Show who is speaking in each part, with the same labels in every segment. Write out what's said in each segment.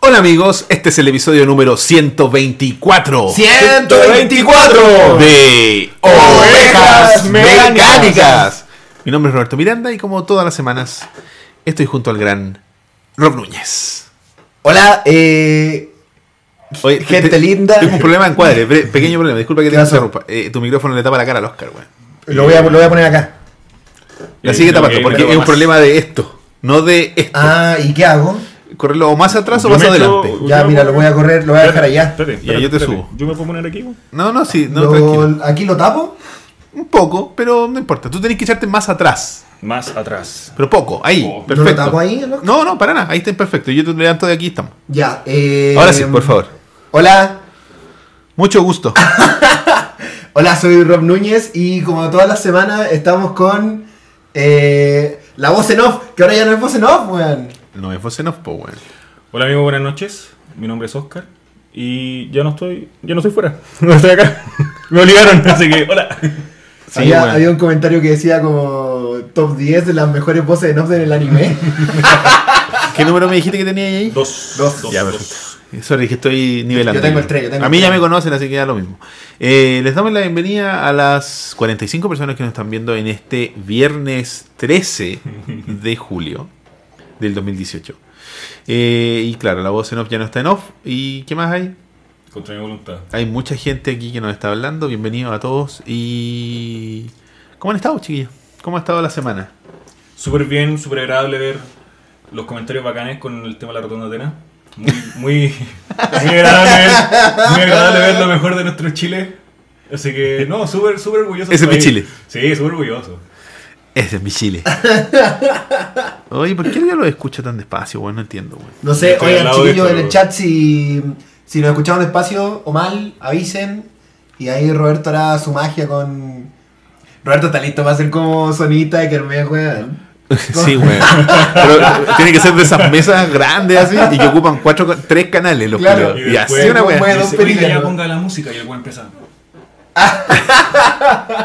Speaker 1: Hola amigos, este es el episodio número 124
Speaker 2: 124
Speaker 1: de Ovejas Mecánicas. Mi nombre es Roberto Miranda y como todas las semanas estoy junto al gran Rob Núñez.
Speaker 2: Hola, eh,
Speaker 1: Oye,
Speaker 2: Gente
Speaker 1: te-
Speaker 2: linda.
Speaker 1: Tengo un problema en cuadre, pre- pequeño problema, disculpa que te
Speaker 2: ¿Qué pasó?
Speaker 1: interrumpa. Eh, tu micrófono le tapa la cara al Oscar, weón.
Speaker 2: lo voy, a, lo voy a poner acá.
Speaker 1: La
Speaker 3: Eh,
Speaker 1: sigue
Speaker 3: no,
Speaker 1: tapando,
Speaker 3: que
Speaker 1: porque
Speaker 3: me
Speaker 1: es un
Speaker 3: más.
Speaker 1: problema de esto, no de esto.
Speaker 2: Ah, ¿y qué hago?
Speaker 1: Correrlo o más atrás o
Speaker 3: Yo
Speaker 1: más
Speaker 3: me echo-
Speaker 1: adelante.
Speaker 2: Ya,
Speaker 3: yo me
Speaker 2: mira, lo voy a correr, lo voy a dejar
Speaker 3: Espérate,
Speaker 2: allá.
Speaker 3: espérate, espérate,
Speaker 1: yo te
Speaker 3: espérate.
Speaker 1: subo.
Speaker 3: Yo me puedo poner aquí. güey.
Speaker 1: No, no, sí, no,
Speaker 2: Lo-
Speaker 1: tranquilo.
Speaker 2: ¿Aquí lo tapo?
Speaker 1: Un poco, pero no importa. Tú tenés que echarte más atrás.
Speaker 3: Más atrás.
Speaker 1: Pero poco, ahí,
Speaker 3: Oh.
Speaker 1: perfecto.
Speaker 2: ¿No lo tapo ahí, loco?
Speaker 1: No, no, para nada, ahí está perfecto. Yo te levanto de aquí y estamos.
Speaker 2: Ya, eh,
Speaker 1: Ahora sí, por favor.
Speaker 2: Hola,
Speaker 1: Mucho gusto.
Speaker 2: hola, soy Rob Núñez y como todas las semanas estamos con eh, la voz en off, que ahora ya no es voz en off, weón.
Speaker 1: no es voz en off, po, weón.
Speaker 3: Hola amigo, buenas noches. Mi nombre es Oscar. Y ya no estoy. Ya no estoy fuera. No estoy acá. Me obligaron, así que hola.
Speaker 1: Sí,
Speaker 2: había,
Speaker 1: weón.
Speaker 2: había un comentario que decía como top 10 de las mejores voces en off del anime.
Speaker 1: ¿Qué número me dijiste que tenía ahí?
Speaker 3: Dos.
Speaker 2: Dos.
Speaker 1: ya, perfecto. Sorry, que estoy nivelando.
Speaker 2: Yo tengo el tres, yo tengo
Speaker 1: A
Speaker 2: el
Speaker 1: mí ya
Speaker 2: tres.
Speaker 1: me conocen, así que da lo mismo. Eh, les damos la bienvenida a las 45 personas que nos están viendo en este viernes 13 de julio del 2018. Eh, y claro, la voz en off ya no está en off. ¿Y qué más hay?
Speaker 3: Contra mi voluntad.
Speaker 1: Hay mucha gente aquí que nos está hablando. Bienvenidos a todos. Y. ¿Cómo han estado, chiquillos? ¿Cómo ha estado la semana?
Speaker 3: Súper bien, súper agradable ver los comentarios bacanes con el tema de la rotonda Atena. Muy, muy, muy agradable ver, muy agradable ver lo mejor de nuestro Chile. Así que, no, súper, súper orgulloso.
Speaker 1: Ese es mi
Speaker 3: estoy.
Speaker 1: Chile.
Speaker 3: Sí, súper orgulloso.
Speaker 1: Ese es mi chile. Oye, ¿por qué yo lo escucho tan despacio? Bueno, no entiendo, weón.
Speaker 2: No sé,
Speaker 3: Estoy
Speaker 2: oigan
Speaker 3: al lado de
Speaker 2: chiquillos
Speaker 3: esto,
Speaker 2: en el
Speaker 3: bro.
Speaker 2: chat si, si nos escucharon despacio o mal, avisen. Y ahí Roberto hará su magia con. Roberto está listo, va a ser como sonita de que me juegan.
Speaker 1: Sí, weón. Pero tiene que ser de esas mesas grandes así y que ocupan cuatro, ca- tres canales los
Speaker 2: Claro.
Speaker 1: culiados.
Speaker 3: Y
Speaker 1: Y así
Speaker 3: después
Speaker 1: una
Speaker 2: no
Speaker 1: weá.
Speaker 2: mueve. Bueno,
Speaker 3: Dice,
Speaker 2: pero
Speaker 3: "Oiga,
Speaker 2: ya
Speaker 3: ya
Speaker 2: no".
Speaker 3: ponga la música y el buen empezar.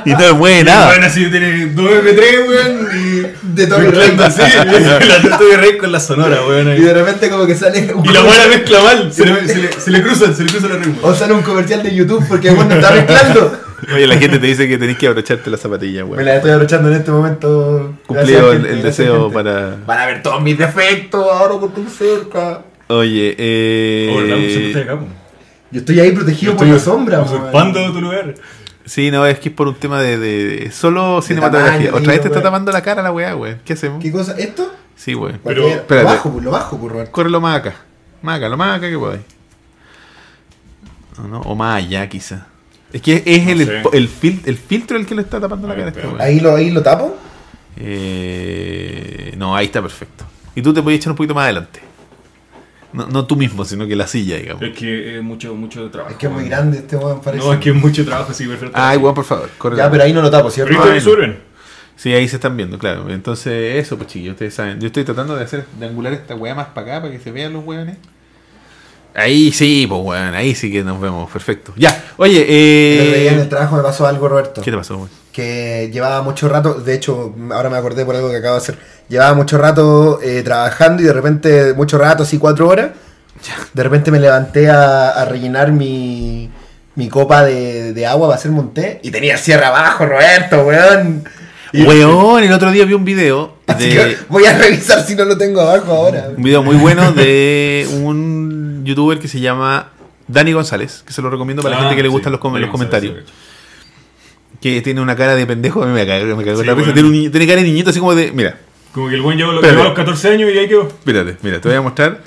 Speaker 1: Y no me mueve
Speaker 3: Bueno,
Speaker 1: nada.
Speaker 3: así tiene 2 MP3, weón,
Speaker 2: De todo
Speaker 3: y
Speaker 2: el
Speaker 3: mezclando
Speaker 2: rato.
Speaker 3: así. La tuve de rey con la sonora, weón.
Speaker 2: Y de
Speaker 3: ahí.
Speaker 2: repente, como que sale. Un
Speaker 3: Y la buena mezcla mal. Se le, se le, se le cruzan, se le cruzan los
Speaker 1: Oh,
Speaker 3: ritmos.
Speaker 2: O sale un comercial de YouTube porque bueno está mezclando.
Speaker 1: Oye, la gente te dice que tenés que abrocharte la zapatilla,
Speaker 2: Me
Speaker 1: weón.
Speaker 2: la estoy abrochando en este momento.
Speaker 1: Cumplido
Speaker 2: Gracias,
Speaker 1: el,
Speaker 2: gente,
Speaker 1: el
Speaker 2: gracias,
Speaker 1: deseo
Speaker 2: gente.
Speaker 1: para.
Speaker 2: Van a ver todos mis defectos ahora por tu cerca.
Speaker 1: Oye,
Speaker 3: Oh, la música está
Speaker 1: eh.
Speaker 3: acá, po.
Speaker 2: Yo estoy ahí protegido por la sombra,
Speaker 3: Usurpando tu lugar.
Speaker 1: Sí, no, es que es por un tema de, de- solo cinematografía.
Speaker 2: tamaño,
Speaker 1: Otra vez te
Speaker 2: weón.
Speaker 1: está tapando la cara la weá, weón. ¿Qué hacemos?
Speaker 2: ¿Qué cosa? ¿Esto?
Speaker 1: Sí, weón.
Speaker 3: Pero-
Speaker 2: Cualquier-
Speaker 1: espérate.
Speaker 2: Lo bajo, pues, lo bajo, pues, Roberto.
Speaker 1: Corre lo más acá. Más acá, lo más acá que podáis. No, no, o más allá quizá. Es que es
Speaker 3: No
Speaker 1: el,
Speaker 3: sé.
Speaker 1: el, fil- el filtro el que le está tapando la
Speaker 3: Ay,
Speaker 1: cara a este
Speaker 3: pero-
Speaker 1: weón.
Speaker 2: Ahí lo, ahí lo tapo.
Speaker 1: Eh, no, ahí está perfecto. Y tú te puedes echar un poquito más adelante. No, no tú mismo, sino que la silla, digamos.
Speaker 3: Es que es mucho, mucho trabajo.
Speaker 2: Es que es muy
Speaker 3: weón.
Speaker 2: grande este weón, parece.
Speaker 3: No, es que es mucho trabajo, sí, perfecto.
Speaker 1: Ay, weón, por favor, corre.
Speaker 2: Ya, pero ahí no lo tapo,
Speaker 3: Pero
Speaker 2: ¿cierto?
Speaker 3: ahí te suben.
Speaker 1: Sí, ahí se están viendo, claro. Entonces, eso, pues chiquillos, ustedes saben. Yo estoy tratando de hacer, de angular esta weá más para acá para que se vean los weones. Ahí sí, pues weón, ahí sí que nos vemos, perfecto. Ya, oye,
Speaker 2: El otro día en el
Speaker 1: eh.
Speaker 2: trabajo me pasó algo, Roberto.
Speaker 1: ¿Qué te pasó, weón?
Speaker 2: Que llevaba mucho rato, de hecho, ahora me acordé por algo que acabo de hacer. Llevaba mucho rato eh, trabajando y de repente, mucho rato, así cuatro horas. De repente me levanté a, a rellenar mi, mi copa de, de agua para hacerme un té. Y tenía sierra abajo, Roberto, weón. Y-
Speaker 1: Weón, el otro día vi un video
Speaker 2: Así
Speaker 1: de.
Speaker 2: que voy a revisar si no lo tengo abajo ahora.
Speaker 1: Un video muy bueno de un youtuber que se llama Dani González, que se lo recomiendo para la
Speaker 3: Ah,
Speaker 1: gente que le gustan los, com- los comentarios. que tiene una cara de pendejo, me cago, me cago en
Speaker 3: Sí,
Speaker 1: la risa.
Speaker 3: bueno.
Speaker 1: Tiene, un niño- tiene cara de niñito así como de. Mira,
Speaker 3: Como que el buen llevó lo-
Speaker 1: Espérate.
Speaker 3: llevó a los 14 años y ahí quedó.
Speaker 1: espérate, mira, te voy a mostrar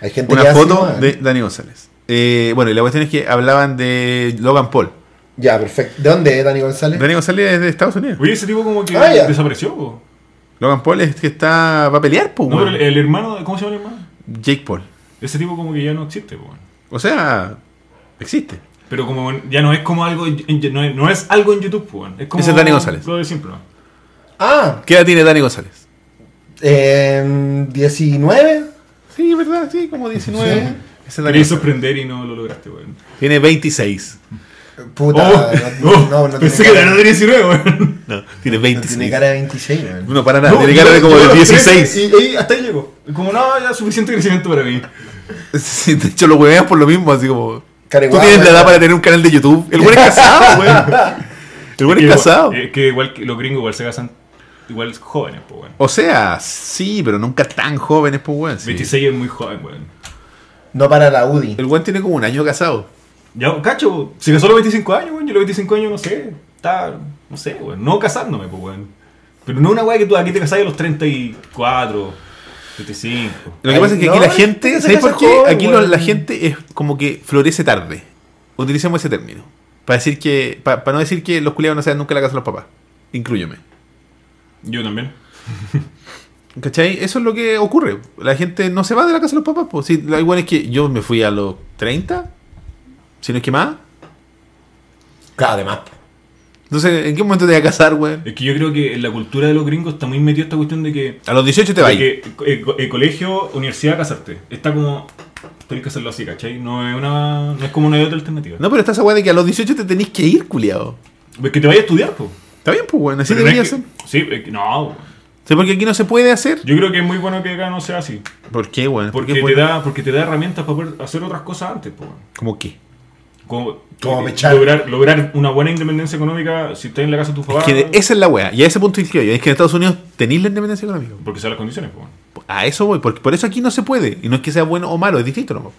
Speaker 2: Hay gente que
Speaker 1: una
Speaker 2: hace,
Speaker 1: foto
Speaker 2: weón.
Speaker 1: de Dani González. Eh, bueno, y la cuestión es que hablaban de Logan Paul.
Speaker 2: Ya, perfecto. ¿De dónde es Dani González?
Speaker 1: Dani González es de Estados Unidos.
Speaker 3: Oye, ese tipo como que
Speaker 2: Ah, ya.
Speaker 3: desapareció, po.
Speaker 1: Logan Paul es que está. va a pelear, pues,
Speaker 3: No, pero el, el hermano, ¿cómo se llama el hermano?
Speaker 1: Jake Paul.
Speaker 3: Ese tipo como que ya no existe, po.
Speaker 1: O sea, existe.
Speaker 3: Pero como ya no es como algo, en- no es, no es algo en YouTube, po. Es como
Speaker 1: Ese es Dani González.
Speaker 3: Lo de siempre. ¿no?
Speaker 2: Ah,
Speaker 1: ¿Qué edad tiene Dani González?
Speaker 2: eh, 19.
Speaker 1: Sí, verdad, sí, como 19.
Speaker 2: Sí.
Speaker 1: Ese es Dani
Speaker 3: Quería
Speaker 1: González.
Speaker 3: sorprender y no lo lograste, weón. Oh,
Speaker 1: Tiene 26.
Speaker 2: Puta,
Speaker 1: Uh,
Speaker 2: no, no, no, tiene
Speaker 3: pensé que
Speaker 2: cara,
Speaker 3: era 19, weón.
Speaker 1: No, tiene
Speaker 2: no
Speaker 1: 26.
Speaker 2: tiene cara de 26, weón.
Speaker 1: No, para nada,
Speaker 3: No,
Speaker 1: tiene
Speaker 3: yo-
Speaker 1: cara de como
Speaker 3: yo
Speaker 1: de
Speaker 3: a los
Speaker 1: 16.
Speaker 3: 13 Y, y hasta ahí llegó. Como no, ya suficiente crecimiento para mí.
Speaker 1: Sí, de hecho, lo huevean por lo mismo, así como.
Speaker 2: Cara
Speaker 1: Tú
Speaker 2: guapa,
Speaker 1: tienes la edad
Speaker 2: ¿no?
Speaker 1: para tener un canal de YouTube. El güey es casado, güey. El güey es
Speaker 3: Que igual-
Speaker 1: casado.
Speaker 3: eh, que igual que los gringos igual se casan igual jóvenes, pues, weón.
Speaker 1: O sea, sí, pero nunca tan jóvenes, pues, weón. sí.
Speaker 3: 26 es muy joven, weón.
Speaker 2: No para la UDI.
Speaker 1: El weón tiene como un año casado.
Speaker 3: Ya, cacho, si casó a los 25 años, weón, yo a los 25 años no sé, está, no sé, weón, no casándome, pues, weón. Pero no una weá que tú aquí te casás a los 34, 35.
Speaker 1: Lo que
Speaker 2: Ay,
Speaker 1: pasa es que
Speaker 2: no,
Speaker 1: aquí la
Speaker 2: es que
Speaker 1: gente.
Speaker 2: se
Speaker 1: ¿Sabes
Speaker 2: casa
Speaker 1: por qué?
Speaker 2: joven,
Speaker 1: Aquí lo- la
Speaker 2: weón.
Speaker 1: gente es como que florece tarde. Utilicemos ese término. Para decir que. pa- Para, no decir que los culiados no sean nunca la casa de los papás. Incluyeme.
Speaker 3: Yo también.
Speaker 1: ¿Cachai? Eso es lo que ocurre. La gente no se va de la casa de los papás. Pues. Sí, lo igual es que yo me fui a los 30, si no es que más.
Speaker 2: Claro, además.
Speaker 1: Entonces, ¿en qué momento te vas a casar, güey?
Speaker 3: Es que yo creo que en la cultura de los gringos está muy metido esta cuestión de que,
Speaker 1: A los 18 te vas.
Speaker 3: de
Speaker 1: a ir.
Speaker 3: que eh, co- eh, colegio, universidad, casarte. Está como, tenés que hacerlo así, ¿cachai? No es, una, no es como una otra alternativa.
Speaker 1: No, pero está esa weá de que a los 18 te tenés que ir, culiado.
Speaker 3: Es que te vayas a estudiar, pues.
Speaker 1: Está bien, pues, güey. Así
Speaker 3: Pero no
Speaker 1: debería
Speaker 3: es que-
Speaker 1: ser.
Speaker 3: Sí, es que- no, weón.
Speaker 1: Sí, porque aquí no se puede hacer.
Speaker 3: yo creo que es muy bueno que acá no sea así.
Speaker 1: ¿Por qué, güey? ¿Por
Speaker 3: Porque,
Speaker 1: qué,
Speaker 3: te
Speaker 1: güey?
Speaker 3: da, porque te da herramientas para poder hacer otras cosas antes, po, weón.
Speaker 1: ¿Cómo qué?
Speaker 3: Como,
Speaker 2: Como
Speaker 3: eh,
Speaker 2: pechar.
Speaker 3: lograr, lograr una buena independencia económica si estás en la casa de tus
Speaker 1: Es
Speaker 3: papás.
Speaker 1: que esa es la weá. Y a ese punto el que voy. Es que en Estados Unidos tenéis la independencia económica.
Speaker 3: Porque son las condiciones, po, weón.
Speaker 1: A eso voy, porque por eso aquí no se puede. Y no es que sea bueno o malo, es distinto nomás.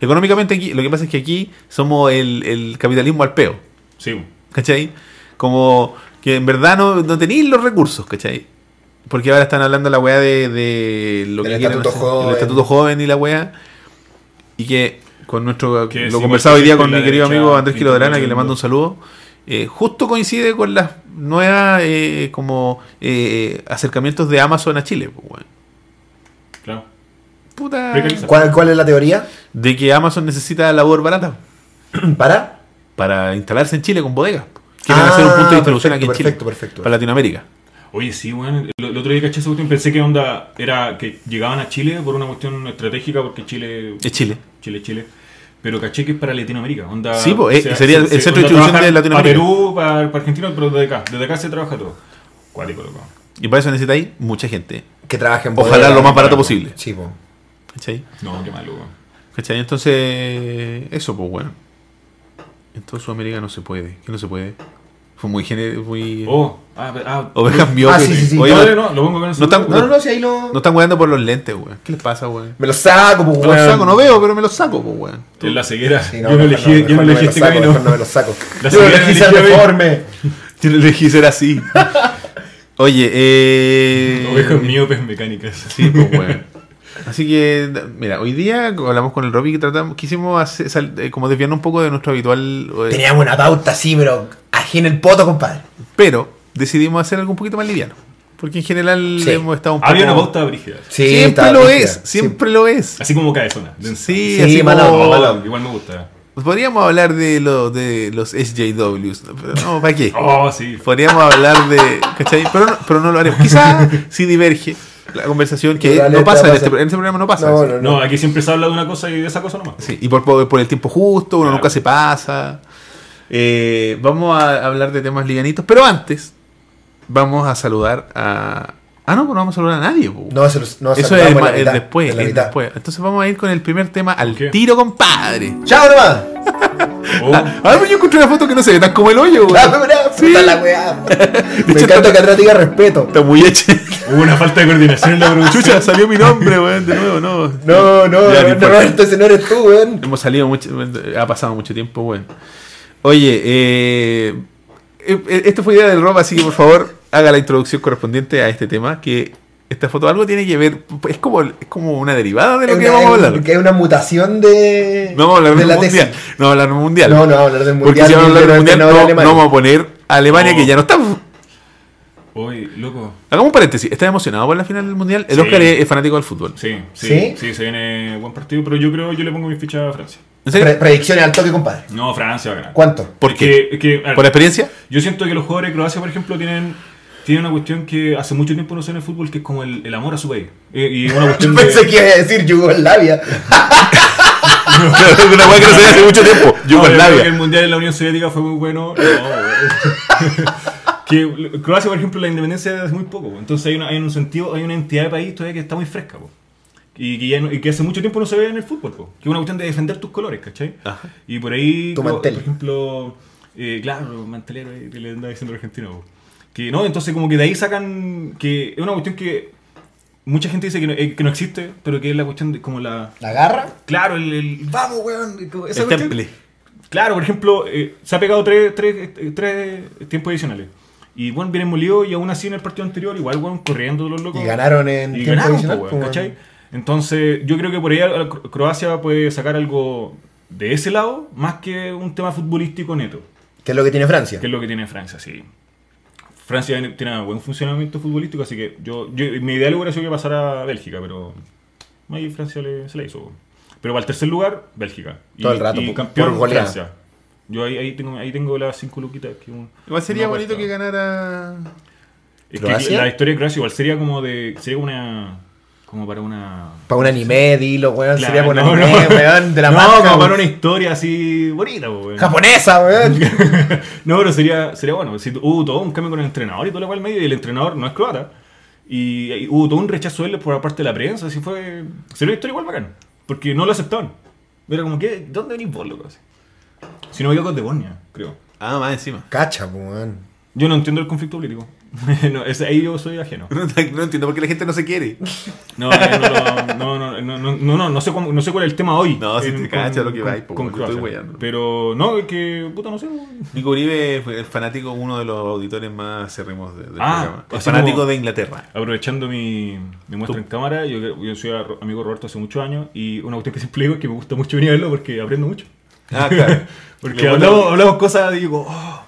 Speaker 1: Económicamente aquí, lo que pasa es que aquí somos el, el capitalismo al peo.
Speaker 3: Sí, weón.
Speaker 1: ¿Cachai? Como que en verdad no, no tenéis los recursos, ¿cachai? Porque ahora están hablando la weá de, de lo
Speaker 2: Del
Speaker 1: que
Speaker 2: estatuto
Speaker 1: hacer,
Speaker 2: joven.
Speaker 1: el estatuto joven y la weá. Y que con nuestro
Speaker 3: Que
Speaker 1: lo
Speaker 3: sí,
Speaker 1: conversaba hoy día con
Speaker 3: la
Speaker 1: mi querido
Speaker 3: derecha
Speaker 1: amigo Andrés Quiroderana, que le
Speaker 3: interviniendo.
Speaker 1: mando un saludo. eh, justo coincide con las nuevas eh, como eh, acercamientos de Amazon a Chile. pues, weón.
Speaker 3: claro.
Speaker 1: Puta.
Speaker 3: Precariza.
Speaker 2: ¿Cuál, ¿Cuál es la teoría?
Speaker 1: De que Amazon necesita labor barata
Speaker 2: ¿Para?
Speaker 1: para instalarse en Chile con bodegas. Quieren
Speaker 2: Ah,
Speaker 1: hacer un punto de distribución
Speaker 2: perfecto,
Speaker 1: aquí en Chile.
Speaker 2: perfecto, perfecto.
Speaker 1: Para Latinoamérica.
Speaker 3: Oye, sí, weón. El, el otro día caché esa cuestión. Pensé que onda era que llegaban a Chile por una cuestión estratégica, porque Chile.
Speaker 1: Es Chile.
Speaker 3: Chile, Chile. Pero caché que es para Latinoamérica. Onda,
Speaker 1: Sí, po, eh, sería el centro de
Speaker 3: onda,
Speaker 1: distribución
Speaker 3: trabajan
Speaker 1: de Latinoamérica.
Speaker 3: Para Perú, para, para Argentina, pero desde acá. Desde acá se trabaja todo. Cuático, loco.
Speaker 1: Y para eso necesitáis mucha gente.
Speaker 2: Que trabajen
Speaker 1: Ojalá lo más barato
Speaker 3: claro.
Speaker 1: posible.
Speaker 2: Sí, po.
Speaker 1: ¿Cachai?
Speaker 3: No, qué malo, weón.
Speaker 1: ¿Cachai? Entonces, eso, pues bueno. En toda Sudamérica no se puede. ¿Qué no se puede? Fue muy género, muy.
Speaker 3: Oh, ah, ah,
Speaker 1: Ovejas miopes.
Speaker 2: sí, sí, sí.
Speaker 1: Oye,
Speaker 3: no,
Speaker 1: no,
Speaker 3: no, lo pongo con el
Speaker 1: no tan-
Speaker 2: No, no, no, si ahí lo.
Speaker 1: no están weando por los lentes, weón. ¿Qué les pasa, weón?
Speaker 2: Me lo saco, po,
Speaker 1: Me los saco, no veo, pero me los saco, pues weón.
Speaker 3: Es la ceguera.
Speaker 2: Sí,
Speaker 3: yo no
Speaker 2: mejor
Speaker 3: elegí, yo no
Speaker 2: mejor
Speaker 3: elegí
Speaker 2: me
Speaker 3: este
Speaker 2: lo saco,
Speaker 3: camino.
Speaker 2: mejor no me lo saco.
Speaker 3: La
Speaker 2: Yo no
Speaker 3: señora
Speaker 2: elegí ser
Speaker 3: eligió bien.
Speaker 2: deforme.
Speaker 1: Yo no elegí ser así. Oye, eh.
Speaker 3: Ovejas miopes mecánicas.
Speaker 1: Sí, pues, weón. Así que, mira, hoy día hablamos con el Robbie que tratamos, quisimos hacer- sal- eh, como desviarnos un poco de nuestro habitual. eh,
Speaker 2: Teníamos una pauta así, pero ajena el poto, compadre.
Speaker 1: Pero decidimos hacer algo un poquito más liviano. Porque en general
Speaker 2: Sí.
Speaker 1: hemos estado un poco.
Speaker 3: Había una pauta brígida.
Speaker 1: Siempre
Speaker 2: está
Speaker 1: lo
Speaker 2: rígida.
Speaker 1: es, siempre lo es.
Speaker 3: Así como cabezona. densa.
Speaker 1: Sí,
Speaker 2: Sí,
Speaker 1: así
Speaker 2: mala
Speaker 1: como-
Speaker 3: Oh,
Speaker 2: onda, mala
Speaker 3: igual me gusta.
Speaker 1: Podríamos hablar de, lo, de los SJWs. ¿no? Pero no, ¿para qué?
Speaker 3: Oh, sí.
Speaker 1: Podríamos hablar de. ¿Cachai? Pero no, pero no lo haremos. Quizás si diverge la conversación, que
Speaker 2: Dale,
Speaker 1: no pasa en
Speaker 2: pasa.
Speaker 1: este, en este programa, no pasa.
Speaker 2: No,
Speaker 1: eso.
Speaker 2: no, no.
Speaker 3: No, aquí siempre se habla de una cosa y de esa cosa nomás.
Speaker 1: Sí, y por, por el tiempo justo, uno
Speaker 3: Claro.
Speaker 1: nunca se pasa. Eh, vamos a hablar de temas livianitos, pero antes vamos a saludar a. Ah, no, pues no vamos a saludar a nadie. po.
Speaker 2: No, se los, no
Speaker 1: Eso
Speaker 2: saludamos
Speaker 1: es
Speaker 2: en la
Speaker 1: ma- es
Speaker 2: mitad,
Speaker 1: después,
Speaker 2: en la
Speaker 1: es
Speaker 2: mitad.
Speaker 1: después. Entonces vamos a ir con el primer tema al
Speaker 3: ¿Qué?
Speaker 1: tiro, compadre.
Speaker 2: ¡Chao nomás!
Speaker 3: Oh,
Speaker 1: Ahora yo encontré una foto que no se ve tan como el hoyo, güey.
Speaker 2: Ah, mira,
Speaker 1: Sí.
Speaker 2: puta la weá. Me encanta que atrás diga respeto.
Speaker 1: Está muy hecha.
Speaker 3: hubo una falta de coordinación en la producción.
Speaker 1: Chucha, salió mi nombre, weón, de nuevo, no. Ya, no
Speaker 2: No, no, no,
Speaker 1: importa.
Speaker 2: Roberto, ese no eres tú, weón.
Speaker 1: Hemos salido mucho, ha pasado mucho tiempo, weón. Oye, eh, eh, esto fue idea del Rob, así que por favor haga la introducción correspondiente a este tema, que esta foto algo tiene que ver, es como, es como una derivada de lo
Speaker 2: Es
Speaker 1: que
Speaker 2: una-
Speaker 1: vamos a
Speaker 2: es-
Speaker 1: hablar.
Speaker 2: Que hay una mutación de.
Speaker 1: No vamos a hablar
Speaker 2: de
Speaker 1: del
Speaker 2: la
Speaker 1: mundial.
Speaker 2: tesis.
Speaker 1: No vamos a hablar del mundial.
Speaker 2: No, no, vamos a hablar del
Speaker 1: Porque
Speaker 2: mundial.
Speaker 1: si vamos a hablar del mundial,
Speaker 2: no,
Speaker 1: no,
Speaker 2: de Alemania.
Speaker 1: no vamos a poner a Alemania
Speaker 3: No.
Speaker 1: que ya no está.
Speaker 3: Oye, loco.
Speaker 1: Hagamos un paréntesis. ¿Estás emocionado por la final del mundial? El
Speaker 3: Sí.
Speaker 1: Oscar es, es fanático del fútbol.
Speaker 3: Sí, sí,
Speaker 2: ¿Sí?
Speaker 3: sí, se viene buen partido, pero yo creo yo le pongo mi ficha a Francia.
Speaker 1: ¿En
Speaker 2: Pre-
Speaker 1: serio?
Speaker 2: predicciones al toque, compadre.
Speaker 3: No, Francia va a ganar.
Speaker 2: ¿Cuánto?
Speaker 1: ¿Por
Speaker 3: Es
Speaker 1: qué?
Speaker 3: que- es que, a ver,
Speaker 1: ¿Por la experiencia?
Speaker 3: yo siento que los jugadores de Croacia, por ejemplo, tienen, tienen una cuestión que hace mucho tiempo no sé en el fútbol, que es como el, el amor a su país. Eh, Y, y una cuestión de-
Speaker 2: Pensé que iba a decir Yugoslavia.
Speaker 1: Es una weá que no se ve hace mucho tiempo.
Speaker 3: No, yo creo
Speaker 1: Yugoslavia.
Speaker 3: que el mundial en la Unión Soviética fue muy bueno. No, güey. que Croacia, por ejemplo, la independencia es hace muy poco. güey. Entonces hay, una- hay un sentido, hay una entidad de país todavía que está muy fresca. güey. Y que, ya no- y que hace mucho tiempo no se ve en el fútbol, po. que es una cuestión de defender tus colores, ¿cachai?
Speaker 1: Ajá.
Speaker 3: Y por ahí,
Speaker 2: Tu
Speaker 3: como-
Speaker 2: mantel.
Speaker 3: por ejemplo, eh, claro, mantelero, eh, que le andaba diciendo argentino. po. Que no, entonces como que de ahí sacan, que es una cuestión que mucha gente dice que no, eh, que no existe, pero que es la cuestión de como la...
Speaker 2: ¿La garra?
Speaker 3: Claro, el, el- vamos, weón. como esa
Speaker 1: El
Speaker 3: cuestión.
Speaker 1: temple.
Speaker 3: Claro, por ejemplo, eh, se ha pegado tres, tres, eh, tres tiempos adicionales. Y bueno, viene molido y aún así en el partido anterior, igual, bueno, corriendo los locos.
Speaker 2: Y ganaron en
Speaker 3: Y
Speaker 2: tiempo
Speaker 3: ganaron,
Speaker 2: adicional,
Speaker 3: po, weón,
Speaker 2: pues, weón.
Speaker 3: ¿cachai? Entonces, yo creo que por ahí eh, Cro- Croacia puede sacar algo de ese lado, más que un tema futbolístico neto,
Speaker 2: Que es lo que tiene Francia.
Speaker 3: que es lo que tiene Francia, sí. Francia tiene- tiene un buen funcionamiento futbolístico, así que yo, yo mi ideal hubiera sido que pasara a Bélgica, pero ahí Francia le- se la hizo. Pero para el tercer lugar, Bélgica. Y,
Speaker 2: Todo el rato,
Speaker 3: y
Speaker 2: por-
Speaker 3: campeón
Speaker 2: por goleada.
Speaker 3: Francia. Yo ahí, ahí tengo, ahí tengo las cinco luquitas. Que un-
Speaker 1: Igual sería
Speaker 3: una
Speaker 1: bonito
Speaker 3: apuesta.
Speaker 1: que ganara.
Speaker 3: Es que
Speaker 2: ¿Croacia?
Speaker 3: la historia de Croacia igual sería como de. Sería una. Como para una.
Speaker 2: Para un anime, dilo, weón.
Speaker 3: Claro,
Speaker 2: sería para un
Speaker 3: no,
Speaker 2: anime,
Speaker 3: no.
Speaker 2: weón, de la
Speaker 3: no,
Speaker 2: marca,
Speaker 3: como para
Speaker 2: weón.
Speaker 3: una historia así bonita, po, weón.
Speaker 2: Japonesa, weón.
Speaker 3: no, pero sería, sería bueno. Si hubo todo un cambio con el entrenador y todo lo cual medio, y el entrenador no es croata. Y, y hubo todo un rechazo de él por parte de la prensa, así fue. Sería una historia igual bacán. Porque no lo aceptaron. Era como que, ¿dónde venís vos, loco? Así. Si no me equivoco es de Bosnia, creo.
Speaker 1: Ah, más encima.
Speaker 2: Cacha, po, weón.
Speaker 3: Yo no entiendo el conflicto político. no, ese- ahí yo soy ajeno.
Speaker 1: No, no entiendo por qué la gente no se quiere.
Speaker 3: No, no, no, no, no, no, no, no, no sé, cómo- no sé cuál es el tema hoy.
Speaker 1: No, si
Speaker 3: En-
Speaker 1: te cacha lo que va ahí, po,
Speaker 3: con
Speaker 1: yo estoy
Speaker 3: Croacia.
Speaker 1: weyando.
Speaker 3: Pero no, es que, puta, no sé.
Speaker 1: Nico Uribe fue el fanático, uno de los auditores más cerremos del
Speaker 3: Ah,
Speaker 1: programa. El
Speaker 3: así
Speaker 1: fanático
Speaker 3: como-
Speaker 1: de Inglaterra.
Speaker 3: Aprovechando mi, mi muestra
Speaker 1: Tú.
Speaker 3: en cámara, yo, yo soy a- amigo de Roberto hace muchos años y una cuestión que siempre digo es que me gusta mucho venir a verlo porque aprendo mucho.
Speaker 1: Ah, claro.
Speaker 3: Porque
Speaker 1: Le gusta-
Speaker 3: hablamos, hablamos cosas y digo, oh,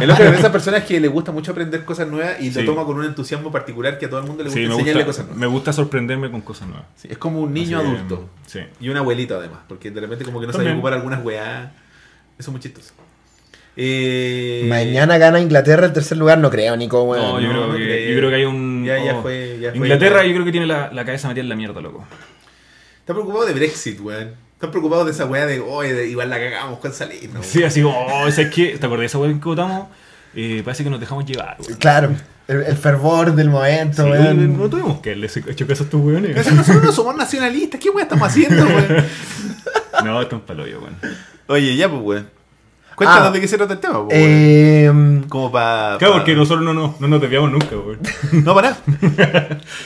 Speaker 1: El otro de esas personas que le gusta mucho aprender cosas nuevas y
Speaker 3: Sí.
Speaker 1: lo toma con un entusiasmo particular que a todo el mundo le gusta
Speaker 3: sí, me
Speaker 1: enseñarle
Speaker 3: gusta,
Speaker 1: cosas nuevas.
Speaker 3: me gusta sorprenderme con cosas nuevas.
Speaker 1: Sí, es como un niño
Speaker 3: Así que,
Speaker 1: adulto.
Speaker 3: Sí.
Speaker 1: Y un abuelito además, porque de repente como que no sabe
Speaker 3: También.
Speaker 1: ocupar algunas weas. Eso es muy chistoso. Eh,
Speaker 2: Mañana gana Inglaterra el tercer lugar, no creo, Nico, weón.
Speaker 3: No, yo,
Speaker 1: no,
Speaker 3: creo
Speaker 1: no
Speaker 3: que,
Speaker 1: creo.
Speaker 3: yo creo que hay un...
Speaker 1: Ya, ya
Speaker 3: oh,
Speaker 1: fue- ya fue
Speaker 3: Inglaterra
Speaker 1: la-
Speaker 3: yo creo que tiene la, la cabeza metida en la mierda, loco.
Speaker 1: Está preocupado de Brexit, weón. Está preocupado de esa wea de, oye, de- igual la cagamos con salir. ¿no?
Speaker 3: Sí, así como, oh, ¿sabes qué? ¿Te acordás de esa weá que votamos? Eh, parece que nos dejamos llevar, weón.
Speaker 2: Claro, el, el fervor del momento,
Speaker 3: Sí,
Speaker 2: weón.
Speaker 3: no tuvimos que haberle hecho caso a estos weones.
Speaker 1: Nosotros no somos nacionalistas, ¿qué weá estamos haciendo, weón?
Speaker 3: No, esto es un paloyo, weón.
Speaker 1: Oye, ya pues, weón. Cuéntanos
Speaker 2: Ah.
Speaker 1: de qué se trata el tema, pues, weón.
Speaker 2: Eh,
Speaker 1: Como para...
Speaker 2: Ah,
Speaker 3: Claro, porque nosotros no, no, no nos desviamos nunca, weón.
Speaker 1: No, para.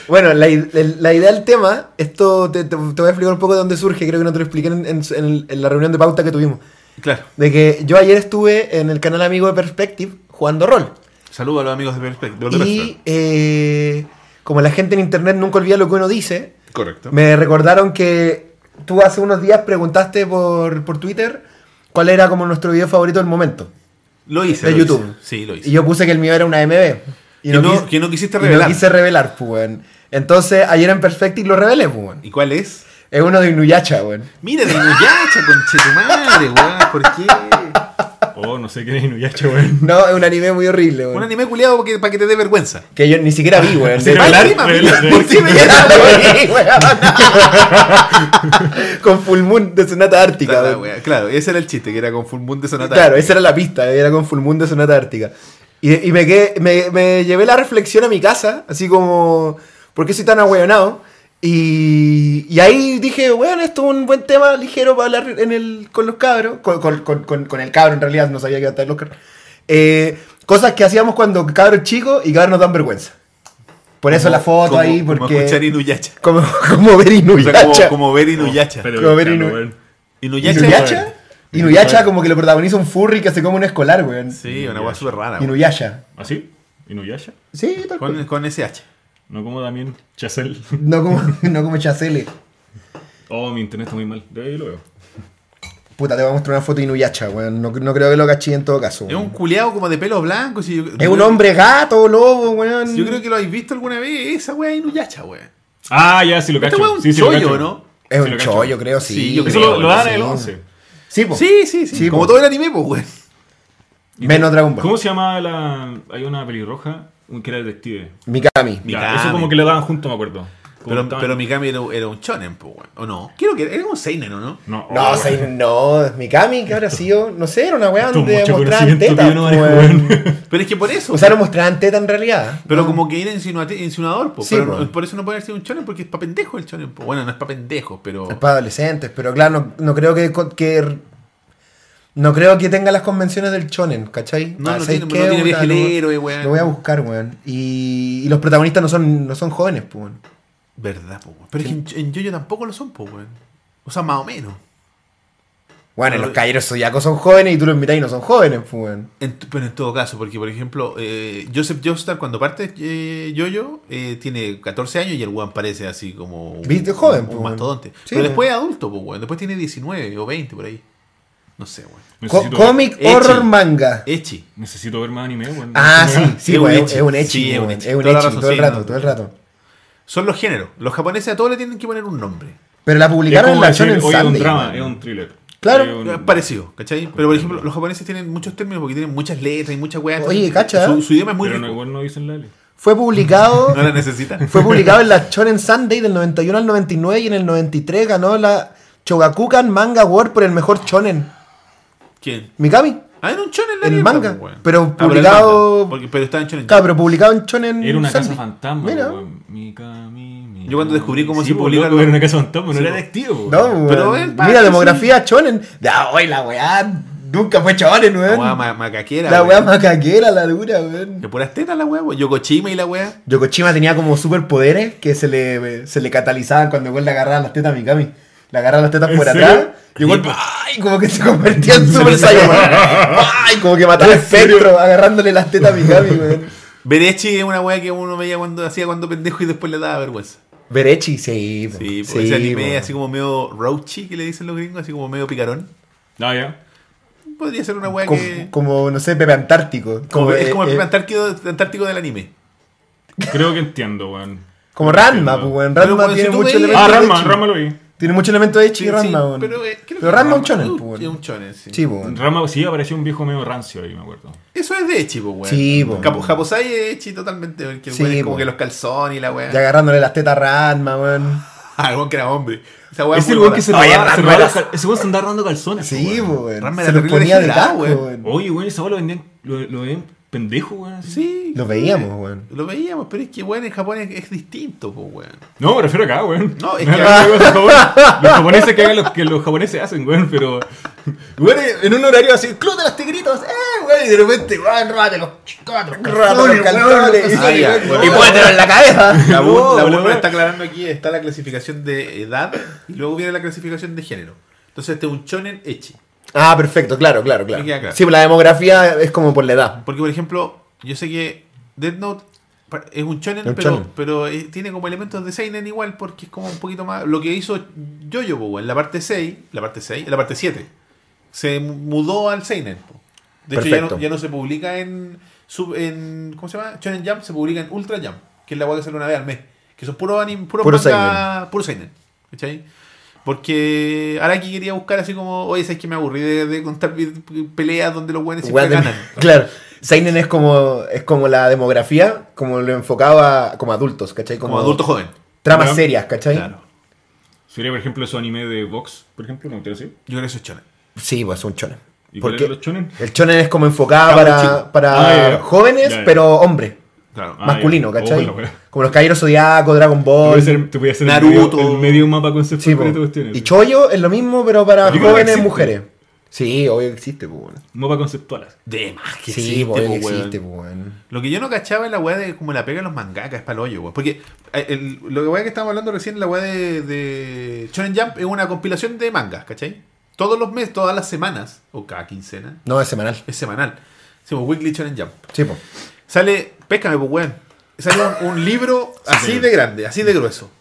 Speaker 2: bueno, la, i- el- la idea del tema, esto te, te- te voy a explicar un poco de dónde surge, creo que no te lo expliqué en, en- en el- en la reunión de pauta que tuvimos.
Speaker 1: Claro.
Speaker 2: De que yo ayer estuve en el canal amigo de Perspective jugando rol.
Speaker 1: Saludos a los amigos de Perspective.
Speaker 2: Y eh, como la gente en internet nunca olvida lo que uno dice,
Speaker 1: Correcto.
Speaker 2: Me recordaron que tú hace unos días preguntaste por, por Twitter cuál era como nuestro video favorito del momento.
Speaker 1: Lo hice.
Speaker 2: de
Speaker 1: lo
Speaker 2: YouTube.
Speaker 1: hice. Sí, lo hice.
Speaker 2: Y yo puse que el mío era una MB.
Speaker 1: Que no- que no quisiste
Speaker 2: y
Speaker 1: revelar.
Speaker 2: quise revelar, pues, weón. Entonces, ayer en Perfecting lo revelé, pues, weón.
Speaker 1: ¿Y cuál es?
Speaker 2: Es uno de Inuyacha, weón.
Speaker 1: Mira, de muchacha, conchetumare, weón. ¿Por qué?
Speaker 3: Oh, no sé quién es Inuyacha, weón.
Speaker 2: No, es un anime muy horrible,
Speaker 1: Un
Speaker 2: weón.
Speaker 1: anime culiado porque- para que te dé vergüenza.
Speaker 2: Que yo ni siquiera vi, weón.
Speaker 3: Sí,
Speaker 2: De-
Speaker 3: revelar,
Speaker 1: Ay, prima,
Speaker 3: revelar,
Speaker 1: mira, ¿por qué me-
Speaker 2: Ya lo vi, weón. Con Full Moon de Sonata Ártica,
Speaker 1: Claro,
Speaker 2: weón.
Speaker 1: claro, ese era el chiste, que era con Full Moon de Sonata.
Speaker 2: Claro, esa era la pista, era con Full Moon de Sonata Ártica. Y, y me, quedé- me, me llevé la reflexión a mi casa, así como, ¿por qué soy tan ahueonado? Y, y ahí dije, bueno, esto es un buen tema ligero para hablar en el, con los cabros, con, con- con- con- con el cabro en realidad, no sabía que iba a estar el Oscar. Eh, cosas que hacíamos cuando cabros chicos y cabros nos dan vergüenza. Por eso
Speaker 1: Como-
Speaker 2: la foto
Speaker 1: como-
Speaker 2: ahí,
Speaker 1: como
Speaker 2: porque...
Speaker 1: escuchar Inuyacha.
Speaker 2: como, como ver
Speaker 1: O sea, como,
Speaker 2: Inuyacha.
Speaker 1: como ver Inuyacha.
Speaker 3: Pero,
Speaker 2: Como ver
Speaker 3: claro,
Speaker 2: Inu-
Speaker 3: weón.
Speaker 1: Inuyacha.
Speaker 2: Inuyacha. Inuyacha
Speaker 3: Inuyacha.
Speaker 2: como que lo protagoniza un furry que se come un escolar, weón.
Speaker 1: Sí, una weá súper rara. weón.
Speaker 2: Inuyasha.
Speaker 3: ¿Ah, sí? ¿Inuyasha?
Speaker 2: Sí, tal cual.
Speaker 1: Con, con SH.
Speaker 3: No como también Chazelle.
Speaker 2: No como, no como Chacele.
Speaker 3: Oh, mi internet está muy mal. De ahí lo veo.
Speaker 2: Puta, te voy a mostrar una foto de Inuyacha, weón. No, no creo que lo cachí en todo caso.
Speaker 1: Es
Speaker 2: weón.
Speaker 1: un culiado como de pelos blancos. y yo-
Speaker 2: Es un hombre gato, lobo, weón.
Speaker 1: Yo creo que lo habéis visto alguna vez. Esa weá es Inuyacha, weón.
Speaker 3: Ah, ya, sí lo
Speaker 1: Este
Speaker 3: cacho.
Speaker 1: weón es un
Speaker 3: sí, sí, lo
Speaker 1: chollo,
Speaker 3: cacho.
Speaker 1: ¿no?
Speaker 2: Es
Speaker 3: Sí,
Speaker 2: un
Speaker 3: lo cacho.
Speaker 2: chollo, creo, sí.
Speaker 1: Sí, yo
Speaker 3: Eso
Speaker 1: creo,
Speaker 3: lo, lo dan en el
Speaker 2: sí.
Speaker 3: 11.
Speaker 2: Sí, po.
Speaker 1: Sí, sí, sí.
Speaker 2: Sí,
Speaker 1: como
Speaker 2: po.
Speaker 1: todo el anime, pues, weón.
Speaker 2: Menos Dragon Ball.
Speaker 3: ¿Cómo se llamaba la...? Hay una pelirroja un- que era detective.
Speaker 2: Mikami.
Speaker 1: Mikami.
Speaker 3: Ya, eso como que lo daban junto, me acuerdo. Como
Speaker 1: Pero,
Speaker 3: estaban-
Speaker 1: pero Mikami era, era un shonen, pues, weón. ¿O no? Creo que era, era un seinen, ¿o no?
Speaker 3: No, oh,
Speaker 2: No,
Speaker 3: weón.
Speaker 2: Sei- no, Mikami, que habrá sido, no sé, era una weá
Speaker 3: Esto es
Speaker 2: donde
Speaker 3: mucho
Speaker 2: mostraban
Speaker 3: conocimiento que
Speaker 2: tetas, pues.
Speaker 3: yo no manejo,
Speaker 2: weón.
Speaker 3: weón.
Speaker 1: Pero es que por eso.
Speaker 2: O sea, no mostraban teta en realidad.
Speaker 1: Pero
Speaker 2: No.
Speaker 1: como que era insinuate- insinuador, po.
Speaker 2: Sí,
Speaker 1: Pero
Speaker 2: po.
Speaker 1: no- por eso no puede haber sido un chonen, porque es pa' pendejos el chonen, po. Bueno, no es pa' pendejos, pero.
Speaker 2: Es para adolescentes, pero claro, no, no creo que, co- que- No creo que tenga las convenciones del shonen, ¿cachai? Ah,
Speaker 1: No, no
Speaker 2: ¿sabes
Speaker 1: tiene-
Speaker 2: qué,
Speaker 1: no tiene
Speaker 2: puta?
Speaker 1: viaje del
Speaker 2: Lo-
Speaker 1: héroe, weón.
Speaker 2: Lo voy a buscar, weón. Y, y los protagonistas no son, no son jóvenes, pues, weón.
Speaker 1: Verdad, po. weón. Pero es que en, en Yoyo tampoco lo son, po, weón. O sea, más o menos.
Speaker 2: Bueno,
Speaker 1: Pero-
Speaker 2: los caballeros zodiacos son jóvenes y tú los invitas y no son jóvenes, pues, weón.
Speaker 1: En t- pero en todo caso, porque por ejemplo, eh, Joseph Joestar cuando parte eh, Yoyo eh, tiene 14 años y el weón parece así como un,
Speaker 2: Viste, joven,
Speaker 1: un-
Speaker 2: po,
Speaker 1: un,
Speaker 2: weón.
Speaker 1: mastodonte.
Speaker 2: Sí,
Speaker 1: pero
Speaker 2: weón.
Speaker 1: después es adulto, po, weón. Después tiene 19 o 20 por ahí. No sé, weón.
Speaker 2: Co-
Speaker 3: Necesito,
Speaker 2: Cómic,
Speaker 1: Ecchi.
Speaker 2: horror, manga.
Speaker 1: Echi.
Speaker 3: necesito ver más anime, weón.
Speaker 2: Ah,
Speaker 3: No sé,
Speaker 2: sí, sí,
Speaker 1: Es un
Speaker 2: weón.
Speaker 1: ecchi.
Speaker 2: Es un
Speaker 1: Sí,
Speaker 2: echi,
Speaker 1: es un
Speaker 2: weón.
Speaker 1: ecchi.
Speaker 2: Es un
Speaker 1: Toda la
Speaker 2: echi,
Speaker 1: razón,
Speaker 2: todo el
Speaker 1: sí,
Speaker 2: rato,
Speaker 1: no.
Speaker 2: todo el rato.
Speaker 1: Son los géneros. Los japoneses a todos le tienen que poner un nombre.
Speaker 2: Pero la
Speaker 3: Es
Speaker 2: publicaron en
Speaker 3: como
Speaker 2: la
Speaker 3: decir,
Speaker 2: shonen
Speaker 3: oye, es un
Speaker 2: Sunday,
Speaker 3: drama,
Speaker 2: weón.
Speaker 3: es un thriller.
Speaker 2: Claro.
Speaker 3: Es un-
Speaker 1: Es parecido, ¿cachai? Pero por ejemplo, los japoneses tienen muchos términos porque tienen muchas letras y muchas weas.
Speaker 2: Oye,
Speaker 1: Entonces,
Speaker 2: cacha. ¿eh?
Speaker 1: Su, su idioma es muy
Speaker 3: Pero no,
Speaker 1: rico.
Speaker 3: igual no dicen la L.
Speaker 2: Fue publicado.
Speaker 1: No la necesitan.
Speaker 2: Fue publicado en la Shonen Sunday del 91 al 99 y en el 93 ganó la Shogakukan Manga Award por el mejor shonen.
Speaker 1: ¿Quién?
Speaker 2: Mikami.
Speaker 1: Ah, era un shonen la
Speaker 2: El
Speaker 1: mierda,
Speaker 2: manga,
Speaker 1: po, weón.
Speaker 2: pero
Speaker 1: Ah, el
Speaker 2: publicado-
Speaker 1: manga, porque- pero estaba en shonen.
Speaker 2: Claro, pero publicado en shonen.
Speaker 3: Era una casa
Speaker 2: Sunday.
Speaker 3: fantasma,
Speaker 2: Mira.
Speaker 3: weón. Mikami, Mikami.
Speaker 1: Yo cuando descubrí cómo
Speaker 3: Sí,
Speaker 1: se
Speaker 3: po,
Speaker 1: publican
Speaker 3: loco,
Speaker 1: los-
Speaker 3: Era una casa fantasma, no
Speaker 1: Sí,
Speaker 3: era
Speaker 1: po.
Speaker 3: detective, weón.
Speaker 2: No,
Speaker 1: Pero,
Speaker 2: weón.
Speaker 1: eh, pa-
Speaker 2: Mira,
Speaker 1: que
Speaker 2: demografía shonen. Ya, hoy la weá nunca fue shonen,
Speaker 1: La wea
Speaker 2: weón.
Speaker 1: ma- macaquera.
Speaker 2: La weá
Speaker 1: weón.
Speaker 2: macaquera, la dura, weón.
Speaker 1: De puras tetas la weá, weón. Yokochima y la weá.
Speaker 2: Yokochima tenía como superpoderes que se le, se le catalizaban cuando igual le agarraban las tetas a Mikami. Le agarraban las tetas
Speaker 3: ¿En
Speaker 2: por
Speaker 3: serio?
Speaker 2: atrás y igual,
Speaker 1: pues,
Speaker 2: ¡ay! Como que se convertía en Super Saiyan. ¡ay! Como que mataba
Speaker 3: ¿En
Speaker 2: el espectro agarrándole las tetas a Mikami, weón.
Speaker 1: Berechi es una weá que uno veía cuando hacía cuando pendejo y después le daba vergüenza.
Speaker 2: Berechi, sí. po.
Speaker 1: Sí, po, ese anime
Speaker 2: po.
Speaker 1: así como medio rauchi que le dicen los gringos, así como medio picarón.
Speaker 3: Ah, ya.
Speaker 1: Podría ser una weá
Speaker 2: Como,
Speaker 1: que.
Speaker 2: como, no sé, Pepe Antártico.
Speaker 1: como- es como el
Speaker 2: eh,
Speaker 1: primer
Speaker 2: eh,
Speaker 1: antártico, antártico del anime.
Speaker 3: Creo que entiendo, weón.
Speaker 2: como Ranma, pues, weón.
Speaker 1: Pero,
Speaker 2: Ranma
Speaker 1: weón,
Speaker 2: tiene
Speaker 1: si tú
Speaker 2: mucho
Speaker 1: veis-
Speaker 2: elemento
Speaker 3: Ah,
Speaker 2: de
Speaker 3: Rama,
Speaker 2: ecchi.
Speaker 3: Rama lo vi.
Speaker 2: Tiene mucho elemento de
Speaker 1: Sí,
Speaker 2: Echi y Ranma,
Speaker 1: sí,
Speaker 2: weón. Pero,
Speaker 1: eh, creo que
Speaker 2: Ranma es un shonen,
Speaker 1: es
Speaker 2: pues,
Speaker 1: un- Es un
Speaker 2: weón.
Speaker 1: shonen, sí.
Speaker 2: Sí, po, weón.
Speaker 3: Rama sí apareció un viejo medio rancio ahí, me acuerdo.
Speaker 1: Eso es de Echi, po, weón.
Speaker 2: Sí, po.
Speaker 1: Capo- Japosai es Echi totalmente. porque el
Speaker 2: Sí,
Speaker 1: weón es como
Speaker 2: po.
Speaker 1: que los calzones y la
Speaker 2: Y
Speaker 1: weá.
Speaker 2: agarrándole las tetas a Ranma, weón.
Speaker 1: Ah, el weón que era hombre. Esa weá
Speaker 3: Es
Speaker 1: muy
Speaker 3: el weón
Speaker 1: rara.
Speaker 3: que se
Speaker 2: Oye,
Speaker 3: robaba, se
Speaker 2: Ranma
Speaker 3: robaba
Speaker 2: era-
Speaker 3: los cal- Ese weón se andaba robando calzones.
Speaker 2: Sí,
Speaker 3: po, weón.
Speaker 2: po, weón.
Speaker 1: Ranma
Speaker 2: Se
Speaker 1: era
Speaker 2: los
Speaker 1: terrible
Speaker 2: ponía de
Speaker 1: degenerado,
Speaker 2: taco,
Speaker 1: weón.
Speaker 2: weón.
Speaker 3: Oye, weón, esa weón lo vendían, lo, lo vendían pendejo, weón. Sí.
Speaker 1: Ah, Sí.
Speaker 2: Lo veíamos, weón.
Speaker 1: Lo veíamos, pero es que, weón, en Japón es, es distinto, pues, weón.
Speaker 3: No, me refiero acá, weón.
Speaker 1: No, es
Speaker 3: Me
Speaker 1: que-
Speaker 3: refiero a los japoneses- los japoneses que hagan lo que los japoneses hacen, weón, pero...
Speaker 2: Güey, en un horario así, club de los tigritos, eh, güey, y de repente, güey, róbate los róbate los calzones,
Speaker 1: Ah, ya, bueno.
Speaker 2: y póntelo en la cabeza.
Speaker 1: La
Speaker 3: No,
Speaker 1: UNO
Speaker 3: pero bueno.
Speaker 1: está aclarando aquí, está la clasificación de edad y luego viene la clasificación de género. Entonces este es un shonen echi.
Speaker 2: Ah, perfecto, claro, claro, claro.
Speaker 1: Me queda claro.
Speaker 2: Sí, pues la demografía es como por la edad.
Speaker 1: Ah, Porque por ejemplo, yo sé que Death Note pa- es un shonen,
Speaker 2: Es un
Speaker 1: pero,
Speaker 2: shonen.
Speaker 1: pero eh, tiene como elementos de seinen igual porque es como un poquito más lo que hizo Jojo po, en la parte 6, la parte 6, la parte 7. Se mu- mudó al seinen. po. De hecho ya no,
Speaker 2: Perfecto.
Speaker 1: ya no se publica en sub- en ¿cómo se llama? Shonen Jump, se publica en Ultra Jump, que es la weá que sale una vez al mes, que son puro anime, puro,
Speaker 2: Puro
Speaker 1: manga, puro seinen, ¿cachai? Porque Araki quería buscar así como, oye, ¿sabes que me aburrí de, de contar vi- peleas donde los buenos siempre
Speaker 2: Güey, de-
Speaker 1: ganan?
Speaker 2: Claro. Seinen es como es como la demografía, como lo enfocaba como adultos, ¿cachai?
Speaker 1: Como adulto joven.
Speaker 2: tramas
Speaker 3: Claro.
Speaker 2: serias, ¿cachai?
Speaker 1: Claro.
Speaker 3: Sería, por ejemplo, esos anime de Vox, por ejemplo, no quiero decir.
Speaker 1: Yo creo que eso es shonen.
Speaker 2: Sí, pues es un shonen.
Speaker 3: ¿Y cuál
Speaker 2: Porque
Speaker 3: eran los shonen?
Speaker 2: el shonen es como enfocado
Speaker 1: Cabros
Speaker 2: para,
Speaker 1: chicos.
Speaker 2: para
Speaker 3: Ah, ya, ya.
Speaker 2: jóvenes,
Speaker 3: Ya, ya.
Speaker 2: pero hombres.
Speaker 1: Claro.
Speaker 3: Ah,
Speaker 2: masculino,
Speaker 3: ya.
Speaker 2: ¿cachai?
Speaker 3: Oh, la wea.
Speaker 2: como los Caballeros Zodiaco, Dragon
Speaker 3: Te voy a
Speaker 2: Ball.
Speaker 3: hacer, te voy a hacer el
Speaker 1: Naruto.
Speaker 3: medio- el medio mapa conceptual
Speaker 2: Sí,
Speaker 3: con
Speaker 2: po.
Speaker 3: estas cuestiones.
Speaker 2: Y Choyo es lo mismo, pero para
Speaker 3: Yo creo que
Speaker 2: jóvenes
Speaker 3: existe.
Speaker 2: mujeres. Sí, obvio que existe, pues. weón.
Speaker 3: Mapa conceptual.
Speaker 1: De más que
Speaker 2: Sí,
Speaker 1: existe,
Speaker 2: obvio
Speaker 1: po,
Speaker 2: que
Speaker 1: weón.
Speaker 2: existe, pues. weón.
Speaker 1: Lo que yo no cachaba es la weá de como la pega de los mangakas, es pa'l hoyo, weón. Porque eh, el, lo que weá que estábamos hablando recién, la weá de, de Shonen Jump es una compilación de mangas, ¿cachai? Todos los meses, todas las semanas, o cada quincena,
Speaker 2: No, es semanal.
Speaker 1: es semanal. Hacemos Weekly Shonen Jump.
Speaker 2: Sí, pues.
Speaker 1: Sale, péscame, pues, weón. Sale un, un libro así
Speaker 3: señor.
Speaker 1: de grande, así de grueso.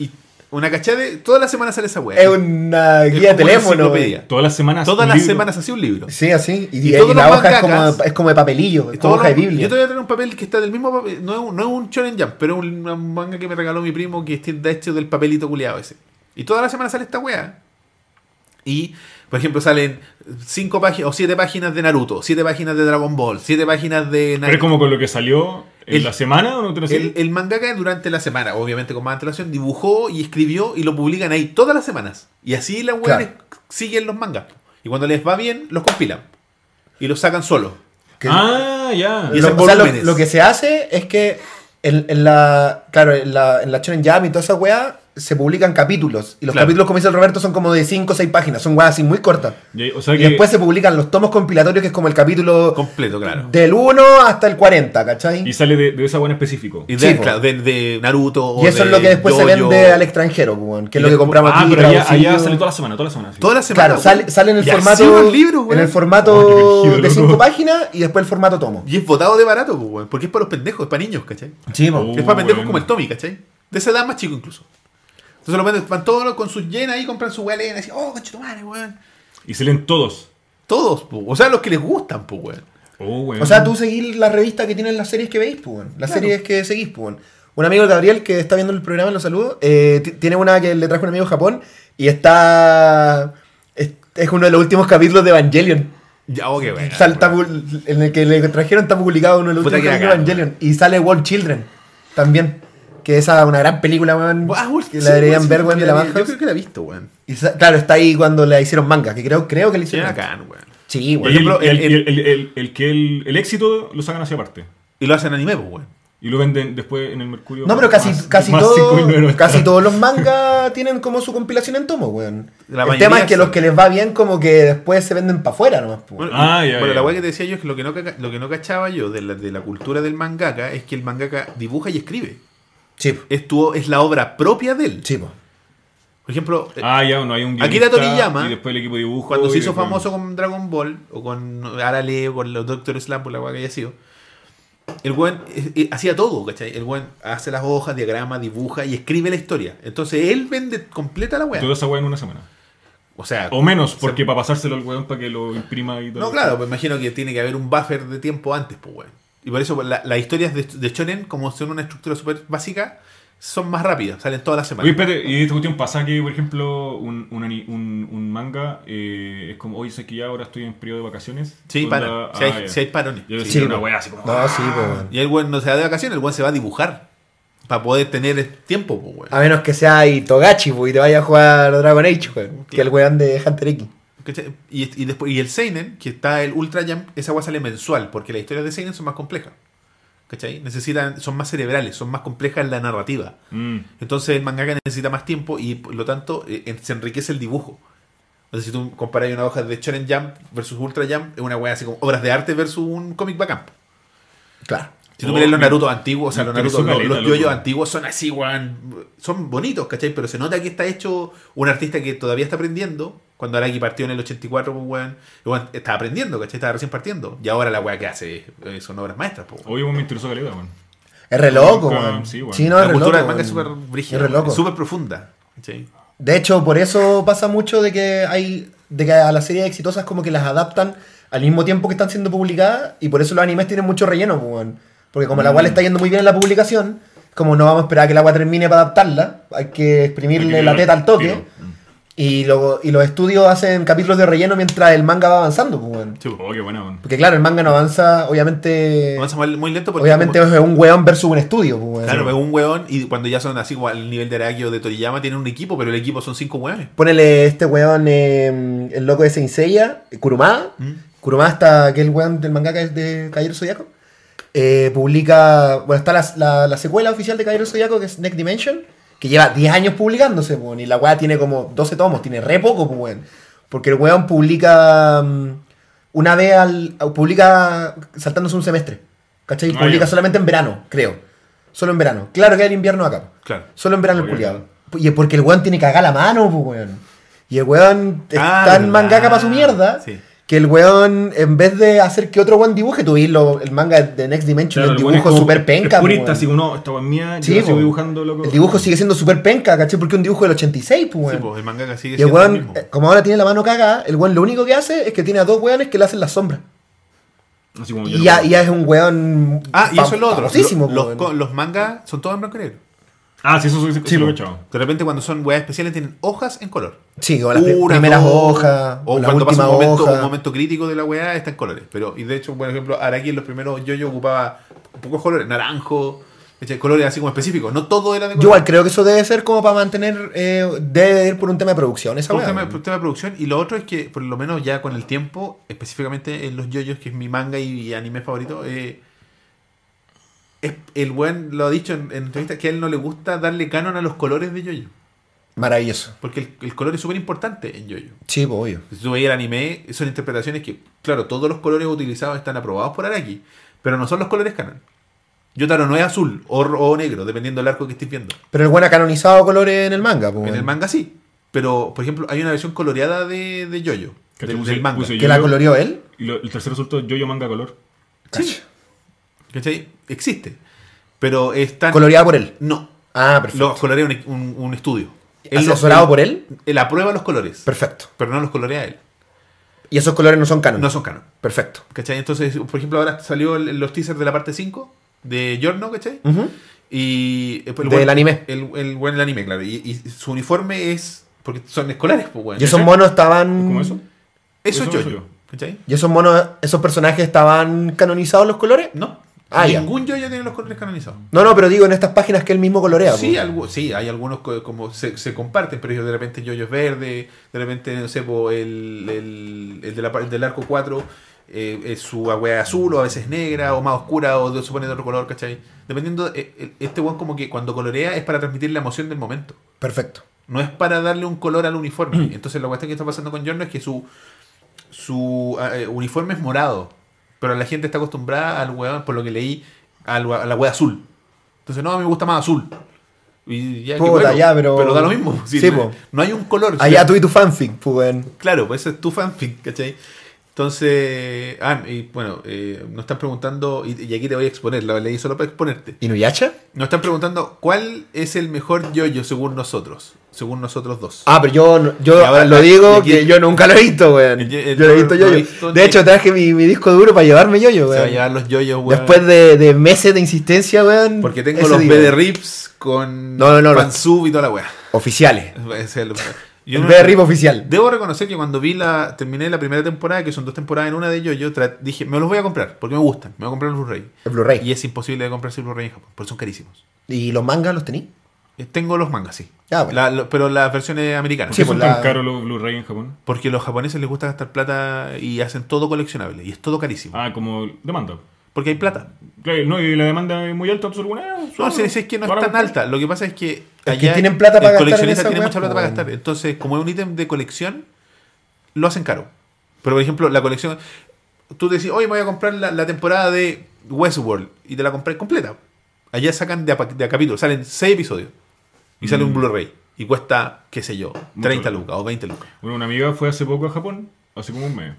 Speaker 1: Y una cachada de. Todas las semanas sale esa weá.
Speaker 2: Es una guía de
Speaker 1: como una
Speaker 2: teléfono.
Speaker 1: enciclopedia.
Speaker 3: Todas las semanas.
Speaker 1: Todas
Speaker 3: un
Speaker 1: las
Speaker 3: libro.
Speaker 1: semanas así un libro.
Speaker 2: weón. Sí, así. Y,
Speaker 1: Y
Speaker 2: y
Speaker 1: todos
Speaker 2: la
Speaker 1: los
Speaker 2: hoja es
Speaker 1: mangakas-
Speaker 2: como, es como de papelillo, es como
Speaker 1: Todos
Speaker 2: hoja de
Speaker 1: los-
Speaker 2: Biblia.
Speaker 1: Yo te voy a traer un papel que está del mismo papel. No es un, no es un Shonen Jump, pero es un un manga que me regaló mi primo que está de hecho del papelito culiado ese. Y toda la semana sale esta wea. Y, por ejemplo, salen cinco páginas o siete páginas de Naruto, siete páginas de Dragon Ball, siete páginas de
Speaker 3: Pero es
Speaker 1: Naruto.
Speaker 3: como con lo que salió en
Speaker 1: El-
Speaker 3: la semana o no te lo sé?
Speaker 1: El, el mangaka durante la semana, obviamente con más antelación, dibujó y escribió y lo publican ahí todas las semanas. Y así las weas
Speaker 2: Claro.
Speaker 1: siguen los mangas. Y cuando les va bien, los compilan. Y los sacan solos.
Speaker 2: Que-
Speaker 3: Ah, ya.
Speaker 1: Y
Speaker 2: lo,
Speaker 1: esos
Speaker 2: o sea, lo,
Speaker 1: volúmenes.
Speaker 2: lo que se hace es que en, en la. Claro, en la, en la Shonen Jam y toda esa weá se publican capítulos. Y los
Speaker 1: Claro.
Speaker 2: capítulos, como dice el Roberto, son como de 5 o 6 páginas. Son weas así muy cortas.
Speaker 3: Y- O sea
Speaker 2: Y
Speaker 3: que
Speaker 2: después se publican los tomos compilatorios, que es como el capítulo
Speaker 1: Completo, claro.
Speaker 2: del 1 hasta el 40, ¿cachai?
Speaker 3: y
Speaker 2: Y,
Speaker 3: sale de, de esa buena específico.
Speaker 1: Y de,
Speaker 2: Sí,
Speaker 1: claro, de, de Naruto. o
Speaker 2: eso es
Speaker 1: de
Speaker 2: lo que después se
Speaker 1: Yoyo.
Speaker 2: vende al extranjero, weón, que
Speaker 1: Y
Speaker 2: es lo que
Speaker 1: después-
Speaker 2: compramos
Speaker 3: ah,
Speaker 2: aquí.
Speaker 3: pero allá,
Speaker 2: traducido.
Speaker 3: allá sale toda la semana, toda la semana. sí.
Speaker 1: Toda la semana.
Speaker 2: Claro, sale, sale en el
Speaker 1: Y así
Speaker 2: formato.
Speaker 1: va el libro, weón.
Speaker 2: en el
Speaker 3: Oh, qué
Speaker 2: formato
Speaker 3: brígido,
Speaker 2: de
Speaker 3: loco.
Speaker 2: 5 páginas y después el formato tomo.
Speaker 1: Y es votado de barato, pues, weón, porque es para los pendejos, es para niños, ¿cachai?
Speaker 2: Sí, po.
Speaker 3: Uh,
Speaker 1: es para pendejos
Speaker 3: weón.
Speaker 1: como el Tommy, ¿cachai? De esa edad más chico incluso. Entonces los pendejos van todos con sus yenas ahí, compran su weón y dicen, oh, conchetumare, weón.
Speaker 3: Y se leen todos.
Speaker 1: Todos, pues, o sea, los que les gustan, pues, weón.
Speaker 3: Oh, weón.
Speaker 2: O sea, tú seguís la revista que tienen las series que veis, pues, weón. Las
Speaker 1: Claro.
Speaker 2: series que seguís, pues, weón. Un amigo de Gabriel que está viendo el programa, lo saludo. eh, ti- tiene una que le trajo un amigo de Japón y está. Es, es uno de los últimos capítulos de Evangelion.
Speaker 1: Ya, oh, qué bueno.
Speaker 2: Está- está pu- en el que le trajeron está publicado uno de los
Speaker 1: Puta
Speaker 2: últimos
Speaker 1: que
Speaker 2: capítulos de
Speaker 1: bacán,
Speaker 2: Evangelion. Y sale World Children también. Que esa es una gran película, weón.
Speaker 1: Ah, weón,
Speaker 2: que
Speaker 1: sí,
Speaker 2: la deberían
Speaker 1: sí,
Speaker 2: ver, weón, de la
Speaker 1: Yo
Speaker 2: baja.
Speaker 1: creo que la he visto, weón.
Speaker 2: Y sa- claro, está ahí cuando la hicieron manga, que creo, creo que la
Speaker 1: Sí,
Speaker 2: hicieron.
Speaker 1: era
Speaker 2: manga.
Speaker 1: bacán, weón.
Speaker 2: Sí,
Speaker 3: Y
Speaker 2: weón.
Speaker 1: Por
Speaker 3: el-
Speaker 1: ejemplo,
Speaker 3: y el,
Speaker 1: el-
Speaker 3: y el- el- el- el que el, el éxito lo sacan hacia aparte.
Speaker 1: Y lo hacen anime, pues, weón.
Speaker 3: Y lo venden después en el Mercurio.
Speaker 2: No, pero casi,
Speaker 3: más-
Speaker 2: casi,
Speaker 3: más
Speaker 2: todo-
Speaker 3: 5.990.
Speaker 2: casi todos los mangas tienen como su compilación en tomo, weón.
Speaker 1: La
Speaker 2: el
Speaker 1: mayoría
Speaker 2: tema es que
Speaker 1: sí.
Speaker 2: los que les va bien, como que después se venden para afuera nomás. po.
Speaker 1: Bueno,
Speaker 3: Ah,
Speaker 1: y-
Speaker 3: ya,
Speaker 1: bueno,
Speaker 3: ya.
Speaker 1: la weá que te decía yo es que lo que no, caca- lo que no cachaba yo de la, de la cultura del mangaka es que el mangaka dibuja y escribe.
Speaker 2: Sí, po.
Speaker 1: Es, tu- es la obra propia de él.
Speaker 2: sí, po.
Speaker 1: Por ejemplo, eh,
Speaker 3: Ah, ya, no hay un guionista.
Speaker 1: Akira Toriyama,
Speaker 3: Y después el equipo de dibujo.
Speaker 1: cuando se
Speaker 3: y
Speaker 1: hizo
Speaker 3: después-
Speaker 1: famoso con Dragon Ball o con Arale o con los Doctor Slam, por la weá que haya sido, el weón eh, eh, hacía todo, ¿cachai? El weón hace las hojas, diagrama, dibuja y escribe la historia. Entonces él vende completa la weá.
Speaker 3: Toda esa weá en una semana.
Speaker 1: O sea,
Speaker 3: O menos, porque para pasárselo al weón para que lo imprima y todo.
Speaker 1: No, claro, pues imagino que tiene que haber un buffer de tiempo antes, pues, weón. Y por eso pues, la- las historias de, de Shonen, como son una estructura súper básica, son más rápidas, salen todas las
Speaker 3: Oye,
Speaker 1: semanas.
Speaker 3: espérate, y esta cuestión pasa que, por ejemplo, un, un, ani- un, un manga eh, es como, oye, sé que ya ahora estoy en periodo de vacaciones.
Speaker 1: Sí,
Speaker 3: Onda-
Speaker 1: para. Si
Speaker 3: ah,
Speaker 1: hay,
Speaker 3: ya.
Speaker 1: si hay parones.
Speaker 3: Yo
Speaker 1: Sí.
Speaker 2: Sí,
Speaker 3: decía
Speaker 2: po.
Speaker 3: una
Speaker 2: Ah.
Speaker 3: weá así como.
Speaker 2: No, sí, po, weón.
Speaker 1: Y el weón no se va de vacaciones, el weón se va a dibujar. Para poder tener tiempo, pues, weón.
Speaker 2: A menos que sea ahí Togachi, po, y te vaya a jugar Dragon Age, weón. Que el weón de Hunter X.
Speaker 1: ¿Cachai? Y, y después, y el Seinen, que está el Ultra Jump, esa agua sale mensual, porque las historias de Seinen son más complejas. ¿Cachai? Necesitan, son más cerebrales, son más complejas en la narrativa.
Speaker 3: Mm.
Speaker 1: Entonces el mangaka necesita más tiempo y por lo tanto eh, en- se enriquece el dibujo. Entonces si tú comparas una hoja de Shonen Jump versus Ultra Jump, es una weá así como obras de arte versus un cómic bacán.
Speaker 2: Claro.
Speaker 1: Si tú
Speaker 3: Oh,
Speaker 1: miras los
Speaker 3: me-
Speaker 1: Naruto antiguos, o sea,
Speaker 3: me
Speaker 1: los Naruto,
Speaker 3: interesó
Speaker 1: los, los
Speaker 3: caleta, loco.
Speaker 1: yoyos antiguos son así, weón. Son bonitos, ¿cachai? Pero se nota que está hecho un artista que todavía está aprendiendo. Cuando Araki partió en el 84, pues, weón, el weón estaba aprendiendo, ¿cachai? Estaba recién partiendo. Y ahora la weá que hace eh, son obras maestras, pues, weón.
Speaker 3: Oye, weón, me interesó caleta, weón.
Speaker 2: Es re loco,
Speaker 3: Nunca-
Speaker 2: weón.
Speaker 3: sí,
Speaker 2: Sí,
Speaker 3: weón.
Speaker 2: no,
Speaker 1: La
Speaker 2: es re
Speaker 1: cultura del manga
Speaker 2: loco, weón.
Speaker 1: es súper
Speaker 2: Es re
Speaker 1: brígida,
Speaker 2: loco.
Speaker 1: es súper profunda, ¿cachai?
Speaker 2: De hecho, por eso pasa mucho de que hay de que a las series exitosas como que las adaptan al mismo tiempo que están siendo publicadas y por eso los animes tienen mucho relleno, pues, weón. porque como
Speaker 1: Mm.
Speaker 2: la agua le está yendo muy bien en la publicación, como no vamos a esperar a que el agua termine para adaptarla, hay que
Speaker 3: Hay
Speaker 2: exprimirle
Speaker 3: que
Speaker 2: la
Speaker 3: tirar
Speaker 2: teta al toque
Speaker 3: tiro. Mm.
Speaker 2: y, luego y los estudios hacen capítulos de relleno mientras el manga va avanzando, pues, weón.
Speaker 3: Oh, qué buena, weón.
Speaker 2: porque claro, el manga no avanza, obviamente,
Speaker 1: Avanza muy- muy lento porque
Speaker 2: Eh, obviamente
Speaker 1: como-
Speaker 2: es un weón versus un estudio, pues, weón.
Speaker 1: claro, pues un weón y cuando ya son así como al nivel de Araki o de Toriyama tienen un equipo, pero el equipo son cinco weones.
Speaker 2: Ponele este weón, eh, el loco de Seiya, Kurumada.
Speaker 1: ¿Mm?
Speaker 2: Kurumada está, que es el weón del mangaka de Caballero Zodiaco. eh, publica, bueno, está la, la- la secuela oficial de Caballero Zodiaco, que es Next Dimension, que lleva 10 años publicándose, weón, y la weá tiene como 12 tomos, tiene re poco, pues, weón. Porque el weón publica mm, una vez al. publica saltándose un semestre, ¿cachai?
Speaker 3: Ah,
Speaker 2: publica
Speaker 3: ya.
Speaker 2: solamente en verano, creo. Solo en verano. Claro que hay el invierno acá. po.
Speaker 1: Claro.
Speaker 2: Solo en verano el
Speaker 3: Muy bien.
Speaker 2: culiado. Y es porque el weón tiene cagada la mano, pues, weón. Y el weón es
Speaker 1: Ah,
Speaker 2: tan
Speaker 1: verdad.
Speaker 2: mangaka para su mierda
Speaker 1: Sí.
Speaker 2: que el weón, en vez de hacer que otro weón dibuje, tú ves lo- el manga de Next Dimension,
Speaker 3: Claro,
Speaker 2: el
Speaker 3: el weón es
Speaker 2: dibujo
Speaker 3: como-
Speaker 2: súper penca. pues,
Speaker 3: Es purista,
Speaker 2: weón.
Speaker 3: así como, no, esta weá es mía,
Speaker 2: Sí,
Speaker 3: yo la sigo
Speaker 2: po.
Speaker 3: dibujando, loco.
Speaker 2: El dibujo sigue siendo súper penca, ¿cachai? Porque es un dibujo del 86, pues,
Speaker 1: Sí,
Speaker 2: weón.
Speaker 1: pues, el mangaka sigue
Speaker 2: y el
Speaker 1: siendo el
Speaker 2: weón,
Speaker 1: mismo.
Speaker 2: eh, como ahora tiene la mano cagada, el weón lo único que hace es que tiene a dos weones que le hacen la sombra.
Speaker 3: Así como, yo
Speaker 2: Y
Speaker 3: no-
Speaker 2: ya, y ya es un weón.
Speaker 1: Ah, y
Speaker 2: fam-
Speaker 1: eso es lo otro.
Speaker 2: famosísimo,
Speaker 1: Lo- los,
Speaker 2: pues,
Speaker 1: co-
Speaker 2: weón.
Speaker 1: los mangas son todos en blanco y negro.
Speaker 3: Ah, sí, eso, eso, eso
Speaker 2: Sí,
Speaker 3: lo he
Speaker 2: po.
Speaker 3: echado.
Speaker 1: De repente cuando son weas especiales tienen hojas en color.
Speaker 2: Sí, o las pri-
Speaker 1: Una,
Speaker 2: primeras
Speaker 1: dos,
Speaker 2: hojas, o,
Speaker 1: O
Speaker 2: la
Speaker 1: cuando pasa
Speaker 2: última
Speaker 1: un momento,
Speaker 2: hoja.
Speaker 1: un momento crítico de la wea está en colores. Pero, y de hecho, por ejemplo, Araki en los primeros yo-yo ocupaba pocos colores, naranjo, ¿cachai? Colores así como específicos. No todo era de
Speaker 2: Yo
Speaker 1: color.
Speaker 2: igual creo que eso debe ser como para mantener. eh, debe ir por un tema de producción, esa
Speaker 1: Por un
Speaker 2: weá.
Speaker 1: tema, por un tema de producción. Y lo otro es que, por lo menos ya con el tiempo, específicamente en los yoyos, que es mi manga y anime favorito, eh, es- el buen lo ha dicho en, en entrevistas que a él no le gusta darle canon a los colores de yoyo.
Speaker 2: Maravilloso.
Speaker 1: Porque el, el color es súper importante en yoyo.
Speaker 2: Sí, pues, obvio.
Speaker 1: Si tú veías el anime, son interpretaciones que, claro, todos los colores utilizados están aprobados por Araki, pero no son los colores canon. Yotaro no es azul o, o negro, dependiendo del arco que estés viendo.
Speaker 2: Pero el buen ha canonizado colores en el manga, pues.
Speaker 1: En el manga sí. Pero, por ejemplo, hay una versión coloreada de, de Yoyo.
Speaker 3: Que
Speaker 1: Del,
Speaker 3: puse-
Speaker 1: del manga.
Speaker 3: puse
Speaker 2: Que la
Speaker 3: Yo-Yo.
Speaker 2: coloreó él.
Speaker 3: Y lo- el tercer resultado, yo-yo manga color.
Speaker 1: Sí. ¿Cachai? Existe. Pero están.
Speaker 2: Coloreada por él.
Speaker 1: No.
Speaker 2: Ah, perfecto.
Speaker 1: Los colorea un, un- un estudio.
Speaker 2: ¿Asesorado por él?
Speaker 1: Él aprueba los colores.
Speaker 2: Perfecto.
Speaker 1: Pero no los colorea él.
Speaker 2: Y esos colores no son canon.
Speaker 1: No son canon.
Speaker 2: Perfecto.
Speaker 1: ¿Cachai? Entonces, por ejemplo, ahora salió el- los teasers de la parte 5 de Yorno, ¿cachai?
Speaker 2: Ujú.
Speaker 1: Y. eh, pues, el
Speaker 2: Mm. Del anime.
Speaker 1: El, el buen del anime, claro. Y, y su uniforme es. Porque son escolares, pues, weón.
Speaker 2: Y esos
Speaker 3: ¿Ese?
Speaker 2: monos estaban.
Speaker 3: ¿Cómo
Speaker 1: Mm.
Speaker 3: eso?
Speaker 1: Eso es
Speaker 3: eso
Speaker 1: Yoyo.
Speaker 3: yo.
Speaker 1: ¿Cachai?
Speaker 2: ¿Y esos monos, esos personajes estaban canonizados los colores?
Speaker 1: No.
Speaker 2: Ah, ya.
Speaker 1: Ningún Yoyo tiene los colores canonizados.
Speaker 2: No, no, pero digo en estas páginas que él mismo colorea. pues.
Speaker 1: Sí,
Speaker 2: po.
Speaker 1: algo, sí, hay algunos co- como se, se comparten, pero yo de repente yo es verde, de repente, no sé, po, el, el, el de la par- del arco 4, eh, es su agua azul, o a veces negra, o más oscura, o de- se pone de otro color, ¿cachai? Dependiendo, eh, el- este one como que cuando colorea es para transmitir la emoción del momento,
Speaker 2: Perfecto.
Speaker 1: no es para darle un color al
Speaker 2: Mm.
Speaker 1: uniforme. Entonces la cuestión que está pasando con Jorno es que su, su ah, eh, uniforme es morado, pero la gente está acostumbrada al weón, por lo que leí, al we- a la wea azul. Entonces, no, a mí me gusta más azul. Y ya, qué
Speaker 2: Puta, ya, pero-
Speaker 1: da lo mismo. Sí,
Speaker 2: Sí,
Speaker 1: no,
Speaker 2: po.
Speaker 1: no hay un color.
Speaker 2: Allá
Speaker 1: sí.
Speaker 2: tú y tu fanfic, pues, weón.
Speaker 1: Claro, pues eso es tu fanfic, ¿cachai? Entonces, ah, y bueno, eh, nos están preguntando, y, y aquí te voy a exponer, la leí solo para exponerte.
Speaker 2: ¿Inuyasha?
Speaker 1: Nos están preguntando cuál es el mejor yo-yo según nosotros, según nosotros dos.
Speaker 2: Ah, pero yo, no- yo
Speaker 1: Y ahora
Speaker 2: lo
Speaker 1: la-
Speaker 2: digo
Speaker 1: y aquí-
Speaker 2: que yo nunca lo he visto, weón.
Speaker 1: El- el-
Speaker 2: yo lo he visto
Speaker 1: no
Speaker 2: yo,
Speaker 1: he visto
Speaker 2: De
Speaker 1: ni-
Speaker 2: hecho, traje mi, mi disco duro para llevarme yo, yo,
Speaker 1: Se va a
Speaker 2: weón.
Speaker 1: llevar los yoyos, weón.
Speaker 2: Después de, de meses de insistencia, weón.
Speaker 1: Porque tengo
Speaker 2: ese
Speaker 1: los
Speaker 2: día.
Speaker 1: BD Rips con
Speaker 2: No, no, no, los-
Speaker 1: Fansub y toda la weá.
Speaker 2: Oficiales.
Speaker 1: Es el- yo
Speaker 2: El
Speaker 1: no-
Speaker 2: BD Rip oficial.
Speaker 1: Debo reconocer que cuando vi la terminé la primera temporada, que son dos temporadas en una de ellos, yo tra- dije, me los voy a comprar, porque me gustan, me voy a comprar el Blu-ray.
Speaker 2: El Blu-ray.
Speaker 1: Y es imposible de comprarse el Blu-ray en Japón, porque son carísimos.
Speaker 2: ¿Y los mangas los tení?
Speaker 1: Eh, Tengo los mangas, sí.
Speaker 2: Ah, bueno.
Speaker 1: La- lo- pero las versiones
Speaker 3: ¿Por
Speaker 1: americanas.
Speaker 2: Sí,
Speaker 3: qué
Speaker 2: pues
Speaker 3: son
Speaker 2: la-
Speaker 3: tan caros los Blu-ray en Japón?
Speaker 1: Porque a los japoneses les gusta gastar plata y hacen todo coleccionable, y es todo carísimo.
Speaker 3: Ah, como demanda.
Speaker 1: Porque hay plata.
Speaker 3: Claro, no, y la demanda es muy alta, pues alguna.
Speaker 1: No, si es que no es tan alta. Lo que pasa es que.
Speaker 2: que tienen plata para
Speaker 1: el
Speaker 2: gastar en
Speaker 1: coleccionista
Speaker 2: esa
Speaker 1: tiene
Speaker 2: wea,
Speaker 1: mucha plata para
Speaker 2: po.
Speaker 1: gastar. Entonces, como es un ítem de colección, lo hacen caro. Pero, por ejemplo, la colección. Tú decís, hoy me voy a comprar la, la temporada de Westworld y te la compré completa. Allá sacan de a, pa- de a capítulo, salen 6 episodios y sale
Speaker 2: Mm.
Speaker 1: un Blu-ray y cuesta, qué sé yo, 30 lucas o 20 lucas.
Speaker 3: Bueno, una amiga fue hace poco a Japón, hace como un mes.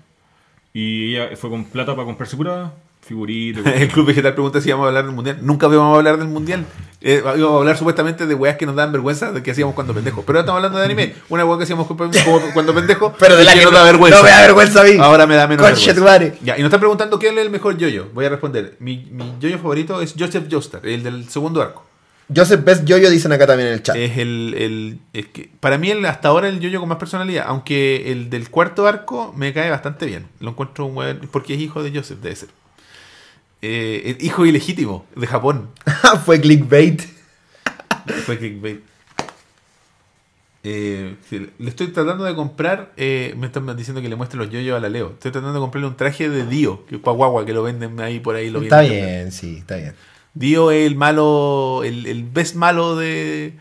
Speaker 3: Y ella fue con plata para comprarse pura figurita.
Speaker 1: El Club Vegetal pregunta si vamos a hablar del mundial. Nunca vamos a hablar del mundial. Eh, íbamos a hablar supuestamente de weas que nos dan vergüenza de que hacíamos cuando pendejos. Pero ahora estamos hablando de anime. Una wea que hacíamos como- como cuando pendejos.
Speaker 2: Pero de la
Speaker 1: y
Speaker 2: que
Speaker 1: no da vergüenza.
Speaker 2: No me da vergüenza a mí.
Speaker 1: Ahora me da menos
Speaker 2: Conche tu
Speaker 1: vergüenza.
Speaker 2: madre.
Speaker 1: Ya, y nos están preguntando quién es el mejor yoyo. Voy a responder. Mi, mi yoyo favorito es Joseph Joestar, el del segundo arco.
Speaker 2: Joseph Best Yoyo dicen acá también en el chat.
Speaker 1: Es el, el- es que para mí el, hasta ahora el yoyo con más personalidad, aunque el del cuarto arco me cae bastante bien. Lo encuentro un buen- porque es hijo de Joseph, debe ser. Eh, el hijo ilegítimo de Japón.
Speaker 2: Fue clickbait.
Speaker 1: Fue clickbait. Eh, sí, le estoy tratando de comprar. eh, me están diciendo que le muestre los yoyos a la Leo. Estoy tratando de comprarle un traje de Dio, que es guagua que lo venden ahí por ahí. Lo vi en
Speaker 2: Está
Speaker 1: internet.
Speaker 2: bien, sí, está bien.
Speaker 1: Dio es el malo, el, el best malo de.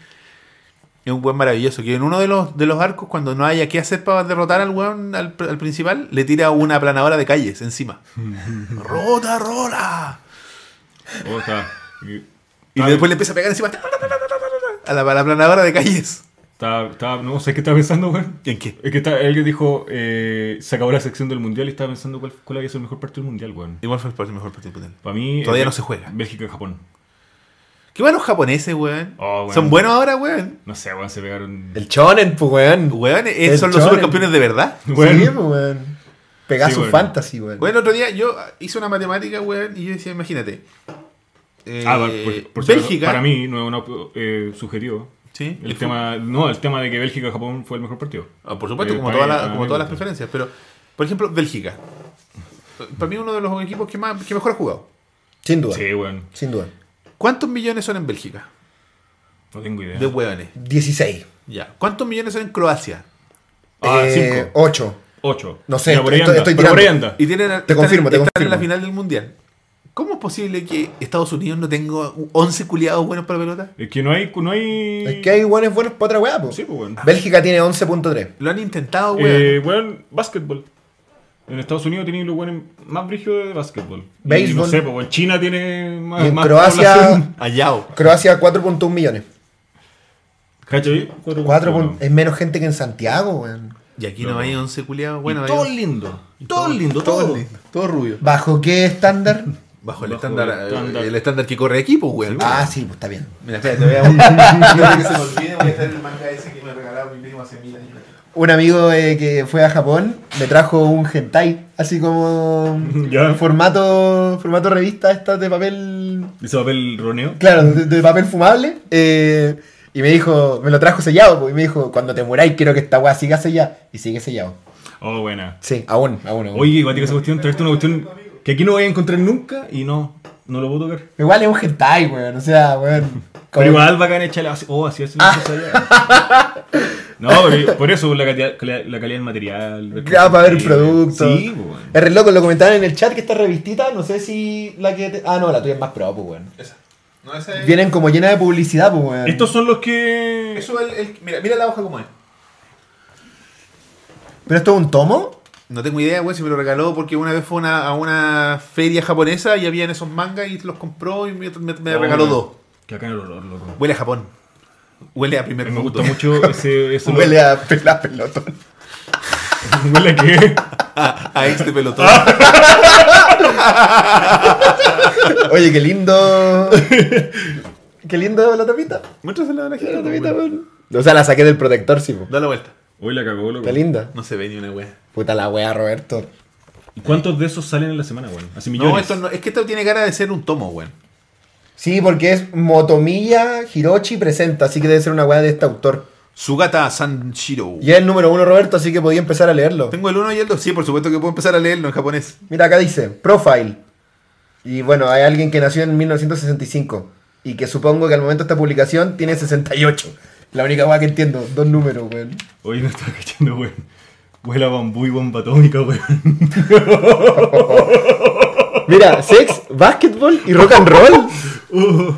Speaker 1: Es un weón maravilloso. Que en uno de los, de los arcos, cuando no haya qué hacer para derrotar al weón, al, pr- al principal, le tira una aplanadora de calles encima. ¡Rota, rola!
Speaker 3: Oh, está. y-
Speaker 1: Y
Speaker 3: Ah,
Speaker 1: después le empieza a pegar encima. A la, a la aplanadora de calles.
Speaker 3: Estaba, estaba- no sé qué estaba pensando, güey.
Speaker 1: ¿En qué?
Speaker 3: Es que está, alguien dijo, eh, se acabó la sección del mundial y estaba pensando cuál, cuál había sido el mejor partido del mundial, güey.
Speaker 1: Igual fue el partido- mejor partido del
Speaker 3: Para mí.
Speaker 1: Todavía
Speaker 3: eh,
Speaker 1: no se juega.
Speaker 3: Bélgica y Japón.
Speaker 1: Qué buenos japoneses, weón.
Speaker 3: Oh, weón.
Speaker 1: Son buenos ahora, weón.
Speaker 3: No sé, güey, se pegaron.
Speaker 2: El chonen, pues, weón.
Speaker 1: Weón, eh,
Speaker 2: El
Speaker 1: son los
Speaker 2: Shonen.
Speaker 1: supercampeones de verdad.
Speaker 3: Weón.
Speaker 2: Sí, pues, weón. Pegasus
Speaker 3: Sí, weón.
Speaker 2: Fantasy, weón.
Speaker 1: Bueno, el otro día yo hice una matemática, weón, y yo decía, imagínate. eh,
Speaker 3: Ah, por- por, por si acaso,
Speaker 1: Bélgica.
Speaker 3: Para mí, no es una op- eh, subjetivo.
Speaker 1: Sí,
Speaker 3: El
Speaker 1: el
Speaker 3: tema, no, el tema de que Bélgica y Japón fue el mejor partido.
Speaker 1: Ah, por supuesto,
Speaker 3: Eh,
Speaker 1: como,
Speaker 3: para
Speaker 1: todas
Speaker 3: mí-
Speaker 1: las-
Speaker 3: para
Speaker 1: como
Speaker 3: mí
Speaker 1: todas las
Speaker 3: me gusta.
Speaker 1: preferencias. Pero, por ejemplo, Bélgica. Para mí uno de los equipos que, más, que mejor ha jugado.
Speaker 2: Sin duda.
Speaker 3: Sí, bueno.
Speaker 2: Sin duda.
Speaker 1: ¿Cuántos millones son en Bélgica?
Speaker 3: No tengo idea.
Speaker 1: De hueones.
Speaker 2: 16.
Speaker 1: Ya. ¿Cuántos millones son en Croacia?
Speaker 3: Ah,
Speaker 2: eh,
Speaker 3: 5.
Speaker 2: 8.
Speaker 3: 8.
Speaker 2: no sé,
Speaker 3: Ya, por ahí
Speaker 2: estoy-
Speaker 3: anda,
Speaker 2: estoy
Speaker 3: pero por ahí
Speaker 2: tirando.
Speaker 3: anda.
Speaker 1: Y tienen,
Speaker 2: Te confirmo, te
Speaker 1: están en
Speaker 2: confirmo.
Speaker 1: la final del mundial. ¿Cómo es posible que Estados Unidos no tenga 11 culiados buenos para pelota?
Speaker 3: Es que no hay. No hay...
Speaker 2: Es que hay Ah, buenos buenos para otra weá, po.
Speaker 3: Sí, pues, weón.
Speaker 2: Bélgica tiene 11.3.
Speaker 1: Lo han intentado, weón.
Speaker 3: Eh, weón, básquetbol. En Estados Unidos tienen los weones más brígidos de básquetbol. Y
Speaker 2: Béisbol.
Speaker 3: No sé, pues, weón, China tiene más.
Speaker 2: Y en
Speaker 3: más
Speaker 2: Croacia-
Speaker 3: población.
Speaker 1: Hallado.
Speaker 2: Croacia 4.1 millones.
Speaker 3: ¿Cachai? Cuatro.
Speaker 2: Cuatro
Speaker 3: weón.
Speaker 2: pun- es menos gente que en Santiago, weón.
Speaker 1: Y aquí
Speaker 3: Loco.
Speaker 1: no hay 11 culiados
Speaker 3: Y
Speaker 1: buenos. hay
Speaker 3: todo
Speaker 1: un-
Speaker 3: lindo. Todo lindo,
Speaker 1: todo
Speaker 3: todo.
Speaker 1: lindo, todo rubio.
Speaker 2: ¿Bajo qué estándar?
Speaker 1: Bajo el
Speaker 3: Bajo
Speaker 1: estándar,
Speaker 3: el
Speaker 1: eh,
Speaker 3: estándar.
Speaker 1: el estándar que corre equipo, weón.
Speaker 2: Ah, sí, pues está bien.
Speaker 1: Mira, espérate, voy a No que se me olvide, voy a estar en el manga ese que me regalaba mi primo hace mil años.
Speaker 2: Un amigo eh, que fue a Japón me trajo un hentai, así como
Speaker 3: Ya.
Speaker 2: formato formato revista estas de papel,
Speaker 3: Dice papel roneo.
Speaker 2: claro, de, de papel fumable. eh, y me dijo, me lo trajo sellado, pues, y me dijo, cuando te muráis quiero que esta weá siga sellada. Y sigue sellado.
Speaker 3: Oh, buena.
Speaker 2: Sí, aún, aún, aún.
Speaker 3: Oye, igual tiene esa cuestión, trajiste una cuestión que aquí no voy a encontrar nunca y no, no lo puedo tocar.
Speaker 2: Igual es un hentai, weón, o sea, weón. como-
Speaker 3: Pero igual bacán echarle así, oh, así es la
Speaker 2: Ah.
Speaker 3: cosa allá. No, pero por eso la calidad, la, la calidad del material. ver
Speaker 2: Ya,
Speaker 3: cómo
Speaker 2: para ver
Speaker 3: se
Speaker 2: el
Speaker 3: escribe.
Speaker 2: producto.
Speaker 3: Sí, pues, bueno.
Speaker 2: Es re loco, lo comentaban en el chat que esta revistita, no sé si la que... te- Ah, no, la tuya es más pro, pues, weón.
Speaker 1: Esa. No, esa es.
Speaker 2: Vienen como llena de publicidad, pues, weón.
Speaker 3: Estos son los que.
Speaker 1: Eso es el, el- mira, mira la hoja como es.
Speaker 2: ¿Pero esto es un tomo?
Speaker 1: No tengo idea, güey, si me lo regaló porque una vez fue una- a una feria japonesa y habían esos mangas y los compró y me, me- me
Speaker 3: Oh,
Speaker 1: regaló
Speaker 3: bueno.
Speaker 1: dos.
Speaker 3: Que acá en el olor, loco.
Speaker 1: Huele a Japón. Huele a
Speaker 3: Me,
Speaker 1: primer
Speaker 3: gusta
Speaker 1: mundo.
Speaker 3: mucho ese. ese olor.
Speaker 2: Huele a pelar pelotón.
Speaker 3: Huele a qué?
Speaker 1: a, a este pelotón.
Speaker 2: Oye, qué lindo... qué lindo la tapita.
Speaker 1: Muéstrasela a la gente.
Speaker 2: La tapita,
Speaker 1: güey.
Speaker 2: weón. O sea, la saqué del protector, sí, pues.
Speaker 1: Da la vuelta.
Speaker 3: Hoy la cagó, loco.
Speaker 2: Está linda.
Speaker 1: No se ve ni una wea.
Speaker 2: Puta la weá, Roberto.
Speaker 3: ¿Y cuántos de esos salen en la semana, weón? Así millones.
Speaker 1: No, esto no, es que esto tiene cara de ser un tomo, güey.
Speaker 2: Sí, porque es Motomiya Hirochi presenta, así que debe ser una weá de este autor.
Speaker 1: Sugata Sanshiro.
Speaker 2: Y es el número uno, Roberto, así que podía empezar a leerlo.
Speaker 1: Tengo el 1 y el 2. Sí, por supuesto que puedo empezar a leerlo en japonés.
Speaker 2: Mira, acá dice, profile. Y bueno, hay alguien que nació en 1965 y que supongo que al momento de esta publicación tiene 68. La única weá que entiendo, dos números, weón.
Speaker 3: Hoy no estaba cachando, weón. Huele a bambú y bomba atómica, weón.
Speaker 2: Mira, sex, basketball y rock and roll.
Speaker 3: Uh,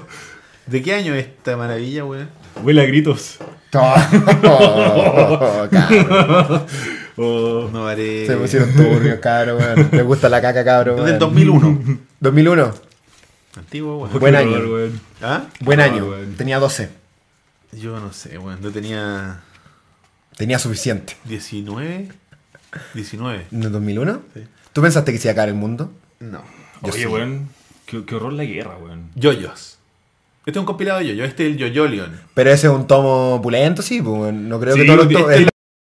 Speaker 1: ¿De qué año es esta maravilla, güey?
Speaker 3: huele a gritos.
Speaker 2: Oh, cabrón.
Speaker 3: Oh,
Speaker 1: No haré.
Speaker 2: Se pusieron turbios, cabrón, weón. Me gusta la caca, cabrón.
Speaker 1: Desde el
Speaker 2: weón.
Speaker 1: 2001.
Speaker 2: 2001
Speaker 1: Antiguo, güey.
Speaker 2: Buen
Speaker 3: qué
Speaker 2: año.
Speaker 3: olor, weón.
Speaker 1: ¿Ah?
Speaker 2: Buen
Speaker 3: Ah,
Speaker 2: año.
Speaker 3: weón.
Speaker 2: Tenía 12.
Speaker 1: Yo no sé, güey. No tenía
Speaker 2: Tenía suficiente.
Speaker 1: 19. 19.
Speaker 2: ¿En el 2001?
Speaker 1: Sí.
Speaker 2: ¿Tú pensaste que se iba a caer el mundo?
Speaker 1: No.
Speaker 2: Yo
Speaker 3: Oye,
Speaker 2: sí.
Speaker 3: weón. Qué, qué horror la guerra, weón.
Speaker 1: Yoyos. Este es un compilado de yoyos. Este es el Yoyolion.
Speaker 2: Pero ese es un tomo pulento, sí, pues, weón. no creo
Speaker 3: Sí,
Speaker 2: que todos los
Speaker 3: este-
Speaker 2: tomos...
Speaker 3: este-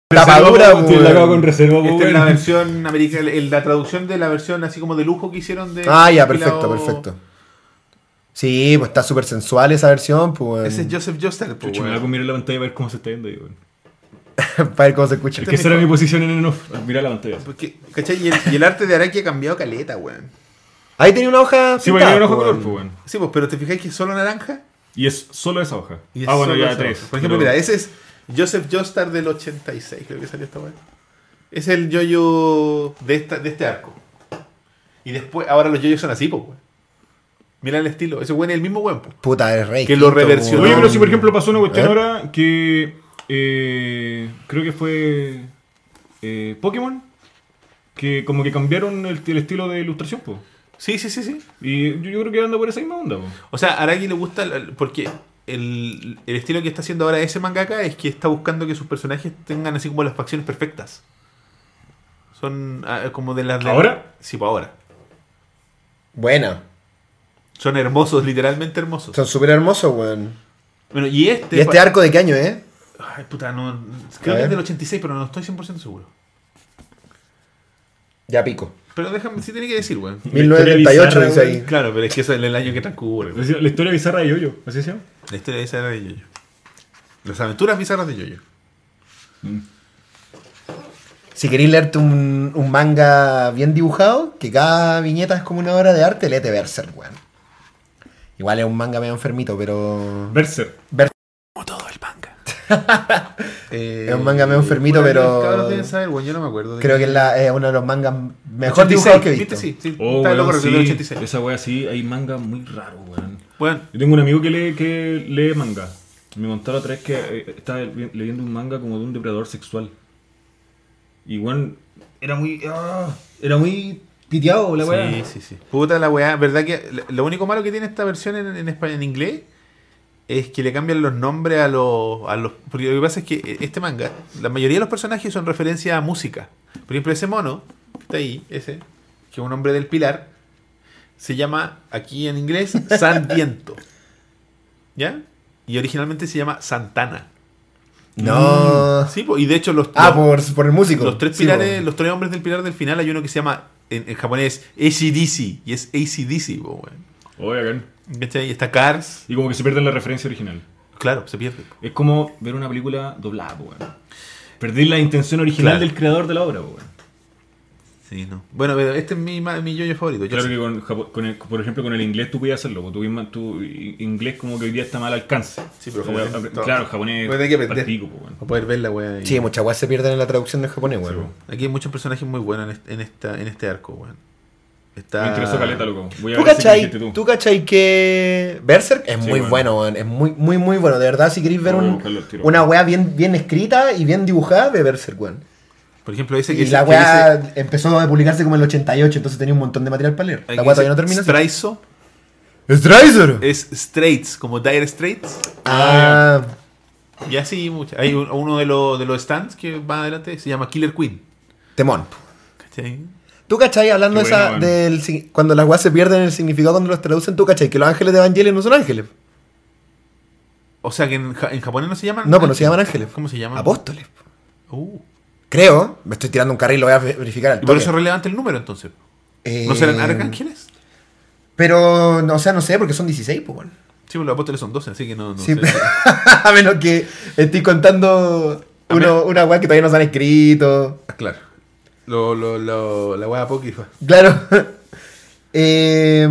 Speaker 2: Tapadura, pues,
Speaker 3: Reserva,
Speaker 2: weón.
Speaker 3: la acabo con reserva,
Speaker 1: Esta es
Speaker 3: weón.
Speaker 1: la versión americana, el- la traducción de la versión así como de lujo que hicieron de.
Speaker 2: Ah,
Speaker 1: compilado-
Speaker 2: ya, perfecto, perfecto. Sí, pues está súper sensual esa versión, pues.
Speaker 1: Ese es
Speaker 2: weón.
Speaker 1: Joseph Joestar, pues,
Speaker 3: Chucha, me
Speaker 1: güey.
Speaker 3: voy a comer en la pantalla para ver cómo se está viendo ahí, weón.
Speaker 2: Para ver cómo se escucha.
Speaker 3: Es que esa era mi posición en el off. al Mirar la pantalla.
Speaker 1: Porque, ¿cachai? Y el, y el arte de Araki ha cambiado caleta, weón.
Speaker 2: Ahí tenía una hoja.
Speaker 3: Sí,
Speaker 2: pintada,
Speaker 3: porque tiene un ojo
Speaker 2: pues,
Speaker 3: color,
Speaker 2: weón.
Speaker 3: pues, weón.
Speaker 1: Sí, pues, pero te fijáis que es solo naranja.
Speaker 3: Y es solo esa hoja.
Speaker 1: Y es
Speaker 3: Ah, bueno,
Speaker 1: solo
Speaker 3: ya
Speaker 1: esa
Speaker 3: tres.
Speaker 1: hoja. Por ejemplo,
Speaker 3: Pero-
Speaker 1: mira, ese es Joseph Joestar del 86, creo que salió esta weón. Es el yoyo de, esta, de este arco. Y después, ahora los yoyos son así, pues, weón. Mira el estilo. Ese weón es el mismo weón, pues.
Speaker 2: Puta, es rey.
Speaker 1: Que lo reversionó.
Speaker 3: Oye, pero si por ejemplo pasó una cuestión
Speaker 2: A ver.
Speaker 3: ahora que. eh, creo que fue. eh, Pokémon. Que como que cambiaron el, el estilo de ilustración, pues.
Speaker 1: Sí, sí, sí, sí.
Speaker 3: Y yo, yo creo que anda por esa misma onda, pues. po.
Speaker 1: O sea, a Araki le gusta el- porque el, el estilo que está haciendo ahora ese mangaka es que está buscando que sus personajes tengan así como las facciones perfectas. Son ah, como de las de-
Speaker 3: ¿Ahora?
Speaker 1: Sí, pues ahora.
Speaker 2: Buena.
Speaker 1: Son hermosos, literalmente hermosos.
Speaker 2: Son súper hermosos, weón.
Speaker 1: Bueno, y este.
Speaker 2: ¿Y este arco de qué año, eh?
Speaker 1: Ay, puta, no.
Speaker 2: A
Speaker 1: Creo que
Speaker 2: ver.
Speaker 1: es del 86, pero no estoy 100% seguro.
Speaker 2: Ya pico.
Speaker 1: Pero déjame, sí tiene que decir, weón.
Speaker 3: Una
Speaker 2: 1938 dice
Speaker 3: historia bizarra,
Speaker 2: ahí.
Speaker 1: Claro, pero es que eso es el año que transcurre. weón.
Speaker 3: La historia bizarra de Yoyo, ¿así se llama?
Speaker 1: La historia de esa era de Yoyo. Las aventuras bizarras de Yoyo.
Speaker 2: Si queréis leerte un, un manga bien dibujado, que cada viñeta es como una obra de arte, léete Berserk, weón. Igual es un manga medio enfermito, pero.
Speaker 3: Berser.
Speaker 1: Como todo el manga.
Speaker 2: Eh, Es un manga medio enfermito, pero-
Speaker 1: yo no me acuerdo. de
Speaker 2: Creo que es,
Speaker 1: quién.
Speaker 2: la- es uno de los mangas mejor
Speaker 1: 86,
Speaker 2: dibujados que he visto.
Speaker 1: ¿viste? Sí, sí.
Speaker 3: Oh,
Speaker 1: está
Speaker 3: weón,
Speaker 1: loco,
Speaker 3: sí.
Speaker 1: resolvió el 86.
Speaker 3: Esa wea sí, hay manga muy raro, weón.
Speaker 1: Bueno,
Speaker 3: Yo tengo un amigo que lee, que lee manga. Me contó la otra vez que eh, estaba le- leyendo un manga como de un depredador sexual. Y weón, era muy. ah, era muy piteado la weá.
Speaker 1: Sí, sí, sí. Puta la weá. ¿Verdad que lo único malo que tiene esta versión en, en español, en inglés, es que le cambian los nombres a los, a los. Porque lo que pasa es que este manga, la mayoría de los personajes son referencia a música. Por ejemplo, ese mono, que está ahí, ese, que es un hombre del pilar, se llama aquí en inglés San Viento. ¿Ya? Y originalmente se llama Santana.
Speaker 3: Mm.
Speaker 2: No.
Speaker 1: Sí, po, y de hecho los.
Speaker 2: Ah,
Speaker 1: los-
Speaker 2: por, por el músico.
Speaker 1: los tres
Speaker 2: Sí,
Speaker 1: pilares,
Speaker 2: po.
Speaker 1: los tres hombres del pilar del final, hay uno que se llama en, en japonés ACDC y es ACDC, po, weón.
Speaker 3: Oye, weón.
Speaker 1: ¿Cachai? Y está Cars,
Speaker 3: Oh, Y como que se pierden la referencia original.
Speaker 1: claro, se pierde. po.
Speaker 3: Es como ver una película doblada, po, weón. Perder la intención original
Speaker 1: Claro.
Speaker 3: del creador de la obra, po, weón.
Speaker 1: Sí, no. Bueno, pero este es mi, ma- mi yoyo favorito. yo
Speaker 3: Claro
Speaker 1: sé.
Speaker 3: que con, Japo- con el- por ejemplo con el inglés tú podías hacerlo, po. tu, misma- tu i- inglés como que hoy día está mal alcance.
Speaker 1: Sí, pero
Speaker 3: Eh,
Speaker 1: japonés-
Speaker 3: apre-
Speaker 1: todo.
Speaker 3: claro, japonés
Speaker 1: Pues hay que aprender.
Speaker 3: pal pico, po, weón.
Speaker 1: Para poder ver la weá. ahí.
Speaker 2: Sí, muchas weas se pierden en la traducción del japonés, weón.
Speaker 3: Sí, pues. po.
Speaker 1: Aquí hay muchos personajes muy buenos en este, en esta, en este arco, weón. Está...
Speaker 3: Me interesó caleta, loco. Voy a
Speaker 2: ¿Tú
Speaker 3: ver si
Speaker 2: cachai,
Speaker 3: dijiste
Speaker 2: tú. cachai que Berserk es
Speaker 3: Sí,
Speaker 2: muy
Speaker 3: bueno.
Speaker 2: bueno, weón. Es muy, muy, muy bueno. De verdad, si queréis ver
Speaker 3: Voy a
Speaker 2: un-
Speaker 3: buscarlo al tiro.
Speaker 2: una wea bien, bien escrita y bien dibujada, ve Berserk, weón.
Speaker 1: Por ejemplo, dice que...
Speaker 2: Y la
Speaker 1: que
Speaker 2: wea
Speaker 1: dice-
Speaker 2: empezó a publicarse como en el 88, entonces tenía un montón de material para leer.
Speaker 1: aquí
Speaker 2: La wea
Speaker 1: dice
Speaker 2: todavía no termina.
Speaker 1: Straizo
Speaker 2: ¡Strizer!
Speaker 1: es Straits, como Dire Straits.
Speaker 2: Ah,
Speaker 1: Y así, mucha. hay un- uno de, los de los stands que va adelante, se llama Killer Queen.
Speaker 2: temón.
Speaker 1: ¿Cachai?
Speaker 2: ¿Tú cachai, hablando
Speaker 3: Qué
Speaker 2: de esa,
Speaker 3: bueno, bueno.
Speaker 2: del, sig- cuando las weas se pierden el significado cuando los traducen, tú cachai que los ángeles de Evangelion no son ángeles?
Speaker 1: O sea que en, ja- en japonés no se llaman.
Speaker 2: No, pues no se llaman ángeles.
Speaker 1: ¿Cómo se llaman?
Speaker 2: Apóstoles.
Speaker 1: Uh.
Speaker 2: Creo, me estoy tirando un carril, lo voy a ve- verificar al
Speaker 1: Y por
Speaker 2: toque.
Speaker 1: eso es relevante el número entonces. ¿No
Speaker 2: Eh,
Speaker 1: serán arcángeles?
Speaker 2: Pero, no, o sea, no sé, porque son 16, pues bueno.
Speaker 1: Sí, pues los apóstoles son 12, así que no. no
Speaker 2: Sí,
Speaker 1: sé.
Speaker 2: a menos que estoy contando
Speaker 1: A
Speaker 2: uno,
Speaker 1: menos-
Speaker 2: una weá que todavía no se han escrito.
Speaker 1: Claro. Lo, lo, lo, la hueá apócrifa.
Speaker 2: Claro. eh,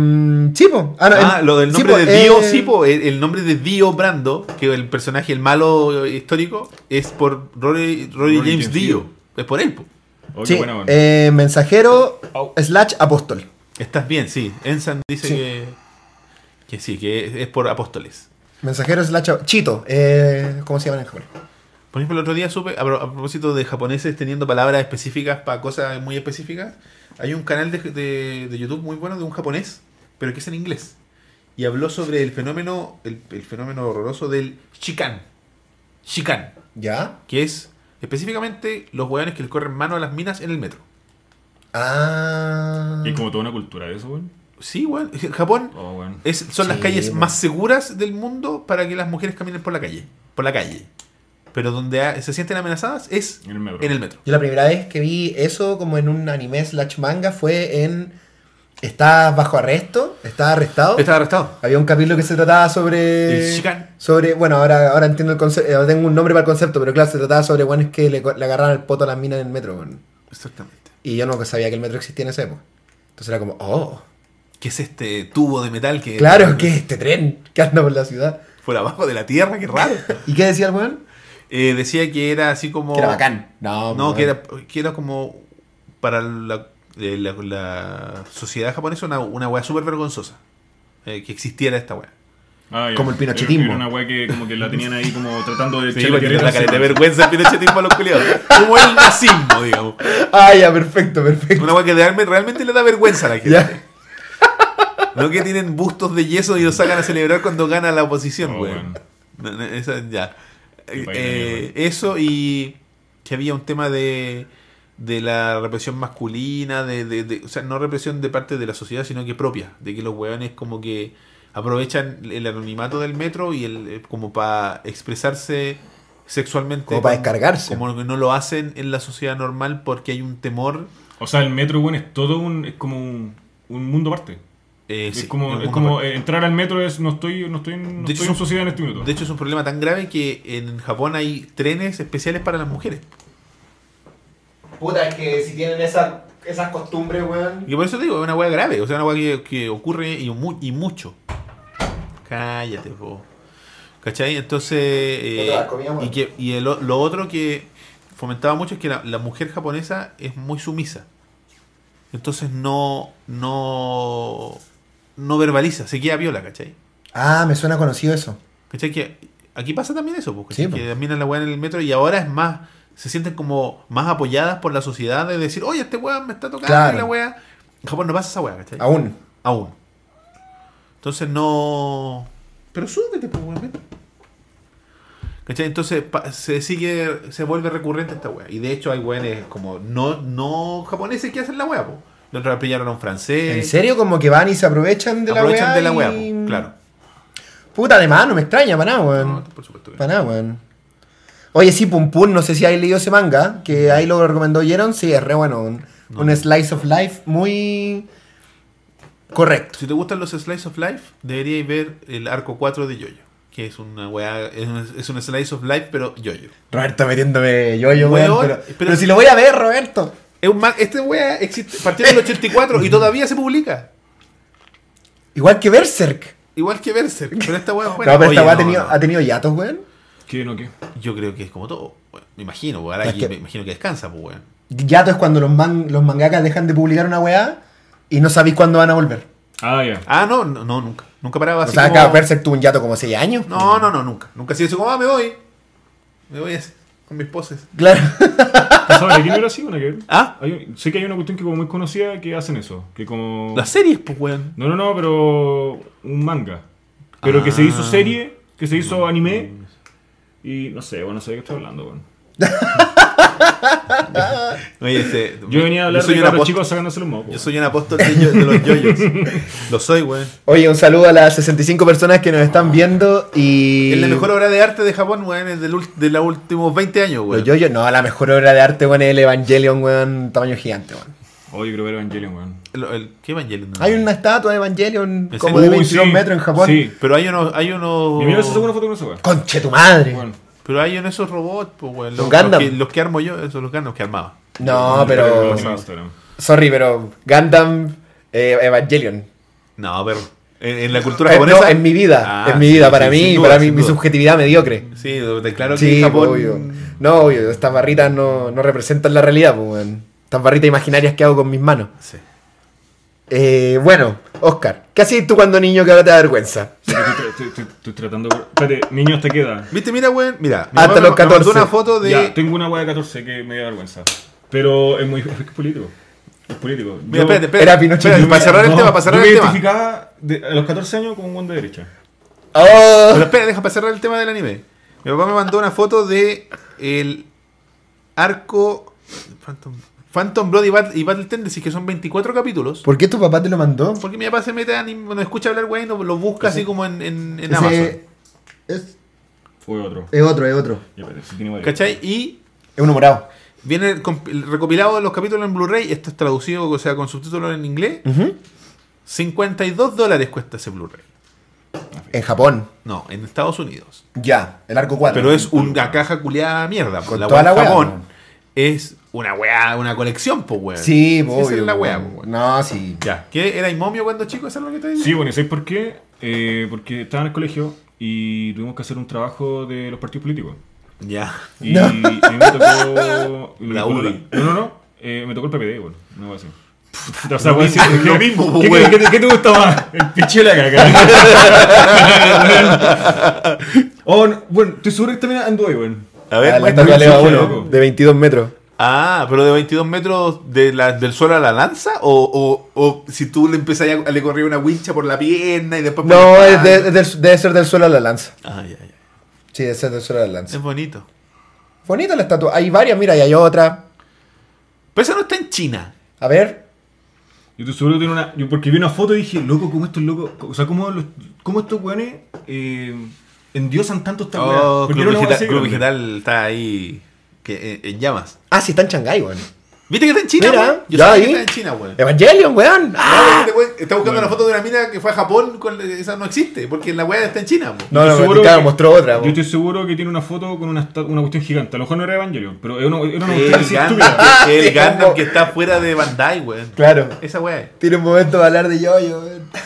Speaker 2: chipo. Ah, no,
Speaker 1: Ah,
Speaker 2: el-
Speaker 1: lo del
Speaker 2: sí,
Speaker 1: nombre
Speaker 2: po,
Speaker 1: de Dio,
Speaker 2: eh,
Speaker 1: sí, po, el, el nombre de Dio Brando, que el personaje, el malo histórico, es por Rory, Rory
Speaker 3: Rory
Speaker 1: James,
Speaker 3: James
Speaker 1: Dio.
Speaker 3: Dio.
Speaker 1: Es por él, po.
Speaker 3: Oh, qué
Speaker 2: sí,
Speaker 3: buena, weón.
Speaker 2: eh, mensajero
Speaker 3: Au.
Speaker 2: slash apóstol.
Speaker 1: Estás bien, sí. Ensan dice
Speaker 2: Sí.
Speaker 1: que. Que sí, que es, es por apóstoles.
Speaker 2: Mensajero slash ap- chito. Eh, ¿Cómo se llaman en japonés?
Speaker 1: Por ejemplo, el otro día supe, a, pro- a propósito de japoneses teniendo palabras específicas para cosas muy específicas, hay un canal de, de- de YouTube muy bueno de un japonés, pero que es en inglés. Y habló sobre el fenómeno, el, el fenómeno horroroso del shikan. Shikan,
Speaker 2: ¿Ya?
Speaker 1: que es específicamente los hueones que les corren mano a las minas en el metro.
Speaker 2: Ah.
Speaker 3: Y es como toda una cultura de eso, weón.
Speaker 1: Sí, weón. Japón
Speaker 3: Oh, weón.
Speaker 1: es, son las
Speaker 2: Sí,
Speaker 1: calles
Speaker 2: weón.
Speaker 1: más seguras del mundo para que las mujeres caminen por la calle. Por la calle. Pero donde ha- se sienten amenazadas es
Speaker 3: En el metro.
Speaker 1: en el metro.
Speaker 2: Yo la primera vez que vi eso como en un anime slash manga fue en... Estás bajo arresto, estás arrestado.
Speaker 1: Estaba arrestado.
Speaker 2: Había un capítulo que se trataba sobre...
Speaker 1: El Shikan.
Speaker 2: Sobre, bueno, ahora, ahora entiendo el concepto, ahora tengo un nombre para el concepto, pero claro, se trataba sobre buenos que le, co- le agarraban el poto a las minas en el metro. weón.
Speaker 1: Exactamente.
Speaker 2: Y yo no sabía que el metro existía en esa época. Entonces era como, oh,
Speaker 1: que es este tubo de metal que
Speaker 2: claro que es este tren que anda por la ciudad.
Speaker 1: por abajo de la tierra, qué raro.
Speaker 2: ¿Y qué decía el weón?
Speaker 1: Eh, decía que era así como
Speaker 2: Que era bacán. No,
Speaker 1: No,
Speaker 2: weón.
Speaker 1: que era que era como para la, eh, la- la sociedad japonesa una, una weá súper vergonzosa eh, que existiera esta weá.
Speaker 3: Ah, ya.
Speaker 2: como el pinochetismo.
Speaker 3: Era una weá que como que la tenían ahí como tratando de
Speaker 1: Sí,
Speaker 3: echarle pues.
Speaker 1: porque
Speaker 3: carrera
Speaker 1: la
Speaker 3: encima.
Speaker 1: careta de vergüenza el pinochetismo a los culiados. Como el nazismo, digamos.
Speaker 2: Ah, ya, perfecto, perfecto.
Speaker 1: Una weá que realmente, realmente le da vergüenza a la gente.
Speaker 2: Ya.
Speaker 1: No que tienen bustos de yeso y los sacan a celebrar cuando gana la oposición,
Speaker 3: Oh,
Speaker 1: güey.
Speaker 3: bueno.
Speaker 1: No, no, esa- ya.
Speaker 3: Qué
Speaker 1: Eh,
Speaker 3: vaina,
Speaker 1: eh, eso y que había un tema de, de la represión masculina, de, de- de- o sea, no represión de parte de la sociedad, sino que propia, de que los weones como que aprovechan el anonimato del metro y el eh, como para expresarse sexualmente.
Speaker 2: Como para descargarse.
Speaker 1: Como que no lo hacen en la sociedad normal porque hay un temor.
Speaker 3: O sea, el metro, weón, es todo un. Es como un, un mundo aparte.
Speaker 1: eh,
Speaker 3: Es
Speaker 1: sí, en
Speaker 3: como,
Speaker 1: el
Speaker 3: es
Speaker 1: mundo
Speaker 3: como
Speaker 1: par-
Speaker 3: eh, entrar al metro es. No estoy, no estoy, en- no
Speaker 1: De
Speaker 3: estoy
Speaker 1: hecho,
Speaker 3: en sociedad en este minuto.
Speaker 1: De hecho, es un problema tan grave que en Japón hay trenes especiales para las mujeres.
Speaker 2: Puta, es que si tienen esas costumbres, weón.
Speaker 1: Y por eso te digo, es una hueá grave, o sea, una hueá que, que ocurre y, mu- y mucho. Cállate, po. ¿Cachai? Entonces. eh,
Speaker 2: Otra, comíamos.
Speaker 1: y que, y el o- lo otro que fomentaba mucho es que la, la mujer japonesa es muy sumisa. Entonces no. No. No verbaliza, se queda viola, ¿cachai?
Speaker 2: Ah, me suena conocido eso.
Speaker 1: ¿Cachai? Que aquí pasa también eso, porque
Speaker 2: Sí, po.
Speaker 1: que miran la weá en el metro y ahora es más, se sienten como más apoyadas por la sociedad de decir, oye, este weá me está tocando
Speaker 2: Claro.
Speaker 1: y la weá. En Japón no pasa esa weá, ¿cachai?
Speaker 2: Aún.
Speaker 1: Aún. Entonces no. Pero súbete, pues, weón. ven. ¿Cachai? Entonces pa- se sigue, se vuelve recurrente esta weá. Y de hecho hay weones como no, no japoneses que hacen la weá, pues. La otra vez pillaron a un francés.
Speaker 2: ¿En serio? Como que van y se aprovechan de
Speaker 1: Eh, aprovechan de
Speaker 2: la
Speaker 1: la
Speaker 2: weá.
Speaker 1: weá,
Speaker 2: y-
Speaker 1: po, claro.
Speaker 2: Puta, además, no me extraña, para nada, weón.
Speaker 1: No, este, por supuesto que no.
Speaker 2: Para nada, weón. Oye, sí, Pum Pum, no sé si hay leído ese manga, que ahí lo recomendó Yeron, sí, es re bueno. Un, un slice of life muy correcto.
Speaker 1: Si te gustan los Slice of Life, deberíais ver el arco 4 de Yoyo. Que es una weá, es un, es un Slice of Life, pero Yoyo.
Speaker 2: Roberto metiéndome yo, yo,
Speaker 1: Weón,
Speaker 2: weón. Pero,
Speaker 1: pero-
Speaker 2: pero si lo voy a ver, Roberto.
Speaker 1: Es un man- este weá existe, partió en el 84 y todavía se publica.
Speaker 2: Igual que Berserk.
Speaker 1: Igual que Berserk, pero esta weá es buena.
Speaker 2: no, pero esta
Speaker 1: Oye,
Speaker 2: weá ha
Speaker 1: no,
Speaker 2: tenido,
Speaker 1: no.
Speaker 2: ha tenido yatos, weón.
Speaker 3: ¿Qué no qué?
Speaker 1: Yo creo que es como todo. Bueno, me imagino, weón.
Speaker 2: Es
Speaker 1: Araki,
Speaker 2: que-
Speaker 1: Me imagino que descansa, pues weón.
Speaker 2: Yato es cuando los, man, los mangakas dejan de publicar una weá y no sabéis cuándo van a volver.
Speaker 3: Ah, ya.
Speaker 1: Ah, no, no, no, nunca. Nunca paraba
Speaker 2: O
Speaker 1: así.
Speaker 2: sea,
Speaker 1: como-
Speaker 2: acá Berserk tuvo un yato como 6 años.
Speaker 1: No, no, no, nunca. Nunca así eso como, ah, me voy. Me voy así, con mis poses.
Speaker 2: Claro.
Speaker 3: Ah, ¿Sabes de quién era así? Una que...
Speaker 1: Ah,
Speaker 3: Hay un- sé que hay una cuestión que como muy conocida que hacen eso. Que como...
Speaker 1: las series, pues weón.
Speaker 3: No, no, no, pero un manga. Pero que se
Speaker 1: Ah.
Speaker 3: hizo serie, que se
Speaker 1: Mm,
Speaker 3: hizo anime. Y no sé, bueno, no sé de qué estoy hablando, weón.
Speaker 1: Oye, este,
Speaker 3: Yo venía a hablar
Speaker 1: soy
Speaker 3: de
Speaker 1: un
Speaker 3: los
Speaker 1: apóstol-
Speaker 3: chicos sacándose los mocos.
Speaker 1: Yo soy un apóstol de, yo- de los yoyos. Lo soy, weón.
Speaker 2: Oye, un saludo a las 65 personas que nos están viendo y...
Speaker 1: Es la mejor obra de arte de Japón, weón, es del ul- de los últimos 20 años,
Speaker 2: Los
Speaker 1: weón.
Speaker 2: yoyos, no, la mejor obra de arte, weón, es el Evangelion, weón, tamaño gigante, weón.
Speaker 3: weón. Oh, yo quiero ver Evangelion, weón.
Speaker 1: El- el- ¿Qué Evangelion?
Speaker 2: Hay una estatua de Evangelion
Speaker 1: ¿En
Speaker 2: como
Speaker 1: serio?
Speaker 2: de
Speaker 1: Uy,
Speaker 2: 22
Speaker 3: Uh, sí,
Speaker 2: metros en Japón.
Speaker 3: Sí.
Speaker 1: Pero hay unos. Hay
Speaker 3: Mi amigo se sacó una
Speaker 1: unos
Speaker 3: foto con eso, weón.
Speaker 2: Conche tu madre.
Speaker 3: Weón.
Speaker 1: pero hay en esos robots, pues, weón. Los,
Speaker 2: Un Gundam.
Speaker 1: los que, los que armo yo, esos los Gundam que armaba.
Speaker 2: No,
Speaker 3: Lo
Speaker 2: Ah, pero...
Speaker 3: tengo en Instagram.
Speaker 2: Sorry, pero Gundam eh, Evangelion.
Speaker 1: No, pero. En, en la cultura
Speaker 2: Eh,
Speaker 1: japonesa.
Speaker 2: no, en mi vida,
Speaker 1: Ah,
Speaker 2: en mi
Speaker 1: sí,
Speaker 2: vida,
Speaker 1: sí,
Speaker 2: para
Speaker 1: sin
Speaker 2: mí,
Speaker 1: duda,
Speaker 2: para mí,
Speaker 1: sin
Speaker 2: mi
Speaker 1: duda.
Speaker 2: subjetividad mediocre.
Speaker 1: Sí, te- claro que
Speaker 2: Sí, pues,
Speaker 1: en Japón.
Speaker 2: obvio. No, obvio, estas barritas no, no representan la realidad, pues, weón. Estas barritas imaginarias que hago con mis manos.
Speaker 1: Sí.
Speaker 2: Eh, bueno, Oscar, ¿qué hacías tú cuando niño que ahora te da vergüenza?
Speaker 3: Sí, Estoy, estoy- estoy- estoy tratando. Espérate, niño, hasta qué edad?
Speaker 1: Viste, mira, weón. Mira,
Speaker 2: Hasta
Speaker 1: mamá me-
Speaker 2: los 14.
Speaker 1: me mandó una foto de.
Speaker 3: Ya, tengo una weá de 14 que me da vergüenza. Pero es muy. Es político. Es político.
Speaker 1: Mira, espérate, espérate.
Speaker 2: Era Pinochet.
Speaker 1: espérate, para cerrar el
Speaker 3: No,
Speaker 1: tema, para cerrar
Speaker 3: yo
Speaker 1: el
Speaker 3: me
Speaker 1: tema.
Speaker 3: identificaba de- a los 14 años como un buen de derecha.
Speaker 2: Oh.
Speaker 1: Pero espera, deja para cerrar el tema del anime. Mi papá me mandó una foto de el arco Phantom, Phantom Blood y, Bat- y Battle Tendency, que son 24 capítulos.
Speaker 2: ¿Por qué tu papá te lo mandó?
Speaker 1: Porque mi papá se mete a anime, nos escucha hablar, güey, y nos- lo busca así como en, en, en
Speaker 2: Ese-
Speaker 1: Amazon.
Speaker 2: es,
Speaker 3: Fue otro.
Speaker 2: es otro, es otro.
Speaker 3: Ya, espérate, sí tiene varios.
Speaker 1: ¿Cachai? Y
Speaker 2: Es uno morado.
Speaker 1: viene el comp- el recopilado de los capítulos en Blu-ray. Esto es traducido, o sea, con subtítulos en inglés.
Speaker 2: Mm.
Speaker 1: 52 dólares cuesta ese Blu-ray.
Speaker 2: En Japón.
Speaker 1: No, en Estados Unidos.
Speaker 2: Ya, el arco 4.
Speaker 1: Pero es una caja culeada mierda.
Speaker 2: Con
Speaker 1: Con la
Speaker 2: toda
Speaker 1: weá
Speaker 2: la weá,
Speaker 1: Japón
Speaker 2: weón.
Speaker 1: es una weá, una colección, po weón.
Speaker 2: Sí,
Speaker 1: po,
Speaker 2: obvio.
Speaker 1: Esa es la weá, po,
Speaker 2: weón.
Speaker 1: weón.
Speaker 2: No, sí.
Speaker 1: Ya. ¿Qué? ¿Era momio cuando chico? ¿Eso es lo que te digo?
Speaker 3: Sí, bueno, ¿y sabéis por qué? Eh, porque estaba en el colegio y tuvimos que hacer un trabajo de los partidos políticos.
Speaker 1: Ya.
Speaker 3: Y a mí me tocó. me
Speaker 1: La
Speaker 3: tocó
Speaker 1: UDI.
Speaker 3: el- No, no, no. eh, me tocó el PPD, bueno. No va a ser. O sea, weón,
Speaker 1: mismo,
Speaker 3: sí,
Speaker 1: lo
Speaker 3: ¿qué-
Speaker 1: mismo, po,
Speaker 3: ¿Qué,
Speaker 1: weón.
Speaker 3: qué, qué, qué te gusta más? El piché de la caca. oh, no, bueno, estoy seguro que también anduve, weón.
Speaker 1: A
Speaker 2: Ya,
Speaker 1: ver,
Speaker 2: la
Speaker 1: bueno,
Speaker 2: estatua
Speaker 3: sí,
Speaker 2: eleva
Speaker 3: sí,
Speaker 2: uno,
Speaker 3: loco.
Speaker 2: de 22 metros.
Speaker 1: Ah, pero de 22 metros de la- del suelo a la lanza? ¿O, o, o si tú le empezás a, a le correr una wincha por la pierna y después. por
Speaker 2: No,
Speaker 1: el
Speaker 2: es de-
Speaker 1: pan?
Speaker 2: es del- debe ser del suelo a la lanza.
Speaker 1: Ah, ya, ya.
Speaker 2: Sí, debe ser del suelo a la lanza.
Speaker 1: Es bonito.
Speaker 2: Bonita la estatua. Hay varias, mira, y hay otra.
Speaker 1: Pero eso no está en China.
Speaker 2: A ver.
Speaker 3: Yo estoy seguro que tiene una. Yo porque vi una foto y dije, loco, ¿cómo estos locos? O sea, ¿cómo, los, cómo estos weones eh, endiosan tanto esta weá?
Speaker 1: Oh,
Speaker 3: Porque
Speaker 1: Club,
Speaker 3: era una weá
Speaker 1: Vegetal,
Speaker 3: así
Speaker 1: Club
Speaker 3: grande.
Speaker 1: Vegetal está ahí que, eh, en, en llamas.
Speaker 2: Ah, sí, está en Shanghái, weón.
Speaker 1: ¿Viste que está en China?
Speaker 2: Mira,
Speaker 1: weón? Yo
Speaker 2: ya
Speaker 1: sabía
Speaker 2: ahí.
Speaker 1: que está en China, weón.
Speaker 2: Evangelion, weón. Ah.
Speaker 1: Ah, este weón Está buscando
Speaker 3: Bueno.
Speaker 1: la foto de una mina que fue a Japón, con- esa no existe, porque la weá está en China. po.
Speaker 2: No,
Speaker 3: Yo
Speaker 2: no,
Speaker 3: estoy
Speaker 2: no,
Speaker 3: seguro
Speaker 2: claro,
Speaker 3: que-
Speaker 2: mostró otra.
Speaker 3: Yo
Speaker 2: weón.
Speaker 3: estoy seguro que tiene una foto con una, esta- una cuestión gigante. A lo mejor no era Evangelion, pero era una, era una
Speaker 1: El
Speaker 3: cuestión así
Speaker 1: Gundam,
Speaker 3: estúpida.
Speaker 1: que- el
Speaker 2: Sí,
Speaker 1: Gundam
Speaker 2: como-
Speaker 1: que está fuera de Bandai, weón.
Speaker 2: Claro.
Speaker 1: Esa weá.
Speaker 2: Tiene un momento de hablar de yo, yo, weón.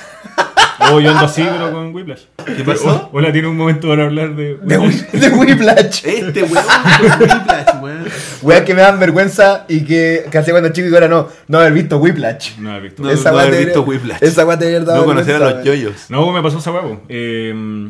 Speaker 3: Oye, O Oh, yo ando así, pero con Whiplash.
Speaker 1: ¿Qué pasó?
Speaker 3: O- Hola, tiene un momento para hablar de.
Speaker 2: De, Whi- de Whiplash.
Speaker 1: Este weón fue Whiplash, weón.
Speaker 2: Weas que me dan vergüenza y que, que hacía cuando chico y que ahora no, no haber visto Whiplash.
Speaker 3: No, he visto.
Speaker 1: No,
Speaker 3: No,
Speaker 1: no
Speaker 2: wea
Speaker 1: haber
Speaker 2: te-
Speaker 1: visto Whiplash.
Speaker 2: Esa wea te había dado
Speaker 1: No conocer a
Speaker 2: vergüenza,
Speaker 1: los
Speaker 2: wea.
Speaker 1: yoyos.
Speaker 3: me pasó esa huevo. Eh,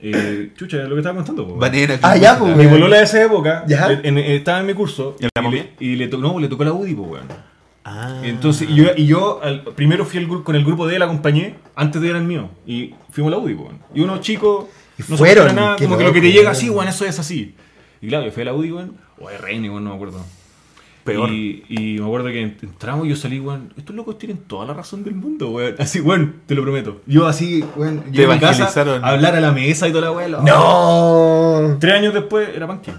Speaker 3: eh, chucha, lo que estaba contando. po.
Speaker 1: Banana.
Speaker 2: Ah, ya, pues,
Speaker 3: Mi
Speaker 2: weón.
Speaker 3: bolola de esa época
Speaker 2: Ya.
Speaker 3: le- en- eh, estaba en mi curso.
Speaker 1: ¿En la
Speaker 3: y,
Speaker 1: momia?
Speaker 3: le, y le to- no, le tocó la UDI, pues, weón.
Speaker 1: Ah.
Speaker 3: Entonces, y yo, y yo al- primero fui al gru- con el grupo de él, acompañé, antes de ir al mío. Y fuimos a la UDI, po, weón. Y unos chicos,
Speaker 2: Y
Speaker 3: no se
Speaker 2: fueron,
Speaker 3: entera nada,
Speaker 2: qué
Speaker 3: como que lo que te
Speaker 2: loco,
Speaker 3: llega
Speaker 2: weón.
Speaker 3: así, weón, eso es así. Y claro, yo fui a la UDI, weón, o a RN, weón, no me acuerdo.
Speaker 1: Peor.
Speaker 3: Y, y me acuerdo que entramos y yo salí, weón, estos locos tienen toda la razón del mundo, weón. Así, weón, te lo prometo. Yo así, weón,
Speaker 1: Te
Speaker 3: llegué a mi casa,
Speaker 1: evangelizaron.
Speaker 3: a hablar a la mesa y toda la weón.
Speaker 2: No.
Speaker 3: Tres años después era Panky.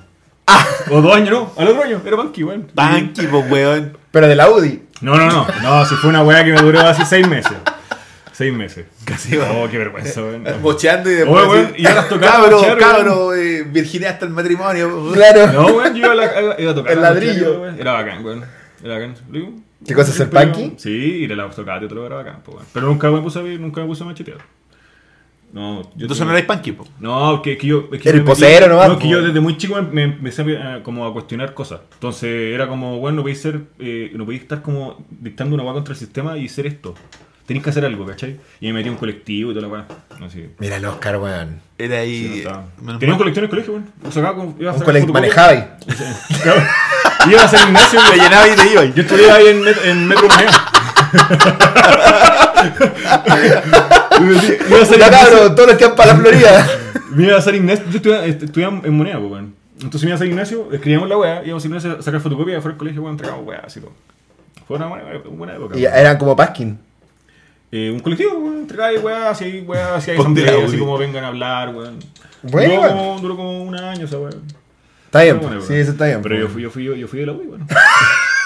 Speaker 2: Ah.
Speaker 3: O dos años, no, al otro año era Panky, weón.
Speaker 1: Panky, pues, weón.
Speaker 2: Pero de la UDI.
Speaker 3: No, no, no. No, si fue una weá que me duró hace seis meses. Seis meses.
Speaker 1: Casi va.
Speaker 3: Oh, qué vergüenza, weón.
Speaker 2: Eh,
Speaker 1: Eh, Bocheando y después.
Speaker 3: Oye, weón,
Speaker 1: así,
Speaker 3: y ahora has tocado
Speaker 1: Cabro,
Speaker 3: bochear,
Speaker 1: cabro, eh, virginé hasta el matrimonio. pues,
Speaker 2: Claro.
Speaker 3: No, weón, yo iba a, la- iba a tocar.
Speaker 2: El
Speaker 3: la
Speaker 2: ladrillo.
Speaker 3: bochería, weón. Era bacán, weón. Era bacán. Lo digo.
Speaker 2: ¿Qué cosa, ser
Speaker 3: Pero-
Speaker 2: punky?
Speaker 3: Sí, ir a la tocada y otro era bacán, pues, weón. Pero nunca me puse a nunca me puse a machetear. No, yo
Speaker 1: Entonces
Speaker 3: tuve-
Speaker 1: no erais Panky, po.
Speaker 3: No, porque es que yo. Es que
Speaker 2: Era
Speaker 3: yo
Speaker 2: el
Speaker 3: me-
Speaker 2: posero nomás,
Speaker 3: No, es que
Speaker 2: po.
Speaker 3: yo desde muy chico me, me empecé a, eh, como a cuestionar cosas. Entonces era como, bueno, no podéis ser. eh, no podéis estar como dictando una hueá contra el sistema y ser esto. Tenéis que hacer algo, ¿cachai? Y me metí en un colectivo y toda la hueá. No sé.
Speaker 2: Mira el Oscar, weón.
Speaker 1: Era
Speaker 3: sí, no
Speaker 1: ahí.
Speaker 3: estaba.
Speaker 1: menos
Speaker 3: Tenía
Speaker 1: mal.
Speaker 3: un colectivo en el colegio, bueno. Sacaba con, iba a
Speaker 2: Un
Speaker 3: sacar
Speaker 2: colegio
Speaker 3: fotocopias.
Speaker 2: manejaba ahí.
Speaker 3: iba a hacer gimnasio.
Speaker 1: Te llenaba y te iba.
Speaker 3: Yo estudiaba ahí en, Met- en Metro Maneo. iba a hacer
Speaker 2: Ya
Speaker 3: gimnasio.
Speaker 2: cabrón, todos los que van para la Florida.
Speaker 3: Me iba a hacer Ignacio. Yo estudiaba, est- estudiaba en moneda, pues, weón. Entonces me iba a hacer Ignacio, escribíamos la weá, íbamos a Ignacio a sacar fotocopia, fuera al colegio, weón, entregamos weá, así todo. Fue una buena, una buena época.
Speaker 2: Y
Speaker 3: weón.
Speaker 2: eran como Paskin.
Speaker 3: Eh, un colectivo, weón, entregaba ahí weá, así ahí weá, así ahí
Speaker 1: Ponte la
Speaker 3: asamblea, así
Speaker 1: UDI.
Speaker 3: como vengan a hablar, weón.
Speaker 2: Bueno,
Speaker 3: duró,
Speaker 2: igual.
Speaker 3: como, duró como un año esa weá.
Speaker 2: Está bien,
Speaker 3: Fue buena,
Speaker 2: sí,
Speaker 3: weón.
Speaker 2: eso está bien. pues.
Speaker 3: Pero yo
Speaker 2: po.
Speaker 3: fui, yo fui, yo, yo fui de la UI, weón.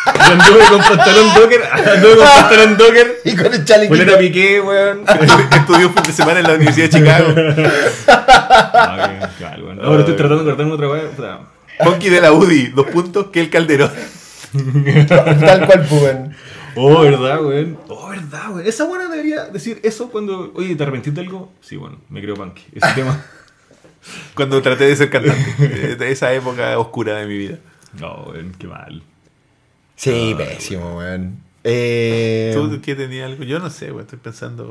Speaker 3: Yo anduve con pantalón docker, anduve con pantalón docker,
Speaker 2: Y con el chalequito.
Speaker 3: polera piqué, weón.
Speaker 1: Estudió un fin de semana en la Universidad de Chicago.
Speaker 3: Ah, qué cal, weón. Ahora estoy tratando de cortarme otra weá. puta.
Speaker 1: Ponky de la UDI, dos puntos, que el Calderón.
Speaker 2: Tal cual, po, weón.
Speaker 3: Oh, verdad, weón. Oh, verdad, weón. Esa buena debería decir eso cuando. Oye, ¿te arrepentiste de algo? Sí, bueno, me creo punky. Ese tema.
Speaker 1: Cuando traté de ser cantante. De esa época oscura de mi vida.
Speaker 3: No, weón, qué mal.
Speaker 2: Sí, pésimo, weón. Eh,
Speaker 1: Ah. ¿Tú qué tenías algo? Yo no sé, güey, estoy pensando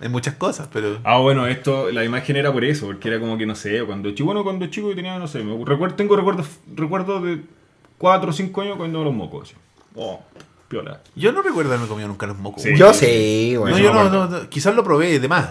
Speaker 1: en muchas cosas, pero.
Speaker 3: Ah, bueno, esto, la imagen era por eso, porque era como que no sé, cuando chico, bueno, cuando chico yo tenía, no sé, me recuerdo, tengo recuerdos, recuerdos de 4 o 5 años cuando los mocos. así. Oh, piola.
Speaker 1: Yo no recuerdo haberme comido nunca los mocos.
Speaker 3: Sí.
Speaker 1: güey.
Speaker 2: Yo sí, weón.
Speaker 1: no,
Speaker 3: Pues, Eso
Speaker 1: yo
Speaker 3: me
Speaker 1: no,
Speaker 3: acuerdo.
Speaker 1: no, no, quizás lo probé, de más.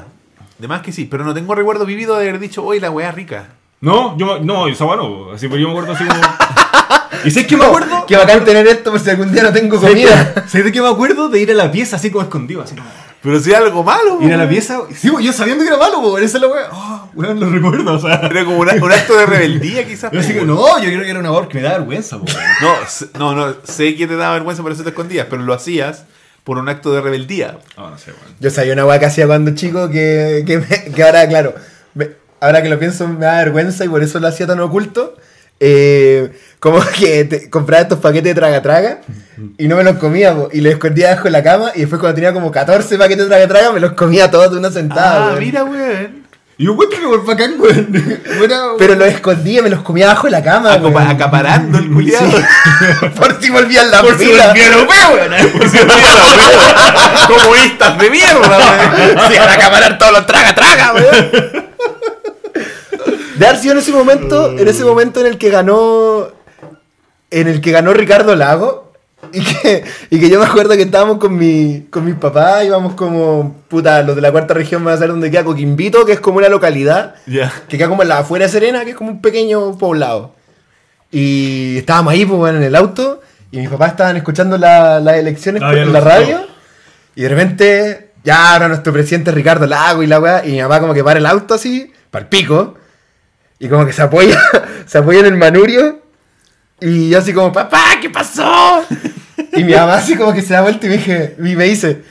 Speaker 1: De más que sí, pero no tengo recuerdo vivido de haber dicho, oye, la weá rica.
Speaker 3: No, yo, me- no, yo estaba no, así, pero yo me acuerdo así como. ¿Y sé que
Speaker 2: No, Que bacán tener esto por si algún día no tengo comida.
Speaker 3: ¿Sabes de qué me acuerdo? De ir a la pieza así como escondido, así como.
Speaker 1: Pero si era algo malo.
Speaker 3: Ir a la
Speaker 1: güey.
Speaker 3: pieza, sí, yo sabiendo que era malo, weón, esa es la weá. Oh, weón, lo recuerdo, o sea.
Speaker 1: Era como una- un acto de rebeldía, quizás.
Speaker 3: Yo así
Speaker 1: güey.
Speaker 3: que, no, yo creo que era una voz que me da vergüenza, po, weón.
Speaker 1: No, s- no, no, sé que te daba vergüenza, por eso te escondías, pero lo hacías por un acto de rebeldía.
Speaker 3: Ah, no sé, weón.
Speaker 2: Yo sabía una weá que hacía cuando chico que, que, me- que ahora, claro, me- ahora que lo pienso me da vergüenza y por eso lo hacía tan oculto. Eh, como que te- compraba estos paquetes de traga-traga y no me los comía po, y los escondía debajo de la cama y después cuando tenía como 14 paquetes de traga-traga me los comía todos de una sentada.
Speaker 1: ah,
Speaker 2: weón.
Speaker 1: mira, weón.
Speaker 3: Y yo encuentro que por bacán, weón. Buena-
Speaker 2: Pero los escondía, me los comía debajo de la cama.
Speaker 3: Ah,
Speaker 1: Acopa-
Speaker 2: weón.
Speaker 1: acaparando el culiado.
Speaker 2: por si volvían la
Speaker 1: Por si
Speaker 2: fila.
Speaker 1: volvía europeo, weón. Por si volvía europeo. Comunistas de mierda, weón.
Speaker 2: Se van a acaparar todos los traga, traga, weón. De haber sido en ese momento, en ese momento en el que ganó. En el que ganó Ricardo Lago. Y que, y que yo me acuerdo que estábamos con mi, con mi papá, íbamos como, puta, los de la cuarta región van a saber dónde queda Coquimbito, que es como una localidad,
Speaker 1: Ya.
Speaker 2: que queda como en la afuera de Serena, que es como un pequeño poblado. Y estábamos ahí, pues, bueno, en el auto, y mis papás estaban escuchando la- las elecciones
Speaker 3: Ah,
Speaker 2: por-
Speaker 3: ya
Speaker 2: en
Speaker 3: lo
Speaker 2: la
Speaker 3: escuchó.
Speaker 2: radio. Y de repente, ya ahora nuestro presidente es Ricardo Lago y la weá, y mi mamá como que para el auto así, para el pico, y como que se apoya, se apoya en el manurio, y yo así como, papá, ¿qué pasó? Y mi mamá así como que se da vuelta y me, dije, y me dice,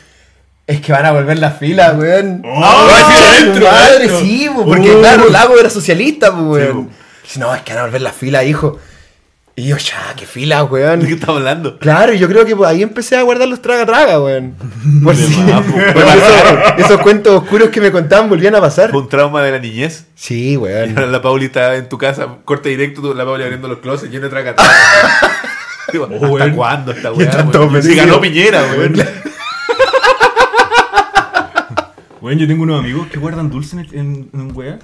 Speaker 2: es que van a volver las filas, weón.
Speaker 3: Oh, sí,
Speaker 2: tu
Speaker 3: dentro,
Speaker 2: madre,
Speaker 3: dentro.
Speaker 2: sí, po, porque
Speaker 3: Uh.
Speaker 2: claro, Lago era socialista, po,
Speaker 3: Sí,
Speaker 2: weón. Dice, no, es que van a volver las filas, hijo. Y yo, ya, qué fila, weón.
Speaker 1: ¿De qué estamos hablando?
Speaker 2: Claro, y yo creo que pues, ahí empecé a guardar los traga traga, weón. Por
Speaker 1: De
Speaker 2: si-
Speaker 1: más, pues.
Speaker 2: por esos, esos cuentos oscuros que me contaban volvían a pasar.
Speaker 1: Fue un trauma de la niñez.
Speaker 2: Sí,
Speaker 1: Y
Speaker 2: weón.
Speaker 1: ahora la Pauli está en tu casa, corte directo, tú, la Pauli abriendo los closets, lleno de traca. Digo, ¿Hasta
Speaker 3: weón.
Speaker 1: cuándo esta
Speaker 2: Y están
Speaker 1: weá?
Speaker 2: todos
Speaker 1: weón? Y se
Speaker 2: metidos.
Speaker 1: ganó Piñera, weón.
Speaker 3: Weón, yo tengo unos amigos que guardan dulce en, el- en, en un weá.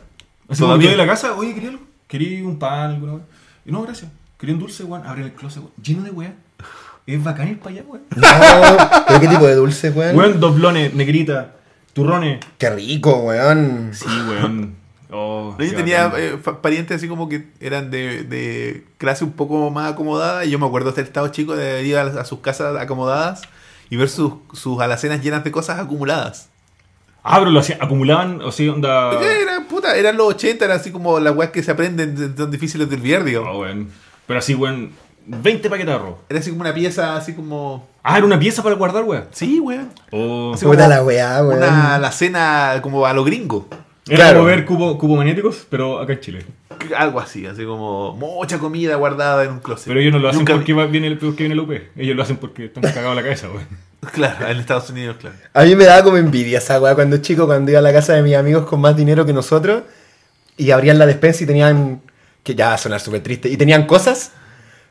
Speaker 3: Así como
Speaker 1: Todavía.
Speaker 3: yo de la casa, oye, quería algo. Quería un pan, alguna weá. Y no, gracias. Quería un dulce, weón. Abren el closet, weón. Lleno de weá. Es bacán ir para allá, weón.
Speaker 2: No, pero qué tipo de dulce, weón.
Speaker 3: Weón, doblones, negrita, turrones.
Speaker 2: Qué rico, weón.
Speaker 3: Sí, weón. Oh,
Speaker 1: No, yo
Speaker 3: qué
Speaker 1: tenía
Speaker 3: bacán.
Speaker 1: eh, fa- parientes así como que eran de, de clase un poco más acomodada. Y yo me acuerdo de estado chico de ir a, a sus casas acomodadas y ver sus, sus alacenas llenas de cosas acumuladas.
Speaker 3: Ah, pero lo hacían, acumulaban, o sea, onda.
Speaker 1: Porque eran, puta, eran los 80, eran así como las weas que se aprenden, de- son difíciles de olvidar,
Speaker 3: Ah,
Speaker 1: digo.
Speaker 3: weón. Pero así, weón. 20 paquetes de arroz.
Speaker 1: Era así como una pieza, así como.
Speaker 3: Ah, era una pieza para guardar, weón.
Speaker 1: Sí, weón.
Speaker 3: Oh.
Speaker 1: Así
Speaker 2: Puta
Speaker 1: como
Speaker 2: la weá, weón.
Speaker 1: Una alacena como a lo gringo.
Speaker 3: Era
Speaker 2: Claro.
Speaker 3: como ver cubo, cubo magnéticos, pero acá en Chile.
Speaker 1: Algo así, así como mucha comida guardada en un closet.
Speaker 3: Pero ellos no lo hacen
Speaker 1: Nunca-
Speaker 3: porque va- viene el, porque viene el UP. Ellos lo hacen porque están cagados la cabeza, weón.
Speaker 1: Claro, en Estados Unidos, claro.
Speaker 2: A mí me daba como envidia esa weá cuando chico, cuando iba a la casa de mis amigos con más dinero que nosotros y abrían la despensa y tenían, que ya va a sonar súper triste, y tenían cosas,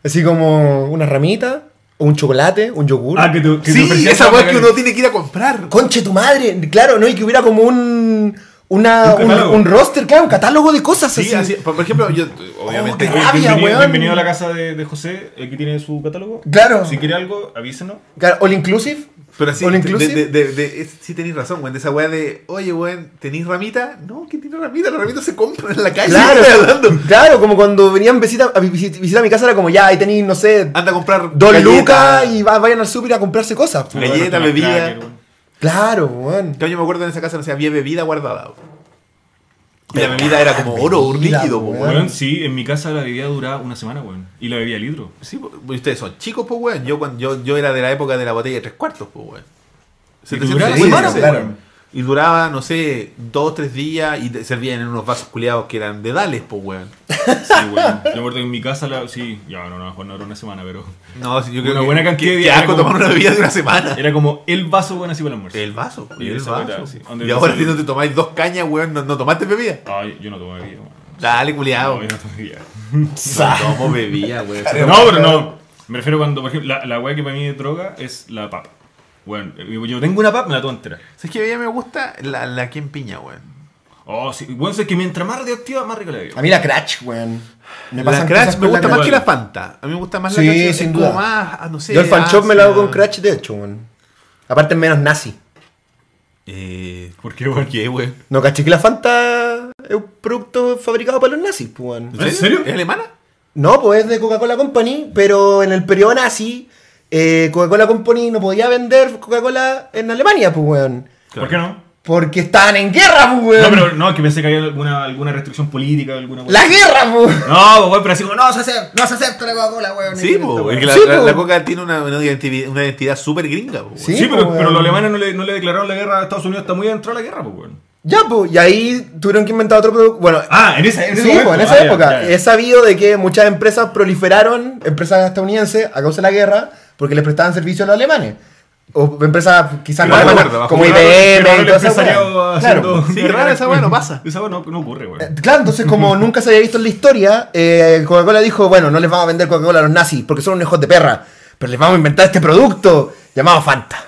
Speaker 2: así como una ramita, un chocolate, un yogur.
Speaker 3: Ah, que te, que te
Speaker 1: Sí,
Speaker 3: ofrecían
Speaker 1: esa
Speaker 3: para
Speaker 1: weá que
Speaker 3: pagar-
Speaker 1: uno tiene que ir a comprar.
Speaker 2: ¡Conche tu madre! Claro, ¿no? Y que hubiera como un, una,
Speaker 3: Un
Speaker 2: un,
Speaker 3: catálogo.
Speaker 2: un roster, claro, un catálogo de cosas
Speaker 1: Sí,
Speaker 2: así.
Speaker 1: así, Oh, por por ejemplo, yo obviamente
Speaker 2: qué
Speaker 1: Oye, bienvenido.
Speaker 2: rabia,
Speaker 3: Bienvenido,
Speaker 2: weón.
Speaker 3: bienvenido a la casa de, de José, el que tiene su catálogo.
Speaker 2: Claro.
Speaker 3: Si quiere algo, avísenos.
Speaker 2: Claro, all inclusive.
Speaker 1: Pero así,
Speaker 2: all
Speaker 1: de,
Speaker 2: inclusive.
Speaker 1: de, de- de- es- sí tenéis razón, weón. De esa weá de, oye, weón, ¿tenéis ramita? No, ¿quién tiene ramita? La ramita se compra en la calle.
Speaker 2: Claro,
Speaker 1: ¿qué estás hablando?
Speaker 2: claro, como cuando venían visita, a visit- visita a mi casa era como ya, ahí tenéis, no sé,
Speaker 1: Anda a comprar
Speaker 2: dos
Speaker 1: galletas.
Speaker 2: lucas y va- vayan al súper a comprarse cosas. pues.
Speaker 1: Galleta,
Speaker 3: Bueno,
Speaker 1: bebida.
Speaker 3: cracker, weón.
Speaker 2: Claro, weón.
Speaker 1: Claro, Yo me acuerdo en esa casa, no sé, había bebida guardada. weón. Y la bebida era como oro, un
Speaker 2: Bebida,
Speaker 1: líquido, po,
Speaker 2: weón.
Speaker 1: weón.
Speaker 3: Weón, sí, en mi casa la bebida duraba una semana, weón. Y la bebía litro.
Speaker 1: Sí, po, ustedes son chicos, pues, weón. Yo, cuando, yo, yo era de la época de la botella de tres cuartos, pues, weón. 700
Speaker 3: duraba
Speaker 2: sí,
Speaker 1: semanas,
Speaker 2: sí,
Speaker 1: po,
Speaker 2: claro.
Speaker 1: weón. Y duraba, no sé, dos, tres días y te servían en unos vasos culiados que eran de Dales, pues, weón.
Speaker 3: Sí, weón. Yo me acuerdo que en mi casa la. Sí, ya, no, no, a lo mejor no era una semana, pero.
Speaker 1: No, sí, yo creo
Speaker 3: Una
Speaker 1: que.
Speaker 3: buena cantidad
Speaker 1: que-
Speaker 3: de
Speaker 1: que asco
Speaker 3: días,
Speaker 1: tomar
Speaker 3: como-
Speaker 1: una bebida de una semana.
Speaker 3: Era como el vaso, weón, así para el almuerzo.
Speaker 1: El vaso, po,
Speaker 3: Y
Speaker 1: el
Speaker 3: esa weá,
Speaker 1: vaso.
Speaker 3: sí. Donde
Speaker 1: Y
Speaker 3: te
Speaker 1: ahora si
Speaker 3: sirven-
Speaker 1: no te tomáis dos cañas, weón, no, no tomaste bebida.
Speaker 3: Ay, yo no tomo bebida, weón.
Speaker 1: Dale, culiado.
Speaker 3: No, yo no tomo bebida.
Speaker 1: No tomo bebida, weón.
Speaker 3: No, pero no. Me refiero cuando, por ejemplo, la, la weá que para mí es droga es la papa. Bueno, yo tengo una papa, me la tomo entera.
Speaker 1: Es que a mí me gusta la, la que empiña, weón.
Speaker 3: Oh, sí. Bueno, es que mientras más radioactiva, más rica la bebida.
Speaker 2: A mí la Crash, weón. Me
Speaker 1: La
Speaker 2: pasan
Speaker 1: Crash
Speaker 2: cosas
Speaker 1: me
Speaker 2: con la
Speaker 1: gusta más
Speaker 2: Crash.
Speaker 1: que la Fanta. A mí me gusta más la
Speaker 2: Sí,
Speaker 1: Crash.
Speaker 2: sin
Speaker 1: es
Speaker 2: duda.
Speaker 1: Como más, ah, no sé,
Speaker 2: Yo el fan shop me lo hago con
Speaker 1: ácida.
Speaker 2: Crash, de hecho, weón. Aparte es menos nazi.
Speaker 1: Eh,
Speaker 3: ¿Por qué,
Speaker 1: ¿Por
Speaker 3: weón?
Speaker 1: qué, weón?
Speaker 2: No caché que la Fanta es un producto fabricado para los nazis, pues, weón.
Speaker 3: ¿En serio?
Speaker 1: ¿Es alemana?
Speaker 2: No, pues es de Coca-Cola Company, pero en el periodo nazi, eh, Coca-Cola Company no podía vender Coca-Cola en Alemania, pues, weón.
Speaker 1: Claro.
Speaker 3: ¿Por qué no?
Speaker 2: Porque estaban en guerra, pues,
Speaker 3: No,
Speaker 2: weón.
Speaker 3: pero no, que pensé que había alguna, alguna restricción política, alguna weá.
Speaker 2: La guerra, pues.
Speaker 3: No, weón, pero así como, no, se hace.
Speaker 2: No se acepta la Coca-Cola, weón.
Speaker 1: Sí,
Speaker 3: pues,
Speaker 1: po, es que la,
Speaker 2: Sí,
Speaker 1: la-
Speaker 2: po.
Speaker 1: la coca tiene una, una identidad, una identidad súper gringa, po, weón.
Speaker 2: Sí.
Speaker 3: Sí, pues, pero,
Speaker 2: po,
Speaker 3: pero los
Speaker 2: weón.
Speaker 3: alemanes no le, no le declararon la guerra a Estados Unidos, está muy adentro de la guerra, pues, weón.
Speaker 2: Ya, pues, y ahí tuvieron que inventar otro producto. Bueno,
Speaker 3: Ah, en esa, en ese
Speaker 2: sí,
Speaker 3: momento.
Speaker 2: pues, en esa
Speaker 3: Ah, ya,
Speaker 2: época.
Speaker 3: ya, ya.
Speaker 2: Es sabido de que muchas empresas proliferaron, empresas estadounidenses, a causa de la guerra, porque les prestaban servicio a los alemanes. O empresas quizás
Speaker 1: Claro,
Speaker 2: más-
Speaker 1: de acuerdo, bajo
Speaker 2: como
Speaker 1: un
Speaker 2: IBM
Speaker 3: Qué raro- qué raro
Speaker 2: y
Speaker 3: el
Speaker 2: todas esas
Speaker 3: empresariado
Speaker 2: weas.
Speaker 3: haciendo-
Speaker 2: Claro.
Speaker 1: Sí, es raro, esa weá no pasa.
Speaker 3: Esa weá no, no ocurre, weón.
Speaker 2: Eh, Claro, entonces como nunca se había visto en la historia, eh, Coca-Cola dijo, bueno, no les vamos a vender Coca-Cola a los nazis porque son unos hijos de perra, pero les vamos a inventar este producto llamado Fanta.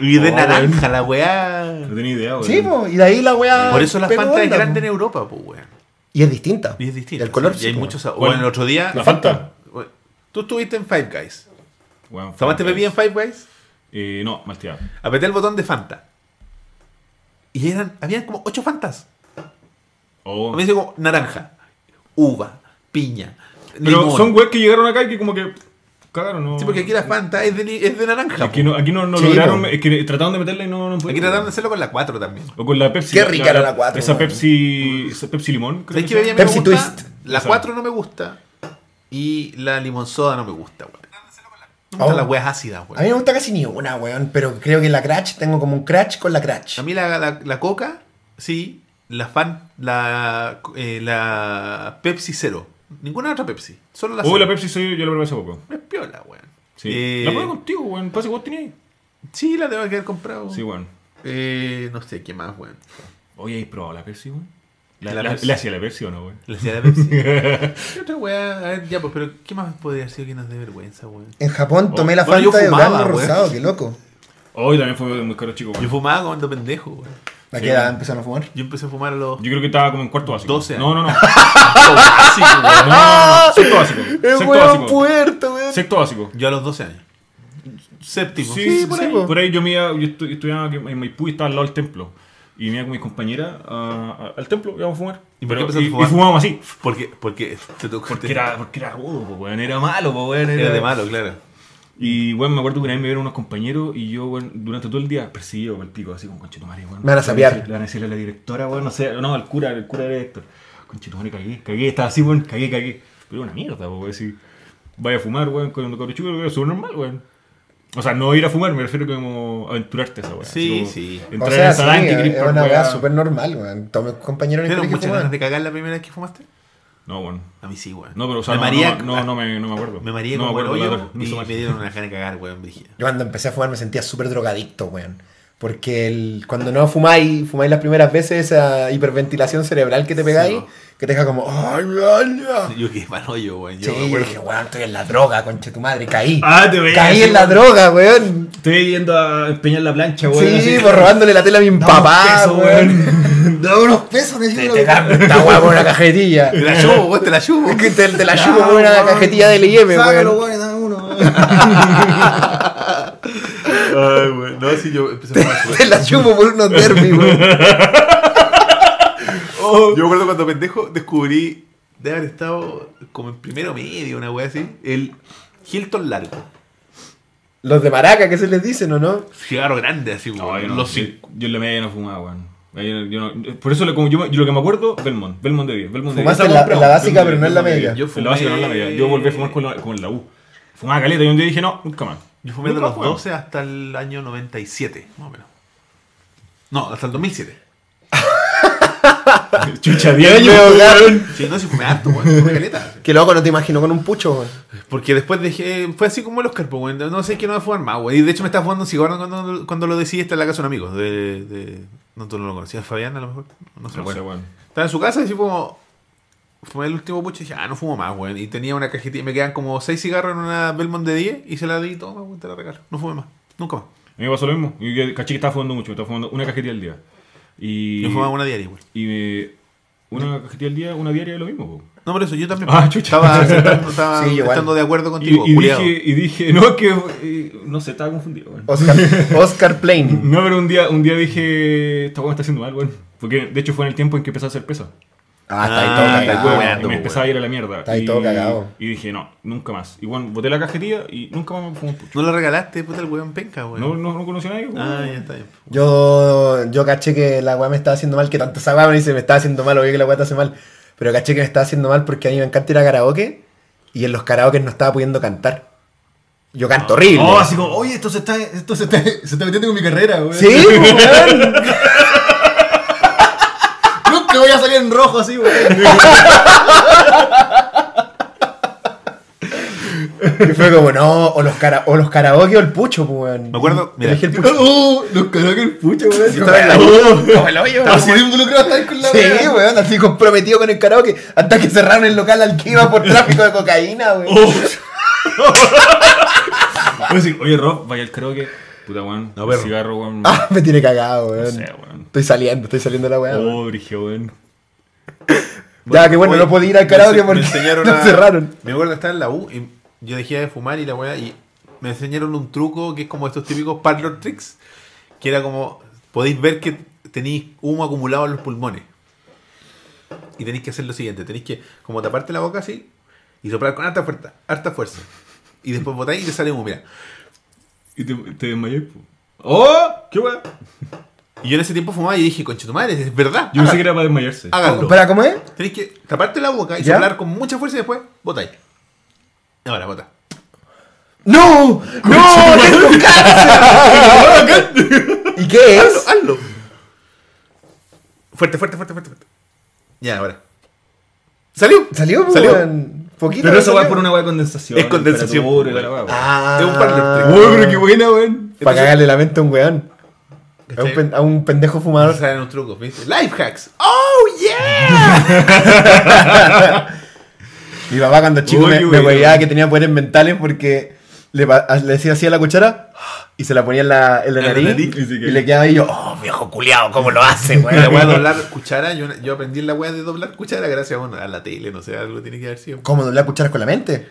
Speaker 1: Y de
Speaker 3: Oh,
Speaker 1: naranja,
Speaker 3: weón.
Speaker 1: la weá.
Speaker 3: No tenía idea, weón.
Speaker 2: Sí, pues, y de ahí la weá...
Speaker 1: Por eso la
Speaker 2: pegó
Speaker 1: Fanta es
Speaker 2: onda,
Speaker 1: grande en
Speaker 2: po.
Speaker 1: Europa, pues, weón.
Speaker 2: Y es distinta.
Speaker 1: Y es distinto.
Speaker 2: El color
Speaker 1: sí,
Speaker 2: sí, pues.
Speaker 1: y hay
Speaker 2: po.
Speaker 1: muchos sabores.
Speaker 3: Bueno,
Speaker 1: Bueno, el otro día.
Speaker 3: La Fanta.
Speaker 1: Bueno, Tú estuviste en Five Guys.
Speaker 3: Weón,
Speaker 1: ¿Tomaste
Speaker 3: Fanta.
Speaker 1: bebida en Five Guys?
Speaker 3: Eh, no, malteada.
Speaker 1: Apreté el botón de Fanta. Y eran, habían como ocho Fantas.
Speaker 3: Oh.
Speaker 1: Me dice como naranja, uva, piña,
Speaker 3: Pero
Speaker 1: limón.
Speaker 3: son weas que llegaron acá y que como que cagaron, ¿no?
Speaker 1: Sí, porque aquí la Fanta es de, li- es de naranja.
Speaker 3: Aquí
Speaker 1: po.
Speaker 3: no, aquí no, no
Speaker 2: Sí,
Speaker 3: lograron,
Speaker 2: po.
Speaker 3: es que trataron de meterla y no, no pudieron.
Speaker 1: Aquí trataron de hacerlo con la 4 también.
Speaker 3: O con la Pepsi.
Speaker 2: Qué rica era la cuatro,
Speaker 3: Esa
Speaker 2: weón.
Speaker 3: Pepsi, esa Pepsi limón, creo
Speaker 1: ¿Sabes qué
Speaker 3: que se
Speaker 1: bebida
Speaker 3: llama.
Speaker 1: me
Speaker 2: Pepsi
Speaker 1: gusta?
Speaker 2: Twist.
Speaker 1: La
Speaker 3: Esa.
Speaker 1: 4 no me gusta. Y la limón soda no me gusta, weón. No me
Speaker 2: Oh.
Speaker 1: gustan las weas ácidas,
Speaker 2: A mí
Speaker 1: weón.
Speaker 2: no me gusta casi ni una, weón, pero creo que la Crash, tengo como un Crash con la Crash.
Speaker 1: A mí la, la- la coca, sí. La fan, la, eh, la Pepsi cero. Ninguna otra Pepsi. Solo la
Speaker 3: Uy,
Speaker 1: cero.
Speaker 3: la Pepsi soy yo, la probé hace poco.
Speaker 1: Es piola, weón.
Speaker 3: Sí.
Speaker 1: Eh,
Speaker 3: La probé contigo, weón. Pase que vos tenías.
Speaker 1: Sí, la tengo que haber comprado.
Speaker 3: Sí, weón.
Speaker 1: Eh, no sé, ¿qué más, weón?
Speaker 3: Oye, ¿habéis probado la Pepsi, weón?
Speaker 1: La- la
Speaker 3: ¿La, la,
Speaker 1: Pepsi.
Speaker 3: la hacía la Pepsi o no, weón?
Speaker 1: La ciudad de Pepsi. ¿Qué otra weá? A ver, ya, pues, pero ¿qué más podría haber sido que nos dé vergüenza, weón?
Speaker 2: En Japón tomé la
Speaker 1: Oh. Bueno, yo
Speaker 2: Fanta de
Speaker 1: fumaba,
Speaker 2: durazno
Speaker 1: weón.
Speaker 2: rosado, qué loco.
Speaker 3: Hoy también fue muy caro, chico, weón.
Speaker 1: Yo fumaba cuando pendejo, weón.
Speaker 2: ¿A
Speaker 3: Sí,
Speaker 2: qué edad
Speaker 3: weón.
Speaker 2: empezaron a fumar?
Speaker 1: Yo empecé a fumar a los.
Speaker 3: Yo creo que estaba como en cuarto básico.
Speaker 1: 12 años.
Speaker 3: No, no, no.
Speaker 1: Así, weón.
Speaker 3: No, no, no. Sexto básico. Sexto básico.
Speaker 2: puerto, weón.
Speaker 3: Sexto básico.
Speaker 1: Yo a los 12 años. Séptimo.
Speaker 3: Sí,
Speaker 2: Sí,
Speaker 3: por,
Speaker 2: sí,
Speaker 3: ahí.
Speaker 2: po.
Speaker 3: por ahí yo me iba, yo estu- estudiaba aquí en Maipú y estaba al lado del templo. Y me iba con mis compañeras a- a- al templo, íbamos a fumar.
Speaker 1: ¿Y por qué
Speaker 3: Pero-
Speaker 1: empezaste a
Speaker 3: y-
Speaker 1: fumar?
Speaker 3: y fumábamos así.
Speaker 1: Porque, porque te tocó.
Speaker 3: Porque
Speaker 1: te-
Speaker 3: era, porque era rudo, po, weón. Era malo, po, weón.
Speaker 1: era de malo, claro.
Speaker 3: Y, weón, me acuerdo que una vez me vieron unos compañeros y yo, weón, durante todo el día perseguido con el pico, así con conchetumare, weón.
Speaker 2: Me van a sapear.
Speaker 3: Le van a decirle a la directora, weón, no sé, no, al cura, el cura era Héctor. Conchetumare, cagué, cagué, estaba así, weón, cagué, cagué. Pero una mierda, po, weón, si vaya a fumar, weón, con un cabrichuelo, weón, eso es normal, weón. O sea, no ir a fumar, me refiero como aventurarte a esa weón.
Speaker 1: Sí,
Speaker 3: como
Speaker 1: sí.
Speaker 3: Entrar
Speaker 2: O
Speaker 3: en
Speaker 2: sea,
Speaker 3: esa danca
Speaker 2: sí,
Speaker 3: y querer
Speaker 2: es
Speaker 3: probar
Speaker 2: una weá
Speaker 3: weá.
Speaker 2: súper normal, weón. Tomé compañeros en
Speaker 1: ¿Tienes
Speaker 2: el colegio
Speaker 1: muchas
Speaker 2: que
Speaker 1: ganas
Speaker 2: fumaban.
Speaker 1: de cagar la primera vez que fumaste?
Speaker 3: No, bueno.
Speaker 1: A mí sí, weón.
Speaker 3: No, pero, o sea,
Speaker 1: me
Speaker 3: no,
Speaker 1: maría,
Speaker 3: no, no, no me, no me acuerdo.
Speaker 1: me mareé
Speaker 3: no
Speaker 1: como el
Speaker 3: la
Speaker 1: hoyo
Speaker 3: verdad, me
Speaker 1: y
Speaker 3: hizo
Speaker 1: me
Speaker 3: mal.
Speaker 1: dieron una ganas de cagar, weón, brígida.
Speaker 2: Yo cuando empecé a fumar me sentía súper drogadicto, weón. Porque el, cuando no fumáis, fumáis las primeras veces esa hiperventilación cerebral que te pegáis,
Speaker 1: Sí, po.
Speaker 2: que te deja como... ¡Ay, ay, ay".
Speaker 1: Yo quedé mal hoyo, weón. Yo
Speaker 2: Sí,
Speaker 1: me
Speaker 2: yo
Speaker 1: acuerdo.
Speaker 2: dije, weón, estoy en la droga, conche tu madre, caí.
Speaker 3: Ah, te veía
Speaker 2: Caí
Speaker 3: así,
Speaker 2: en la
Speaker 3: weón.
Speaker 2: droga, weón.
Speaker 3: Estoy yendo a empeñar la plancha, weón.
Speaker 2: Sí,
Speaker 3: así.
Speaker 2: por robándole la tela a mi
Speaker 3: Dame unos
Speaker 2: papá,
Speaker 3: pesos,
Speaker 2: weón.
Speaker 3: weón.
Speaker 2: Da unos pesos, te
Speaker 3: Te-
Speaker 2: digo.
Speaker 3: te cambio
Speaker 2: Esta weá por una cajetilla.
Speaker 1: Te la llevo, weón, te la llevo.
Speaker 2: Que te, te la llevo por una cajetilla del IEM, weón.
Speaker 3: weón, dame uno.
Speaker 1: Ay, weón. No, sí, yo empecé a fumar.
Speaker 2: Te la llevo por unos derby, weón.
Speaker 3: Oh.
Speaker 1: Yo me acuerdo cuando pendejo descubrí de haber estado como en primero medio, una wea así, el Hilton largo.
Speaker 2: Los de Maraca, ¿qué se les dicen o no?
Speaker 1: Cigarro grande, así,
Speaker 3: No,
Speaker 1: weón.
Speaker 3: yo, no,
Speaker 1: Los
Speaker 3: yo,
Speaker 1: cinco.
Speaker 3: yo en la media no fumaba, weón. Ahí no- yo no- por eso lo- como yo, me- yo lo que me acuerdo, Belmont, Belmont de 10. Belmont de
Speaker 2: Fumaste
Speaker 3: 10.
Speaker 2: en la- en
Speaker 3: Esa
Speaker 2: la
Speaker 3: compramos,
Speaker 2: básica,
Speaker 3: Belmont de
Speaker 2: pero no en la
Speaker 3: 10,
Speaker 2: media.
Speaker 3: Yo fumé... En la básica, no en la media. Yo volví a fumar con la, con la U. Fumaba caleta y un día dije, no, nunca más.
Speaker 1: Yo fumé de
Speaker 3: Nunca
Speaker 1: los
Speaker 3: más, weón.
Speaker 1: 12 hasta el año 97, más o menos. No, hasta el 2007.
Speaker 3: Chucha, 10 años.
Speaker 2: Veo,
Speaker 3: weón.
Speaker 2: weón.
Speaker 1: Sí, no, sí fumé harto, weón. Fumé caleta.
Speaker 2: Qué loco, no te imagino con un pucho, weón.
Speaker 1: Porque después dejé. Fue así como los Oscar, pues, weón. No sé qué no voy a fumar más, weón. Y de hecho me estaba fumando un cigarro cuando, cuando lo decidí. Está en la casa de un amigo. De, de- no, tú no lo conocías, Fabián, a lo mejor. No sé,
Speaker 3: No sé,
Speaker 1: weón.
Speaker 3: weón.
Speaker 1: Estaba en su casa y así como. Fumé el último pucho y dije, ah, no fumo más, weón. Y tenía una cajetilla. Me quedan como 6 cigarros en una Belmont de 10 y se la di, toma, weón, te la regalo. No fumé más. Nunca más.
Speaker 3: A mí me pasó lo mismo. Y yo caché que estaba fumando mucho, me estaba fumando una cajetilla al día. Y.
Speaker 1: Yo fumaba una diaria, weón.
Speaker 3: Y me- Una cajetilla al día, una diaria es lo mismo, weón.
Speaker 1: No, pero eso yo también
Speaker 3: Ah, chucha.
Speaker 1: estaba, aceptando- estaba
Speaker 2: Sí, igual.
Speaker 1: estando de acuerdo
Speaker 3: Y,
Speaker 1: contigo,
Speaker 3: y
Speaker 1: culiao.
Speaker 3: dije, y dije, no, que. eh, no sé, estaba confundido, weón.
Speaker 2: Oscar, Oscar Plain.
Speaker 3: No, pero un día, un día dije, esta weón está haciendo mal, weón. Porque de hecho fue en el tiempo en que empecé a hacer pesa.
Speaker 2: Ah,
Speaker 1: Ah,
Speaker 2: está ahí
Speaker 1: está
Speaker 2: todo
Speaker 1: weón,
Speaker 2: cagado.
Speaker 1: weando,
Speaker 3: y
Speaker 1: weón.
Speaker 3: me empezaba a ir a la mierda.
Speaker 2: Está ahí
Speaker 3: y,
Speaker 2: todo cagado.
Speaker 3: Y dije, no, nunca más. Y bueno, boté la cajetilla y nunca más me fumé un pucho.
Speaker 1: No lo regalaste, puta el weón penca, weón.
Speaker 3: No, no, no conocí a nadie. weón.
Speaker 1: Ah, ya está bien.
Speaker 2: Yo, yo caché que la weá me estaba haciendo mal, que tanto esa weá me dice, me estaba haciendo mal, obvio que la weá te hace mal. Pero caché que me estaba haciendo mal porque a mí me encanta ir a karaoke y en los karaoke no estaba pudiendo cantar. Yo canto horrible.
Speaker 3: Oh, así como, oye, esto se está, esto se está, se está metiendo con mi carrera, weón.
Speaker 2: Sí, weón.
Speaker 3: Nunca voy a salir en rojo así, weón.
Speaker 2: Y fue como, no, o los, cara, o los karaoke o el pucho, pues, weón.
Speaker 1: Me acuerdo,
Speaker 2: Y
Speaker 1: mira.
Speaker 2: elegí el pucho.
Speaker 3: Oh, los que el pucho, weón.
Speaker 2: Yo estaba en la-
Speaker 3: Como el
Speaker 2: hoyo,
Speaker 3: Así de involucrado estar con la
Speaker 2: Sí,
Speaker 3: weá.
Speaker 2: weón, así comprometido con el karaoke. Hasta que cerraron el local al que iba por tráfico de cocaína, weón.
Speaker 3: Oh. Oye, sí, Oye, Rob, vaya al karaoke. Puta, weón.
Speaker 1: No, perro.
Speaker 3: Cigarro, weón.
Speaker 2: Ah, me tiene cagado, weón.
Speaker 3: No sé, weón.
Speaker 2: Estoy saliendo, estoy saliendo de la weá.
Speaker 3: Oh, brigio, weón.
Speaker 2: ya, que bueno,
Speaker 1: Oye,
Speaker 2: no podía ir al
Speaker 1: me
Speaker 2: karaoke
Speaker 1: ense-
Speaker 2: porque
Speaker 1: me enseñaron
Speaker 2: nos
Speaker 1: a-
Speaker 2: cerraron.
Speaker 1: Me acuerdo que estaba en la U y yo dejé de fumar y la weá. Y me enseñaron un truco que es como estos típicos parlor tricks. Que era como: podéis ver que tenéis humo acumulado en los pulmones. Y tenéis que hacer lo siguiente: tenéis que como taparte la boca así y soplar con harta fuerza. Harta fuerza. Y después botáis y te sale humo, mira.
Speaker 3: Y te, te desmayé, po. ¡Oh! ¡Qué weón!
Speaker 1: Y yo en ese tiempo fumaba y dije: conche tu madre, es verdad.
Speaker 3: Yo pensé que era para desmayarse.
Speaker 1: Háganlo.
Speaker 2: ¿Para cómo es?
Speaker 1: Tenéis que taparte la boca y
Speaker 2: ¿Ya?
Speaker 1: soplar con mucha fuerza y después botáis. Ahora, bota.
Speaker 2: ¡No! ¡No! ¡Tengo cáncer! ¿Y qué es?
Speaker 3: Ah,
Speaker 1: Hazlo, hazlo. Fuerte, fuerte, fuerte, fuerte, fuerte. Ya, ahora. Salió.
Speaker 2: Salió, pues,
Speaker 1: Salió.
Speaker 2: weón. Poquito.
Speaker 3: Pero eso
Speaker 2: salió.
Speaker 3: va por una weá de condensación.
Speaker 1: Es condensación. pues,
Speaker 3: temperatura y la weá, weón.
Speaker 2: Ah.
Speaker 1: Es un par de
Speaker 3: Weón, pero qué buena, weón.
Speaker 2: Para cagarle la mente a un weón. A un,
Speaker 1: ¿Cachai?
Speaker 2: pen- a un pendejo
Speaker 1: Ahora
Speaker 2: fumador.
Speaker 1: salen los trucos, ¿viste? Life hacks. ¡Oh, yeah!
Speaker 2: Mi papá cuando chico
Speaker 3: Uy,
Speaker 2: me,
Speaker 3: qué
Speaker 2: me
Speaker 3: bueno.
Speaker 2: hueveaba que tenía poderes mentales porque le, pa- le decía así a la cuchara y se la ponía en la, en la
Speaker 3: En la
Speaker 2: nariz,
Speaker 3: nariz,
Speaker 2: y,
Speaker 3: y se queda.
Speaker 2: le quedaba ahí yo, oh, viejo culiao, ¿cómo lo hace,
Speaker 1: Bueno, la weá de
Speaker 2: weón?
Speaker 1: doblar cuchara, yo, yo aprendí la weá de doblar cuchara gracias bueno, a la tele, no sé, algo tiene que haber sido.
Speaker 2: ¿Cómo doblar cucharas con la mente?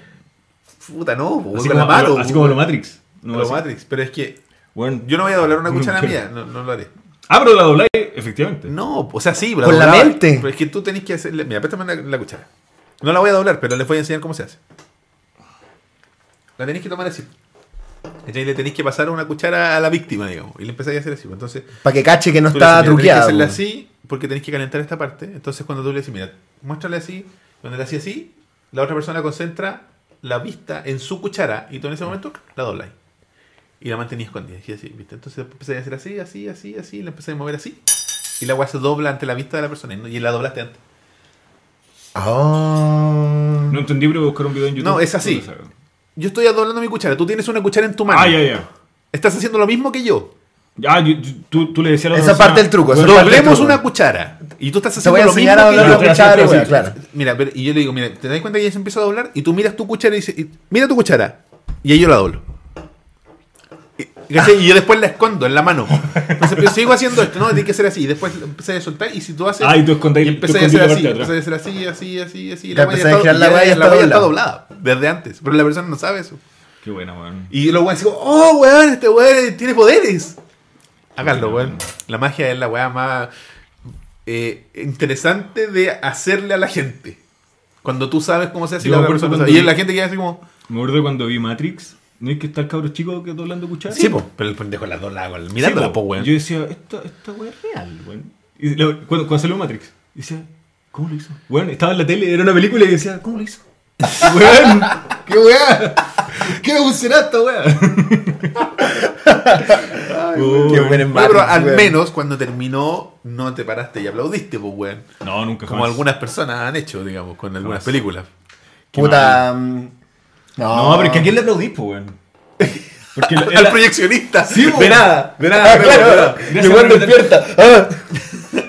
Speaker 1: Puta, no, po,
Speaker 3: Así
Speaker 1: con la
Speaker 3: como,
Speaker 1: mano.
Speaker 3: así
Speaker 1: po.
Speaker 3: como lo Matrix. No,
Speaker 1: Como lo
Speaker 3: así-
Speaker 1: Matrix, pero es que
Speaker 3: Weón.
Speaker 1: yo no voy a doblar una cuchara
Speaker 3: No.
Speaker 1: mía, no, no lo haré.
Speaker 3: Ah, pero la dobláis, efectivamente.
Speaker 1: No, o sea, sí, pero
Speaker 2: Con la
Speaker 1: doblaba,
Speaker 2: mente.
Speaker 1: Pero es que tú tenés que hacerle. Mira, préstame la, la cuchara. No la voy a doblar, pero les voy a enseñar cómo se hace. La tenés que tomar así. ¿Cachai? Y le tenés que pasar una cuchara a la víctima, digamos. Y le empezáis a hacer así. pues. Entonces,
Speaker 2: Para que cache que no
Speaker 1: Tú le
Speaker 2: está
Speaker 1: dices, mira, Tenés
Speaker 2: truqueada.
Speaker 1: que
Speaker 2: weón.
Speaker 1: hacerle así porque tenés que calentar esta parte. Entonces cuando tú le dices, mira, muéstrale así, cuando le haces así, la otra persona concentra la vista en su cuchara y tú en ese momento la doblas. Y la mantenías escondida, así, así, ¿viste? Entonces empecé a hacer así, así, así, así, y la empecé a mover así. Y la agua se dobla ante la vista de la persona y no- y la doblaste antes.
Speaker 2: Ah.
Speaker 3: No entendí, pero voy a buscar un video en YouTube.
Speaker 1: No, es así. Yo estoy doblando mi cuchara, tú tienes una cuchara en tu mano.
Speaker 3: Ah, ya, ya.
Speaker 1: Estás haciendo lo mismo que yo.
Speaker 3: Ya, yo- yo- tú, tú le decías a la
Speaker 2: Esa
Speaker 3: persona-
Speaker 2: parte del truco, esa
Speaker 3: Weón,
Speaker 2: parte del
Speaker 1: Doblemos
Speaker 2: truco.
Speaker 1: una cuchara y tú estás
Speaker 2: Te
Speaker 1: haciendo
Speaker 2: voy a
Speaker 1: lo mismo
Speaker 2: enseñar a
Speaker 1: que yo.
Speaker 2: doblar la
Speaker 3: Pero te hace
Speaker 2: cuchara,
Speaker 3: así,
Speaker 2: weón,
Speaker 3: así.
Speaker 2: claro.
Speaker 1: Mira, pero- y yo le digo, mira, ¿te das cuenta que ella se empieza a doblar? Y tú miras tu cuchara y dices, y- mira tu cuchara. Y ahí yo la doblo. Y, ¿cachai? Y yo después la escondo en la mano. Entonces pero sigo haciendo esto, ¿no? Tiene que ser así. Y después empecé a soltar y si tú haces...
Speaker 3: Ah, y tú escondáis-
Speaker 1: y empecé
Speaker 3: tú
Speaker 1: a hacer
Speaker 3: escondí la
Speaker 1: así,
Speaker 3: parte de atrás.
Speaker 1: empecé a hacer así, así, así, así. y
Speaker 2: Ya
Speaker 1: la
Speaker 2: empecé a
Speaker 1: huella
Speaker 2: girar la
Speaker 1: y
Speaker 2: huella y está
Speaker 1: huella está doblada desde antes. Pero la persona no sabe eso.
Speaker 3: Qué buena, weón.
Speaker 1: Y los weones dicen, oh, weón, este weón tiene poderes. Háganlo, weón. La magia es la weá más eh, interesante de hacerle a la gente. Cuando tú sabes cómo se hace y
Speaker 3: Yo
Speaker 1: la
Speaker 3: me
Speaker 1: otra
Speaker 3: acuerdo
Speaker 1: persona
Speaker 3: cuando
Speaker 1: sabe. Y
Speaker 3: vi-
Speaker 1: la gente queda así como,
Speaker 3: Me acuerdo cuando vi Matrix. ¿No es que está el cabro chico que doblando cucharas?
Speaker 1: sí, po. Pero el pendejo las dos la mirándola,
Speaker 3: Sí,
Speaker 1: po,
Speaker 3: po.
Speaker 1: weón.
Speaker 3: Yo decía, esta, esta weá es real, weón. Y la- cuando, cuando salió Matrix, decía, ¿cómo lo hizo? Weón, estaba en la tele, era una película y decía, ¿cómo lo hizo? weón, qué weá. ¿Qué me funcionó esta weá?
Speaker 2: Uy, Qué buen
Speaker 1: Bueno,
Speaker 2: embate,
Speaker 1: pero al
Speaker 2: weón.
Speaker 1: menos cuando terminó, no te paraste y aplaudiste, pues, weón.
Speaker 3: No, nunca
Speaker 1: Como
Speaker 3: jamás.
Speaker 1: algunas personas han hecho, digamos, con algunas
Speaker 3: Jamás.
Speaker 1: películas.
Speaker 3: Qué
Speaker 2: Puta. mm,
Speaker 3: No, pero es que a quién le aplaudís, po, weón. Porque la-
Speaker 1: Al
Speaker 3: la-
Speaker 1: proyeccionista.
Speaker 3: Sí, po.
Speaker 1: de nada, de nada.
Speaker 2: Ah,
Speaker 1: de
Speaker 2: claro,
Speaker 1: nada.
Speaker 3: Gracias
Speaker 2: Llegó el
Speaker 3: por
Speaker 2: despierta. Ah.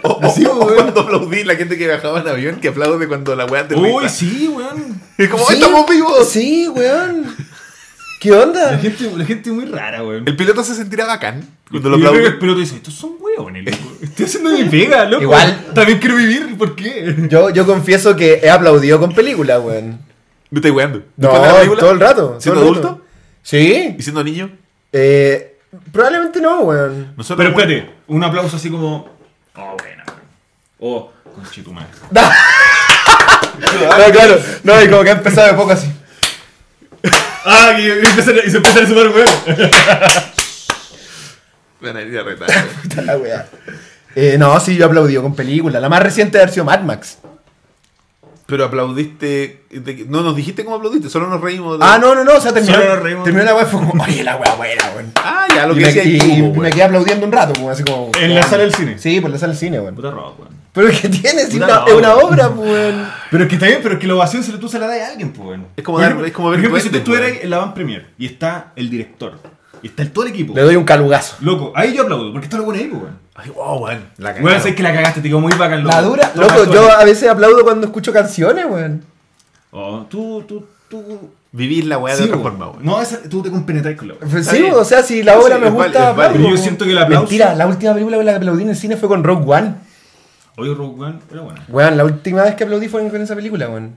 Speaker 1: O, o-
Speaker 2: Sí,
Speaker 1: o
Speaker 2: weón.
Speaker 1: cuando aplaudí la gente que viajaba en avión, que aplaude cuando la weá te
Speaker 3: Uy, sí, weón.
Speaker 1: Es como,
Speaker 2: Sí,
Speaker 1: estamos vivos.
Speaker 2: Sí, weón. ¿Qué
Speaker 3: La
Speaker 2: onda?
Speaker 3: gente, la gente es muy rara, weón.
Speaker 1: El piloto se sentirá bacán cuando
Speaker 3: Y
Speaker 1: lo
Speaker 3: yo creo que
Speaker 1: aplaude.
Speaker 3: el piloto dice, estos son weones, loco. Estoy haciendo mi pega, loco.
Speaker 2: Igual.
Speaker 3: También quiero vivir, ¿por qué?
Speaker 2: Yo, yo confieso que he aplaudido con películas, weón.
Speaker 1: Me estoy weando.
Speaker 2: No,
Speaker 1: Después de la película,
Speaker 2: todo el rato.
Speaker 1: ¿Siendo
Speaker 2: todo el rato.
Speaker 1: adulto?
Speaker 2: Sí.
Speaker 1: ¿Y siendo niño?
Speaker 2: Eh, probablemente no, weón.
Speaker 1: Nosotros
Speaker 3: Pero espérate, un aplauso así como. Oh, buena, weón. Oh, conchetumare.
Speaker 2: No, claro. No, y como que ha empezado de poco así.
Speaker 3: Ah, y, y empiezan a- y se empiezan a sumar, weón.
Speaker 1: Me van a ir a retar.
Speaker 2: Puta la weá. Eh, no, sí, yo he aplaudido con películas. La más reciente ha sido Mad Max.
Speaker 1: Pero aplaudiste. de- No nos dijiste cómo aplaudiste, solo nos reímos. de-
Speaker 2: Ah, no, no, no. O sea, terminó,
Speaker 3: Solo nos reímos.
Speaker 2: terminó la weá y fue como, oye, la weá buena, weón.
Speaker 1: Ah, ya, lo
Speaker 2: Y
Speaker 1: que
Speaker 2: me,
Speaker 1: decía
Speaker 2: y
Speaker 1: Yugo,
Speaker 2: me
Speaker 1: weón.
Speaker 2: quedé aplaudiendo un rato, weón. Así como.
Speaker 3: En la sala del cine.
Speaker 2: Sí, por la sala del cine, weón.
Speaker 3: Puta rock, weón.
Speaker 2: Pero es que tiene, si
Speaker 3: Puta
Speaker 2: una-
Speaker 3: no,
Speaker 2: es una
Speaker 3: weón.
Speaker 2: obra, weón.
Speaker 3: Pero es que está bien, pero es que la ovación se la, tú se la das a alguien, pues, weón.
Speaker 1: Es como
Speaker 3: Por
Speaker 1: dar-
Speaker 3: ejemplo-
Speaker 1: es como ver
Speaker 3: Por ejemplo, si tú
Speaker 1: duendes,
Speaker 3: estuvieras
Speaker 1: weón.
Speaker 3: en la van premier y está el director, y está el, todo el equipo.
Speaker 2: Le doy un calugazo.
Speaker 3: Loco, ahí yo aplaudo, porque está lo bueno ahí, pues, weón.
Speaker 1: Ay, wow, weón. La cagaron.
Speaker 3: Weón, sé que la cagaste, te quedó muy bacán, loco.
Speaker 2: La dura.
Speaker 3: Toma,
Speaker 2: Loco,
Speaker 3: toma.
Speaker 2: yo a veces aplaudo cuando escucho canciones, weón.
Speaker 3: Oh, tú, tú, tú.
Speaker 1: Vivís la weá de
Speaker 3: Sí,
Speaker 1: otra
Speaker 3: weón.
Speaker 1: forma, weón.
Speaker 3: No, esa- tú te compenetras con la weón.
Speaker 2: Pues
Speaker 1: Está
Speaker 2: Sí,
Speaker 1: bien.
Speaker 2: o sea, si la obra
Speaker 1: Sí,
Speaker 2: me
Speaker 1: es
Speaker 2: gusta,
Speaker 1: válido, es
Speaker 2: aplaudo,
Speaker 1: válido.
Speaker 3: Pero yo
Speaker 2: po.
Speaker 3: siento que el aplauso-
Speaker 2: Mentira, la última película que la que aplaudí en el cine fue con Rogue One.
Speaker 3: Oye, Rogue One era buena.
Speaker 2: Weón, la última vez que aplaudí fue con esa película, weón.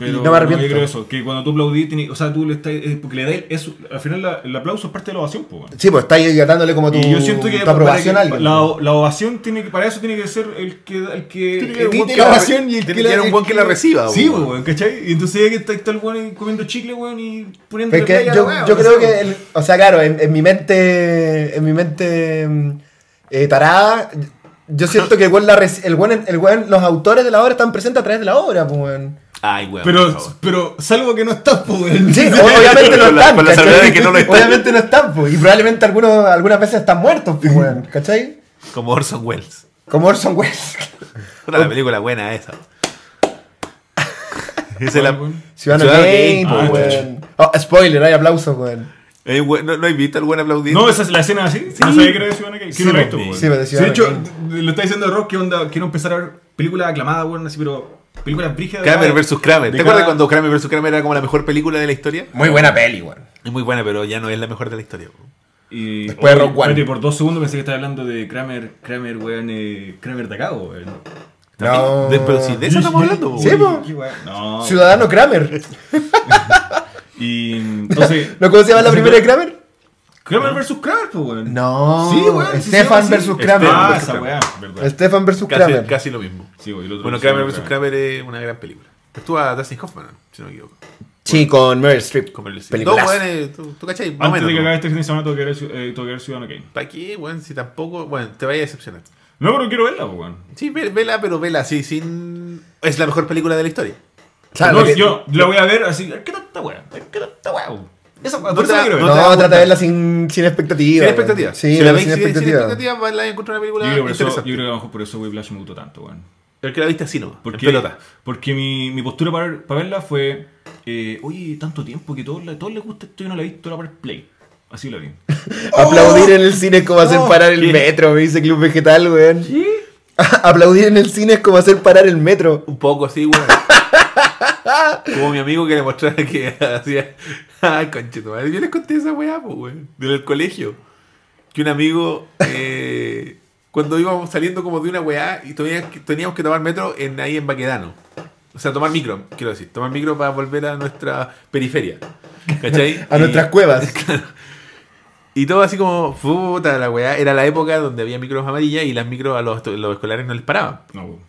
Speaker 2: Y
Speaker 3: Pero
Speaker 2: no me arrepiento.
Speaker 3: Yo creo eso, que cuando tú aplaudís, tenés- o sea, tú le estás. eh, porque le das. Eso, al final la- el aplauso es parte de la ovación, pues, weón.
Speaker 2: Sí, pues está ahí dándole como tu,
Speaker 3: Y yo siento que,
Speaker 2: tu
Speaker 3: para
Speaker 2: aprobación a
Speaker 3: que
Speaker 2: alguien.
Speaker 3: la, la ovación tiene que, para eso tiene que ser el que
Speaker 1: Tiene
Speaker 3: el que
Speaker 1: que haber un
Speaker 3: edite
Speaker 1: buen que
Speaker 3: la
Speaker 1: la re-
Speaker 3: ovación y el
Speaker 1: tiene
Speaker 3: que
Speaker 1: que haber
Speaker 3: la,
Speaker 1: un
Speaker 3: el
Speaker 1: buen que la reciba,
Speaker 3: Sí,
Speaker 1: weón.
Speaker 3: weón, ¿cachai? Y entonces hay que estar está el weón poniendo chicle, weón, y poniendo
Speaker 2: Pero es que yo, yo creo que, el- o sea, claro, en, en mi mente, en mi mente mm, eh, tarada, yo siento que el weón, la reci- el weón- el weón- los autores de la obra están presentes a través de la obra, pues, weón.
Speaker 1: Ay, weón. por
Speaker 3: pero
Speaker 1: favor.
Speaker 3: pero salvo que no estás, pues, weón.
Speaker 2: Sí, o- obviamente no
Speaker 1: Con la-
Speaker 2: están.
Speaker 1: con la
Speaker 2: ¿cachai?
Speaker 1: salvedad de que no lo están.
Speaker 2: Obviamente no están, pues, y probablemente algunos, algunas veces están muertos, pues, weón, ¿cachai?
Speaker 1: Como Orson Welles.
Speaker 2: Como Orson Welles.
Speaker 1: Una película buena esa. Ese la-
Speaker 3: weón?
Speaker 1: Ciudadano
Speaker 2: Ciudadano Kane,
Speaker 1: Kane,
Speaker 2: pues,
Speaker 3: ah,
Speaker 2: weón. Oh, spoiler, hay aplausos, weón.
Speaker 1: Eh, güey, ¿no, ¿No has visto al buen aplaudiendo?
Speaker 3: No, esa es la escena así. No sabía que era de Ciudadana Kane.
Speaker 1: Sí,
Speaker 3: Que no la he
Speaker 1: pues,
Speaker 3: visto, weón.
Speaker 2: sí, pero de
Speaker 3: Sí, de
Speaker 2: Ciudadana
Speaker 3: hecho, lo está diciendo Rock, que onda, quiero empezar a ver películas aclamadas, weón, así, pero películas brígidas. de
Speaker 1: Kramer
Speaker 3: cada-
Speaker 1: vs. Kramer.
Speaker 3: de
Speaker 1: ¿Te acuerdas
Speaker 3: cada-
Speaker 1: cuando Kramer vs. Kramer era como la mejor película de la historia?
Speaker 2: Muy buena peli, weón.
Speaker 1: Es muy buena, pero ya no es la mejor de la historia. güey.
Speaker 3: Y,
Speaker 2: Después de
Speaker 3: oye,
Speaker 2: Rock One.
Speaker 3: espérate, por dos segundos pensé que estaba hablando de Kramer, Kramer, weón, eh, Kramer de acá, weón.
Speaker 2: No.
Speaker 1: De- pero si de eso estamos hablando. güey.
Speaker 2: Sí, po.
Speaker 3: Qué weón. No.
Speaker 2: Ciudadano Kramer.
Speaker 3: Y entonces.
Speaker 2: ¿No cómo se llama la primera de Kramer?
Speaker 3: Kramer vs. Kramer, pues, weón.
Speaker 2: No.
Speaker 3: Sí, weón.
Speaker 2: Stefan versus Kramer.
Speaker 3: Ah,
Speaker 1: versus
Speaker 3: esa
Speaker 1: Kramer.
Speaker 3: weá, verdad.
Speaker 2: Stefan versus
Speaker 1: Casi,
Speaker 2: Kramer.
Speaker 1: casi lo mismo.
Speaker 3: Sí, weón, y el otro
Speaker 1: Bueno,
Speaker 3: se llama
Speaker 1: Kramer vs. Kramer es una gran película. Actúa Dustin Hoffman, si no me equivoco.
Speaker 2: Sí, con Meryl Streep.
Speaker 1: Con Meryl Streep.
Speaker 2: Peliculazo.
Speaker 1: Dos weones, eh, tú, tú cachai, más o
Speaker 3: Antes
Speaker 1: menos.
Speaker 3: de
Speaker 1: ¿no?
Speaker 3: que acabe este fin de semana, tengo que ver, Ciu- eh, tengo que ver Ciudadano Kane.
Speaker 1: ¿Para qué, weón? Si tampoco. Bueno, te vaya a decepcionar.
Speaker 3: No, pero quiero verla, pues, weón.
Speaker 1: Sí, ve- vela, pero vela, sí, sin. Es la mejor película de la historia.
Speaker 2: Claro,
Speaker 3: no,
Speaker 2: que-
Speaker 3: yo la voy a ver así. ¿Qué tanta weá? ¿Qué tanta weá? weón? Esa weá, por eso
Speaker 1: te-
Speaker 3: la quiero ver.
Speaker 1: no
Speaker 2: No,
Speaker 1: te das
Speaker 2: trata
Speaker 1: cuenta.
Speaker 2: de verla sin, sin expectativa.
Speaker 1: Sin
Speaker 2: weón.
Speaker 1: expectativas.
Speaker 2: Sí,
Speaker 1: si la
Speaker 2: verla
Speaker 1: veis
Speaker 2: sin
Speaker 1: sin, sin
Speaker 2: expectativa.
Speaker 1: expectativas, vas a encontrar una película
Speaker 3: Yo creo, por eso,
Speaker 1: interesante.
Speaker 3: yo creo que a lo mejor por eso Whiplash me gustó tanto, weón.
Speaker 1: El que la viste así nomás, en
Speaker 3: Porque,
Speaker 1: pelota.
Speaker 3: porque mi, mi postura para, ver- para verla fue, eh, oye, tanto tiempo que todos, la- todos les gusta esto y no la he visto, la voy a ver play. Así la vi.
Speaker 2: Aplaudir en el cine es como hacer
Speaker 1: Oh,
Speaker 2: parar el
Speaker 1: ¿qué?
Speaker 2: metro, me dice Club Vegetal, weón. Aplaudir en el cine es como hacer parar el metro.
Speaker 1: Un poco así, weón. Como mi amigo que le mostrara que hacía. Ay, conchito, madre. Yo les conté esa weá, pues, weón. Del colegio. Que un amigo. eh, cuando íbamos saliendo como de una weá y tenía- teníamos que tomar metro en, ahí en Baquedano. O sea, tomar micro, quiero decir. Tomar micro para volver a nuestra periferia. ¿Cachai?
Speaker 2: A
Speaker 1: Y-
Speaker 2: nuestras cuevas.
Speaker 1: Y todo así como, puta la weá, era la época donde había micros amarillas y las micros a los, los escolares no les paraban.
Speaker 3: No, weón.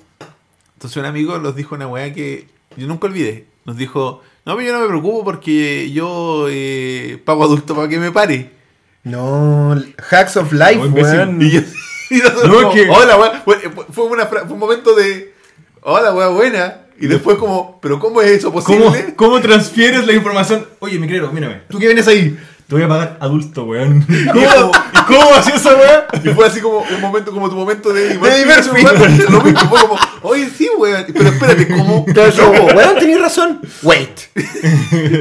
Speaker 1: Entonces un amigo nos dijo una weá que yo nunca olvidé. Nos dijo, no, pero yo no me preocupo porque yo eh, pago adulto para que me pare.
Speaker 2: No, Hacks of Life,
Speaker 3: No, imbécil.
Speaker 2: weón.
Speaker 1: Y yo, y nosotros
Speaker 3: No,
Speaker 1: como,
Speaker 3: que-
Speaker 1: hola weá, Fue- fue, una fra- fue un momento de, hola weá, buena. Y después como, pero ¿cómo es eso
Speaker 3: ¿Cómo,
Speaker 1: posible?
Speaker 3: ¿Cómo transfieres la información? Oye, mi crero, mírame. ¿Tú qué vienes ahí? Te voy a pagar adulto, weón. ¿Cómo, ¿Cómo hacía esa weá?
Speaker 1: Y fue así como un momento, como tu momento de...
Speaker 2: Eddie Murphy.
Speaker 1: weón, Lo mismo, fue como, oye sí weón, pero espérate, ¿cómo?
Speaker 2: Entonces, como, weón, tenías razón. Wait.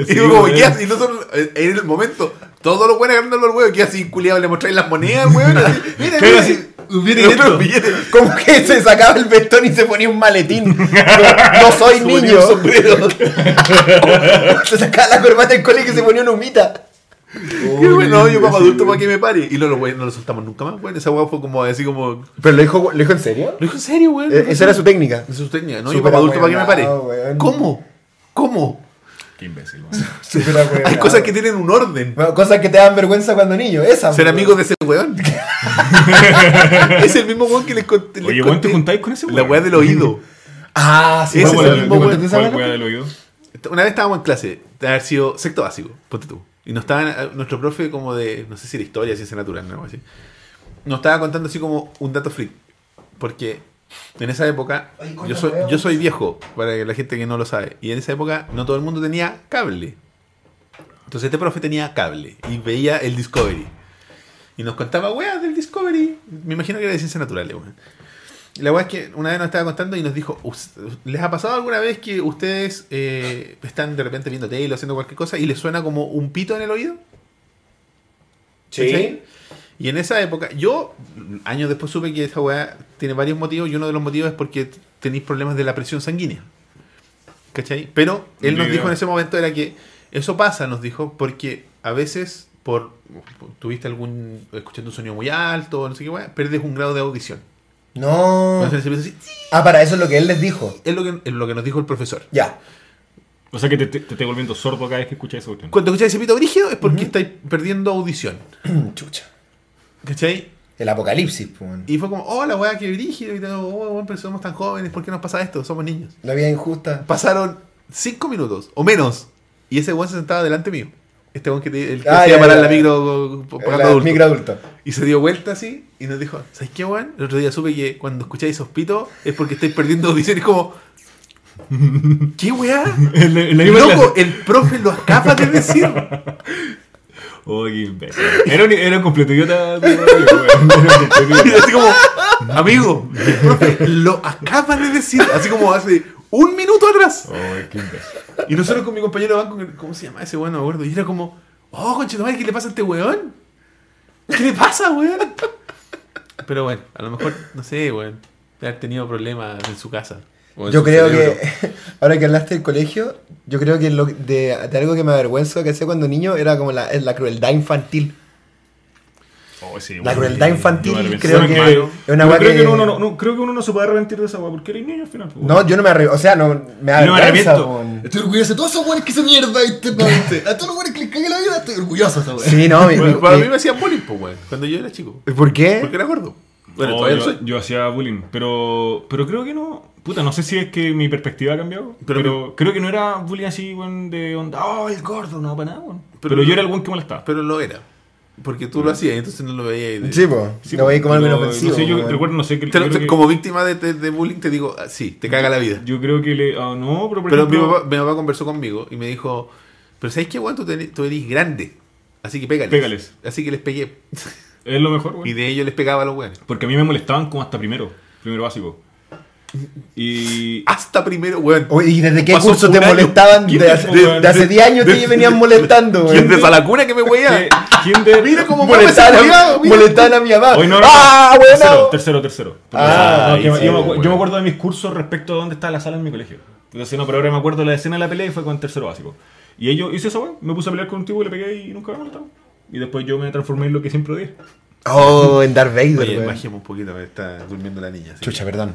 Speaker 1: Y yo como, ¿qué haces? Y nosotros, eh, en el momento, todos los buenos agarrando los huevos, que así culiado, le mostráis las monedas, weón. Así, mira,
Speaker 3: Pero
Speaker 1: mira,
Speaker 3: así, viene
Speaker 1: los
Speaker 3: esto.
Speaker 1: billetes.
Speaker 2: Como que se sacaba el vestón y se ponía un maletín. No, no soy
Speaker 1: Se ponía
Speaker 2: niño.
Speaker 1: un sombrero.
Speaker 2: se sacaba la corbata del colegio y se ponía una humita.
Speaker 1: Qué bueno, yo como adulto para que me pare. Y no, los güeyes no lo soltamos nunca más, weón. Esa hueá fue como así como. Lo
Speaker 2: ¿Pero lo dijo, lo dijo en serio?
Speaker 1: dijo en serio, weón.
Speaker 2: Eh, Esa era su técnica.
Speaker 1: Esa es su técnica, no, yo
Speaker 2: Súper
Speaker 1: como adulto para que me pare.
Speaker 2: ahueonado, weón.
Speaker 1: ¿Cómo? ¿Cómo?
Speaker 3: Qué imbécil, weón.
Speaker 2: Súper
Speaker 1: Hay
Speaker 2: ahueonado.
Speaker 1: cosas que tienen un orden.
Speaker 2: Bueno, cosas que te dan vergüenza cuando niño, esa.
Speaker 1: Ser
Speaker 2: weón.
Speaker 1: amigos de ese weón. es el mismo weón que les conté. les
Speaker 3: Oye, weón, ¿te
Speaker 1: conté
Speaker 3: juntáis con ese weón?
Speaker 1: La weá del oído.
Speaker 2: Ah, sí,
Speaker 1: Ese
Speaker 2: ¿cómo
Speaker 1: es
Speaker 2: la-
Speaker 1: el mismo
Speaker 2: ¿cómo
Speaker 1: weón.
Speaker 2: te
Speaker 3: ¿Cuál
Speaker 2: esa weá?
Speaker 3: weá del oído?
Speaker 1: Una vez estábamos en clase, de haber sido sexto básico, ponte tú. Y nos estaban, eh, nuestro profe como de, no sé si de historia, ciencia natural, ¿no? algo así. Nos estaba contando así como un dato freak. Porque en esa época,
Speaker 2: Ay,
Speaker 1: yo
Speaker 2: corta,
Speaker 1: soy,
Speaker 2: weón.
Speaker 1: yo soy viejo, para la gente que no lo sabe. Y en esa época no todo el mundo tenía cable. Entonces este profe tenía cable y veía el Discovery. Y nos contaba weas del Discovery. Me imagino que era de ciencias naturales, weón. Y La weá es que una vez nos estaba contando y nos dijo, "Us- ¿les ha pasado alguna vez que ustedes eh, están de repente viendo tele o haciendo cualquier cosa y les suena como un pito en el oído? ¿Cachai? Y en esa época, yo años después supe que esa weá tiene varios motivos y uno de los motivos es porque tenéis problemas de la presión sanguínea. ¿Cachai? Pero él nos
Speaker 3: Idea.
Speaker 1: dijo en ese momento era que eso pasa, nos dijo, porque a veces por, por- tuviste algún, escuchando un sonido muy alto, no sé qué weá, perdes un grado de audición.
Speaker 2: No.
Speaker 1: Entonces empieza así, "Sí".
Speaker 2: Ah, para eso es lo que él les dijo.
Speaker 1: es lo que, es lo que nos dijo el profesor.
Speaker 2: Ya.
Speaker 3: O sea que te, te, te estoy volviendo sordo cada vez que escuchas esa cuestión.
Speaker 1: Cuando escucháis ese pito brígido es porque estáis perdiendo audición.
Speaker 2: Chucha.
Speaker 1: ¿Cachai?
Speaker 2: El apocalipsis, pues. weón.
Speaker 1: Y fue como, oh, la weá que brígido, y todo, oh, weón, pero somos tan jóvenes, ¿por qué nos pasa esto? Somos niños.
Speaker 2: La vida injusta.
Speaker 1: Pasaron cinco minutos o menos. Y ese weón se sentaba delante mío. Este weón que te, el que
Speaker 2: Ah,
Speaker 1: hacía
Speaker 2: ya,
Speaker 1: parar
Speaker 2: ya,
Speaker 1: la
Speaker 2: ya.
Speaker 1: micro eh, po- pagando
Speaker 2: La
Speaker 1: adulto.
Speaker 2: micro adulto.
Speaker 1: Y se dio vuelta así y nos dijo, ¿sabes qué, weón? El otro día supe que cuando escucháis esos pitos es porque estáis perdiendo audición. Y es como, ¿qué weá?
Speaker 3: En la- en la misma
Speaker 1: Loco,
Speaker 3: clase.
Speaker 1: el profe lo acaba de decir.
Speaker 3: Oh, qué imbécil. Era un, era un completo idiota. tu amigo, weón. Era un completo
Speaker 1: Y
Speaker 3: idiota.
Speaker 1: así como, amigo, el profe lo acaba de decir. Así como hace un minuto atrás.
Speaker 3: Oh, qué imbécil.
Speaker 1: Y nosotros con mi compañero de banco, ¿cómo se llama ese weón? No me acuerdo. Y era como, oh, conchetumare, ¿qué le pasa a este weón? ¿Qué le pasa, weón? Pero bueno, a lo mejor, no sé, weón, de haber tenido problemas en su casa. o en
Speaker 2: Yo
Speaker 1: su
Speaker 2: creo
Speaker 1: cerebro.
Speaker 2: que, ahora que hablaste del colegio, yo creo que lo- de, de algo que me avergüenzo que hacía cuando niño era como la, la crueldad infantil.
Speaker 3: Oh, sí,
Speaker 2: La
Speaker 3: bueno,
Speaker 2: crueldad
Speaker 3: sí,
Speaker 2: infantil
Speaker 3: yo me arrepiento.
Speaker 2: creo
Speaker 3: Bueno,
Speaker 2: que
Speaker 3: claro.
Speaker 2: es una
Speaker 3: Yo
Speaker 2: weá
Speaker 3: creo
Speaker 2: que-
Speaker 3: que uno no, no- creo que uno no se puede arrepentir de esa weá porque eres niño al final. pues,
Speaker 2: No, yo no me arrepiento, o sea, no me
Speaker 3: Yo no me
Speaker 2: avergüenza.
Speaker 3: arrepiento.
Speaker 2: weón.
Speaker 4: Estoy orgulloso de todos esos weones que se mierda internamente. A todos los weones que les cagué la vida, estoy orgulloso de esa wea.
Speaker 2: Sí, no,
Speaker 3: Eh,
Speaker 2: mi-
Speaker 1: Bueno,
Speaker 2: mi-
Speaker 1: para
Speaker 2: mi-
Speaker 1: mí me hacían bullying, pues, weón, cuando yo era chico.
Speaker 2: ¿Por qué?
Speaker 1: Porque era gordo. Bueno,
Speaker 3: No,
Speaker 1: todavía lo
Speaker 3: yo,
Speaker 1: soy.
Speaker 3: yo hacía bullying, pero pero creo que no. Puta, no sé si es que mi perspectiva ha cambiado,
Speaker 1: Pero-
Speaker 3: pero, creo que no era bullying así, weón, de onda, oh, el gordo, no, para nada, weón.
Speaker 1: Pero-
Speaker 3: Pero, yo era el weón que molestaba.
Speaker 1: Pero lo era. Porque tú lo hacías y entonces no lo veías. y de-
Speaker 2: Sí, po.
Speaker 3: Sí,
Speaker 2: no voy a ir como algo
Speaker 3: pero,
Speaker 2: inofensivo.
Speaker 3: No sé, yo
Speaker 2: weón.
Speaker 3: recuerdo, no sé, que,
Speaker 1: Te lo-
Speaker 3: yo,
Speaker 1: te-
Speaker 3: creo que,
Speaker 1: como víctima de, de- de bullying te digo, ah, sí, te caga la vida.
Speaker 3: yo creo que le... ah, no, pero por
Speaker 1: Pero mi
Speaker 3: ejemplo-
Speaker 1: papá, mi papá conversó conmigo y me dijo, pero ¿sabes qué, weón? Tú, tenés- tú eres grande. Así que pégales.
Speaker 3: Pégales.
Speaker 1: Así que les pegué.
Speaker 3: es lo mejor,
Speaker 1: Y
Speaker 3: weón.
Speaker 1: de ellos les pegaba a los weones.
Speaker 3: Porque a mí me molestaban como hasta primero, primero básico. Y...
Speaker 1: Hasta primero, weón.
Speaker 2: Oye, ¿Y desde qué
Speaker 1: Pasó
Speaker 2: curso te
Speaker 1: un año.
Speaker 2: molestaban? De,
Speaker 3: ¿Quién
Speaker 2: de-
Speaker 3: te-
Speaker 2: de- de hace
Speaker 3: de-
Speaker 2: 10 años te venían molestando,
Speaker 1: Y
Speaker 2: weón.
Speaker 1: desde a la cuna que me
Speaker 3: que
Speaker 1: weía.
Speaker 3: Kinder...
Speaker 1: Mira cómo me
Speaker 2: Molestaban, a-
Speaker 1: culiado, mira.
Speaker 2: molestaban a mi mamá.
Speaker 3: Hoy no, no,
Speaker 2: ¡Ah,
Speaker 3: no.
Speaker 2: bueno!
Speaker 3: Tercero, tercero, tercero. Porque,
Speaker 2: Ah,
Speaker 3: no,
Speaker 1: ahí
Speaker 3: que me-
Speaker 1: sí,
Speaker 3: yo, me, acu-
Speaker 1: bueno.
Speaker 3: yo me acuerdo de mis cursos respecto a dónde estaba la sala en mi colegio. Entonces, no, pero ahora me acuerdo de la escena de la pelea y fue con tercero básico. Y ellos hice esa weá, me puse a pelear con un tipo y le pegué y nunca me molestaron. Y después yo me transformé en lo que siempre odié.
Speaker 2: Oh, en Darth Vader,
Speaker 1: Oye,
Speaker 2: weón.
Speaker 1: bajemos un poquito, me está durmiendo la niña. así que
Speaker 2: Chucha, perdón.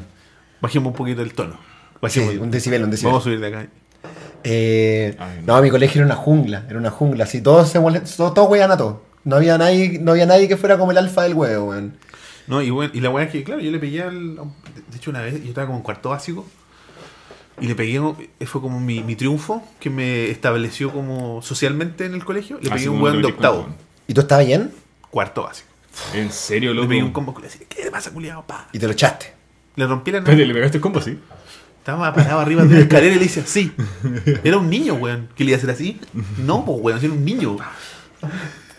Speaker 1: Bajemos un poquito el tono.
Speaker 2: Sí,
Speaker 1: Bajemos el-
Speaker 2: un decibel, un decibel.
Speaker 1: Vamos a subir de acá.
Speaker 2: Eh,
Speaker 3: Ay,
Speaker 2: no, mi colegio era una jungla, era una jungla. Así, todos se molest- todos, todos weían a todos. No había, nadie, no había nadie que fuera como el alfa del huevo, weón.
Speaker 1: No, y, bueno, y la weá es que, claro, yo le pegué al. De hecho, una vez yo estaba como en cuarto básico y le pegué. Fue como mi, mi triunfo que me estableció como socialmente en el colegio. Le
Speaker 3: Así
Speaker 1: pegué a un
Speaker 3: Ah, como
Speaker 1: weón de
Speaker 3: te peleé con
Speaker 1: octavo,
Speaker 2: ¿Y tú estabas bien?
Speaker 1: cuarto básico.
Speaker 3: weón. En serio,
Speaker 1: Le
Speaker 3: loco.
Speaker 1: pegué un combo culiao, así, ¿Qué le pasa, culiao? Pa.
Speaker 2: Y te lo echaste.
Speaker 1: Le rompí la
Speaker 3: Espérate,
Speaker 1: nariz.
Speaker 3: le pegaste el combo así.
Speaker 1: Estaba parado arriba de una escalera y le hice así. Era un niño, weón. ¿Qué le iba a hacer así? No, pues, weón, era un niño.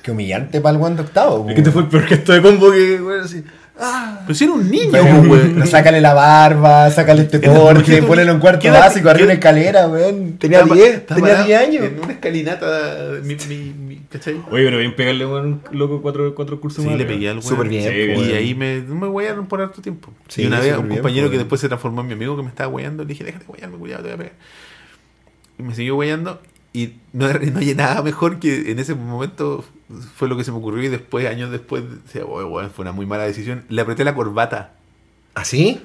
Speaker 2: Qué humillante para el weón de octavo,
Speaker 3: Es que te fue el peor gesto de combo que, weón, así.
Speaker 1: Pero si era un niño,
Speaker 2: Pero,
Speaker 1: pues, weón.
Speaker 2: Sácale la barba, sácale este porte,
Speaker 1: imagínate,
Speaker 2: ponle en un cuarto
Speaker 1: quédate,
Speaker 2: básico, arriba una
Speaker 1: quédate.
Speaker 2: escalera, weón. Tenía
Speaker 1: Estaba-
Speaker 2: 10,
Speaker 1: estaba
Speaker 2: tenía
Speaker 1: parado
Speaker 2: 10 años.
Speaker 1: En una escalinata, mi, mi, mi, ¿cachai?
Speaker 3: Oye, pero bien pegarle, weón, un loco, cuatro, cuatro cursos
Speaker 1: Sí,
Speaker 3: más.
Speaker 1: le
Speaker 3: weón.
Speaker 1: pegué al weón.
Speaker 2: Súper bien,
Speaker 3: Sí,
Speaker 2: po,
Speaker 1: Y
Speaker 2: weón.
Speaker 1: ahí me, no me huearon por harto tiempo.
Speaker 2: Sí,
Speaker 1: y una vez a un
Speaker 2: súper bien,
Speaker 1: compañero
Speaker 2: po,
Speaker 1: que
Speaker 2: weón.
Speaker 1: después se transformó en mi amigo que me estaba hueando, le dije, déjate huearme, cuidado, te voy a pegar. Y me siguió hueando y no, no hay nada mejor que en ese momento fue lo que se me ocurrió y después, años después, decía, "Oh, weón, fue una muy mala decisión. Le apreté la corbata
Speaker 2: ¿Así?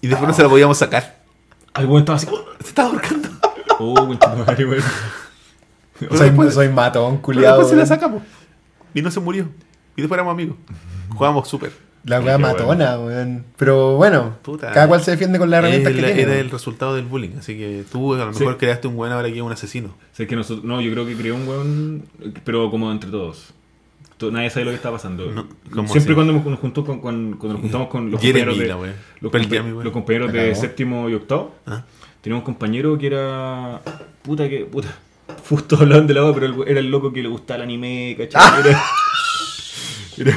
Speaker 1: y después
Speaker 2: Ah.
Speaker 1: no se la podíamos sacar.
Speaker 3: Al weón estaba así. Oh,
Speaker 1: Se estaba ahorcando.
Speaker 3: oh conchetumare, weón.
Speaker 1: Pero
Speaker 2: Soy,
Speaker 1: después-
Speaker 2: soy matón,
Speaker 1: pero
Speaker 2: culiado.
Speaker 1: después se la
Speaker 2: weón.
Speaker 1: sacamos. Y no se murió. Y después éramos amigos. Jugábamos súper.
Speaker 2: La
Speaker 3: Sí,
Speaker 2: weá
Speaker 3: qué
Speaker 2: matona, weón. Pero bueno,
Speaker 1: Puta.
Speaker 2: cada cual se defiende con las herramientas
Speaker 1: Es
Speaker 2: que
Speaker 1: la-
Speaker 2: tiene.
Speaker 1: era
Speaker 2: weón.
Speaker 1: el resultado del bullying. Así que tú a lo
Speaker 3: Sí.
Speaker 1: mejor creaste un buen ahora que es un asesino.
Speaker 3: O sea, es que nosotros, no, yo creo que creó un weón, pero como entre todos. To- Nadie sabe lo que está pasando.
Speaker 1: No, ¿cómo
Speaker 3: Siempre
Speaker 1: así?
Speaker 3: cuando nos, nos juntó con, con- cuando nos juntamos con los
Speaker 1: Jeremy,
Speaker 3: compañeros de,
Speaker 1: la wea.
Speaker 3: los,
Speaker 1: Pero el
Speaker 3: compa-
Speaker 1: Jeremy, wea.
Speaker 3: los compañeros
Speaker 2: La
Speaker 3: de
Speaker 2: cagó.
Speaker 3: séptimo y octavo,
Speaker 1: Ah.
Speaker 3: tenía un compañero que era. Puta que. Puta. Justo hablaban de la wea, pero el we- era el loco que le gustaba el anime, ¿cachai?
Speaker 1: Ah.
Speaker 3: Era, era,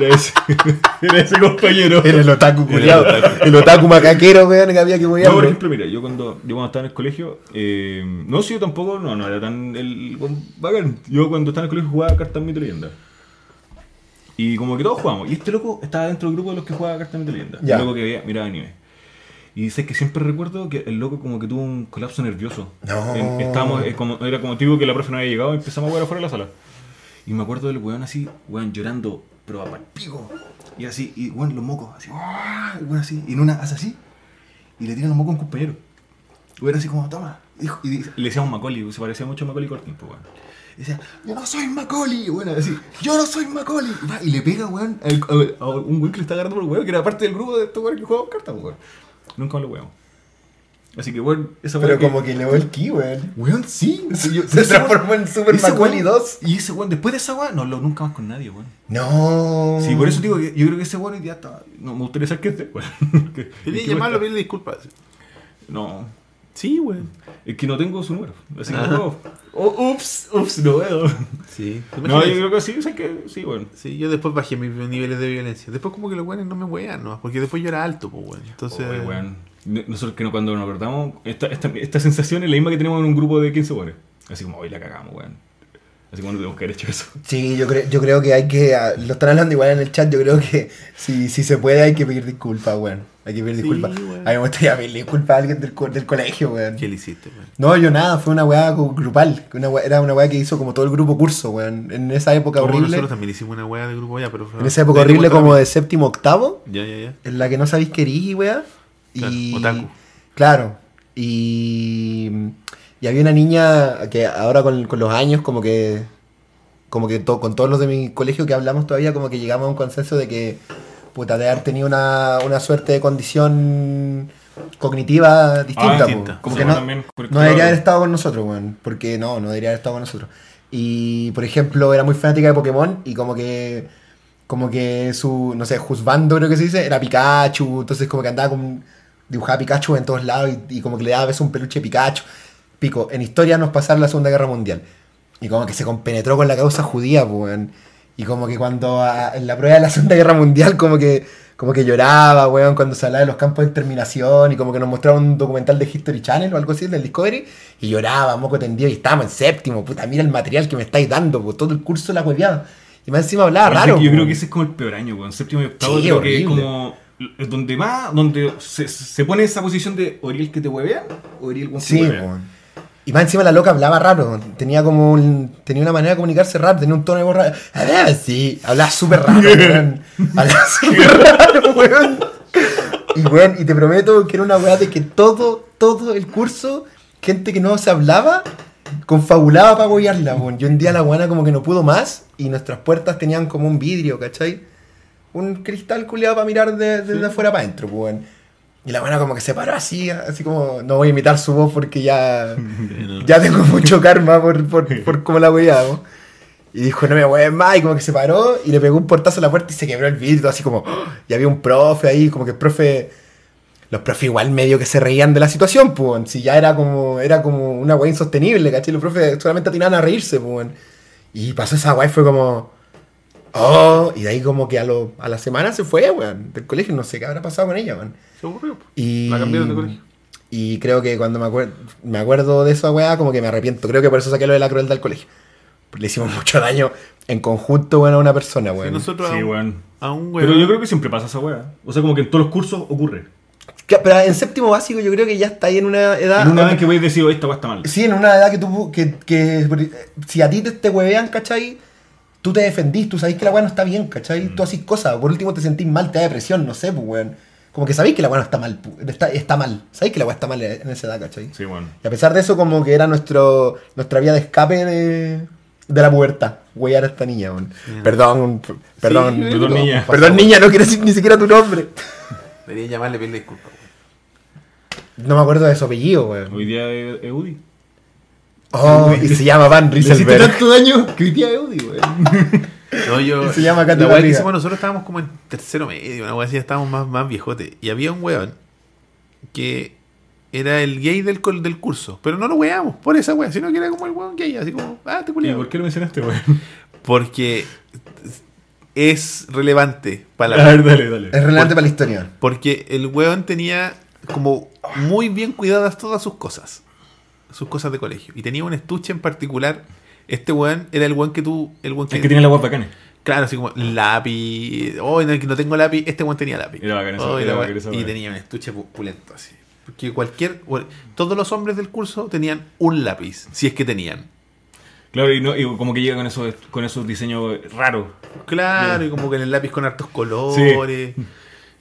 Speaker 3: era ese, era ese compañero.
Speaker 2: Era el otaku, culiado.
Speaker 1: Era el otaku.
Speaker 2: El otaku macaquero, weón, que había que wear.
Speaker 3: No, por ejemplo, mira, yo cuando, yo cuando estaba en el colegio, eh, no, sí, yo tampoco, no, no era tan el, con- bacán. Yo cuando estaba en el colegio jugaba cartas mito leyenda. Y como que todos jugamos. Y este loco estaba dentro del grupo de los que jugaba cartas mito leyenda.
Speaker 2: Ya.
Speaker 3: El loco que veía, miraba anime. Y dices que siempre recuerdo que el loco como que tuvo un colapso nervioso.
Speaker 2: No.
Speaker 3: En- estábamos, eh, como, era como tipo que la profe no había llegado y empezamos a jugar afuera de la sala. Y me acuerdo del weón así, weón llorando, pero a pico. Y así, y weón los mocos, así, ¡ah! y weón así, y en una hace así, y le tiran los mocos a un compañero. Y era así como, toma. hijo", Y dice- le decíamos Macaulay, se parecía mucho a Macaulay Culkin, pues, weón. Y decía, yo no soy Macaulay, weón, así, yo no soy Macaulay. Y va, Y le pega, weón, al- al- a un weón que le está agarrando por el weón, que era parte del grupo de estos weones que jugaban cartas, pues, weón. Nunca me lo weón. Así que, weón, esa
Speaker 2: Pero
Speaker 3: weón que-
Speaker 2: como que le doy el ki, weón.
Speaker 3: Weón, sí. yo-
Speaker 2: Se
Speaker 3: ese weón-
Speaker 2: transformó en Super
Speaker 3: ese
Speaker 2: Macaulay
Speaker 3: weón-
Speaker 2: 2.
Speaker 3: Y ese weón, después de esa weón, no habló nunca más con nadie, weón.
Speaker 2: No.
Speaker 3: Sí, por eso digo que yo creo que ese weón hoy día está. No me gustaría saber qué es este weón. Que-
Speaker 1: Tenía
Speaker 3: es
Speaker 1: que
Speaker 3: que
Speaker 1: llamarlo,
Speaker 3: weón
Speaker 1: pedirle disculpas.
Speaker 3: está- No.
Speaker 1: Sí, güey.
Speaker 3: Es que no tengo su número. Así que
Speaker 1: Ah.
Speaker 3: no. Oh, ups, ups, no veo.
Speaker 1: Sí. ¿Te
Speaker 3: No,
Speaker 1: imaginas?
Speaker 3: yo creo que sí, o sea que sí, weón.
Speaker 1: Sí, yo después bajé mis niveles de violencia. Después como que los güeyes no me wean, ¿no? Porque después yo era alto, pues, güey. Entonces...
Speaker 3: Oye, weón. No- Nosotros que no, cuando nos acordamos, esta, esta, esta sensación es la misma que tenemos en un grupo de 15 pobres. Así como, hoy la cagamos, weón. Así como no tenemos que haber hecho eso.
Speaker 2: Sí, yo, creo yo creo que hay que. ah, Lo están hablando igual en el chat. Yo creo que si, si se puede, hay que pedir disculpas, weón. Hay que pedir disculpas.
Speaker 1: weón.
Speaker 2: A mí me gustaría pedirle disculpas a alguien del, co- del colegio, weón.
Speaker 1: ¿Qué le hiciste, weón?
Speaker 2: No, yo nada, fue una weá co- grupal. que Una weá- era una weá que hizo como todo el grupo curso, weón. En esa época
Speaker 1: Oh,
Speaker 2: horrible.
Speaker 1: nosotros también hicimos una weá de grupo ya, pero fue-
Speaker 2: En esa época
Speaker 1: Dale
Speaker 2: horrible
Speaker 1: vuelta a
Speaker 2: como
Speaker 1: la
Speaker 2: de séptimo octavo,
Speaker 1: mía. Ya, ya, ya.
Speaker 2: en la que no sabéis qué erís, weá. Y.
Speaker 1: Claro, otaku.
Speaker 2: Claro. Y. Y había una niña que ahora con, con los años, como que. Como que to- con todos los de mi colegio que hablamos todavía, como que llegamos a un consenso de que. Puta, de haber tenido una, una suerte de condición cognitiva distinta. po.
Speaker 1: Ah, distinta.
Speaker 2: Como
Speaker 3: Sí, pues
Speaker 2: que no,
Speaker 3: también, porque-
Speaker 2: no debería haber estado con nosotros, weón. Porque no, no debería haber estado con nosotros. Y, por ejemplo, era muy fanática de Pokémon y como que... Como que su, no sé, juzgando creo que se dice, era Pikachu. Entonces como que andaba con... Dibujaba Pikachu en todos lados y, y como que le daba a veces un peluche de Pikachu. Pico, en historia nos pasaron la Segunda Guerra Mundial. Y como que se compenetró con la causa judía, pues, weón. Y como que cuando a- en la prueba de la Segunda Guerra Mundial, como que, como que lloraba, weón, cuando se hablaba de los campos de exterminación y como que nos mostraron un documental de History Channel o algo así del Discovery. Y lloraba, moco tendido, y estábamos en séptimo, puta, mira el material que me estáis dando, pues, todo el curso la hueveaba. Y más encima hablaba
Speaker 3: Por eso
Speaker 2: Ah, raro.
Speaker 3: es que Yo creo
Speaker 2: weón.
Speaker 3: que ese es como el peor año, weón. Séptimo y octavo
Speaker 2: Sí,
Speaker 3: creo que
Speaker 2: horrible.
Speaker 3: es como es donde más, donde se, se pone esa posición de Oriel que te huevean, Oriel weón, que
Speaker 2: Sí,
Speaker 3: huevea.
Speaker 2: weón. Y más encima la loca hablaba raro, tenía como un- tenía una manera de comunicarse raro, tenía un tono de voz raro. Ah, sí, hablaba súper raro, weón. Hablaba súper raro, weón. Y weón, y te prometo que era una weá de que todo, todo el curso, gente que no se hablaba, confabulaba para apoyarla, weón. Y un día la weá como que no pudo más y nuestras puertas tenían como un vidrio, ¿cachai? Un cristal culeado para mirar de- desde afuera para adentro, pues, weón. Y la buena como que se paró así, así como, no voy a imitar su voz porque ya, ya tengo mucho karma por, por, por cómo la voy Y dijo, no me mueves más, y como que se paró y le pegó un portazo a la puerta y se quebró el vidrio, así como, ¡oh! y había un profe ahí, como que el profe, los profes igual medio que se reían de la situación, pues, si ya era como, era como una weá insostenible, ¿cachai? Los profes solamente atinaban a reírse, pues. Y pasó esa weá y fue como, oh, y de ahí como que a, lo- a la semana se fue, weón, del colegio, no sé qué habrá pasado con ella, weón.
Speaker 1: Se aburrió. pues. po.
Speaker 2: Y,
Speaker 1: La cambiaron de colegio.
Speaker 2: Y creo que cuando me, acuer- me acuerdo de esa weá, como que me arrepiento. Creo que por eso saqué lo de la crueldad al colegio. Le hicimos mucho daño en conjunto, weón, a una persona,
Speaker 1: Sí,
Speaker 2: weón.
Speaker 1: nosotros
Speaker 3: Sí,
Speaker 1: a, un,
Speaker 3: weón.
Speaker 1: a un weón.
Speaker 3: Pero yo creo que siempre pasa esa weá. O sea, como que en todos los cursos ocurre.
Speaker 2: Que- Pero en séptimo básico yo creo que ya está ahí en una edad...
Speaker 3: En una vez que voy a decir, "Oh, esta weá está mal.
Speaker 2: Ah, Sí, en una edad que tú... Que, que- si a ti te, te huevean, ¿cachai? Tú te defendís, tú sabés que la weá no está bien, ¿cachai?
Speaker 1: Mm.
Speaker 2: Tú haces cosas, por último te sentís mal, te da depresión, no sé, pues, weón. Como que sabéis que la weá no está mal, pu- está, está mal. Sabéis que la weá está mal en esa edad, ¿cachai?
Speaker 3: Sí, weón.
Speaker 2: Y a pesar de eso, como que era nuestro, nuestra vía de escape de, de la pubertad. Huear a esta niña, weón. Perdón, p- perdón.
Speaker 1: Sí,
Speaker 3: Perdón, niña.
Speaker 2: Perdón, niña, no quiero decir ni siquiera tu nombre.
Speaker 1: Debería llamarle y pedirle disculpas. weón.
Speaker 2: No me acuerdo de su apellido, weón.
Speaker 3: Hoy día es es Udi.
Speaker 2: Oh, y se llama Van
Speaker 4: Le hiciste
Speaker 2: Rieselberg.
Speaker 4: tanto daño que hoy día es Udi, weón.
Speaker 1: No, yo,
Speaker 2: Se llama Cata
Speaker 1: la weá que
Speaker 2: Barriga.
Speaker 1: hicimos nosotros estábamos como en tercero medio, una weá así, ya estábamos más, más viejote. Y había un weón que era el gay del, col- del curso. Pero no lo weamos por esa weá, sino que era como el weón gay, así como, ah, te
Speaker 3: ¿Y
Speaker 1: culeo.
Speaker 3: por qué lo mencionaste, weón?
Speaker 1: Porque es relevante para
Speaker 3: A
Speaker 1: la
Speaker 3: ver, dale, dale.
Speaker 2: Es relevante para la historia.
Speaker 1: Porque el weón tenía como muy bien cuidadas todas sus cosas. Sus cosas de colegio. Y tenía un estuche en particular. Este weón era el weón que tú. El weón que,
Speaker 3: Es que tiene la weá bacana.
Speaker 1: Claro, así como lápiz. Oh, no, que no tengo lápiz. Este weón tenía lápiz.
Speaker 3: Era bacán esa-
Speaker 1: Oh, y
Speaker 3: era
Speaker 1: la
Speaker 3: bacán
Speaker 1: weá-
Speaker 3: esa
Speaker 1: y
Speaker 3: weá.
Speaker 1: tenía un estuche pu- pulento así. Porque cualquier. bueno, Todos los hombres del curso tenían un lápiz. Si es que tenían.
Speaker 3: Claro, y, no, y como que llega con esos, con esos diseños raros.
Speaker 1: Claro, y como que en el lápiz con hartos colores.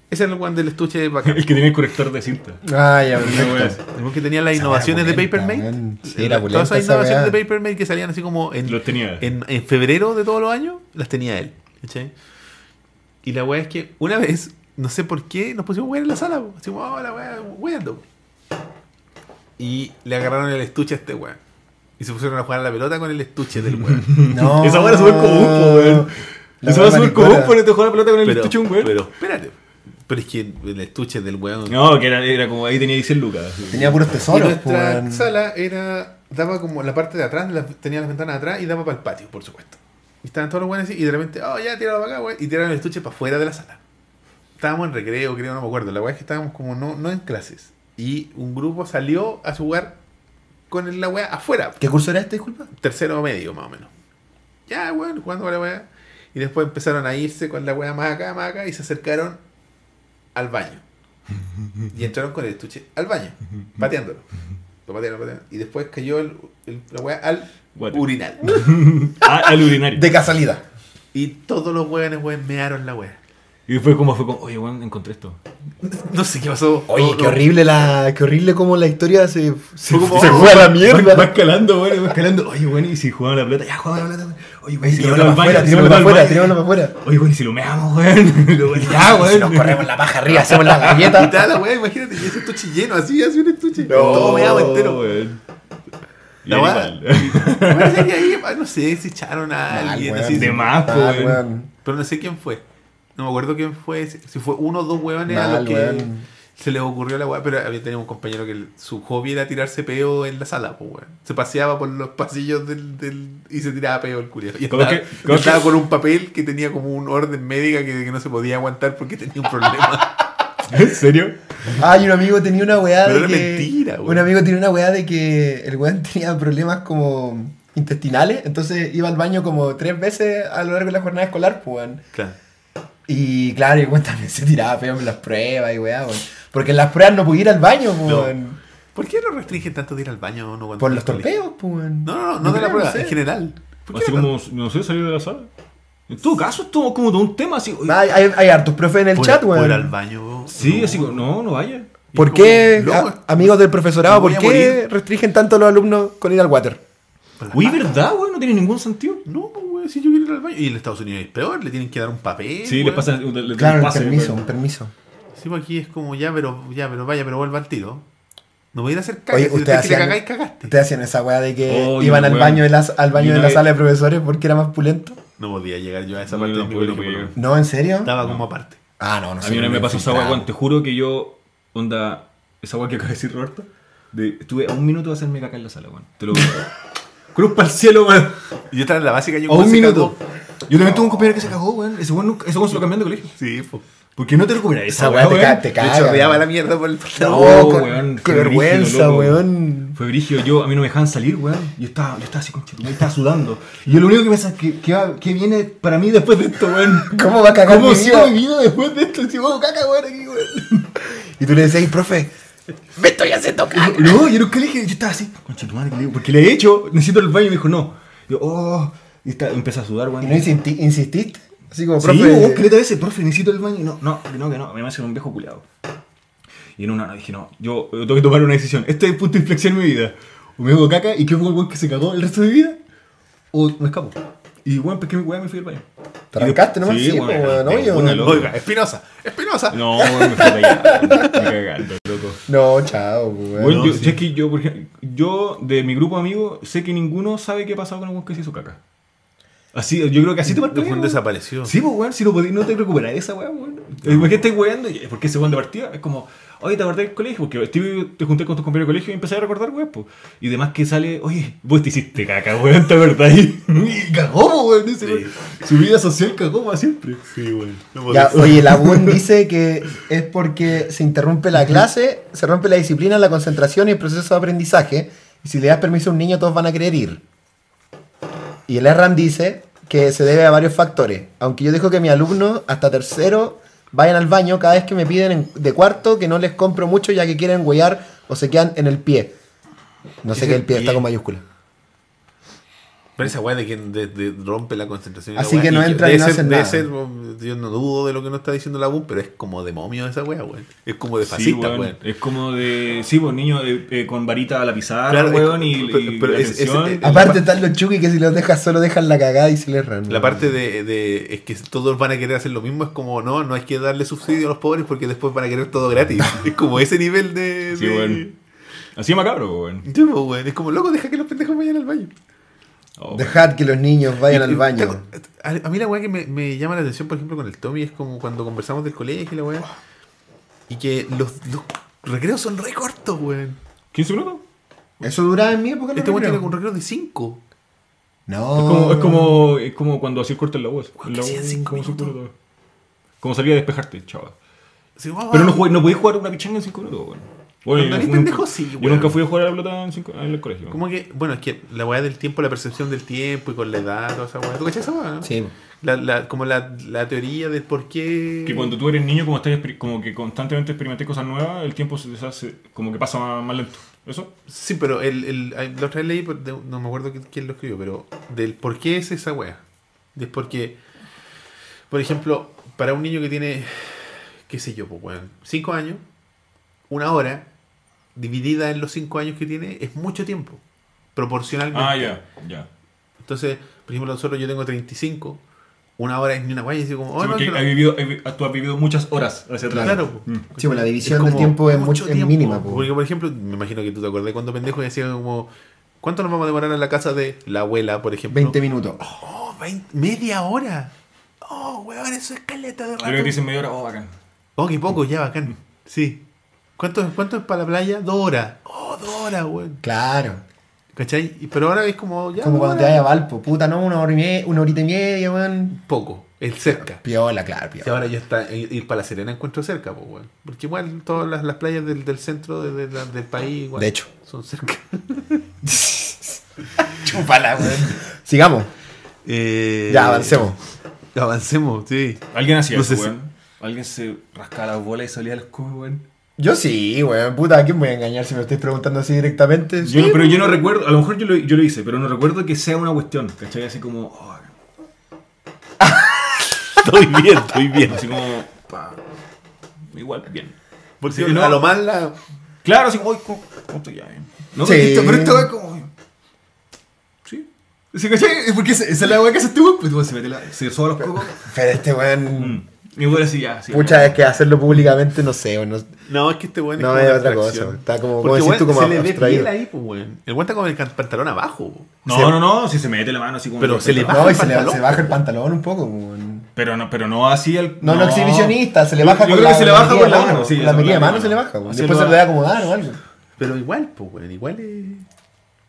Speaker 1: Ese era el weón del estuche bacán.
Speaker 3: El que tiene el corrector de cinta.
Speaker 2: Ay, ya,
Speaker 3: Una weá así.
Speaker 2: perfecto.
Speaker 1: Tenemos que tenía las
Speaker 2: Esa
Speaker 1: innovaciones
Speaker 2: weá
Speaker 1: de
Speaker 2: pulenta,
Speaker 1: Papermate. Eh,
Speaker 2: weón. Sí, era pulenta
Speaker 1: Todas esas
Speaker 2: esa
Speaker 1: innovaciones
Speaker 2: weá.
Speaker 1: de Papermate que salían así como en,
Speaker 3: Los tenía.
Speaker 1: en, en febrero de todos los años, las tenía él. ¿cachai? Y la weá es que una vez, no sé por qué, nos pusimos weá en la sala. po. Así como, oh, la weá, weando. Y le agarraron el estuche a este weá. Y se pusieron a jugar a la pelota con el estuche del weá.
Speaker 2: No.
Speaker 3: Esa weá es súper común, po, weón.
Speaker 2: La
Speaker 3: Eso va a
Speaker 2: weá
Speaker 3: ser
Speaker 2: maricona.
Speaker 3: común ponerte a jugar a la pelota con el
Speaker 1: pero,
Speaker 3: estuche de un weón.
Speaker 1: pero espérate. Pero es que el estuche del weón.
Speaker 3: No, que era, era como ahí tenía 10 lucas. así.
Speaker 2: Tenía puros
Speaker 1: Y
Speaker 2: tesoros, po,
Speaker 1: nuestra
Speaker 2: weón.
Speaker 1: sala era daba como la parte de atrás, la- tenía las ventanas atrás y daba para el patio, por supuesto. Y estaban todos los buenos así, y de repente, oh, ya, tíralo para acá, güey. Y tiraron el estuche para afuera de la sala. estábamos en recreo, creo, no me acuerdo. La weá es que estábamos como no, no en clases. Y un grupo salió a jugar con el- la weá afuera.
Speaker 2: ¿Qué curso era este, disculpa?
Speaker 1: Tercero medio, más o menos. Ya, weón, jugando con la weá. Y después empezaron a irse con la weá más acá, más acá. Y se acercaron al baño. Y entraron con el estuche al baño, pateándolo. Lo patearon, lo patearon. Y después cayó el- el- la weá al
Speaker 3: Guate.
Speaker 1: urinal.
Speaker 3: Ah, al urinario.
Speaker 2: De casualidad.
Speaker 1: Y todos los weones, weón, mearon la weá.
Speaker 3: Y fue como, fue como, oye, weón, encontré esto.
Speaker 1: No sé qué pasó.
Speaker 2: Oye,
Speaker 1: No,
Speaker 2: qué
Speaker 1: no.
Speaker 2: horrible la. Qué horrible como la historia se, se,
Speaker 1: Fue como-
Speaker 2: se fue a la mierda.
Speaker 3: Va, va escalando, weón, va escalando. Oye, weón, y si jugaban la plata, ya jugaban la plata. Oye, weón, y si lo
Speaker 2: Tirémoslo
Speaker 3: meamos
Speaker 2: para
Speaker 3: al baño,
Speaker 2: afuera,
Speaker 3: si lo
Speaker 2: tirémoslo para
Speaker 3: meamos
Speaker 2: afuera,
Speaker 3: al
Speaker 2: tirémoslo
Speaker 3: baño.
Speaker 2: para afuera.
Speaker 3: Oye, weón, y si lo meamos, weón. Lo- Ya,
Speaker 2: Si
Speaker 3: weón.
Speaker 2: nos corremos la paja arriba, hacemos la
Speaker 1: Y
Speaker 2: galleta.
Speaker 1: tal, la weá, imagínate, y ese estuche lleno, así, así un estuche.
Speaker 2: No.
Speaker 1: Todo meado entero.
Speaker 3: weón.
Speaker 1: La
Speaker 3: Y
Speaker 1: weá-
Speaker 3: igual.
Speaker 1: Parece que ahí, ah, no sé, se echaron a
Speaker 2: Mal,
Speaker 1: alguien,
Speaker 2: weón.
Speaker 1: así,
Speaker 3: De más, po,
Speaker 2: Mal,
Speaker 3: weón.
Speaker 2: weón.
Speaker 1: pero no sé quién fue. No me acuerdo quién fue, si si fue uno o dos hueones a los
Speaker 2: Mal,
Speaker 1: que
Speaker 2: weón.
Speaker 1: se les ocurrió la weá, pero había tenido un compañero que el- su hobby era tirarse peo en la sala, pues weón. Se paseaba por los pasillos del, del- y se tiraba peo el culiao. Y
Speaker 3: ¿Cómo
Speaker 1: estaba,
Speaker 3: que- cómo
Speaker 1: estaba
Speaker 3: que-
Speaker 1: con un papel que tenía como un orden médica que, que no se podía aguantar porque tenía un problema.
Speaker 3: ¿En serio?
Speaker 2: Ah, y un amigo tenía una weá
Speaker 1: Pero
Speaker 2: de
Speaker 1: era
Speaker 2: que,
Speaker 1: mentira, weón.
Speaker 2: Un amigo tenía una weá de que el weón tenía problemas como intestinales, entonces iba al baño como tres veces a lo largo de la jornada escolar, pues, weón.
Speaker 1: claro.
Speaker 2: Y claro, y el weón también se tiraba feo en las pruebas y weá, weón. Porque en las pruebas no podía ir al baño, pues,
Speaker 1: No.
Speaker 2: weón.
Speaker 1: ¿Por qué no restringen tanto de ir al baño? No cuando
Speaker 2: Por los
Speaker 1: estás en el colegio?
Speaker 2: torpeos, pues, weón.
Speaker 1: No, no, no, no de la
Speaker 2: creo,
Speaker 1: prueba,
Speaker 2: sé.
Speaker 1: en general. ¿Por qué
Speaker 3: Así
Speaker 1: no tanto?
Speaker 3: como, no sé, salir de la sala. En todo caso, es todo como todo un tema así. oye,
Speaker 2: Ah, Hay, hay, hartos profes en el
Speaker 1: Por-
Speaker 2: chat,
Speaker 1: por
Speaker 2: weón.
Speaker 1: al baño. weón.
Speaker 3: Sí,
Speaker 1: No.
Speaker 3: así como, no, no vaya.
Speaker 2: ¿Por
Speaker 1: como,
Speaker 2: qué,
Speaker 1: loco,
Speaker 2: a- amigos del
Speaker 1: me
Speaker 2: profesorado,
Speaker 1: voy
Speaker 2: por
Speaker 1: a
Speaker 2: qué
Speaker 1: morir.
Speaker 2: restringen tanto a los alumnos con ir al water?
Speaker 1: Por las
Speaker 3: Uy,
Speaker 1: pajas.
Speaker 3: ¿verdad, weón? No tiene ningún sentido.
Speaker 1: No, pues, weón, si yo quiero ir al baño. Y en Estados Unidos es peor, le tienen que dar un papel.
Speaker 3: Sí, le
Speaker 1: weón.
Speaker 3: pasa, le- le
Speaker 2: Claro, un
Speaker 3: pase,
Speaker 2: permiso,
Speaker 3: weón.
Speaker 2: un permiso.
Speaker 1: Sí, pues aquí es como ya, pero ya, pero vaya, pero vuelva al tiro. No voy a ir a hacer caca.
Speaker 2: Oye,
Speaker 1: si
Speaker 2: ustedes
Speaker 1: usted quiere
Speaker 2: hacían-
Speaker 1: cagar y cagaste.
Speaker 2: Ustedes hacían esa weá de que
Speaker 3: Oh,
Speaker 2: iban
Speaker 3: yo,
Speaker 2: al
Speaker 3: weón.
Speaker 2: baño, de, las, al
Speaker 3: Yo
Speaker 2: baño de
Speaker 3: una
Speaker 2: la
Speaker 3: vez-
Speaker 2: sala de profesores porque era más pulento.
Speaker 1: No podía llegar yo a esa
Speaker 3: No,
Speaker 1: parte
Speaker 3: yo
Speaker 1: de mi
Speaker 3: tampoco
Speaker 1: colegio.
Speaker 3: podía
Speaker 1: por lo
Speaker 3: llegar.
Speaker 2: No, en serio.
Speaker 1: menos. Estaba como aparte.
Speaker 2: Ah, no, no
Speaker 3: A mí una vez me pasó esa
Speaker 2: weá
Speaker 3: agua, Juan, te juro que yo, onda, esa agua que acaba de decir Roberto, de- estuve a un minuto de hacerme caca en la sala, Juan. Te lo Cruz para el cielo, weón.
Speaker 1: Y yo estaba en la básica. Yo
Speaker 3: A un
Speaker 1: se
Speaker 3: minuto.
Speaker 1: cagó.
Speaker 3: Yo también tuve un compañero que se cagó, weón. Ese weón nunca- ese weón se lo cambiaron de colegio.
Speaker 1: Sí, pues.
Speaker 3: ¿Por qué no te recuperas esa
Speaker 2: Esa weá
Speaker 3: agua,
Speaker 2: te, ca-
Speaker 3: weón?
Speaker 2: te
Speaker 1: Yo
Speaker 2: caga.
Speaker 1: chorreaba la mierda por el
Speaker 2: No,
Speaker 3: Oh,
Speaker 2: con-
Speaker 3: weón,
Speaker 2: qué
Speaker 3: fue
Speaker 2: vergüenza,
Speaker 3: brígido, loco.
Speaker 2: weón.
Speaker 3: Fue brigio, yo, a mí no me dejaban salir, weón. Yo estaba, yo estaba así con yo estaba sudando. Y yo lo único que pensaba es que, que, va- que viene para mí después de esto, weón.
Speaker 2: ¿Cómo va a cagar
Speaker 3: ¿Cómo
Speaker 2: mi vida?
Speaker 3: sigo mi vida después de esto? Si hago caca, weón, aquí, weón.
Speaker 2: Y tú le decías, "Ey, profe, me estoy haciendo caca.
Speaker 3: No, yo nunca le dije, yo estaba así, concha tu madre, ¿qué le digo? porque le he hecho, necesito el baño, y me dijo, no. Yo, oh, y está, empecé a sudar,
Speaker 2: ¿Y
Speaker 3: weón.
Speaker 2: no insisti- insististe? Así como,
Speaker 3: Sí, weón,
Speaker 2: profe.
Speaker 3: caleta de veces, profe, necesito el baño. Y No, no, que no, que no, me hace un viejo culiado. Y en una, no, dije, no, yo eh, tengo que tomar una decisión. Este es el punto de inflexión en mi vida. O me hago caca y quedo con el weón que se cagó el resto de mi vida, o me escapo. Y weón, pesqué mi weón y me fui al baño.
Speaker 2: Te arrancaste nomás, sí,
Speaker 3: no
Speaker 2: po, weón, obvio.
Speaker 3: loco.
Speaker 1: Oiga, Espinosa, Espinosa.
Speaker 3: No, weón, me fui allá. Me cagando, loco.
Speaker 2: No, chao, weón.
Speaker 3: Bueno, yo,
Speaker 1: sí.
Speaker 3: yo es que yo, por ejemplo, yo de mi grupo de amigos sé que ninguno sabe qué ha pasado con un weón que se hizo caca. Así, yo creo que así te
Speaker 1: El
Speaker 3: partió.
Speaker 1: weón desapareció.
Speaker 3: Sí, pues weón, si no podí, no te recuperás de esa weá, weón. ¿Por qué estás weando? Y- Porque ese weón de partida es como, oye, te acordás del colegio, porque estuve- te junté con tus compañeros de colegio y empecé a recordar, weón, pues. Y demás que sale, oye, vos te hiciste caca, weón, te acordás. Y, y cagó, po, weón, ese
Speaker 1: Sí.
Speaker 3: weón. Su vida social cagó para siempre.
Speaker 1: Sí, bueno. No podía
Speaker 2: Ya,
Speaker 1: ser.
Speaker 2: oye, la BUN dice que es porque se interrumpe la clase, se rompe la disciplina, la concentración y el proceso de aprendizaje. Y si le das permiso a un niño, todos van a querer ir. Y el Erran dice que se debe a varios factores. Aunque yo dejo que mis alumnos, hasta tercero, vayan al baño cada vez que me piden en- de cuarto, que no les compro mucho ya que quieren huear o se quedan en el pie. No sé
Speaker 1: Es
Speaker 2: qué
Speaker 1: el
Speaker 2: el pie,
Speaker 1: pie.
Speaker 2: está con mayúscula.
Speaker 1: Pero esa weá de que de- de rompe la concentración. y la
Speaker 2: Así
Speaker 1: weá.
Speaker 2: que no
Speaker 1: yo-
Speaker 2: entra y
Speaker 1: debe
Speaker 2: no
Speaker 1: ser-
Speaker 2: hacen
Speaker 1: debe
Speaker 2: nada.
Speaker 1: ser, um, yo no dudo de lo que nos está diciendo la U, pero es como de momio esa weá, weón. Es como de
Speaker 3: Sí,
Speaker 1: fascista,
Speaker 3: weón.
Speaker 1: weón.
Speaker 3: Es como de, sí, pues niño eh, eh, con varita a la pizarra,
Speaker 1: Claro, es
Speaker 3: weón,
Speaker 1: co-
Speaker 3: y, y
Speaker 1: pero- pero
Speaker 3: la
Speaker 1: es- es-
Speaker 3: atención.
Speaker 1: es-
Speaker 2: Aparte están los chuki que si los dejas solo dejan la cagada y se les ran.
Speaker 3: Eh,
Speaker 1: La parte de, de- es que todos van a querer hacer lo mismo, es como no, no hay que darle subsidio a los pobres porque después van a querer todo gratis. es como ese nivel de.
Speaker 3: Sí,
Speaker 1: de-
Speaker 3: weón. Así de macabro, weón.
Speaker 1: Sí, pues, weón. Es como loco, deja que los pendejos vayan al baño.
Speaker 3: Oh,
Speaker 2: Dejad que los niños vayan
Speaker 1: Y-
Speaker 2: al
Speaker 1: y-
Speaker 2: baño.
Speaker 1: A, a mí la weá que me, me llama la atención, por ejemplo, con el Tommy, es como cuando conversamos del colegio y la weá. Y que los, los recreos son re cortos, weón.
Speaker 3: 15 minutos.
Speaker 2: Eso duraba en mi época.
Speaker 1: Este
Speaker 2: no
Speaker 1: weón
Speaker 2: creo.
Speaker 1: tiene un recreo de 5.
Speaker 2: No.
Speaker 3: Es como, es como, es como cuando hacía el corte en la voz.
Speaker 1: Weón,
Speaker 3: En la
Speaker 1: que hacían
Speaker 3: voz,
Speaker 1: cinco
Speaker 3: como,
Speaker 1: minutos.
Speaker 3: cinco minutos. Como salía a despejarte, chaval.
Speaker 1: Sí, guau,
Speaker 3: Pero no,
Speaker 1: guau.
Speaker 3: jugué- no podía jugar una pichanga en 5 minutos, weón. Weón,
Speaker 1: Pero
Speaker 3: yo
Speaker 1: eres
Speaker 3: nunca-
Speaker 1: pendejo, sí,
Speaker 3: Yo
Speaker 1: weón.
Speaker 3: nunca fui a jugar a la pelota en, cinco- en el colegio.
Speaker 1: Como que, bueno, es que la weá del tiempo, la percepción del tiempo y con la edad, toda esa weá. ¿Tú cachas esa weá? no?
Speaker 2: Sí.
Speaker 1: La, la- como la, la teoría de por qué.
Speaker 3: Que cuando tú eres niño, como, estás, exper- como que constantemente experimentas cosas nuevas, el tiempo se deshace, como que pasa más, más lento. ¿Eso?
Speaker 1: Sí, pero el, el, ay, la otra vez leí, por- de- no me acuerdo qui- quién lo escribió, pero del por qué es esa wea. Es porque, por ejemplo, para un niño que tiene, qué sé yo, pues, weón, cinco años, una hora dividida en los cinco años que tiene es mucho tiempo, proporcionalmente.
Speaker 3: Ah, ya, ya.
Speaker 1: Entonces, por ejemplo, nosotros yo tengo 35, una hora es ni una wea, y digo, como, oh,
Speaker 3: Sí,
Speaker 1: no,
Speaker 3: porque
Speaker 1: yo no-
Speaker 3: has vivido, has- tú has vivido muchas horas hacia atrás.
Speaker 1: Claro, po.
Speaker 3: Mm.
Speaker 2: Sí, bueno, la división
Speaker 1: Es como
Speaker 2: del tiempo es,
Speaker 1: mucho
Speaker 2: mucho, es
Speaker 1: tiempo.
Speaker 2: mínima. po.
Speaker 1: Porque, por ejemplo, me imagino que tú te acordás cuando pendejo decían como, ¿cuánto nos vamos a demorar en la casa de la abuela, por ejemplo?
Speaker 2: 20 minutos.
Speaker 1: Oh, 20 media hora. Oh, weón, eso es caleta de
Speaker 3: Yo creo que Mm. te
Speaker 1: rato.
Speaker 3: dicen media hora, oh, bacán.
Speaker 1: Oh, qué poco, ya bacán. Sí. ¿Cuánto, cuánto es para la playa? Dos horas. Oh, dos horas, weón.
Speaker 2: Claro.
Speaker 1: ¿Cachai? Y- Pero ahora es como ya.
Speaker 2: Como
Speaker 1: dos
Speaker 2: cuando te
Speaker 1: horas.
Speaker 2: vayas a Valpo. Puta, no, una hora y media, una horita y media, weón.
Speaker 1: Poco, el cerca.
Speaker 2: Piola, claro,
Speaker 1: Y
Speaker 2: piola.
Speaker 1: ahora yo está, eh, ir ir para la Serena encuentro cerca, pues, weón. Porque igual todas las, las playas del, del centro de- de la- del país, igual,
Speaker 2: De hecho.
Speaker 1: son cerca.
Speaker 2: Chúpala, weón. Sigamos.
Speaker 1: Eh,
Speaker 2: Ya, avancemos.
Speaker 1: Avancemos, sí.
Speaker 3: Alguien hacía
Speaker 1: No
Speaker 3: eso,
Speaker 1: sé si-
Speaker 3: weón. Alguien se rascaba las bolas y salía a los cubos, weón.
Speaker 2: Yo sí, weón. Puta, ¿a quién voy a engañar si me lo estáis preguntando así directamente?
Speaker 3: Yo
Speaker 2: Sí,
Speaker 3: no- pero yo no recuerdo, a lo mejor yo lo, yo lo hice, pero no recuerdo que sea una cuestión, ¿cachai? Así como, oh,
Speaker 1: Estoy bien, estoy bien.
Speaker 3: así como, pa. Igual, bien.
Speaker 1: Porque
Speaker 3: Sí, no.
Speaker 1: a lo más la.
Speaker 3: Claro, así como, "Ay, ¿cómo cómo estoy ya bien?
Speaker 4: No,
Speaker 2: Sí.
Speaker 4: pero esto- pero esto es como.
Speaker 3: Sí.
Speaker 4: ¿Se cachai? Porque esa esa es la weá que haces tú, pues tú se mete la. Se soba los cocos.
Speaker 2: Pero este weón.
Speaker 3: Mm. Y bueno, así ya, así.
Speaker 2: Muchas veces que hacerlo públicamente, no sé, weón. no-
Speaker 1: No, es que este weón
Speaker 2: No,
Speaker 1: como
Speaker 2: es
Speaker 1: una
Speaker 2: otra cosa,
Speaker 1: abstracción.
Speaker 2: está como- como
Speaker 1: Porque,
Speaker 2: decís tú,
Speaker 1: weón,
Speaker 2: como
Speaker 1: se le ve
Speaker 2: abstraído.
Speaker 1: piel ahí, pues, weón. El weón está con el can- pantalón abajo. po.
Speaker 3: No,
Speaker 2: se-
Speaker 3: no, no, si se mete la mano así como.
Speaker 1: Pero se le baja
Speaker 2: No,
Speaker 1: el
Speaker 2: y se, le,
Speaker 1: pantalón,
Speaker 2: se baja el pantalón un poco, weón.
Speaker 3: Pero no, pero no así el.
Speaker 2: No, no, exhibicionista, se le baja
Speaker 3: Yo creo que se le baja
Speaker 2: medida
Speaker 3: con
Speaker 2: de
Speaker 3: la mano. sí,
Speaker 2: la
Speaker 3: con
Speaker 2: medida de mano se le baja, weón.
Speaker 3: Así
Speaker 2: Después
Speaker 3: lo
Speaker 2: se lo debe acomodar o algo.
Speaker 1: Pero igual, pues, weón. Igual es.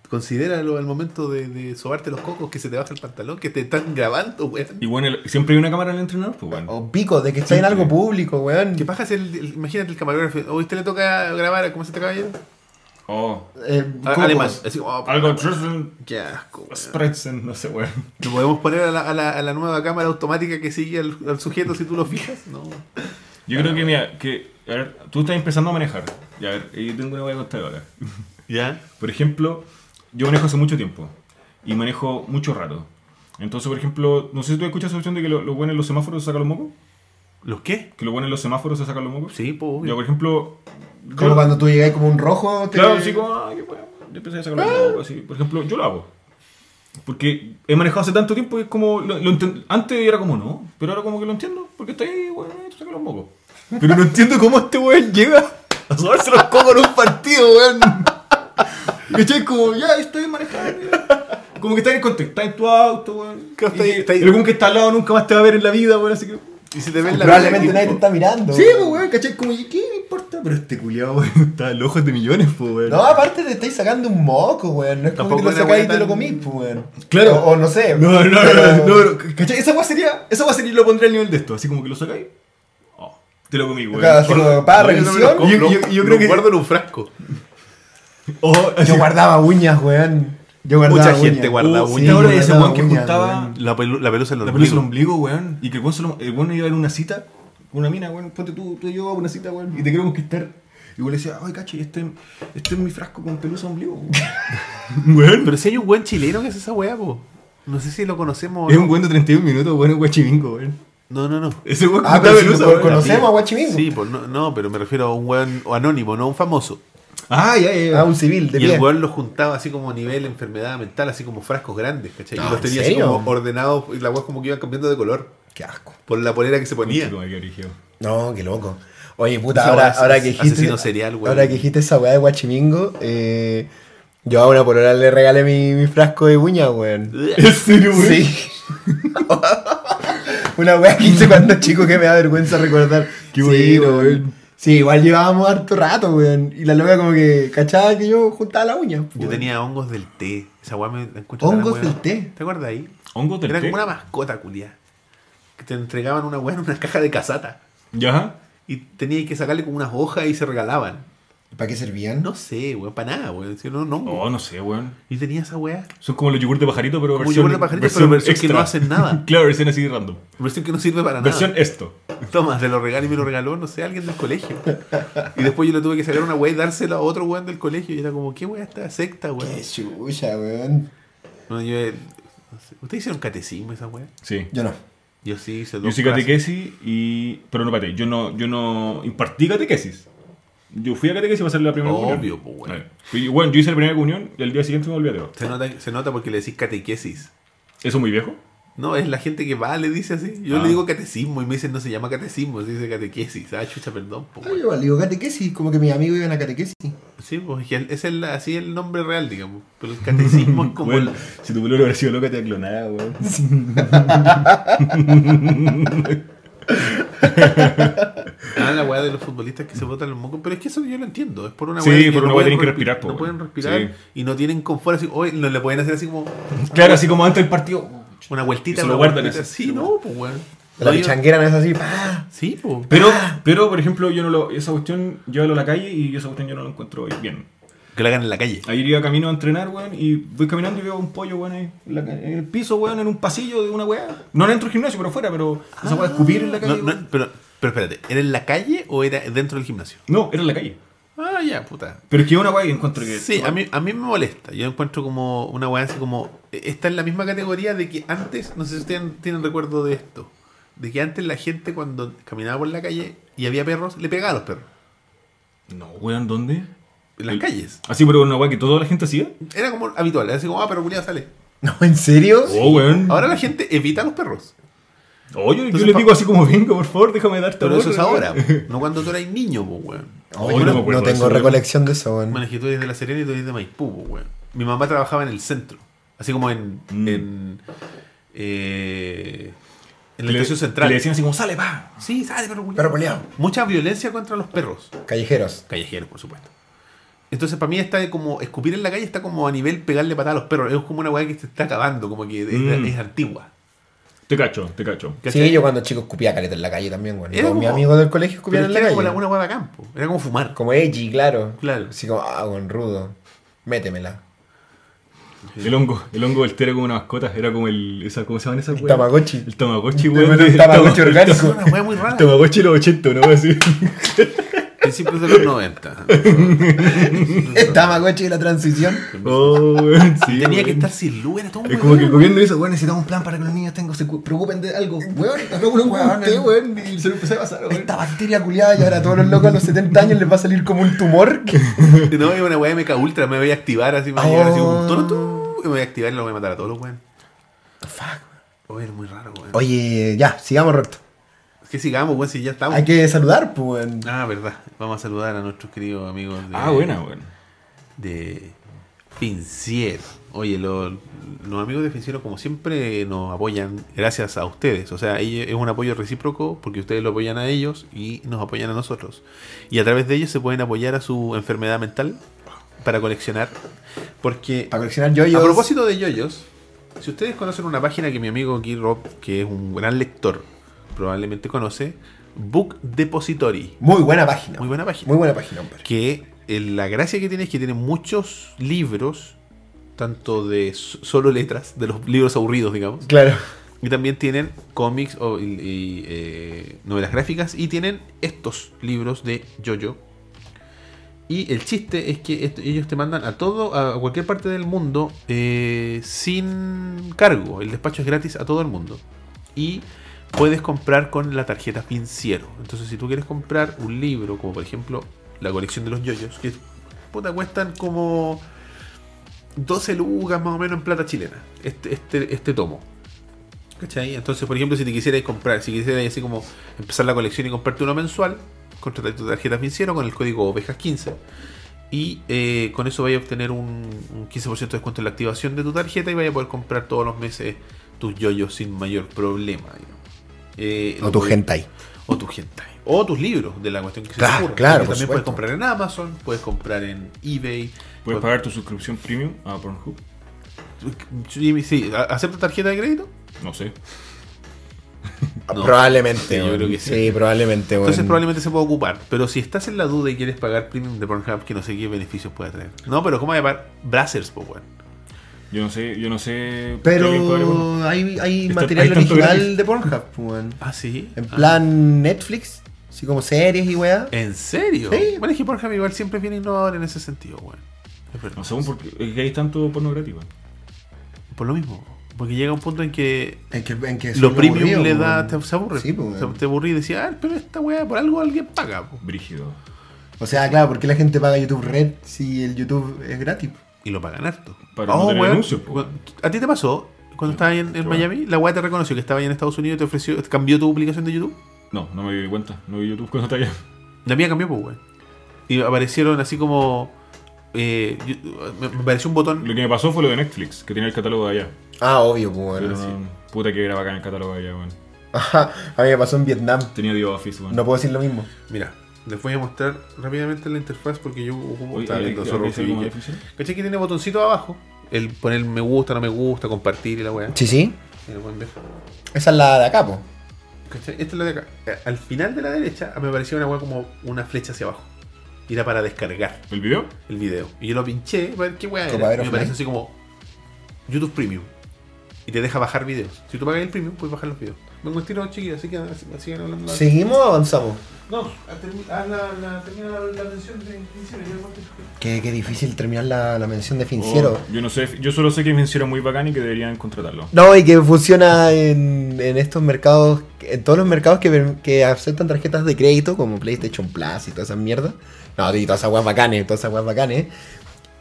Speaker 1: Considéralo al momento de, de sobarte los cocos que se te baja el pantalón, que te están grabando,
Speaker 3: Y
Speaker 1: weón.
Speaker 3: bueno, el- siempre hay una cámara en el entrenador, pues bueno.
Speaker 2: O pico, de que está en
Speaker 3: Siempre.
Speaker 2: algo público, weón.
Speaker 1: ¿Qué pasa si el, el- imagínate el camarógrafo? ¿O usted le toca grabar a cómo se te caballero?
Speaker 3: Oh.
Speaker 2: Eh,
Speaker 1: A-
Speaker 2: cocos.
Speaker 1: Alemán. Así, oh,
Speaker 3: Algo Dresden,
Speaker 1: qué asco, weón.
Speaker 3: Spritzen, no sé, weón.
Speaker 1: ¿Lo podemos poner a la, a la- a la nueva cámara automática que sigue al, al sujeto si tú lo fijas? No.
Speaker 3: Yo creo que, mira, que. A ver, tú estás empezando a manejar. Y a ver, eh, yo tengo una voy a contar ahora.
Speaker 1: ¿Ya?
Speaker 3: Por ejemplo, yo manejo hace mucho tiempo. Y manejo mucho rato. Entonces, por ejemplo, no sé si tú escuchas esa opción de que lo- los buenos en los semáforos se sacan los mocos.
Speaker 1: ¿Los qué?
Speaker 3: Que los buenos en los semáforos se sacan los mocos.
Speaker 1: Sí, pues.
Speaker 3: Yo,
Speaker 1: obvio.
Speaker 3: por ejemplo.
Speaker 2: Como
Speaker 3: yo-
Speaker 2: cuando tú llegas como un rojo. te-
Speaker 3: Claro, sí, como, ah, qué bueno. Yo empecé a sacar los
Speaker 1: Ah.
Speaker 3: mocos, así. Por ejemplo, yo lo hago. Porque he manejado hace tanto tiempo que es como. lo- lo enten- Antes era como no, pero ahora como que lo entiendo. Porque está ahí, bueno, y te saca los mocos. Pero no entiendo cómo este weón llega a sobarse los cocos en un partido, weón. ¿Cachai? Como, ya estoy manejando. ya. Como que está en contexto, está en tu auto, weón.
Speaker 1: Claro, está ahí-
Speaker 3: Y que-
Speaker 1: está ahí.
Speaker 3: El weón que está al lado nunca más te va a ver en la vida, weón, así que.
Speaker 1: Y si te ven la
Speaker 2: Probablemente
Speaker 1: vida,
Speaker 2: nadie te
Speaker 1: tipo,
Speaker 2: está mirando.
Speaker 4: Sí, pues weón, ¿cachai? Como, ¿y qué me importa? Pero este culiado, weón, está al ojos de millones, pues weón.
Speaker 2: No, aparte te estáis sacando un moco, weón. No es como
Speaker 1: Tampoco
Speaker 2: que te
Speaker 1: una
Speaker 2: lo sacáis y
Speaker 1: weá
Speaker 2: te lo
Speaker 1: tan-
Speaker 2: comís, pues, weón.
Speaker 3: Claro.
Speaker 2: O, o no sé.
Speaker 3: No, no, no,
Speaker 2: pero-
Speaker 3: no, no, ¿cachai? Esa weá sería, esa weá sería, lo pondría al nivel de esto, así como que lo sacáis. Oh, te lo comí, weón. Oh,
Speaker 2: Claro, así
Speaker 3: Por-
Speaker 2: como para
Speaker 1: no, yo no me
Speaker 2: revisión.
Speaker 1: lo compro,
Speaker 3: Yo- yo- yo
Speaker 1: lo
Speaker 3: creo que-
Speaker 1: guardo en un frasco.
Speaker 3: oh, así-
Speaker 2: Yo guardaba uñas, weón. Yo guardaba
Speaker 1: Mucha gente
Speaker 2: uñas.
Speaker 1: guarda
Speaker 3: Oh,
Speaker 1: uñas.
Speaker 3: ¿te acuerdas de ese
Speaker 2: guardaba
Speaker 3: weón que
Speaker 2: uñas,
Speaker 3: juntaba
Speaker 2: weón.
Speaker 1: La, pelu- la pelusa en los
Speaker 3: la pelusa del ombligo, weón? Y que el weón, se lo- el weón iba a ver una cita con una mina, weón. Ponte tú, tú y yo a una cita, weón. Y te quiero conquistar. Y weón le decía, ay, caché, este, este es mi frasco con pelusa de ombligo, weón. Weón.
Speaker 1: Pero si hay un buen chileno que hace esa weá, po. No sé si lo conocemos. o
Speaker 3: Es
Speaker 1: no.
Speaker 3: un weón de 31 minutos, weón, es guachimingo, weón.
Speaker 1: No, no, no.
Speaker 3: Ese weón
Speaker 2: Ah,
Speaker 3: juntaba
Speaker 2: pero si
Speaker 3: pelusa,
Speaker 2: lo
Speaker 3: weón.
Speaker 2: conocemos a Guachimingo.
Speaker 1: Sí, pues no, no, pero me refiero a un weón o anónimo, no a un famoso.
Speaker 3: Ah, ya, ya, ya.
Speaker 2: Ah, un civil, de
Speaker 1: Y
Speaker 2: pie.
Speaker 1: el weón los juntaba así como a nivel enfermedad mental, así como frascos grandes, ¿cachai?
Speaker 2: No,
Speaker 1: y los
Speaker 2: Ah, ¿en
Speaker 1: tenía así
Speaker 2: serio?
Speaker 1: como ordenados y la weá como que iba cambiando de color
Speaker 2: Qué asco.
Speaker 1: por la polera que se
Speaker 3: Conche,
Speaker 1: ponía.
Speaker 3: como que brígido.
Speaker 2: No, qué loco. Oye, puta,
Speaker 1: Esa
Speaker 2: ahora,
Speaker 1: weá es
Speaker 2: ahora que dijiste.
Speaker 1: asesino serial, weón.
Speaker 2: ahora que dijiste esa weá de Guachimingo, eh, yo a una polora le regalé mi, mi frasco de uñas, weón.
Speaker 3: ¿En serio, weón?
Speaker 2: Sí. una weá que hice cuando chico que me da vergüenza recordar.
Speaker 3: Qué
Speaker 2: sí,
Speaker 3: bueno, weón.
Speaker 2: Sí, igual llevábamos harto rato, weón. Y la loca como que cachaba que yo juntaba las uñas.
Speaker 1: Yo
Speaker 2: weón.
Speaker 1: tenía hongos del té. Esa weá me la encuentro
Speaker 2: ¿Hongos
Speaker 1: tan weá.
Speaker 2: del té?
Speaker 1: ¿Te acuerdas ahí?
Speaker 3: Hongo del
Speaker 1: Era
Speaker 3: té.
Speaker 1: como una mascota, culia. Que te entregaban una weá en una caja de casata.
Speaker 3: Ya.
Speaker 1: Y y tenía que sacarle como unas hojas y se regalaban.
Speaker 2: ¿Para qué servían?
Speaker 1: No sé, weón, para nada, weón. Si no, no.
Speaker 3: Oh, no sé, weón.
Speaker 1: Y tenía esa weá.
Speaker 3: Son como los yogurts de pajarito, pero
Speaker 1: Como yogur de pajarito, pero versión que no hacen nada.
Speaker 3: claro, versión así random.
Speaker 1: Versión que no sirve para nada.
Speaker 3: Versión esto.
Speaker 1: Toma, se lo regalé y me lo regaló, no sé, alguien del colegio. Y después yo le tuve que sacar una weá y dársela a otro weón del colegio. Y era como, ¿qué weá esta secta, weón?
Speaker 2: Qué chucha, weón.
Speaker 1: No, yo, eh, no sé. ¿Ustedes hicieron catecismo esa weá?
Speaker 3: Sí.
Speaker 2: Yo no.
Speaker 1: Yo sí hice dos.
Speaker 3: Yo sí
Speaker 1: clases.
Speaker 3: catequesis y. Pero no, espérate, yo no, yo no impartí catequesis. Yo fui a catequesis para hacer la primera
Speaker 1: Obvio,
Speaker 3: comunión.
Speaker 1: pues, bueno.
Speaker 3: Eh, fui- bueno, yo hice la primera comunión y al día siguiente me volví ateo.
Speaker 1: Se nota, se nota porque le decís catequesis.
Speaker 3: ¿Eso muy viejo?
Speaker 1: No, es la gente que va, le dice así. Yo
Speaker 3: Ah.
Speaker 1: le digo catecismo y me dicen no se llama catecismo, se dice catequesis. Ah, chucha, perdón. po,
Speaker 2: Ah,
Speaker 1: weón.
Speaker 2: yo igual digo catequesis, como que mis amigos iban a catequesis.
Speaker 1: Sí, pues y el- es el, así el nombre real, digamos. Pero el catecismo es como.
Speaker 3: Bueno,
Speaker 1: la-
Speaker 3: si tu pelo hubiera sido loca, te clonada, weón.
Speaker 1: Ah, la weá de los futbolistas que se botan los mocos. Pero es que eso yo lo entiendo. Es por una
Speaker 3: Sí,
Speaker 1: weá de que
Speaker 3: por una weá
Speaker 1: pueden
Speaker 3: tienen que
Speaker 1: respi-
Speaker 3: respirar, po,
Speaker 1: No pueden
Speaker 3: weón.
Speaker 1: respirar
Speaker 3: Sí.
Speaker 1: y no tienen confort. Así, oye, no le pueden hacer así como
Speaker 3: Claro, así como antes del partido.
Speaker 1: una
Speaker 3: Y
Speaker 1: vueltita.
Speaker 3: se
Speaker 1: una
Speaker 3: lo guardan
Speaker 1: vueltita.
Speaker 3: así.
Speaker 1: Sí, no, pues weón.
Speaker 2: La
Speaker 1: No, yo-
Speaker 2: pichanguera no es así. ¡pah!
Speaker 1: Sí, pues.
Speaker 3: Pero, pero, por ejemplo, yo no lo, esa cuestión, llévalo a la calle y yo esa cuestión yo no lo encuentro bien.
Speaker 1: Que la hagan en la calle.
Speaker 3: Ayer iba camino a entrenar, weón, y voy caminando y veo un pollo, weón, ahí en, la ca- en el piso, weón, en un pasillo de una weá. No dentro del gimnasio, pero afuera, pero esa weá, escupir en la calle.
Speaker 1: No, no,
Speaker 3: weón.
Speaker 1: pero, pero espérate, ¿era en la calle o era dentro del gimnasio?
Speaker 3: No, era en la calle.
Speaker 1: Ah, ya, puta.
Speaker 3: Pero es que es una weá que encuentro que.
Speaker 1: Sí, a mí, a mí me molesta. Yo encuentro como una weá así como. e, Está en la misma categoría de que antes, no sé si ustedes tienen recuerdo de esto, de que antes la gente cuando caminaba por la calle y había perros, le pegaba a los perros.
Speaker 3: No, weón, ¿dónde?
Speaker 1: En las
Speaker 3: El-
Speaker 1: calles.
Speaker 3: Así, pero una weá que toda la gente hacía.
Speaker 1: Era como habitual, era así como, ah, pero culiado sale.
Speaker 2: No, ¿en serio?
Speaker 3: Oh, weón.
Speaker 1: Ahora la gente evita a los perros.
Speaker 3: Oh, yo, yo
Speaker 1: Entonces,
Speaker 3: le
Speaker 1: pa-
Speaker 3: digo así como, venga, por favor, déjame darte
Speaker 1: Pero
Speaker 3: amor",
Speaker 1: eso es
Speaker 3: weón.
Speaker 1: ahora, no cuando tú eras niño, pues, weón.
Speaker 2: Oh, yo
Speaker 3: Oye, no me
Speaker 2: no,
Speaker 3: acuerdo de
Speaker 2: tengo
Speaker 1: ¿eh?
Speaker 3: eso,
Speaker 2: recolección de eso, weón.
Speaker 1: Bueno, es que tú eres de La Serena y tú eres de Maipú, po, weón. Mi mamá trabajaba en el centro. Así como en.
Speaker 3: Mm.
Speaker 1: En, eh, en la
Speaker 3: Le-
Speaker 1: estación central.
Speaker 3: Le decían así como, sale, va.
Speaker 1: Sí, sale, perro culiao.
Speaker 2: Perro culiao.
Speaker 1: Mucha violencia contra los perros.
Speaker 2: Callejeros.
Speaker 1: Callejeros, por supuesto. Entonces, para mí está como. Escupir en la calle está como a nivel pegarle patada a los perros. Es como una weá que se está acabando, como que es,
Speaker 3: Mm.
Speaker 1: es antigua.
Speaker 3: Te cacho, te cacho.
Speaker 1: ¿cachai?
Speaker 2: Sí, yo cuando chico escupía caleta en la calle también, weón.
Speaker 1: Era
Speaker 2: Todos Mis
Speaker 1: como-
Speaker 2: amigos del colegio
Speaker 1: Pero
Speaker 2: escupían
Speaker 1: es
Speaker 2: en
Speaker 1: que
Speaker 2: la
Speaker 1: era
Speaker 2: calle.
Speaker 1: como la- una hueá de campo. Era como fumar.
Speaker 2: Como Eji, claro.
Speaker 1: Claro.
Speaker 2: Así como, ah, weón, rudo. Métemela.
Speaker 3: El hongo, el hongo del Tera como una mascota, era como el. Esa, ¿Cómo se llaman esas
Speaker 2: El
Speaker 3: weas?
Speaker 2: Tamagotchi.
Speaker 3: El Tamagotchi,
Speaker 2: El
Speaker 3: weón.
Speaker 2: Tamagotchi
Speaker 1: Es
Speaker 3: Tamagotchi
Speaker 2: orgánico.
Speaker 1: una weá muy
Speaker 3: El
Speaker 1: rara.
Speaker 3: Tamagotchi de los 80, ¿no? Así.
Speaker 1: Principios de los 90.
Speaker 2: El Tamagotchi de la transición.
Speaker 3: Oh, weón, sí.
Speaker 1: Tenía
Speaker 3: weón.
Speaker 1: que estar sin luz, era todo un
Speaker 3: Es como que el gobierno dice,
Speaker 4: Bueno, necesitamos un plan para que los niños tengan, se cu- preocupen de algo.
Speaker 2: Ah, Weón,
Speaker 4: Hagámoslo con usted,
Speaker 3: weón, y se lo empezó a pasar, weón.
Speaker 2: Esta bacteria culiada y ahora a todos los locos a los 70 años les va a salir como un tumor.
Speaker 1: No, es una weá de MK Ultra, me voy a activar así, me voy a llegar así como un toro, tú, y me voy a activar y lo voy a matar a todos los weón. Fuck, Oye, es muy raro, weón.
Speaker 2: Oye, ya, sigamos, Roberto.
Speaker 1: Es que sigamos, weón, si ya estamos.
Speaker 2: Hay que saludar, pues, weón.
Speaker 1: Ah, verdad. Vamos a saludar a nuestros queridos amigos de,
Speaker 3: Ah, buena, weón.
Speaker 1: de Pinciero. Oye, lo- los amigos de Pinciero, como siempre, nos apoyan gracias a ustedes. O sea, ello- es un apoyo recíproco porque ustedes lo apoyan a ellos y nos apoyan a nosotros. Y a través de ellos se pueden apoyar a su enfermedad mental para coleccionar. Porque
Speaker 2: Para coleccionar yoyos.
Speaker 1: A propósito de yoyos, si ustedes conocen una página que mi amigo aquí Rob, que es un gran lector, probablemente conoce, Book Depository.
Speaker 2: Muy buena página.
Speaker 1: Muy buena página.
Speaker 2: Muy buena página, hombre.
Speaker 1: Que eh, la gracia que tiene es que tiene muchos libros, tanto de s- solo letras, de los libros aburridos, digamos,
Speaker 2: Claro.
Speaker 1: y también tienen cómics o, y, y, eh, novelas gráficas y tienen estos libros de Jojo. Y el chiste es que esto- ellos te mandan a todo, a cualquier parte del mundo, eh, sin cargo. El despacho es gratis a todo el mundo. Y puedes comprar con la tarjeta Pinciero. Entonces, si tú quieres comprar un libro, como por ejemplo la colección de los yoyos, que puta, cuestan como 12 lucas más o menos en plata chilena, este, este, este tomo. ¿Cachai? Entonces, por ejemplo, si te quisierais comprar, si quisierais así como empezar la colección y comprarte uno mensual, contratar tu tarjeta financiera con el código ovejas15. Y eh, con eso vais a obtener un, un 15% de descuento en la activación de tu tarjeta y vais a poder comprar todos los meses tus yoyos sin mayor problema. digamos. Eh,
Speaker 2: O
Speaker 1: lo
Speaker 2: tu
Speaker 1: podéis-
Speaker 2: gente ahí.
Speaker 1: o tus hentai. O tus libros de la cuestión que se
Speaker 2: Claro,
Speaker 1: te ocurra.
Speaker 2: claro,
Speaker 1: Porque
Speaker 2: por
Speaker 1: También puedes
Speaker 2: supuesto.
Speaker 1: comprar en Amazon, puedes comprar en eBay.
Speaker 3: Puedes pagar tu suscripción premium a Pornhub.
Speaker 1: Sí, sí, ¿acepta tarjeta de crédito?
Speaker 3: No sé.
Speaker 1: No.
Speaker 2: Probablemente.
Speaker 1: Sí, yo
Speaker 2: weón.
Speaker 1: creo que sí.
Speaker 2: probablemente, weón.
Speaker 1: Entonces probablemente se pueda ocupar. Pero si estás en la duda y quieres pagar premium de Pornhub, que no sé qué beneficios puede traer. No, pero ¿cómo va a llamar? Brazzers, pues, weón.
Speaker 3: Yo no sé, yo no sé. por qué alguien pagaría por-
Speaker 2: Pero hay, hay
Speaker 3: Está-
Speaker 2: material
Speaker 3: hay tanto
Speaker 2: original
Speaker 3: gratis.
Speaker 2: de Pornhub, pues, weón.
Speaker 1: Ah, sí.
Speaker 2: En
Speaker 1: Ah. Eh,
Speaker 2: plan Netflix, así como series y weá.
Speaker 1: ¿En serio?
Speaker 2: Sí.
Speaker 1: Bueno, es que Pornhub igual siempre es bien innovador en ese sentido, weón. Es verdad.
Speaker 3: No sé, porque es que hay tanto porno gratis, weón.
Speaker 1: Por lo mismo. Porque llega un punto en que
Speaker 2: En que, en que
Speaker 1: lo
Speaker 2: soy
Speaker 1: premium
Speaker 2: aburrido, pues,
Speaker 1: le da.
Speaker 2: weón.
Speaker 1: Te, se aburre.
Speaker 2: Sí, pues,
Speaker 1: Se-
Speaker 2: weón.
Speaker 1: te aburrí y decía, ah, pero esta weá por algo alguien paga, po".
Speaker 3: Brígido.
Speaker 2: O sea, claro, ¿por qué la gente paga YouTube Red si el YouTube es gratis?
Speaker 1: Y lo pagan harto. Oh,
Speaker 3: Para no tener anuncios, po.
Speaker 1: weón, ¿A ti te pasó? Cuando
Speaker 3: Sí,
Speaker 1: estabas en, en
Speaker 3: claro.
Speaker 1: Miami, la weá te reconoció que estaba en Estados Unidos y te ofreció, cambió tu publicación de YouTube.
Speaker 3: No, no me di cuenta. No vi YouTube cuando estaba allá.
Speaker 1: La mía cambió, pues, weón. Y aparecieron así como. eh, yo- me, me apareció un botón.
Speaker 3: Lo que me pasó fue lo de Netflix, que tenía el catálogo de allá.
Speaker 2: Ah, obvio, pues,
Speaker 3: Pero
Speaker 2: weón.
Speaker 3: no- puta que era bacán el catálogo de allá, weón.
Speaker 2: Ajá, a mí me pasó en Vietnam.
Speaker 3: Tenía The Office, weón.
Speaker 2: No puedo decir lo mismo.
Speaker 1: Mira, les voy a mostrar rápidamente la interfaz porque yo ocupo.
Speaker 3: Oye,
Speaker 1: Estaba
Speaker 3: ¿hay-
Speaker 1: viendo
Speaker 3: hay-
Speaker 1: Zorro
Speaker 3: hay- hay-
Speaker 1: Sevilla.
Speaker 3: hay- hay-
Speaker 1: ¿Cachai que tiene botoncito abajo? El poner me gusta, no me gusta, compartir y la weá.
Speaker 2: Sí, sí.
Speaker 1: Ahí lo pueden ver.
Speaker 2: Esa es la de acá, pues. po.
Speaker 1: ¿Cachai? Esta es la de acá. Eh, Al final de la derecha me apareció una weá como una flecha hacia abajo. Y era para descargar
Speaker 3: ¿El video?
Speaker 1: el video. Y yo lo pinché para ver qué weá
Speaker 2: Como
Speaker 1: era.
Speaker 2: a ver
Speaker 1: Y me
Speaker 2: offline.
Speaker 1: aparece así como YouTube Premium. Y te deja bajar videos. Si tú pagas el premium, puedes bajar los videos. Vengo un tiro chiquillo, así que así- sigan hablando.
Speaker 2: ¿Seguimos o avanzamos?
Speaker 1: No, ah, termi- ah, la, la, termina la, la atención de Incibre, yo corté.
Speaker 2: Qué, qué difícil terminar la, la mención de Finciero.
Speaker 3: Oh, yo no sé, yo solo sé que Financiero es muy bacán y que deberían contratarlo.
Speaker 2: No, y que funciona en, en estos mercados, en todos los mercados que, ver- que aceptan tarjetas de crédito, como PlayStation Plus y todas esas mierdas. No, y todas esas weas bacanes, todas esas weas bacanes.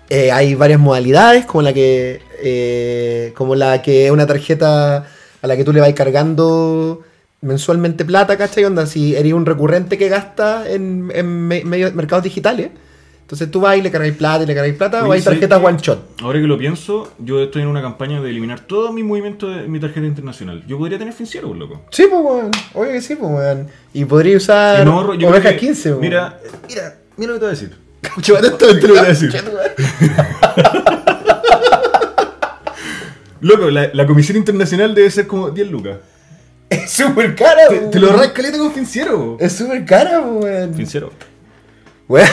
Speaker 2: Eh, hay varias modalidades, como la que eh, como la que es una tarjeta a la que tú le vas cargando mensualmente plata, ¿cachai? Onda, si eres un recurrente que gasta en, en me- medios- mercados digitales, entonces tú vas y le cargáis plata y le cargáis plata, o
Speaker 3: Oye,
Speaker 2: hay tarjetas
Speaker 3: ¿sabes qué?
Speaker 2: one shot.
Speaker 3: Ahora que lo pienso, yo estoy en una campaña de eliminar todos mis movimientos de mi tarjeta internacional. Yo podría tener financiero, loco.
Speaker 2: Sí, pues, weón. Obvio que sí, pues, weón. Y podría usar
Speaker 3: Y no ahorro- yo creo
Speaker 2: ovejas
Speaker 3: que-
Speaker 2: 15, weón.
Speaker 3: Mira, eh, mira, mira lo que te voy a decir.
Speaker 2: Chupa, esto te lo voy a decir.
Speaker 3: Loco, la, la comisión internacional debe ser como 10 lucas.
Speaker 2: Es súper cara,
Speaker 3: Te,
Speaker 2: weón.
Speaker 3: te lo ahorras caleta con financiero.
Speaker 2: Es súper cara, pues, weón.
Speaker 3: Financiero.
Speaker 2: Weón.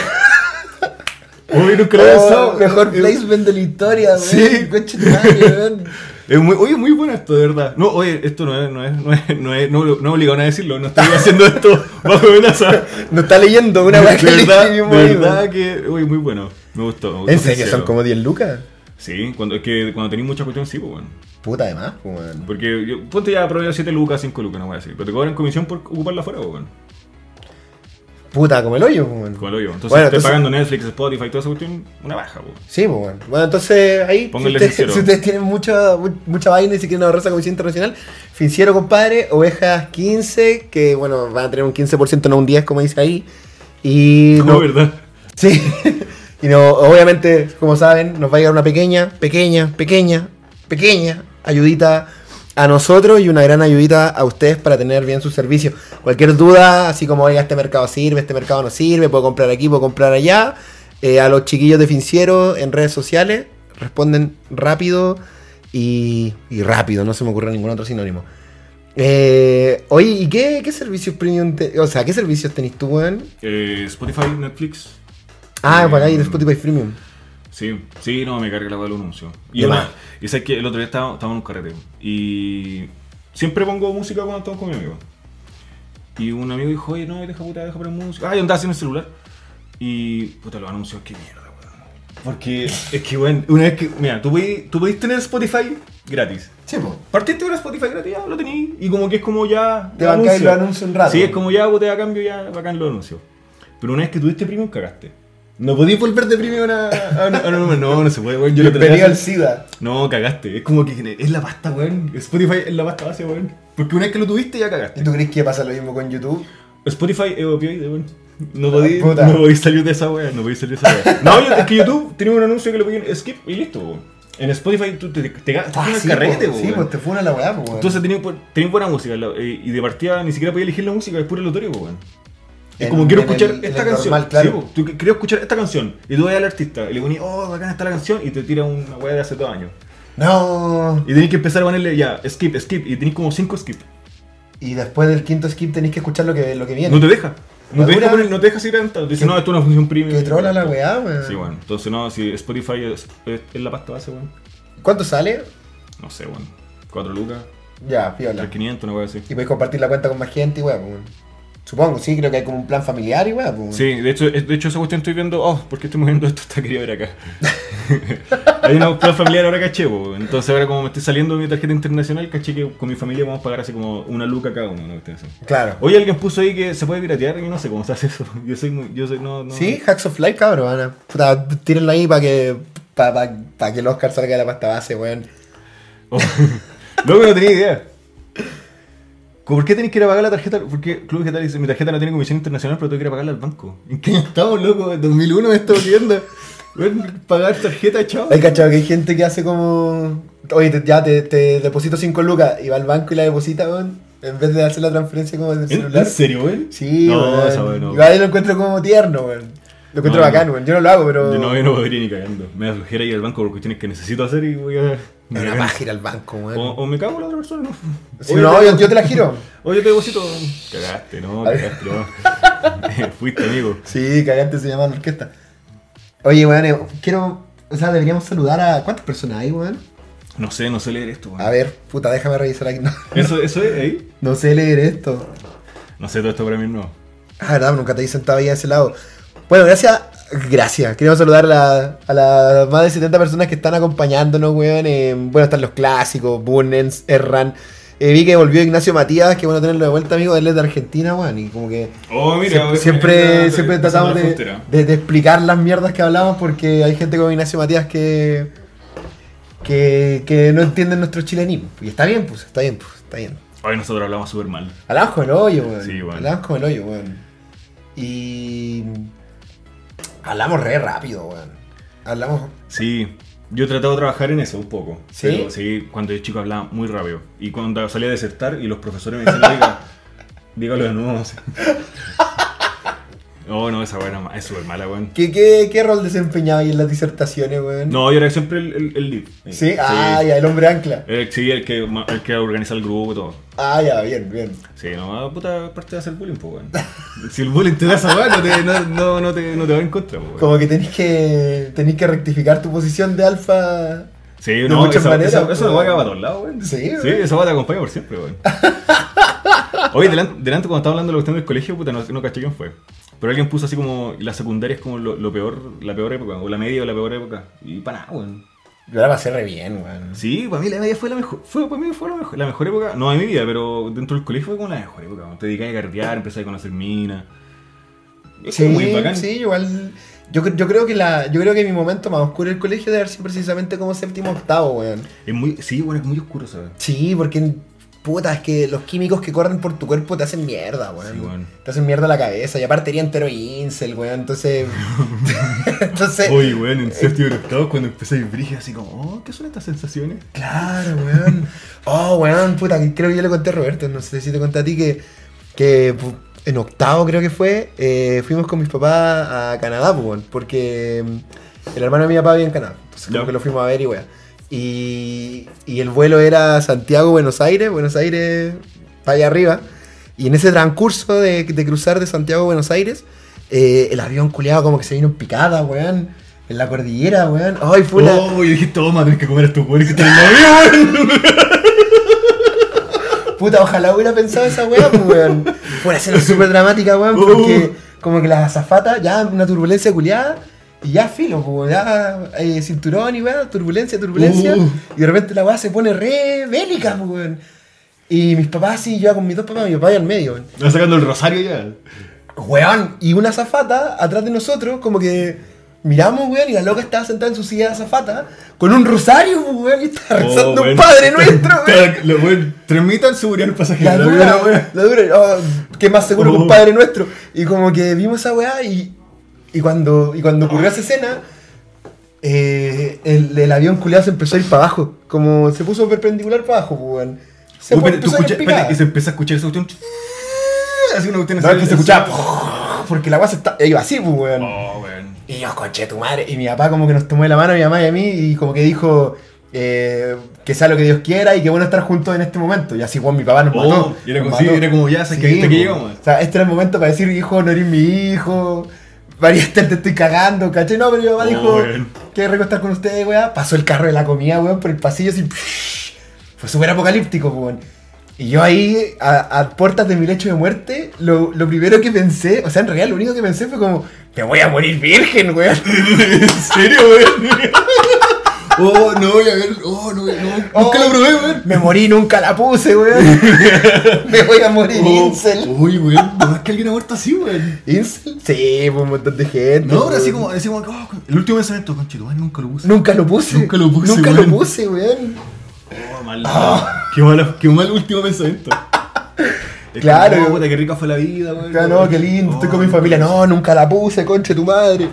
Speaker 3: Oye, nunca lo había pensado.
Speaker 2: Oh, mejor
Speaker 3: Es-
Speaker 2: placement de la historia, weón.
Speaker 3: eh, Sí.
Speaker 2: Concha tu madre, weón.
Speaker 3: es muy, oye, muy bueno esto, de verdad. No, oye, esto no es, no es, no es, no es, no, no me obligaron a decirlo. No estoy haciendo esto bajo amenaza.
Speaker 2: No está leyendo una
Speaker 3: de
Speaker 2: weá que le
Speaker 3: verdad, de
Speaker 2: escribimos ahí,
Speaker 3: verdad
Speaker 2: weón.
Speaker 3: que, uy, muy bueno. Me gustó. me gustó
Speaker 2: ¿En serio?
Speaker 3: Financiero.
Speaker 2: ¿Son como 10 lucas?
Speaker 3: Sí, cuando, es que cuando tenéis muchas cuestiones, sí, pues bueno.
Speaker 2: Puta, además, pues, weón.
Speaker 3: Porque yo, ponte ya promedio 7 lucas, 5 lucas, no voy a decir. Pero te cobran comisión por ocuparla afuera, pues bueno.
Speaker 2: Puta, como el hoyo, pues, weón.
Speaker 3: Como lo digo. Entonces,
Speaker 2: Bueno,
Speaker 3: estoy
Speaker 2: entonces-
Speaker 3: pagando Netflix, Spotify, toda esa cuestión, una baja, pues.
Speaker 2: Sí, pues bueno. Bueno, entonces ahí, si
Speaker 3: Póngale
Speaker 2: ustedes,
Speaker 3: Finciero.
Speaker 2: si ustedes tienen mucha, mu- mucha vaina y si quieren ahorrar esa comisión internacional, Finciero, compadre, ovejas 15, que bueno, van a tener un 15%, no un 10, como dice ahí. Y
Speaker 3: No,
Speaker 2: no,
Speaker 3: ¿verdad?
Speaker 2: sí. y no, obviamente, como saben, nos va a llegar una pequeña, pequeña, pequeña, pequeña ayudita a nosotros y una gran ayudita a ustedes para tener bien su servicio. Cualquier duda, así como, oiga, este mercado sirve, este mercado no sirve, puedo comprar aquí, puedo comprar allá. eh, a los chiquillos de Finciero en redes sociales responden rápido y, y rápido, no se me ocurre ningún otro sinónimo. Eh, oye, ¿y qué, qué servicios premium? te- o sea, ¿qué servicios tenéis tú, weón?
Speaker 3: Eh, Spotify, Netflix.
Speaker 2: Ah,
Speaker 3: Eh,
Speaker 2: pagáis el Spotify Premium.
Speaker 3: Sí, sí, no, me carga la hueá del anuncio. Y,
Speaker 2: De
Speaker 3: una-
Speaker 2: más.
Speaker 3: y sabes que el otro día estaba- estábamos en un carrete. Y siempre pongo música cuando estamos con mi amigo. Y un amigo dijo, oye, no, deja puta, deja poner música. Ah, yo andaba sin el celular. Y puta, los anuncios, qué mierda, weón. Porque es que, weón, una vez que. Mira, tú podís, tú podís tener Spotify gratis.
Speaker 2: Sí, po.
Speaker 3: Partiste con Spotify gratis, ya lo tenéis. Y como que es como ya.
Speaker 2: Te
Speaker 3: ya
Speaker 2: bancáis
Speaker 3: anuncio.
Speaker 2: los anuncios un rato.
Speaker 3: Sí, es como ya boté a cambio, ya bacán los anuncios. Pero una vez que tuviste premium, cagaste. No podías volver de premium a. a- a- no, no, no, no se puede, weón. Yo lo traté.
Speaker 2: Bienvenido al
Speaker 3: hace-
Speaker 2: SIDA.
Speaker 3: No, cagaste. Es como que es la pasta, weón. Spotify es la pasta base, weón. Porque una vez que lo tuviste, ya
Speaker 2: ¿Y
Speaker 3: cagaste.
Speaker 2: tú crees que pasa lo mismo con YouTube?
Speaker 3: Spotify es opioide, weón. No podí,
Speaker 2: puta.
Speaker 3: no podí salir de esa weá, no podí salir de esa weá. No, yo- es que YouTube tenía un anuncio que lo podían skip y listo, weón. En Spotify tú te, te, te, te
Speaker 2: Ah,
Speaker 3: pones
Speaker 2: sí,
Speaker 3: carrete,
Speaker 2: po. Sí,
Speaker 3: weón.
Speaker 2: pues te fue una la weá, po, weón.
Speaker 3: Entonces tenía, bu- tenía buena música la- eh, y de partida ni siquiera podía elegir la música, es puro loterio, po, weón. Es
Speaker 2: En-
Speaker 3: como quiero
Speaker 2: en
Speaker 3: escuchar
Speaker 2: el- en
Speaker 3: esta
Speaker 2: el
Speaker 3: canción.
Speaker 2: normal, claro.
Speaker 3: Sí, po, tú que- quiero escuchar esta canción. Y tú vas al artista y le pones, oh, bacana está la canción, y te tira una weá de hace dos años.
Speaker 2: No.
Speaker 3: Y tenés que empezar a ponerle ya, skip, skip, y tenés como cinco skip.
Speaker 2: Y después del quinto skip tenéis que escuchar lo que, lo que viene.
Speaker 3: No te deja. No te
Speaker 2: Madura.
Speaker 3: deja, poner- no te deja seguir adelantando. Dice,
Speaker 2: Que-
Speaker 3: no, esto es una función premium.
Speaker 2: que trola la weá, weón.
Speaker 3: Sí, bueno. Entonces, no, si Spotify es, es- es la pasta base, weón.
Speaker 2: ¿Cuánto sale?
Speaker 3: No sé, weón. 4 lucas,
Speaker 2: Ya, piola.
Speaker 3: 3.500, una weá así.
Speaker 2: Y podéis compartir la cuenta con más gente y weá, pues. Supongo, sí, creo que hay como un plan familiar y weá, pues.
Speaker 3: Sí, de hecho, de hecho esa cuestión estoy viendo, oh, ¿por qué estoy moviendo esto? Está quería ver acá. Hay una plan familiar ahora caché, po. entonces ahora como me estoy saliendo de mi tarjeta internacional, caché que con mi familia vamos a pagar así como una luca cada uno. ¿no? Cuestión así.
Speaker 2: Claro.
Speaker 3: Oye, alguien puso ahí que se puede piratear y no sé cómo se hace eso. Yo soy muy, yo soy, no, no.
Speaker 2: Sí, Hacks of Life, cabrón. Ana. Puta, tírenlo ahí para que, pa, pa- pa que el Oscar salga de la pasta base, weón.
Speaker 3: Oh. Loco, no tenía idea. ¿Por qué tenés que ir a pagar la tarjeta? Porque Club Vegetal dice, mi tarjeta no tiene comisión internacional, pero tengo que ir a pagarla al banco. ¿En qué estamos, loco? En 2001 me está volviendo. Weón, Pagar tarjeta, chao.
Speaker 2: Hay cachado que hay gente que hace como. Oye, te- ya te, te deposito 5 lucas y va al banco y la deposita, weón. En vez de hacer la transferencia como del
Speaker 3: ¿En,
Speaker 2: celular.
Speaker 3: en serio, güey?
Speaker 2: Sí,
Speaker 3: no,
Speaker 2: weón.
Speaker 3: esa weá no.
Speaker 2: Yo ahí lo encuentro como tierno, weón. Lo encuentro
Speaker 3: No,
Speaker 2: bacán,
Speaker 3: no.
Speaker 2: weón. Yo no lo hago, pero.
Speaker 3: Yo no, yo no podría ni cagando. Me da flojera ir al banco por cuestiones que necesito hacer y voy a.
Speaker 2: Es una paja ir al banco, weón.
Speaker 3: O, o me cago en la otra persona, ¿no?
Speaker 2: Si
Speaker 3: Oye,
Speaker 2: no,
Speaker 3: te-
Speaker 2: yo, yo te la giro.
Speaker 3: Oye, te deposito. Cagaste, no, cagaste, no. Fuiste amigo.
Speaker 2: Sí, cagante se llama la orquesta. Oye, weón, eh, quiero. O sea, deberíamos saludar a. ¿Cuántas personas hay, weón?
Speaker 3: No sé, no sé leer esto, weón.
Speaker 2: A ver, puta, déjame revisar aquí. No,
Speaker 3: ¿Eso, eso es ahí?
Speaker 2: no sé leer esto.
Speaker 3: No sé, todo esto para mí no.
Speaker 2: Ah, verdad, nunca te dicen todavía de ese lado. Bueno, gracias. Gracias. Queremos saludar a la- a las más de 70 personas que están acompañándonos, weón. Eh, bueno, están los clásicos, Bunens, Erran. Eh, vi que volvió Ignacio Matías, que bueno tenerlo de vuelta, amigo. Él es de Argentina, weón. Y como que
Speaker 3: Oh, mira,
Speaker 2: Siem-
Speaker 3: weón,
Speaker 2: siempre,
Speaker 3: está-
Speaker 2: siempre
Speaker 3: está
Speaker 2: tratamos
Speaker 3: pasando la
Speaker 2: de,
Speaker 3: frontera.
Speaker 2: de- de explicar las mierdas que hablamos porque hay gente como Ignacio Matías que, que, que no entienden nuestro chilenismo. Y está bien, pues, está bien, pues, está bien.
Speaker 3: Hoy nosotros hablamos súper mal.
Speaker 2: Hablamos con el hoyo, weón.
Speaker 3: Sí, weón.
Speaker 2: Hablamos con el hoyo, weón. Y. Hablamos re rápido, weón. Hablamos.
Speaker 3: Sí, yo he tratado de trabajar en eso un poco.
Speaker 2: ¿Sí?
Speaker 3: Pero sí, cuando yo chico hablaba muy rápido. Y cuando salía a desertar y los profesores me decían, diga, dígalo de nuevo. así. No, no, esa buena es súper mala, weón.
Speaker 2: ¿Qué, qué, qué rol desempeñaba ahí en las disertaciones, weón?
Speaker 3: No, yo era siempre el, el, el lead.
Speaker 2: ¿Sí? Ah, ya, el hombre ancla.
Speaker 3: El, Eh, sí, el que, ma- el que organiza el grupo y todo.
Speaker 2: Ah, ya, bien, bien.
Speaker 3: Sí, no, ah, puta, parte de hacer bullying, pues, weón. Si el bullying te da esa weón, no te, no, no, no te, no te va en contra, pues, weón.
Speaker 2: Como que tenés que. tenés que rectificar tu posición de alfa.
Speaker 3: Sí,
Speaker 2: De
Speaker 3: no,
Speaker 2: muchas
Speaker 3: esa,
Speaker 2: maneras,
Speaker 3: esa-
Speaker 2: pues,
Speaker 3: eso va a
Speaker 2: weón.
Speaker 3: para todos lados, weón.
Speaker 2: Sí,
Speaker 3: Sí,
Speaker 2: weón.
Speaker 3: esa va te acompaña por siempre, weón. Oye, delante, delante cuando estaba hablando de la cuestión del colegio, puta, no, no caché quién fue. Pero alguien puso así como, la secundaria es como lo, lo peor, la peor época, o la media o la peor época. Y para nada, weón.
Speaker 2: Yo la pasé re bien, weón.
Speaker 3: Sí, para mí la media fue la mejor, fue, para mí fue la mejor, la mejor época, no de mi vida, pero dentro del colegio fue como la mejor época, weón. Te dedicabas a carretear, empezabas a conocer minas. Es
Speaker 2: Sí,
Speaker 3: muy bacán.
Speaker 2: sí, igual. Yo, cre- yo creo que la, yo creo que mi momento más oscuro del colegio debe haber sido precisamente como séptimo octavo, weón.
Speaker 3: Es muy, sí, bueno, es muy oscuro, ¿sabes?
Speaker 2: Sí, porque puta, es que los químicos que corren por tu cuerpo te hacen mierda, weón.
Speaker 3: Sí, weón.
Speaker 2: Te hacen mierda la cabeza. Y aparte era entero incel, weón. Entonces. entonces.
Speaker 3: Oye, weón, en séptimo y octavo cuando empecé a brige así como, oh, ¿qué son estas sensaciones?
Speaker 2: Claro, weón. Oh, weón, puta, que creo que yo le conté a Roberto, no sé si te conté a ti que, que pu- en octavo creo que fue, eh, fuimos con mis papás a Canadá, pues, weón, porque mm, el hermano de mi papá vive en Canadá, entonces como
Speaker 3: Ya.
Speaker 2: que lo fuimos a ver y weón. Y, y el vuelo era Santiago, Buenos Aires, Buenos Aires, para allá arriba. Y en ese transcurso de, de cruzar de Santiago a Buenos Aires, eh, el avión culeado como que se vino en picada, weón. En la cordillera, weón. Ay, fue una,
Speaker 3: Oh, y dije, toma, tenés que comer a estos weones que están en la vida, weón.
Speaker 2: Puta, ojalá hubiera pensado esa weá, pues, weón. Fue una escena súper dramática, weón, porque como que las azafatas, ya una turbulencia culiada, y ya filo, pues, ya eh, cinturón y weá, turbulencia, turbulencia,
Speaker 3: Uh.
Speaker 2: y de repente la weá se pone re bélica, pues, weón. Y mis papás, sí, yo iba con mis dos papás, mi papá iba al medio, weón.
Speaker 3: Están sacando el rosario ya.
Speaker 2: Weón, y una azafata atrás de nosotros, como que miramos, weón, y la loca estaba sentada en su silla de azafata, con un rosario, pues, weón, y
Speaker 3: Oh,
Speaker 2: estaba rezando un padre nuestro, weón.
Speaker 3: Los weón, transmitan seguridad al pasajero.
Speaker 2: La
Speaker 3: La
Speaker 2: dura,
Speaker 3: weón, weón.
Speaker 2: la dura. Oh, qué más seguro que un
Speaker 3: Oh.
Speaker 2: padre nuestro. Y como que vimos esa weá y, y cuando, y cuando ocurrió esa escena, eh, el, el avión culeado se empezó a ir para abajo. Como se puso perpendicular para abajo, pues, weón. Se
Speaker 3: Uy,
Speaker 2: fue-
Speaker 3: espérate,
Speaker 2: empezó
Speaker 3: tú
Speaker 2: a ir
Speaker 3: escuchas-
Speaker 2: picada.
Speaker 3: espérate, y se empieza a escuchar esa cuestión. Así una cuestión
Speaker 2: No, es que se
Speaker 3: así.
Speaker 2: escuchaba porque la weá se está, iba así, pues, weón.
Speaker 3: Oh, weón.
Speaker 2: Y yo, conche tu madre. Y mi papá como que nos tomó de la mano, mi mamá y a mí, y como que dijo, eh, que sea lo que Dios quiera y que bueno estar juntos en este momento. Y así, bueno, mi papá nos
Speaker 3: Oh,
Speaker 2: mató.
Speaker 3: y era
Speaker 2: nos
Speaker 3: como- sí, era como, ya, ¿sabes qué? Viste que
Speaker 2: po.
Speaker 3: llegamos.
Speaker 2: O sea, este era el momento para decir, hijo, no eres mi hijo. Variante, te estoy cagando, caché. No, pero mi papá
Speaker 3: Oh,
Speaker 2: dijo,
Speaker 3: weón.
Speaker 2: qué rico estar con ustedes, weá. Pasó el carro de la comida, weón, por el pasillo así. Fue súper apocalíptico, po, weón. Y yo ahí, a, a puertas de mi lecho de muerte, lo, lo primero que pensé, o sea, en realidad lo único que pensé fue como, me voy a morir virgen, weón.
Speaker 3: ¿En serio, weón?
Speaker 4: Oh, no voy a ver. Oh, no, voy- no. Nunca lo probé, weón.
Speaker 2: Me morí, nunca la puse, weón. me voy a morir,
Speaker 4: Oh,
Speaker 2: incel.
Speaker 4: Uy, weón. No es que alguien ha muerto así, weón.
Speaker 2: ¿Incel? Sí, pues un montón de gente.
Speaker 4: No, pero así
Speaker 2: weón.
Speaker 4: como, así como, oh, el último pensamiento, conchito, weón, nunca lo puse.
Speaker 2: Nunca lo puse.
Speaker 4: Nunca lo puse,
Speaker 2: Nunca
Speaker 4: weón.
Speaker 2: lo puse, weón.
Speaker 3: Oh, mal.
Speaker 2: Ah.
Speaker 4: Qué malo, qué mal último pensamiento.
Speaker 3: Es
Speaker 2: Claro.
Speaker 3: como, oh, puta, qué rica fue la vida, weón.
Speaker 2: Ya, no, qué lindo, estoy con mi familia. No, nunca la puse, conche tu madre.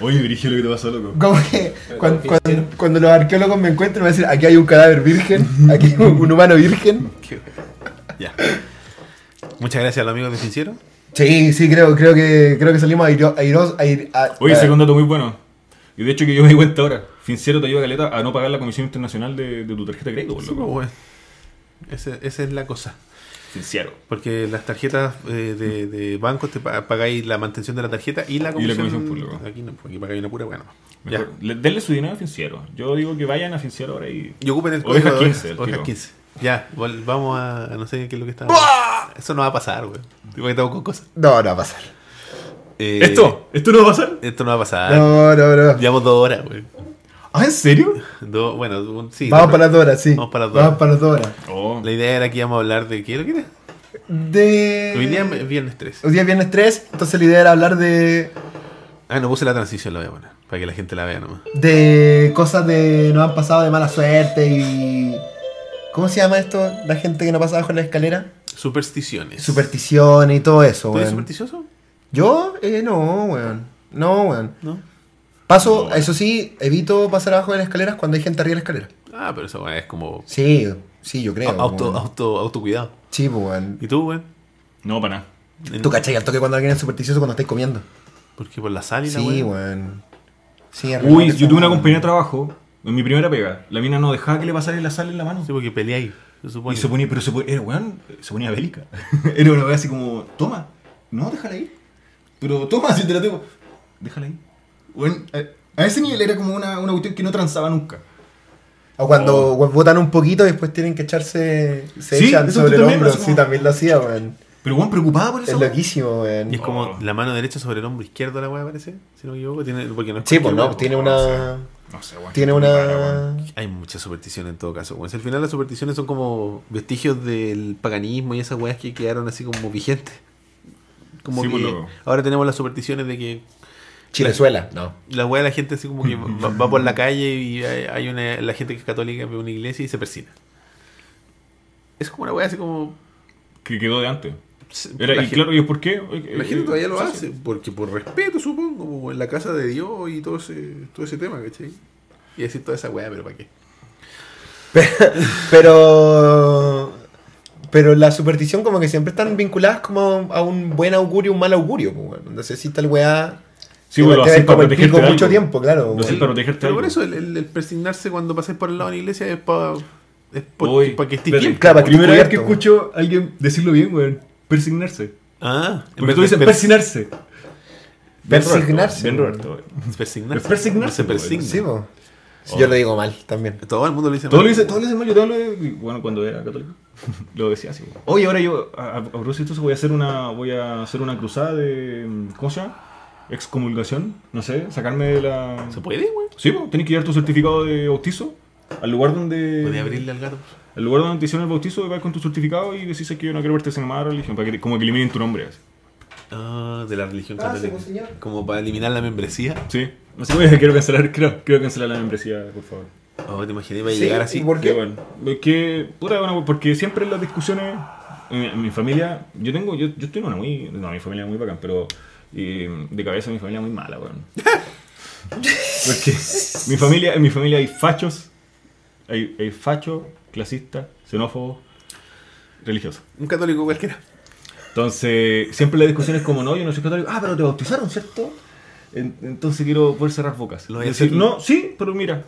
Speaker 3: Oye, Virgilio, lo que te pasó, loco.
Speaker 2: Como que cuan- cuan- cuando, los arqueólogos me encuentran, me van a decir: aquí hay un cadáver virgen, aquí hay un, un humano virgen.
Speaker 1: Ya. Muchas gracias a los amigos de Sincero.
Speaker 2: Sí, sí, creo, creo, que, creo que salimos a ir. A ir- a ir- a-
Speaker 3: Oye,
Speaker 2: a-
Speaker 3: ese es un dato muy bueno. Y de hecho que yo me di cuenta ahora. Fincero te ayuda caleta a no pagar la comisión internacional de, de tu tarjeta de crédito, por
Speaker 1: Sí, pues,
Speaker 3: loco.
Speaker 1: bueno. Ese- esa es la cosa.
Speaker 3: Fincero.
Speaker 1: Porque las tarjetas eh, de, de bancos te pa- pagáis la mantención de la tarjeta y la
Speaker 3: Y la
Speaker 1: comisión.
Speaker 3: comisión, pues, loco.
Speaker 1: Aquí no, porque pagáis una pura, bueno. Ya.
Speaker 3: Mejor, le- denle su dinero a Finciero. Yo digo que vayan a Finciero ahora y...
Speaker 1: Y ocupen el
Speaker 3: Oveja
Speaker 1: código de
Speaker 3: 15, el
Speaker 1: Oveja
Speaker 3: tiro.
Speaker 1: 15. Ya, vol- vamos a, a no sé qué es lo que está. Eso no va a pasar, güey. Digo que estamos con cosas.
Speaker 2: No, no va a pasar.
Speaker 1: Eh,
Speaker 3: ¿Esto? ¿Esto no va a pasar?
Speaker 1: Esto no va a pasar.
Speaker 2: No, no, no.
Speaker 1: Llevamos dos horas, güey.
Speaker 3: ¿Ah, en serio?
Speaker 1: Dos- bueno, un- sí.
Speaker 2: Vamos
Speaker 1: dos-
Speaker 2: para las dos horas, sí.
Speaker 1: Vamos para las dos horas.
Speaker 2: para las dos horas.
Speaker 3: Oh.
Speaker 1: La idea era que íbamos a hablar de. ¿Qué es lo que era?
Speaker 2: De.
Speaker 1: Hoy día es viernes 3.
Speaker 2: Hoy día es viernes 3, entonces la idea era hablar de,
Speaker 1: Ah, no puse la transición, la voy a poner. Para que la gente la vea nomás.
Speaker 2: de cosas de nos han pasado de mala suerte y... ¿Cómo se llama esto? La gente que no pasa bajo la escalera.
Speaker 1: Supersticiones.
Speaker 2: Supersticiones y todo eso,
Speaker 1: ¿Tú eres
Speaker 2: weón.
Speaker 1: supersticioso?
Speaker 2: Yo, eh, no, weón. No, weón.
Speaker 1: No.
Speaker 2: Paso, eso sí, evito pasar abajo de las escaleras cuando hay gente arriba de la escalera.
Speaker 1: Ah, pero eso bueno, es como.
Speaker 2: Sí, sí, yo creo.
Speaker 1: Auto,
Speaker 2: weón.
Speaker 1: auto, autocuidado.
Speaker 2: Sí, pues, weón.
Speaker 1: ¿Y tú, güey?
Speaker 3: No, para nada.
Speaker 2: Tú cachai al toque cuando alguien es supersticioso cuando estáis comiendo.
Speaker 1: ¿Por qué? ¿Por la sal y la
Speaker 2: Sí,
Speaker 1: weá?
Speaker 2: weón. Sí, es remoto
Speaker 3: Uy, yo tuve una
Speaker 2: esa-
Speaker 3: compañera de trabajo, en mi primera pega, la mina no dejaba que le pasara la sal en la mano.
Speaker 1: Sí, porque peleáis, se supone.
Speaker 3: Y se ponía, pero se ponía, era, weón, se ponía bélica. Era una weá así como, toma, no, déjala ahí. Pero toma, si te la tengo. Déjala ahí.
Speaker 4: Weón, a, a ese nivel era como una, una cuestión que no transaba nunca.
Speaker 2: O cuando
Speaker 3: Oh.
Speaker 2: weón, botan un poquito y después tienen que echarse. Se
Speaker 3: Sí,
Speaker 2: echan
Speaker 3: eso
Speaker 2: sobre el
Speaker 3: también
Speaker 2: hombro.
Speaker 3: lo hacemos.
Speaker 2: Sí, también lo hacía, weón.
Speaker 3: Pero weón, preocupada por
Speaker 2: Es
Speaker 3: eso. weón.
Speaker 2: loquísimo,
Speaker 1: Y es
Speaker 2: weón.
Speaker 1: como
Speaker 3: Oh.
Speaker 1: la mano derecha sobre el hombro izquierdo, la weá, parece. Si no me equivoco. Tiene, porque no es
Speaker 2: Sí, pues
Speaker 1: cualquier
Speaker 2: no,
Speaker 1: weá,
Speaker 2: tiene
Speaker 1: po.
Speaker 2: una.
Speaker 3: No sé, weón.
Speaker 2: Tiene
Speaker 3: qué rara, weón.
Speaker 2: una.
Speaker 1: Hay mucha superstición en todo caso. weón. Si al final las supersticiones son como vestigios del paganismo y esas weas que quedaron así como vigentes. Como
Speaker 3: Sí,
Speaker 1: que
Speaker 3: pues, loco.
Speaker 1: ahora tenemos las supersticiones de que
Speaker 2: Chilezuela, no.
Speaker 1: la wea de la gente así como que va, va por la calle y hay, hay una, la gente que es católica ve una iglesia y se persina. Es como una wea así como...
Speaker 3: Que quedó de antes.
Speaker 1: la
Speaker 3: Era, y
Speaker 1: gente-
Speaker 3: claro, ¿y por qué? Eh,
Speaker 1: La gente todavía lo hace, porque por respeto, supongo, como en la casa de Dios y todo ese, todo ese tema, ¿cachai? Y decir toda esa weá, pero ¿para qué?
Speaker 2: Pero. Pero la superstición, como que siempre están vinculadas como a un buen augurio y un mal augurio, pues, weón. Entonces, si tal weá.
Speaker 3: Sí, weón, lo
Speaker 2: te ven
Speaker 3: hacen para
Speaker 2: como el
Speaker 3: protegerte.
Speaker 2: pico
Speaker 3: de
Speaker 2: mucho
Speaker 3: algo.
Speaker 2: tiempo, claro,
Speaker 3: Lo
Speaker 2: weón.
Speaker 3: hacen para protegerte. de
Speaker 1: Pero por
Speaker 3: algo.
Speaker 1: eso el, el, el persignarse cuando pases por el lado de la iglesia es para es
Speaker 3: Uy,
Speaker 1: para que estés
Speaker 3: espérate,
Speaker 1: bien.
Speaker 2: Claro, para que estés
Speaker 3: Primera vez que
Speaker 2: cubierto,
Speaker 3: escucho a alguien decirlo bien, weón. Persignarse.
Speaker 1: Ah, en
Speaker 3: Porque
Speaker 1: vez
Speaker 3: tú
Speaker 1: de
Speaker 3: dices
Speaker 1: per-
Speaker 3: persignarse.
Speaker 2: Persignarse.
Speaker 3: Bien,
Speaker 2: weón.
Speaker 3: Roberto. weón.
Speaker 1: persignarse.
Speaker 3: Es persignarse,
Speaker 1: No se
Speaker 3: güey.
Speaker 1: persigna.
Speaker 2: Sí, pues.
Speaker 3: Oh.
Speaker 2: Yo lo digo mal también.
Speaker 1: Todo el mundo lo dice.
Speaker 3: Todo
Speaker 1: mal.
Speaker 3: lo dice, todo lo dice mal, yo todo lo bueno cuando era católico. Lo decía así. güey. Oye, ahora yo a, a propósito de eso, voy a hacer una voy a hacer una cruzada de mm, ¿cómo se llama? Excomulgación, no sé, sacarme de la
Speaker 1: ¿Se puede, güey?
Speaker 3: Sí, pues, tenés que llevar tu certificado de bautizo al lugar donde
Speaker 1: Puede abrirle al gato.
Speaker 3: al lugar donde te hicieron el bautizo, vas con tu certificado y decís que yo no quiero pertenecer a más religión, para que te- como que eliminen tu nombre así.
Speaker 1: Ah, de la religión
Speaker 2: Ah, sí,
Speaker 1: católica.
Speaker 2: pues, señor.
Speaker 1: Como para eliminar la membresía.
Speaker 3: Sí. Así que quiero cancelar, quiero, quiero cancelar la membresía, por favor.
Speaker 1: Oh, te imaginé, iba a
Speaker 2: Sí,
Speaker 1: llegar
Speaker 2: ¿y
Speaker 1: así.
Speaker 2: por
Speaker 3: Sí,
Speaker 2: qué?
Speaker 3: bueno, es que, puta, bueno, porque siempre en las discusiones, eh, en, en mi familia, yo tengo, yo, yo estoy en una muy, no, mi familia es muy bacán, pero eh, de cabeza mi familia es muy mala, weón. porque mi familia, en mi familia hay fachos, hay, hay fachos, clasistas, xenófobos, religiosos.
Speaker 1: Un católico cualquiera.
Speaker 3: Entonces, siempre la discusión es como, no, yo no soy católico. Ah, pero te bautizaron, ¿cierto? En- Entonces quiero poder cerrar bocas.
Speaker 1: Lo voy a
Speaker 3: decir,
Speaker 1: hacer-
Speaker 3: no, sí, pero mira,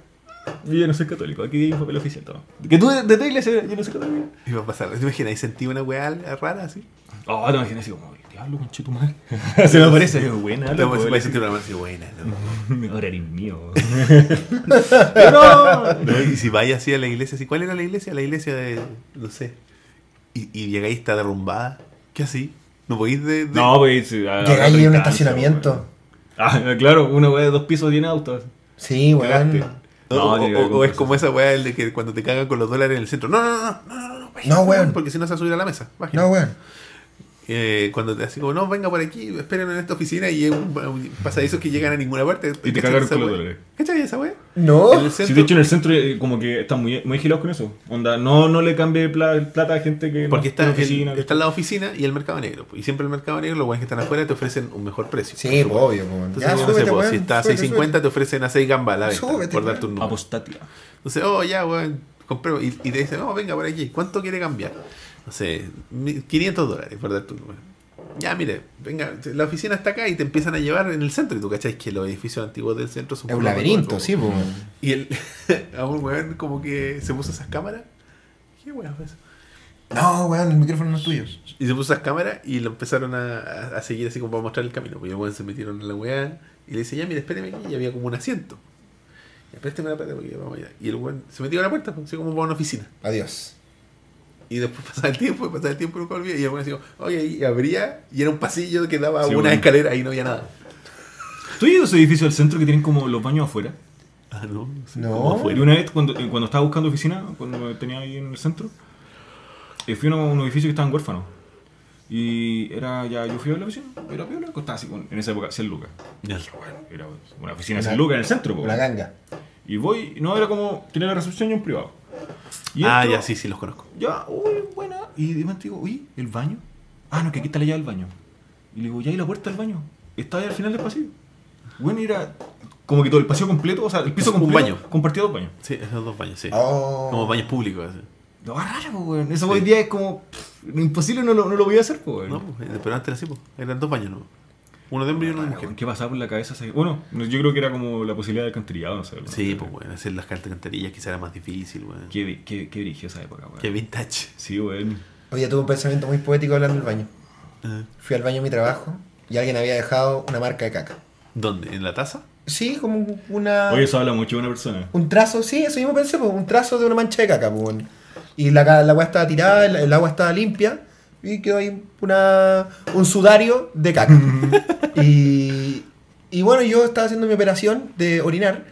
Speaker 3: yo no soy católico, aquí hay un papel oficial, toma. Que tú de, de tu iglesia, yo no soy católico.
Speaker 1: Y va a pasar. ¿Te imaginas? Y sentí una weá rara así.
Speaker 3: Oh, te imaginas así como, el diablo, conchetumal. Se me parece, es buena,
Speaker 1: Te
Speaker 3: loco,
Speaker 1: vas pues, a
Speaker 3: le-
Speaker 1: sentir una mano así, buena, loco.
Speaker 3: Ahora eres mío. no.
Speaker 1: No, y si vais así a la iglesia, así, ¿cuál era la iglesia? La iglesia de, no sé. Y, y llegáis, está derrumbada. ¿Qué así? ¿No podéis de...? de-
Speaker 3: No, pues. a- a
Speaker 2: Llegáis ahí
Speaker 3: otra
Speaker 2: a un
Speaker 3: instancia,
Speaker 2: estacionamiento.
Speaker 3: weón. Ah, claro, uno weón, de dos pisos tiene autos.
Speaker 2: Sí,
Speaker 3: Cagaste.
Speaker 2: weón.
Speaker 1: O,
Speaker 3: No,
Speaker 1: o-
Speaker 3: tiene que
Speaker 1: o-
Speaker 3: haber
Speaker 1: o es
Speaker 3: compensación.
Speaker 1: como esa weá el de que cuando te cagan con los dólares en el centro. No, no, no, no, no, no, no, vaya,
Speaker 2: No, weón.
Speaker 1: Porque si no se va a subir a la mesa. Vaya.
Speaker 2: No, weón.
Speaker 1: Eh, cuando te así como, no, venga por aquí, esperen en esta oficina y es un, un pasadizo que llegan a ninguna parte.
Speaker 3: Y te
Speaker 1: ¿Cachai
Speaker 3: cagaron
Speaker 1: esa
Speaker 3: con los
Speaker 1: weá?
Speaker 3: dólares.
Speaker 1: ¿Cachai esa weá?
Speaker 2: No.
Speaker 1: En el
Speaker 3: Sí,
Speaker 1: centro-
Speaker 3: de hecho en el centro eh, como que están muy, muy gilados con eso. Onda, no, no le cambie pla- plata a gente que
Speaker 1: Porque
Speaker 3: no
Speaker 1: está,
Speaker 3: tiene
Speaker 1: el-
Speaker 3: oficina.
Speaker 1: está en la oficina y el mercado negro. pues, Y siempre el mercado negro, los weones que están afuera te ofrecen un mejor precio.
Speaker 2: Sí, pues, obvio, pues, weón.
Speaker 1: Entonces,
Speaker 2: Ya,
Speaker 1: no
Speaker 2: súbete,
Speaker 1: sé, pues,
Speaker 2: weón.
Speaker 1: si está a
Speaker 2: Súbete,
Speaker 1: 6.50 te ofrecen a 6 gambas a la venta,
Speaker 2: Súbete,
Speaker 1: por
Speaker 2: weón.
Speaker 1: darte un número.
Speaker 3: Apostatia.
Speaker 1: Entonces, oh, ya, weón, compremos. Y, y te dicen, no, venga por aquí, ¿cuánto quiere cambiar? No sé, mi- 500 dólares por darte un número. Ya, mire, venga, la oficina está acá y te empiezan a llevar en el centro. Y tú cachás que los edificios antiguos del centro son
Speaker 2: Es un
Speaker 1: puros
Speaker 2: laberinto,
Speaker 1: recuerdos,
Speaker 2: sí, pues. weón.
Speaker 3: Mm.
Speaker 1: y el, a un weón como que se puso esas cámaras. ¿Qué weón fue eso?
Speaker 2: No, weón, el micrófono no es tuyo.
Speaker 1: Y se puso esas cámaras y lo empezaron a, a- a seguir así como para mostrar el camino. Pues los weones se metieron en la weá y le dice, ya mira, espéreme aquí. Y había como un asiento. Ya, présteme la plata porque vamos allá. Y el weón se metió a la puerta, pues, así como para una oficina.
Speaker 2: Adiós.
Speaker 1: Y después pasaba el tiempo, y pasaba el tiempo, y nunca volvía. Y el weón decía, oye, y abría y era un pasillo que daba a
Speaker 3: Sí,
Speaker 1: una
Speaker 3: weón.
Speaker 1: escalera y no había nada.
Speaker 3: ¿Tú has ido a ese edificio del centro que tienen como los baños afuera?
Speaker 1: Ah, no, no sé
Speaker 2: No.
Speaker 1: cómo fue.
Speaker 3: Y una vez cuando, eh, cuando estaba buscando oficina, cuando me tenía ahí en el centro, eh, fui a uno- un, edificio que estaban huérfanos. Y era ya, yo fui a la oficina, era piola, costaba así, con- en esa época, 100 lucas.
Speaker 1: Ya.
Speaker 3: Era una oficina
Speaker 2: Una-
Speaker 3: 100 lucas en el centro, po.
Speaker 2: Una ganga.
Speaker 3: Y voy, no, era como, tenía la recepción y un privado. Y
Speaker 1: Ah,
Speaker 3: entro-
Speaker 1: ya, sí, sí, los conozco.
Speaker 3: ya, uy, buena. Y de repente digo, uy, ¿el baño? Ah, no, que aquí está la llave del baño. Y le digo, ya hay la puerta del baño. Está ahí al final del pasillo. Bueno, y era como que todo el pasillo completo, o sea, el piso
Speaker 1: Un
Speaker 3: completo.
Speaker 1: baño.
Speaker 3: Compartido dos baños.
Speaker 1: Sí, esos dos baños, sí.
Speaker 2: Oh.
Speaker 1: Como baños públicos. así.
Speaker 3: Lo más raro, pues, weón. Eso
Speaker 1: Sí.
Speaker 3: hoy día es como pff, imposible, no lo, no lo voy a hacer, pues, weón.
Speaker 1: No, pues, pero antes era así, pues. eran dos baños, ¿no? Uno de hombre y uno de
Speaker 3: Raro,
Speaker 1: mujer.
Speaker 3: weón. ¿Qué pasaba por la cabeza? ese- Bueno, no, yo creo que era como la posibilidad de alcantarillado, no sé. weón.
Speaker 1: Sí, pues bueno, hacer las alcantarillas quizá era más difícil, weón. Qué,
Speaker 3: Qué, vi- qué, qué brígido esa época, weón.
Speaker 1: vintage.
Speaker 3: Sí, weón.
Speaker 2: Oye, tuve un pensamiento muy poético hablando del baño.
Speaker 1: Ah,
Speaker 2: Fui al baño de mi trabajo y alguien había dejado una marca de caca.
Speaker 1: ¿Dónde? ¿En la taza?
Speaker 2: Sí, como un- una.
Speaker 3: Oye, eso habla mucho de una persona.
Speaker 2: Un trazo, sí, eso mismo pensé, pues, un trazo de una mancha de caca, pues. weón. Y la, ca- la agua estaba tirada, el, el agua estaba limpia y quedó ahí una, un sudario de caca. y, y bueno, yo estaba haciendo mi operación de orinar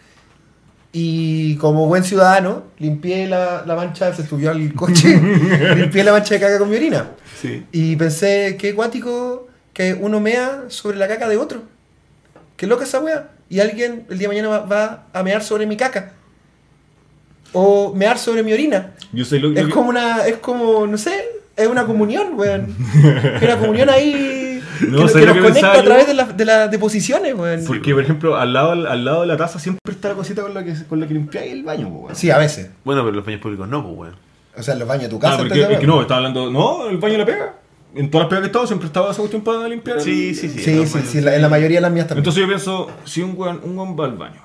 Speaker 2: y como buen ciudadano limpié la, la mancha, se subió al coche, limpié la mancha de caca con mi orina.
Speaker 1: Sí.
Speaker 2: Y pensé, qué cuático que uno mea sobre la caca de otro. Qué loca esa wea. Y alguien el día de mañana va, va a mear sobre mi caca. O mear sobre mi orina.
Speaker 3: Yo soy lo lo
Speaker 2: Es como una. Es como, no sé, es una comunión, weón. Es una comunión ahí.
Speaker 3: No,
Speaker 2: que,
Speaker 3: ¿sabes
Speaker 2: que
Speaker 3: lo
Speaker 2: nos
Speaker 3: que
Speaker 2: conecta
Speaker 3: pensaba
Speaker 2: a
Speaker 3: yo?
Speaker 2: través de, las de las deposiciones, weón. Sí.
Speaker 3: Porque, por ejemplo, al lado, al lado de la taza siempre está la cosita con la que, con la que limpiáis el baño, pues, weón.
Speaker 2: a veces.
Speaker 1: Bueno, pero los baños públicos no, pues weón.
Speaker 2: O sea, en los baños de tu
Speaker 3: Ah,
Speaker 2: casa.
Speaker 3: porque
Speaker 2: está esa
Speaker 3: es que
Speaker 2: wea.
Speaker 3: no, estaba hablando. No, el baño de la pega. En todas las pegas que he estado siempre estaba esa cuestión para limpiar. el-
Speaker 1: Sí, sí, sí.
Speaker 2: Sí,
Speaker 1: los
Speaker 2: sí,
Speaker 1: baños-
Speaker 2: sí, en la- en la mayoría de las mías también.
Speaker 3: Entonces yo pienso, si un weón, un weón va al baño,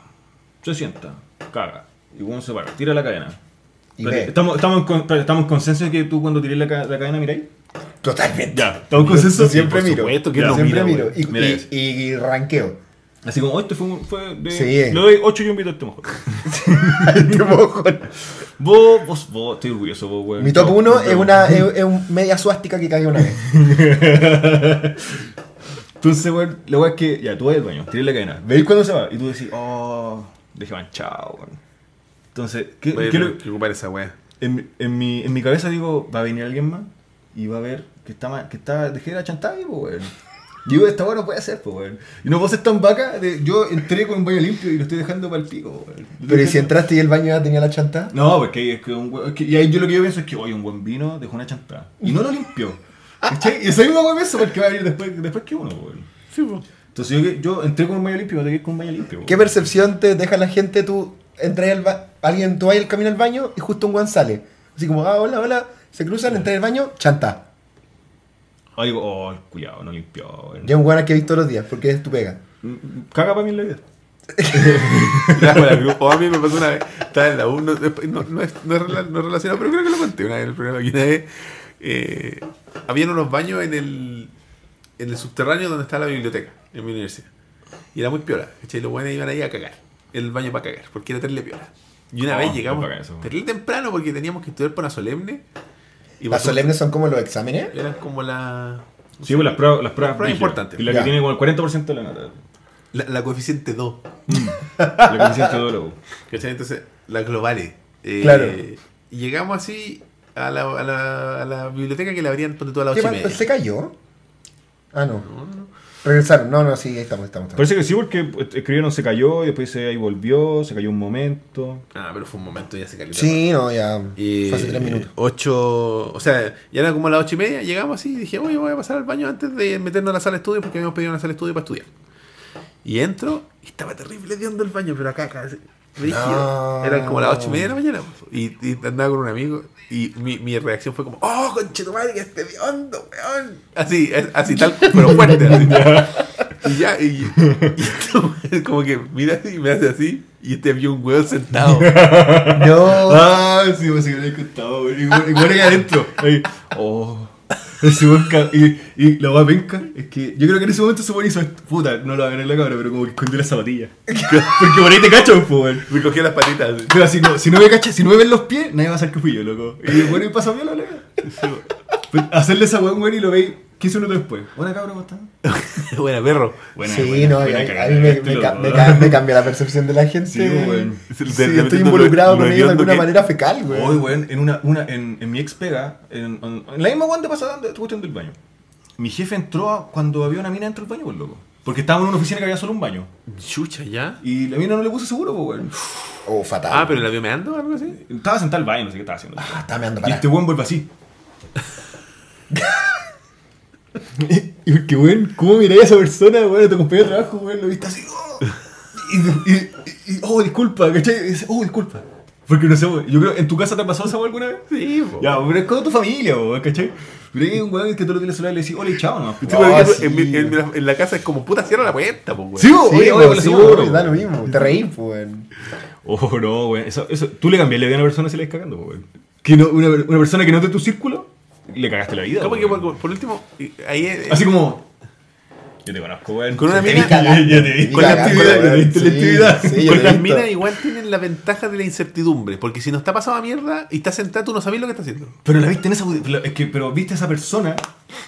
Speaker 3: se sienta, caga, y uno se para, tira la cadena.
Speaker 2: Y
Speaker 3: Espérate,
Speaker 2: ve.
Speaker 3: ¿Estamos, estamos, en, con- espérate, ¿Estamos en consenso de que tú cuando tiré la, ca- la cadena miráis?
Speaker 2: Totalmente.
Speaker 3: Ya, estamos en consenso.
Speaker 2: Yo siempre
Speaker 1: por
Speaker 2: miro.
Speaker 1: supuesto que
Speaker 2: Ya,
Speaker 1: no
Speaker 2: siempre
Speaker 1: miro,
Speaker 2: miro. Y,
Speaker 3: weón. Mira
Speaker 2: y-
Speaker 3: eso.
Speaker 2: y- y ranqueo.
Speaker 3: Así como, oh, este fue, un- fue de...
Speaker 2: Sí.
Speaker 3: Le doy 8 y un invito a este mejor.
Speaker 2: Este mojón.
Speaker 3: vos, vos, vos, estoy orgulloso, vos, weón.
Speaker 2: Mi top
Speaker 3: Yo-
Speaker 2: 1
Speaker 3: yo-
Speaker 2: es una es, es un media suástica que cagué una vez.
Speaker 3: Entonces, weón, la weá es que, ya, tú vas al baño, tiré la cadena, veis cuando se va, y tú decís, oh, dejé manchado, weón. Entonces, ¿qué,
Speaker 1: Oye,
Speaker 3: qué
Speaker 1: pero
Speaker 3: lo-
Speaker 1: hay que ocupar esa weá.
Speaker 3: en, en mi, en mi cabeza digo, va a venir alguien más y va a ver que está ma- que está dejé la chantada ahí, pues, weón. Digo, esta weá no puede ser, pues, weón. Y no puedo ser tan vaca de, yo entré con un baño limpio y lo estoy dejando para el pico, po, weón.
Speaker 2: Pero ¿y si entraste y el baño ya tenía la chanta?
Speaker 3: No, porque ahí es que un weón, es que- y ahí yo lo que yo pienso es que, oye, un buen vino dejó una chantada y no lo limpió. ¿Cachai? Y esa misma weá pienso porque va a venir después, después que uno, weón.
Speaker 1: Sí, pues.
Speaker 3: Entonces yo, yo entré con un baño limpio y me tengo que ir con un baño limpio. po.
Speaker 2: ¿Qué percepción te deja la gente tú entras al ba- alguien tú vas el camino al baño y justo un guan sale? Así como, ah, hola, hola, se cruzan, entras al baño, chanta.
Speaker 3: Ah, digo, oh, cuidado, no limpió. weón.
Speaker 2: Ya un guan que he visto todos los días porque es tu pega.
Speaker 3: Mm, Caga para mí en la vida.
Speaker 1: Ya, bueno, el grupo A mí me pasó una vez. Estaba en la U, no, no, no es, no es rela- no es relacionado, pero creo que lo conté una vez en el programa. Que una vez, eh, habían unos baños en el, en el subterráneo donde está la biblioteca, en mi universidad. Y era muy piola. ¿cachai? Los buenos iban ahí a cagar. El baño para cagar, porque era terrible piola. Y una
Speaker 3: Oh,
Speaker 1: vez llegamos
Speaker 3: qué bacán eso.
Speaker 1: terrible temprano porque teníamos que estudiar para una solemne. Y
Speaker 2: Las
Speaker 1: pasó-
Speaker 2: solemnes son como los exámenes.
Speaker 1: Eran como la,
Speaker 3: Sí, pues las pruebas, las pruebas,
Speaker 1: Las pruebas
Speaker 3: brígidas.
Speaker 1: importantes.
Speaker 3: Y la
Speaker 2: Ya.
Speaker 3: que tiene como el 40% de la nota.
Speaker 1: la, la coeficiente 2.
Speaker 3: La que me siento dólar.
Speaker 1: ¿Cachai? Entonces, las globales. Eh,
Speaker 2: Claro.
Speaker 1: y Llegamos así a la, a la, a la biblioteca que la abrían ponte toda la
Speaker 2: ¿Qué
Speaker 1: ocho y media.
Speaker 2: mal- ¿Se cayó? Ah, no. Regresaron. No, no, sí, ahí estamos, estamos. estamos.
Speaker 1: Pues,
Speaker 3: Parece que sí, porque escribieron se cayó y después se ahí volvió, se cayó un momento.
Speaker 1: Ah, pero fue un momento, ya se calentó.
Speaker 2: Sí, no, ya.
Speaker 1: Y
Speaker 2: Fue hace tres minutos.
Speaker 1: Ocho, o sea, ya eran como las ocho y media, llegamos así y dije, oye, voy a pasar al baño antes de meternos a la sala de estudio porque habíamos pedido una sala de estudio para estudiar. Y entro y estaba terrible hediondo el baño, pero acá, acá, así, brígido.
Speaker 2: No.
Speaker 1: Eran como las ocho y media de la mañana. pues. Y, y andaba con un amigo y mi, mi reacción fue como, oh, conchetumadre, que este hediondo, weón. Así, es- así tal, pero fuerte. así. Y ya, y, y esto, como que mira y me hace así y este vio un weón sentado.
Speaker 2: No.
Speaker 4: Ah, sí, pues si me lo he contado, güey. Igual, igual ahí adentro. Ahí, oh. Ese weón ca- y, y la weá penca es que yo creo que en ese momento se weón hizo esto. Puta, no lo va a ver en la cámara, pero como que escondió las zapatillas. Porque por ahí te cachan, pues, weón.
Speaker 1: Me cogió las patitas. así.
Speaker 4: Pero si no, si no me cachan, si no me ven los pies, nadie va a saber que fui yo, loco. Y bueno, y pasa bien la loca. Pues, hacerle esa weón, weón, y lo veis 15 minutos después. Buena cabra, ¿cómo estás?
Speaker 1: Buena, perro.
Speaker 2: sí, no, a- a, mí me, me ca- me ca- me cambia la percepción de la gente.
Speaker 4: Sí, weón.
Speaker 1: De- de
Speaker 2: Sí,
Speaker 1: repente
Speaker 2: estoy
Speaker 1: lo-
Speaker 2: involucrado
Speaker 1: lo
Speaker 2: con ellos de
Speaker 1: hediondo
Speaker 2: alguna
Speaker 1: que-
Speaker 2: manera fecal,
Speaker 3: Hoy,
Speaker 2: güey.
Speaker 3: weón, en, una, una, en, en mi ex pega, en, en- en la misma weón de pasada de cuestión del baño. Mi jefe entró a- cuando había una mina dentro del baño, pues loco. Porque estábamos en una oficina que había solo un baño.
Speaker 1: Chucha, ya.
Speaker 3: Y la mina no le puso seguro, pues weón.
Speaker 2: Oh, fatal.
Speaker 1: Ah, pero la vio meando o algo así.
Speaker 3: Estaba sentada en el baño, no sé qué estaba haciendo.
Speaker 2: Ah, está meando
Speaker 3: Y
Speaker 2: para.
Speaker 3: este weón vuelve así.
Speaker 4: Y que weón, ¿cómo miráis a esa persona, weón? A tu compañero de trabajo, weón, lo viste así. Oh, y, y, y- oh, disculpa, ¿cachai? Y dice, Oh, disculpa. Porque no sé, weón. Yo creo, ¿en tu casa te pasó esa weón alguna vez?
Speaker 1: Sí, po.
Speaker 3: Ah,
Speaker 4: Ya, pero es con tu familia, weón, ¿cachai? Pero hay un weón que todos los días le decís, hola y chao, ¿no?
Speaker 1: Sí, porque
Speaker 2: Ah,
Speaker 1: en-
Speaker 2: sí.
Speaker 1: en, en la, en la casa es como puta, cierra la puerta, pues, güey.
Speaker 4: Sí, weón,
Speaker 2: Sí,
Speaker 4: oye,
Speaker 2: güey,
Speaker 4: oye, por
Speaker 2: sí,
Speaker 4: seguro.
Speaker 2: güey, da lo
Speaker 4: weón.
Speaker 2: mismo. Te reí, pues.
Speaker 3: Oh, no, weón. Eso, eso, tú le cambiaste la vida a una persona si la estás cagando, pues, weón.
Speaker 4: Que no, una, una persona que no es de tu círculo,
Speaker 3: Le cagaste la vida.
Speaker 1: ¿Cómo
Speaker 3: pues,
Speaker 1: que
Speaker 3: weón.
Speaker 1: por, por último, eh, ahí eh,
Speaker 4: así como,
Speaker 3: Yo te conozco, weón.
Speaker 1: Con una
Speaker 3: Sí,
Speaker 1: mina-
Speaker 3: ya- ya te vi.
Speaker 4: con la actividad,
Speaker 2: güey.
Speaker 4: le diste la
Speaker 2: Sí,
Speaker 4: actividad.
Speaker 2: sí, yo
Speaker 1: con
Speaker 2: le
Speaker 1: las
Speaker 2: he visto.
Speaker 1: minas igual tienen la ventaja de la incertidumbre, porque si no está pasado a mierda y está sentado, tú no sabes lo que está haciendo.
Speaker 4: pero la viste en esa. pero Es que, pero viste a esa persona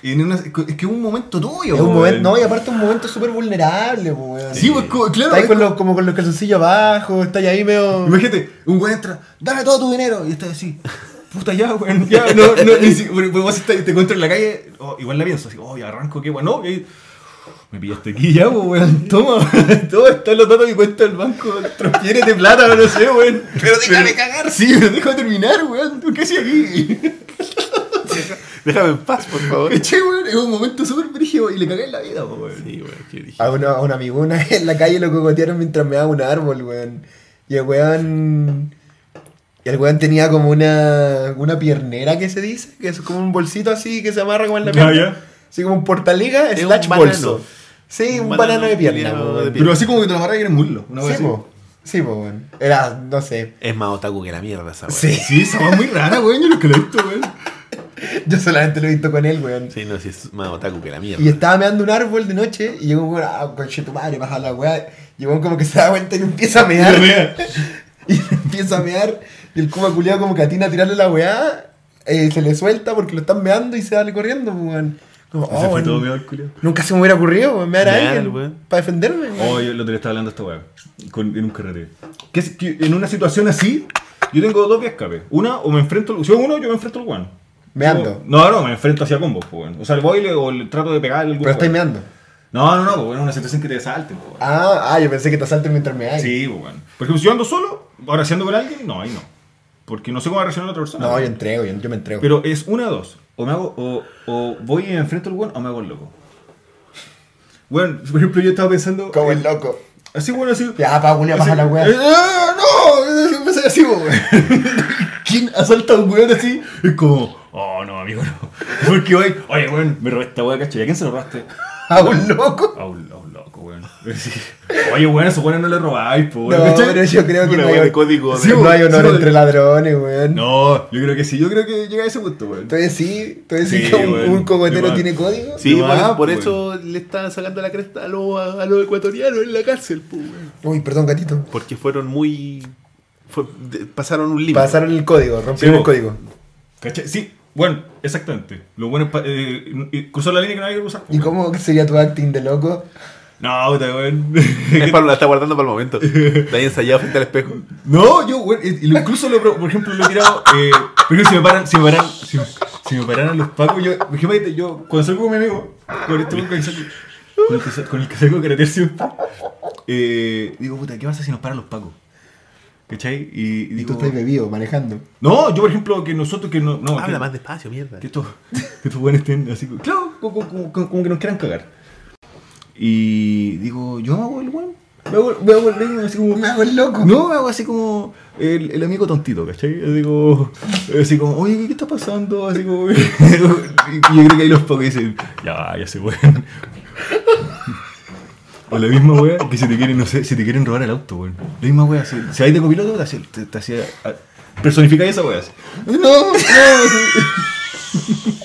Speaker 4: en una. Es que es un momento tuyo,
Speaker 2: Es un
Speaker 4: weón.
Speaker 2: momento, no, y aparte un momento súper vulnerable, güey.
Speaker 4: Sí, weón, co- claro.
Speaker 2: Está ahí
Speaker 4: es
Speaker 2: con los, como con los calzoncillos abajo, está ahí medio.
Speaker 4: Imagínate, un weón entra, dame todo tu dinero. Y estás así, puta ya, weón, ya, no, no, ni si, pero vos estás- te encuentras en la calle, oh, igual la pienso, así, oh, ya arranco, qué weón, no, que- me pillaste aquí ya, po, weón, toma, toma, están los datos de mi cuenta del banco, transfiérete plata, no sé, weón. Pero déjame cagar. Sí, pero déjame terminar, weón, ¿tú qué haces aquí?
Speaker 1: Déjame en paz, por favor.
Speaker 4: Che, weón, es un momento súper brígido y le cagué en la vida, po, weón.
Speaker 1: Sí, güey, qué origen.
Speaker 2: A, una, a un amigo una vez en la calle lo cocotearon mientras me daba un árbol, weón. Y el weón. Y el weón tenía como una. una piernera que se dice, que es como un bolsito así que se amarra como en la
Speaker 4: Ya,
Speaker 2: pierna.
Speaker 4: ya.
Speaker 2: Así como un portaliga,
Speaker 1: Es un
Speaker 2: slash
Speaker 1: banano.
Speaker 2: bolso. Sí, un, banano, de pierna,
Speaker 1: culiao
Speaker 2: weón.
Speaker 1: de
Speaker 4: Pero así como que te lo amarras y eres muslo, una
Speaker 2: Sí,
Speaker 4: weón.
Speaker 2: po. Sí, po, weón. Era, no sé.
Speaker 1: Es más otaku que la mierda esa, güey.
Speaker 2: Sí,
Speaker 4: Sí, esa weón es muy rara, weón, yo nunca lo he visto, weón.
Speaker 2: yo solamente lo he visto con él, weón.
Speaker 1: Sí, no, sí, es más otaku que la mierda.
Speaker 2: Y estaba meando un árbol de noche y llegó un weón, ah, coche tu madre, baja la weá. Y el weón como que se da vuelta y empieza a mear. Y le empieza a mear. Y el Kuma culiado como que atina a tirarle la weá. eh, se le suelta porque lo están meando y se sale corriendo, pues, weón. Como, oh,
Speaker 4: Se fue
Speaker 2: weón,
Speaker 4: todo meado el culiao.
Speaker 2: Nunca se me hubiera ocurrido weón, mear a
Speaker 1: Mear,
Speaker 2: alguien
Speaker 1: weón.
Speaker 2: para defenderme. weón.
Speaker 3: Oh, yo lo otro día estaba hablando a esta weá. con- En un carrete. Que, es- que en una situación así, yo tengo dos vías de escape. Una, o me enfrento al. Si hago uno, yo me enfrento al guan.
Speaker 2: Meando.
Speaker 3: No, no, me enfrento hacia combos, pues, weón. O sea, voy y le, o le trato de pegar el
Speaker 2: Pero estáis meando.
Speaker 3: No, no, no, pues, bueno, es una situación que te salten, pues. weón.
Speaker 2: Ah, ah, yo pensé que te asalten mientras me hay.
Speaker 3: Sí, pues, weón. Por ejemplo, si yo ando solo, ahora si ando con alguien, no, ahí no. Porque no sé cómo va a reaccionar la otra persona.
Speaker 2: No, yo
Speaker 3: weón.
Speaker 2: entrego, yo, yo me entrego.
Speaker 3: Pero es una de dos. O me hago, o, o voy y me enfrento al guan o me hago el loco. Bueno, por ejemplo, yo estaba pensando.
Speaker 2: como el loco.
Speaker 3: Así, bueno, así.
Speaker 2: Ya, pa, culiao, baja la weá. pues,
Speaker 4: Eh, ¡Ah,
Speaker 3: eh,
Speaker 4: no! Yo Empecé así, po, weón. ¿Quién asalta a un weón así?
Speaker 3: Es como, oh no, amigo, no. Porque hoy, oye, weón, me robé esta weá, cacho. ¿Y a quién se lo robaste?
Speaker 2: a "Ah, un loco.
Speaker 3: A un, a un loco, weón. Sí. Oye, weón, esos weones no le robáis, po.
Speaker 2: No,
Speaker 3: weón, ¿cachai?
Speaker 2: pero yo creo que
Speaker 1: Una
Speaker 2: no
Speaker 1: wea
Speaker 2: hay,
Speaker 1: de código de-
Speaker 2: sí, no hay honor
Speaker 3: sí,
Speaker 2: entre ladrones, weón.
Speaker 3: No, yo creo que sí, yo creo que llega a ese punto, weón.
Speaker 2: Entonces sí, entonces sí,
Speaker 3: Sí,
Speaker 2: que un,
Speaker 3: weón,
Speaker 2: un cogotero
Speaker 3: igual.
Speaker 2: tiene código.
Speaker 1: Sí,
Speaker 3: No,
Speaker 1: por,
Speaker 3: ah,
Speaker 1: por
Speaker 3: pues,
Speaker 1: eso le están sacando la cresta a los a los ecuatorianos en la cárcel, pues, weón.
Speaker 2: Uy, perdón, gatito.
Speaker 1: Porque fueron muy. fue- de- pasaron un límite.
Speaker 2: Pasaron el código, rompieron
Speaker 3: Sí,
Speaker 2: el
Speaker 3: po.
Speaker 2: código.
Speaker 3: ¿Cachai? Sí, bueno, exactamente. Lo bueno es pa- eh, eh, cruzar la línea que no hay que cruzar. po,
Speaker 2: ¿Y
Speaker 3: weón.
Speaker 2: cómo sería tu acting de loco?
Speaker 3: No, puta, weón.
Speaker 1: Es para- la está guardando para el momento. La había ensayado frente al espejo.
Speaker 3: No, yo, güey, eh, incluso lo, pro- por ejemplo, lo he tirado. Eh, pero si me paran, si me paran, si, si me pararan los pacos, yo, imagínate, yo, cuando salgo con mi amigo, con este güey con el que salgo- con el que, sal- con el que salgo a carretear siempre, eh, digo, puta, ¿qué pasa si nos paran los pacos? ¿Cachai? Y, y
Speaker 2: Y tú
Speaker 3: digo,
Speaker 2: estás bebido, manejando.
Speaker 3: no, yo, por ejemplo, que nosotros, que no, no, que-
Speaker 1: Habla más despacio, mierda.
Speaker 3: que estos, que estos buenos estén así, como- claro, como, como- como- como que nos quieran cagar. Y digo, yo hago el weón. Me hago, me hago el reino, así como,
Speaker 2: Me hago el loco.
Speaker 3: no, me hago así como el, el amigo tontito, ¿cachai? Así como, así como, oye, ¿qué- ¿qué está pasando? Así como, y yo creo que ahí los pocos dicen, ya, ya se weón. O la misma wea que si te quieren, no sé, si te quieren robar el auto, weón. La misma wea, si, si hay de copiloto, te hacía, te, te hacía a- personificáis esa wea. así. No, no. así.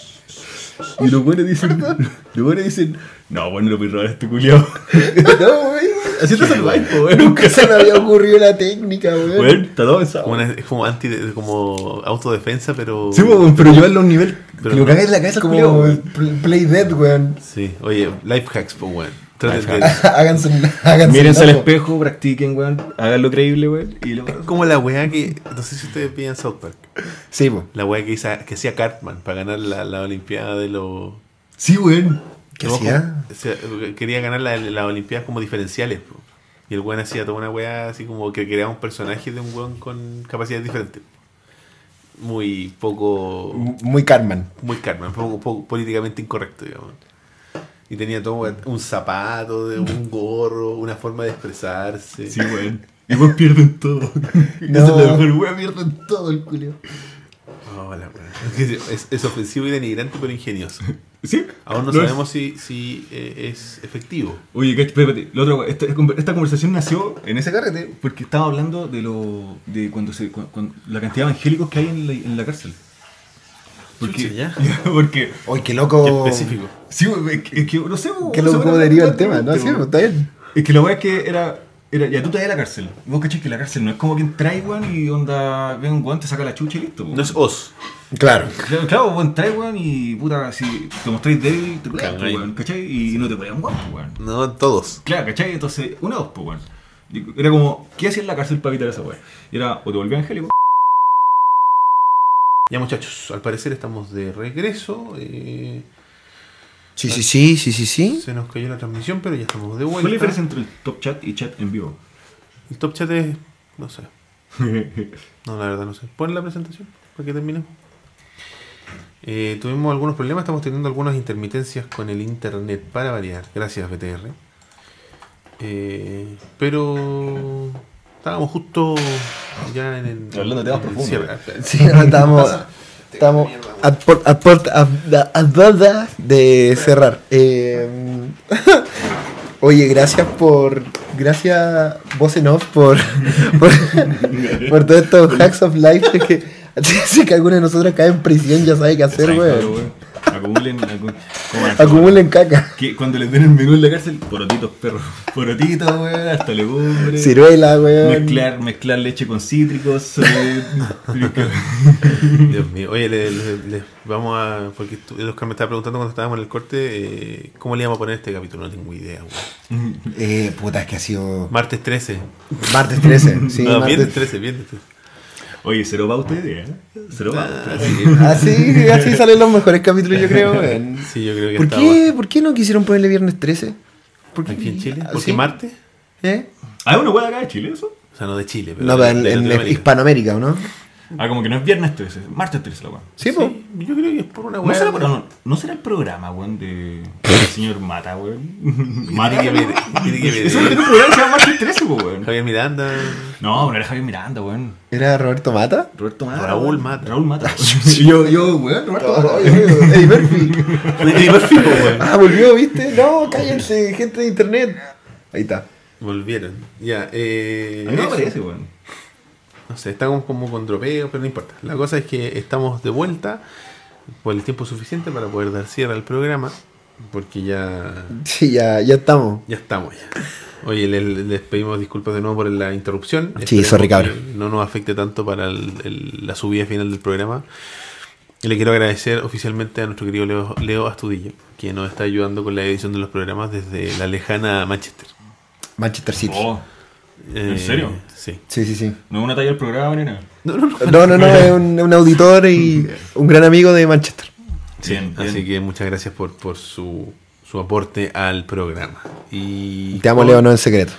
Speaker 3: Y los buenos dicen, los buenos dicen, no, bueno, lo voy a robar a este culiao.
Speaker 2: No, güey.
Speaker 3: Así te salváis, po, weón.
Speaker 2: Nunca se me había ocurrido la técnica, güey.
Speaker 3: Weón, está todo pensado.
Speaker 1: Como una- es como anti como autodefensa, pero.
Speaker 3: Sí, po, weón, pero llevarlo a un nivel
Speaker 1: Pero
Speaker 3: que
Speaker 1: no.
Speaker 3: lo cagáis en la cabeza
Speaker 2: Es
Speaker 3: al
Speaker 2: como
Speaker 3: culiao, weón.
Speaker 2: pl- Play Dead, weón.
Speaker 1: Sí, oye, life hacks, pues, weón. Traten
Speaker 3: Life
Speaker 1: de-
Speaker 2: háganse un- háganse un
Speaker 3: Mírense al
Speaker 2: loco.
Speaker 3: espejo, practiquen, weón. Hagan lo creíble, weón. Y lo...
Speaker 1: Es como la weá que. No sé si ustedes pillan South Park.
Speaker 2: Sí, po.
Speaker 1: La weá que, hizo- que hacía Cartman para ganar la, la Olimpiada de los.
Speaker 3: Sí, weón.
Speaker 2: ¿Qué
Speaker 1: No,
Speaker 2: hacía?
Speaker 1: como- o sea, quería ganar la- las Olimpiadas como diferenciales. po. Y el weón hacía toda una weá así como que creaba un personaje de un weón con capacidades diferentes. Muy poco.
Speaker 2: Muy Carmen.
Speaker 1: Muy Carmen, poco, poco políticamente incorrecto, digamos. Y tenía todo un zapato, de- un gorro, una forma de expresarse.
Speaker 3: Sí, weón. Y vos pierden todo.
Speaker 2: No.
Speaker 3: Esa es la mejor weón, pierden todo.
Speaker 2: Todo el culio.
Speaker 1: Oh, la weá. es, es ofensivo y denigrante, pero ingenioso.
Speaker 3: Sí.
Speaker 1: Aún no
Speaker 3: Lo es.
Speaker 1: sabemos si, si eh, es efectivo.
Speaker 3: Oye, cach- espérate, espérate, la otra wea, esta, esta conversación nació en ese carrete porque estaba hablando de lo de cuando se cu- cuando- la cantidad de evangélicos que hay en la, en la cárcel. Porque,
Speaker 1: Chucha, ya.
Speaker 3: porque
Speaker 2: Uy, qué
Speaker 1: Qué
Speaker 2: loco.
Speaker 1: específico.
Speaker 3: sí, es que, es que no sé,
Speaker 2: Qué
Speaker 3: no sé,
Speaker 2: loco
Speaker 3: bueno,
Speaker 2: deriva el
Speaker 3: bueno,
Speaker 2: tema, ¿no?
Speaker 3: bueno,
Speaker 2: Sí, pues. po, está bien.
Speaker 3: Es que la weá es que era, era. Ya tú te vas a la cárcel. Y Vos cachés que la cárcel no es como que entráis, weón, y onda, ven un weón, te saca la chucha y listo. po.
Speaker 1: No es os.
Speaker 2: Claro.
Speaker 3: Claro, claro, vos entráis, weón, y puta, si te mostráis débil, te cuidáis,
Speaker 1: Cagáis.
Speaker 3: weón, ¿cachai? Y no te ponían weón, po, weón.
Speaker 1: No todos.
Speaker 3: Claro, ¿cachai? Entonces, una dos, pues, weón. Y Era como, ¿qué hacía en la cárcel para evitar esa weón? Era, o te volvía angélico.
Speaker 1: Ya muchachos, al parecer estamos de regreso. eh,
Speaker 2: Sí, sí, sí, sí, sí, sí.
Speaker 1: se nos cayó la transmisión, pero ya estamos de vuelta.
Speaker 3: ¿Cuál es la diferencia entre el top chat y chat en vivo?
Speaker 1: El top chat es... no sé. No, la verdad no sé. Pon la presentación para que terminemos. Eh, tuvimos algunos problemas, estamos teniendo algunas intermitencias con el internet para variar. Gracias, BTR. Eh, pero estábamos justo ya en el.
Speaker 3: Hablando de temas
Speaker 1: en el
Speaker 3: profundos.
Speaker 1: cierre.
Speaker 2: Sí, ahora estamos. Estamos a por- a por- a- a- a nada de cerrar. Eh, oye, gracias por. Gracias, Voz en Off, por, por, por todos estos hacks of life. Es que si que alguna de nosotras cae en prisión, ya sabe qué hacer, weón.
Speaker 3: Acumulen, acu- coman.
Speaker 2: Acumulen caca.
Speaker 3: Que cuando les den el menú en la cárcel, porotitos, perros. Porotitos, weón, hasta legumbres.
Speaker 2: Ciruela, weón.
Speaker 3: Mezclar, mezclar leche con cítricos. eh,
Speaker 1: Dios mío. Oye, le- le- le- vamos a. Porque tú- el Oscar me estaba preguntando cuando estábamos en el corte, eh, ¿cómo le íbamos a poner este capítulo? No tengo idea, weón.
Speaker 2: Eh, puta, es que ha sido.
Speaker 1: Martes 13.
Speaker 2: Martes 13. Sí,
Speaker 1: no,
Speaker 2: martes
Speaker 1: viernes 13, viernes 13.
Speaker 3: Oye, cero va usted, ¿eh? Cero va
Speaker 1: Ah,
Speaker 3: usted.
Speaker 1: sí,
Speaker 2: Así, así salen los mejores capítulos, yo creo, weón.
Speaker 1: sí, yo creo que
Speaker 2: ¿Por
Speaker 1: estaba-
Speaker 2: qué, ¿Por qué no quisieron ponerle viernes 13? ¿Por qué?
Speaker 1: Aquí en Chile.
Speaker 2: Ah,
Speaker 1: Porque
Speaker 2: ¿sí?
Speaker 1: martes.
Speaker 2: ¿Eh?
Speaker 3: ¿Hay Ah, una hueá acá de Chile, eso?
Speaker 1: O sea, no de Chile, pero.
Speaker 2: No,
Speaker 1: de-
Speaker 2: pero en,
Speaker 1: de
Speaker 2: en
Speaker 1: Latinoamérica.
Speaker 2: Hispanoamérica, ¿o ¿no?
Speaker 3: Ah, como que no es viernes 13, es martes 13 la weón.
Speaker 2: Sí, po.
Speaker 1: yo creo que es por una
Speaker 3: ¿No,
Speaker 1: weá.
Speaker 3: será, no, no, ¿No será el programa, weón, de del señor Mata, weón? Mata
Speaker 1: que me- tiene que me-
Speaker 3: Eso tiene un programa que se llama Martes 13, po, weón.
Speaker 1: Javier Miranda.
Speaker 3: No, no era Javier Miranda, weón.
Speaker 2: ¿Era Roberto Mata?
Speaker 3: Roberto Mata.
Speaker 1: Raúl
Speaker 3: weón.
Speaker 1: Mata.
Speaker 3: Raúl Mata. yo, yo, weón, Roberto Mata.
Speaker 2: Eddie Murphy.
Speaker 1: Eddie Murphy, po, weón.
Speaker 2: Ah, volvió, ¿viste? No, cállense, gente de internet. Ahí está.
Speaker 1: Volvieron. Ya, eh.
Speaker 3: A mí no me
Speaker 1: eso.
Speaker 3: parece, weón.
Speaker 1: No sé, está como, como con tropeo, pero no importa. La cosa es que estamos de vuelta por el tiempo suficiente para poder dar cierre al programa. Porque ya,
Speaker 2: Sí, ya, ya estamos.
Speaker 1: ya estamos ya. Oye, le- les, pedimos disculpas de nuego por la interrupción.
Speaker 2: Sí,
Speaker 1: Esperemos
Speaker 2: sorry, cabrón.
Speaker 1: que No nos afecte tanto para el- el- la subida final del programa. Y le quiero agradecer oficialmente a nuestro querido Leo, Leo Astudillo, que nos está ayudando con la edición de los programas desde la lejana Manchester.
Speaker 2: Manchester City.
Speaker 3: Oh,
Speaker 1: Eh,
Speaker 3: serio?
Speaker 1: Sí.
Speaker 2: Sí, sí, sí.
Speaker 3: no es una talla del programa ni nada.
Speaker 1: No, no, no.
Speaker 2: No, no, no, es un, un auditor y un gran amigo de Manchester.
Speaker 3: Bien, bien.
Speaker 1: Así que muchas gracias por, por su, su aporte al programa. Y
Speaker 2: Te amo,
Speaker 1: con,
Speaker 2: Leo, no en secreto.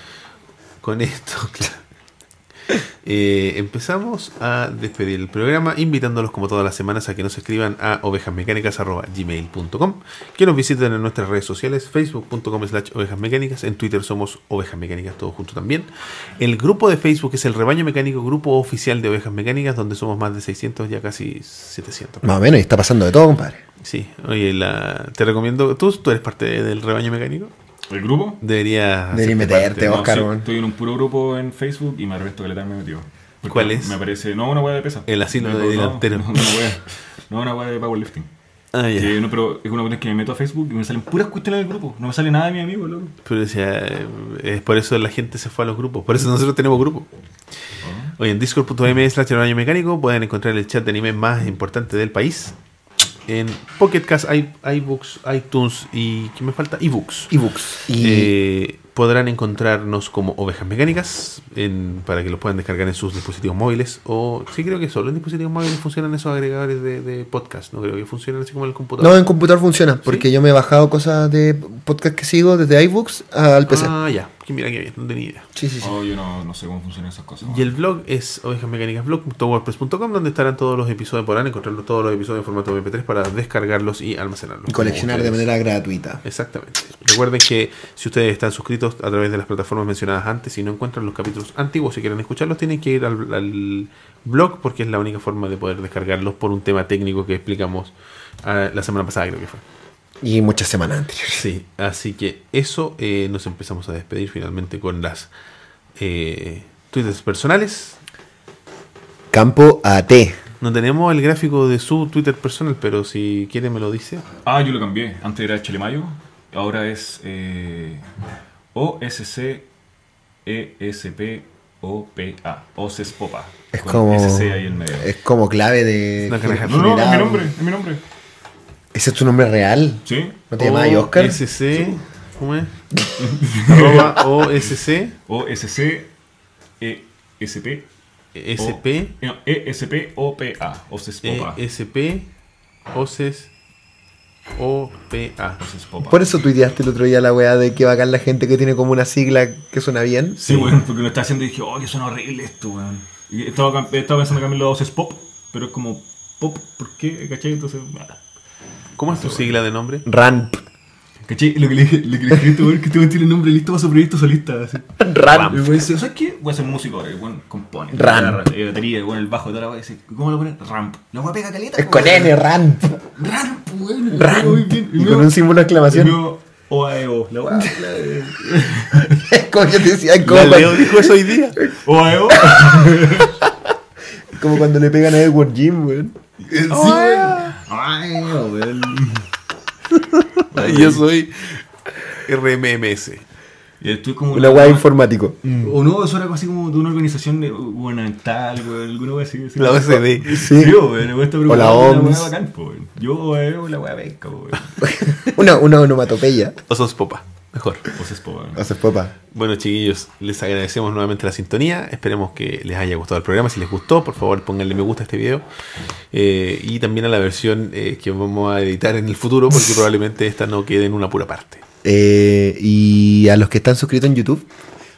Speaker 1: Con esto, claro. Eh, empezamos a despedir el programa, invitándolos como todas las semanas a que nos escriban a ovejasmecánicas.gmail.com, que nos visiten en nuestras redes sociales, facebook.com slash ovejasmecánicas, en Twitter somos ovejas mecánicas todo junto también. El grupo de Facebook es el rebaño mecánico, grupo oficial de ovejas mecánicas, donde somos más de 600, ya casi 700.
Speaker 2: Más o menos, y está pasando de todo, compadre.
Speaker 1: Sí, oye, la, te recomiendo. ¿tú, tú eres parte del rebaño mecánico.
Speaker 3: ¿El grupo?
Speaker 1: Deberías.
Speaker 2: Deberías
Speaker 1: hacerte
Speaker 2: meterte,
Speaker 1: parte,
Speaker 2: vos. Oscar,
Speaker 3: sí,
Speaker 2: weón.
Speaker 3: Estoy en un puro grupo en Facebook y me arresto que le me metido. Porque
Speaker 1: ¿Cuál es?
Speaker 3: Me aparece. No, una hueá de pesa.
Speaker 1: El asilo de
Speaker 3: no,
Speaker 1: delantero.
Speaker 3: No, no, una hueá- no, una hueá de powerlifting.
Speaker 1: ¿no? Ah, ya.
Speaker 3: Que Eh, no, pero es una cuestión que me meto a Facebook y me salen puras cuestiones del grupo. No me sale nada de mi amigo, loco.
Speaker 1: Pero o sea, es por eso la gente se fue a los grupos. Por eso nosotros tenemos grupos. Oye, en discord.m slash el rebaño mecánico pueden encontrar el chat de anime más importante del país. En Pocket Cast, i- iBooks, iTunes y. ¿Qué me falta? eBooks.
Speaker 2: Ebooks. Y
Speaker 1: Eh, podrán encontrarnos como ovejas mecánicas en- para que los puedan descargar en sus dispositivos móviles o sí creo que solo en dispositivos móviles funcionan esos agregadores de, de podcast no creo que funcionen así como en el computador
Speaker 2: No, en computador funciona, porque yo me he bajado cosas de podcast que sigo desde iBooks al PC.
Speaker 1: ah ya que mira qué bien no tenía idea
Speaker 2: Sí, sí, sí.
Speaker 3: Oh, yo no, no sé cómo funcionan esas cosas.
Speaker 1: y el blog es ovejasmecánicasblog.wordpress.com donde estarán todos los episodios podrán encontrar todos los episodios en formato mp3 para descargarlos y almacenarlos
Speaker 2: Y coleccionar de
Speaker 1: Como ustedes
Speaker 2: manera gratuita.
Speaker 1: Exactamente. Recuerden que si ustedes están suscritos a través de las plataformas mencionadas antes y no encuentran los capítulos antiguos y quieren escucharlos, tienen que ir al, al blog porque es la única forma de poder descargarlos por un tema técnico que explicamos ah, la semana pasada, creo que fue.
Speaker 2: Y muchas semanas anteriores.
Speaker 1: Sí, así que eso eh, nos empezamos a despedir finalmente con las eh, tweets personales.
Speaker 2: Campo AT.
Speaker 1: No tenemos el gráfico de su Twitter personal, pero si quiere me lo dice.
Speaker 3: Ah, yo lo cambié. Antes era Chelemayo. Ahora es. Eh, E O-S-C-E-S-P-O-P-A. OSESPOPA.
Speaker 2: Es
Speaker 3: Con
Speaker 2: como.
Speaker 3: SC ahí en medio.
Speaker 2: Es como clave de.
Speaker 1: Una caraja.
Speaker 3: No, no, es mi
Speaker 2: generado.
Speaker 3: nombre, es mi nombre.
Speaker 2: ¿Ese es tu nombre real?
Speaker 3: ¿Sí?
Speaker 2: ¿No te llamas Oscar?
Speaker 1: OSC. ¿Cómo es? Arroba OSC.
Speaker 3: O S C E S P
Speaker 1: SP.
Speaker 3: O, no, E S P O P A o Sespopa.
Speaker 1: E
Speaker 2: Eh,
Speaker 1: ESP, OCES, OPA.
Speaker 3: O Sespopa.
Speaker 2: Por eso tuiteaste el otro día la weá de que bacán la gente que tiene como una sigla que suena bien.
Speaker 3: Sí, weón, porque lo estaba haciendo y dije, oh, que suena horrible esto, weón. Y estaba, cam- estaba pensando cambiarlo a O Pop, pero es como pop, ¿por qué? ¿Cachai? Entonces, ah.
Speaker 1: ¿Cómo es tu sigla de nombre?
Speaker 2: Ramp.
Speaker 3: ¿Cachai? Lo que le dije, lo que le dije a este weón, que este weón tiene el nombre listo para su proyecto solista. Así.
Speaker 2: Ramp.
Speaker 3: Y me dice, ¿sabes qué? Voy a ser músico ahora, y el weón compone.
Speaker 2: Ramp.
Speaker 3: guitarra, eh, batería, el weón, el bajo, y tal, la weá, y dice, ¿cómo lo pones? Ramp. La weá pega caleta.
Speaker 2: Es con
Speaker 3: weón.
Speaker 2: N, Ramp.
Speaker 3: Ramp, weón.
Speaker 2: Ramp.
Speaker 3: Muy bien.
Speaker 2: Y
Speaker 3: luego-
Speaker 2: con un símbolo de exclamación.
Speaker 3: Yo, OAEO, E la weá. la-
Speaker 2: como yo te decía, como,
Speaker 1: La
Speaker 2: cuando-
Speaker 1: Leo dijo eso hoy día.
Speaker 3: OAEO.
Speaker 2: como cuando le pegan a Edward Jim, weón.
Speaker 3: Sí, OAEO, E weón.
Speaker 1: Yo soy RMMS.
Speaker 3: Y estoy como. Mm.
Speaker 2: Una weá informático.
Speaker 3: O no, eso era algo así como de una organización de- gubernamental, weón. Alguna weá así. así.
Speaker 1: La OSD.
Speaker 3: Sí,
Speaker 2: Sí.
Speaker 3: weón. me está
Speaker 2: O la
Speaker 3: preocupado, una
Speaker 2: OMS.
Speaker 3: weá bacán, po, weón. Yo, OAEO, la weá pesca, po, weón.
Speaker 2: Una, una onomatopeya.
Speaker 1: O sos popa. Mejor.
Speaker 3: O sea, es po, weón.
Speaker 2: Haces popa.
Speaker 1: Bueno, chiquillos, les agradecemos nuevamente la sintonía. Esperemos que les haya gustado el programa. Si les gustó, por favor, pónganle me gusta a este video. Eh, y también a la versión eh, que vamos a editar en el futuro, porque probablemente esta no quede en una pura parte.
Speaker 2: Eh, y a los que están suscritos en YouTube,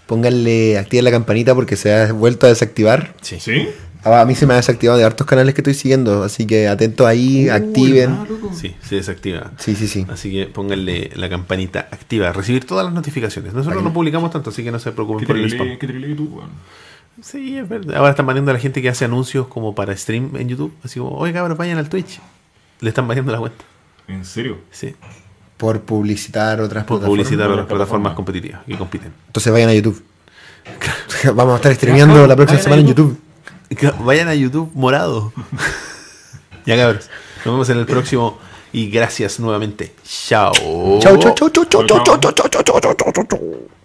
Speaker 2: pónganle, activen la campanita porque se ha vuelto a desactivar. Ah,
Speaker 1: Sí.
Speaker 3: ¿Sí?
Speaker 2: A a mí se me ha desactivado de hartos canales que estoy siguiendo, así que atentos ahí,
Speaker 3: Uh,
Speaker 2: activen.
Speaker 3: ah,
Speaker 1: Sí, se desactiva.
Speaker 2: Sí, sí, sí.
Speaker 1: Así que pónganle la campanita activa, recibir todas las notificaciones. Nosotros no publicamos tanto, así que no se preocupen
Speaker 3: ¿Qué
Speaker 1: por el spam.
Speaker 3: trilé, qué trilé tú, weón?
Speaker 1: Sí, es verdad. Ahora están baneando a la gente que hace anuncios como para stream en YouTube. Así como, oye cabros, vayan al Twitch. Le están baneando la cuenta.
Speaker 3: ¿En serio?
Speaker 1: Sí.
Speaker 2: Por publicitar otras
Speaker 1: Por
Speaker 2: plataformas.
Speaker 1: publicitar a las
Speaker 3: plataformas.
Speaker 1: plataformas competitivas que compiten.
Speaker 2: Entonces vayan a YouTube. Vamos a estar streameando la próxima
Speaker 1: Vayan a
Speaker 2: semana en YouTube.
Speaker 1: Vayan a YouTube morado. ya cabros. Nos vemos en el próximo. Y gracias nuevamente. Chao.
Speaker 2: Chau, chau, chau, chau, chau, chau, chau, chau, chau, chau, chau, chau, chau.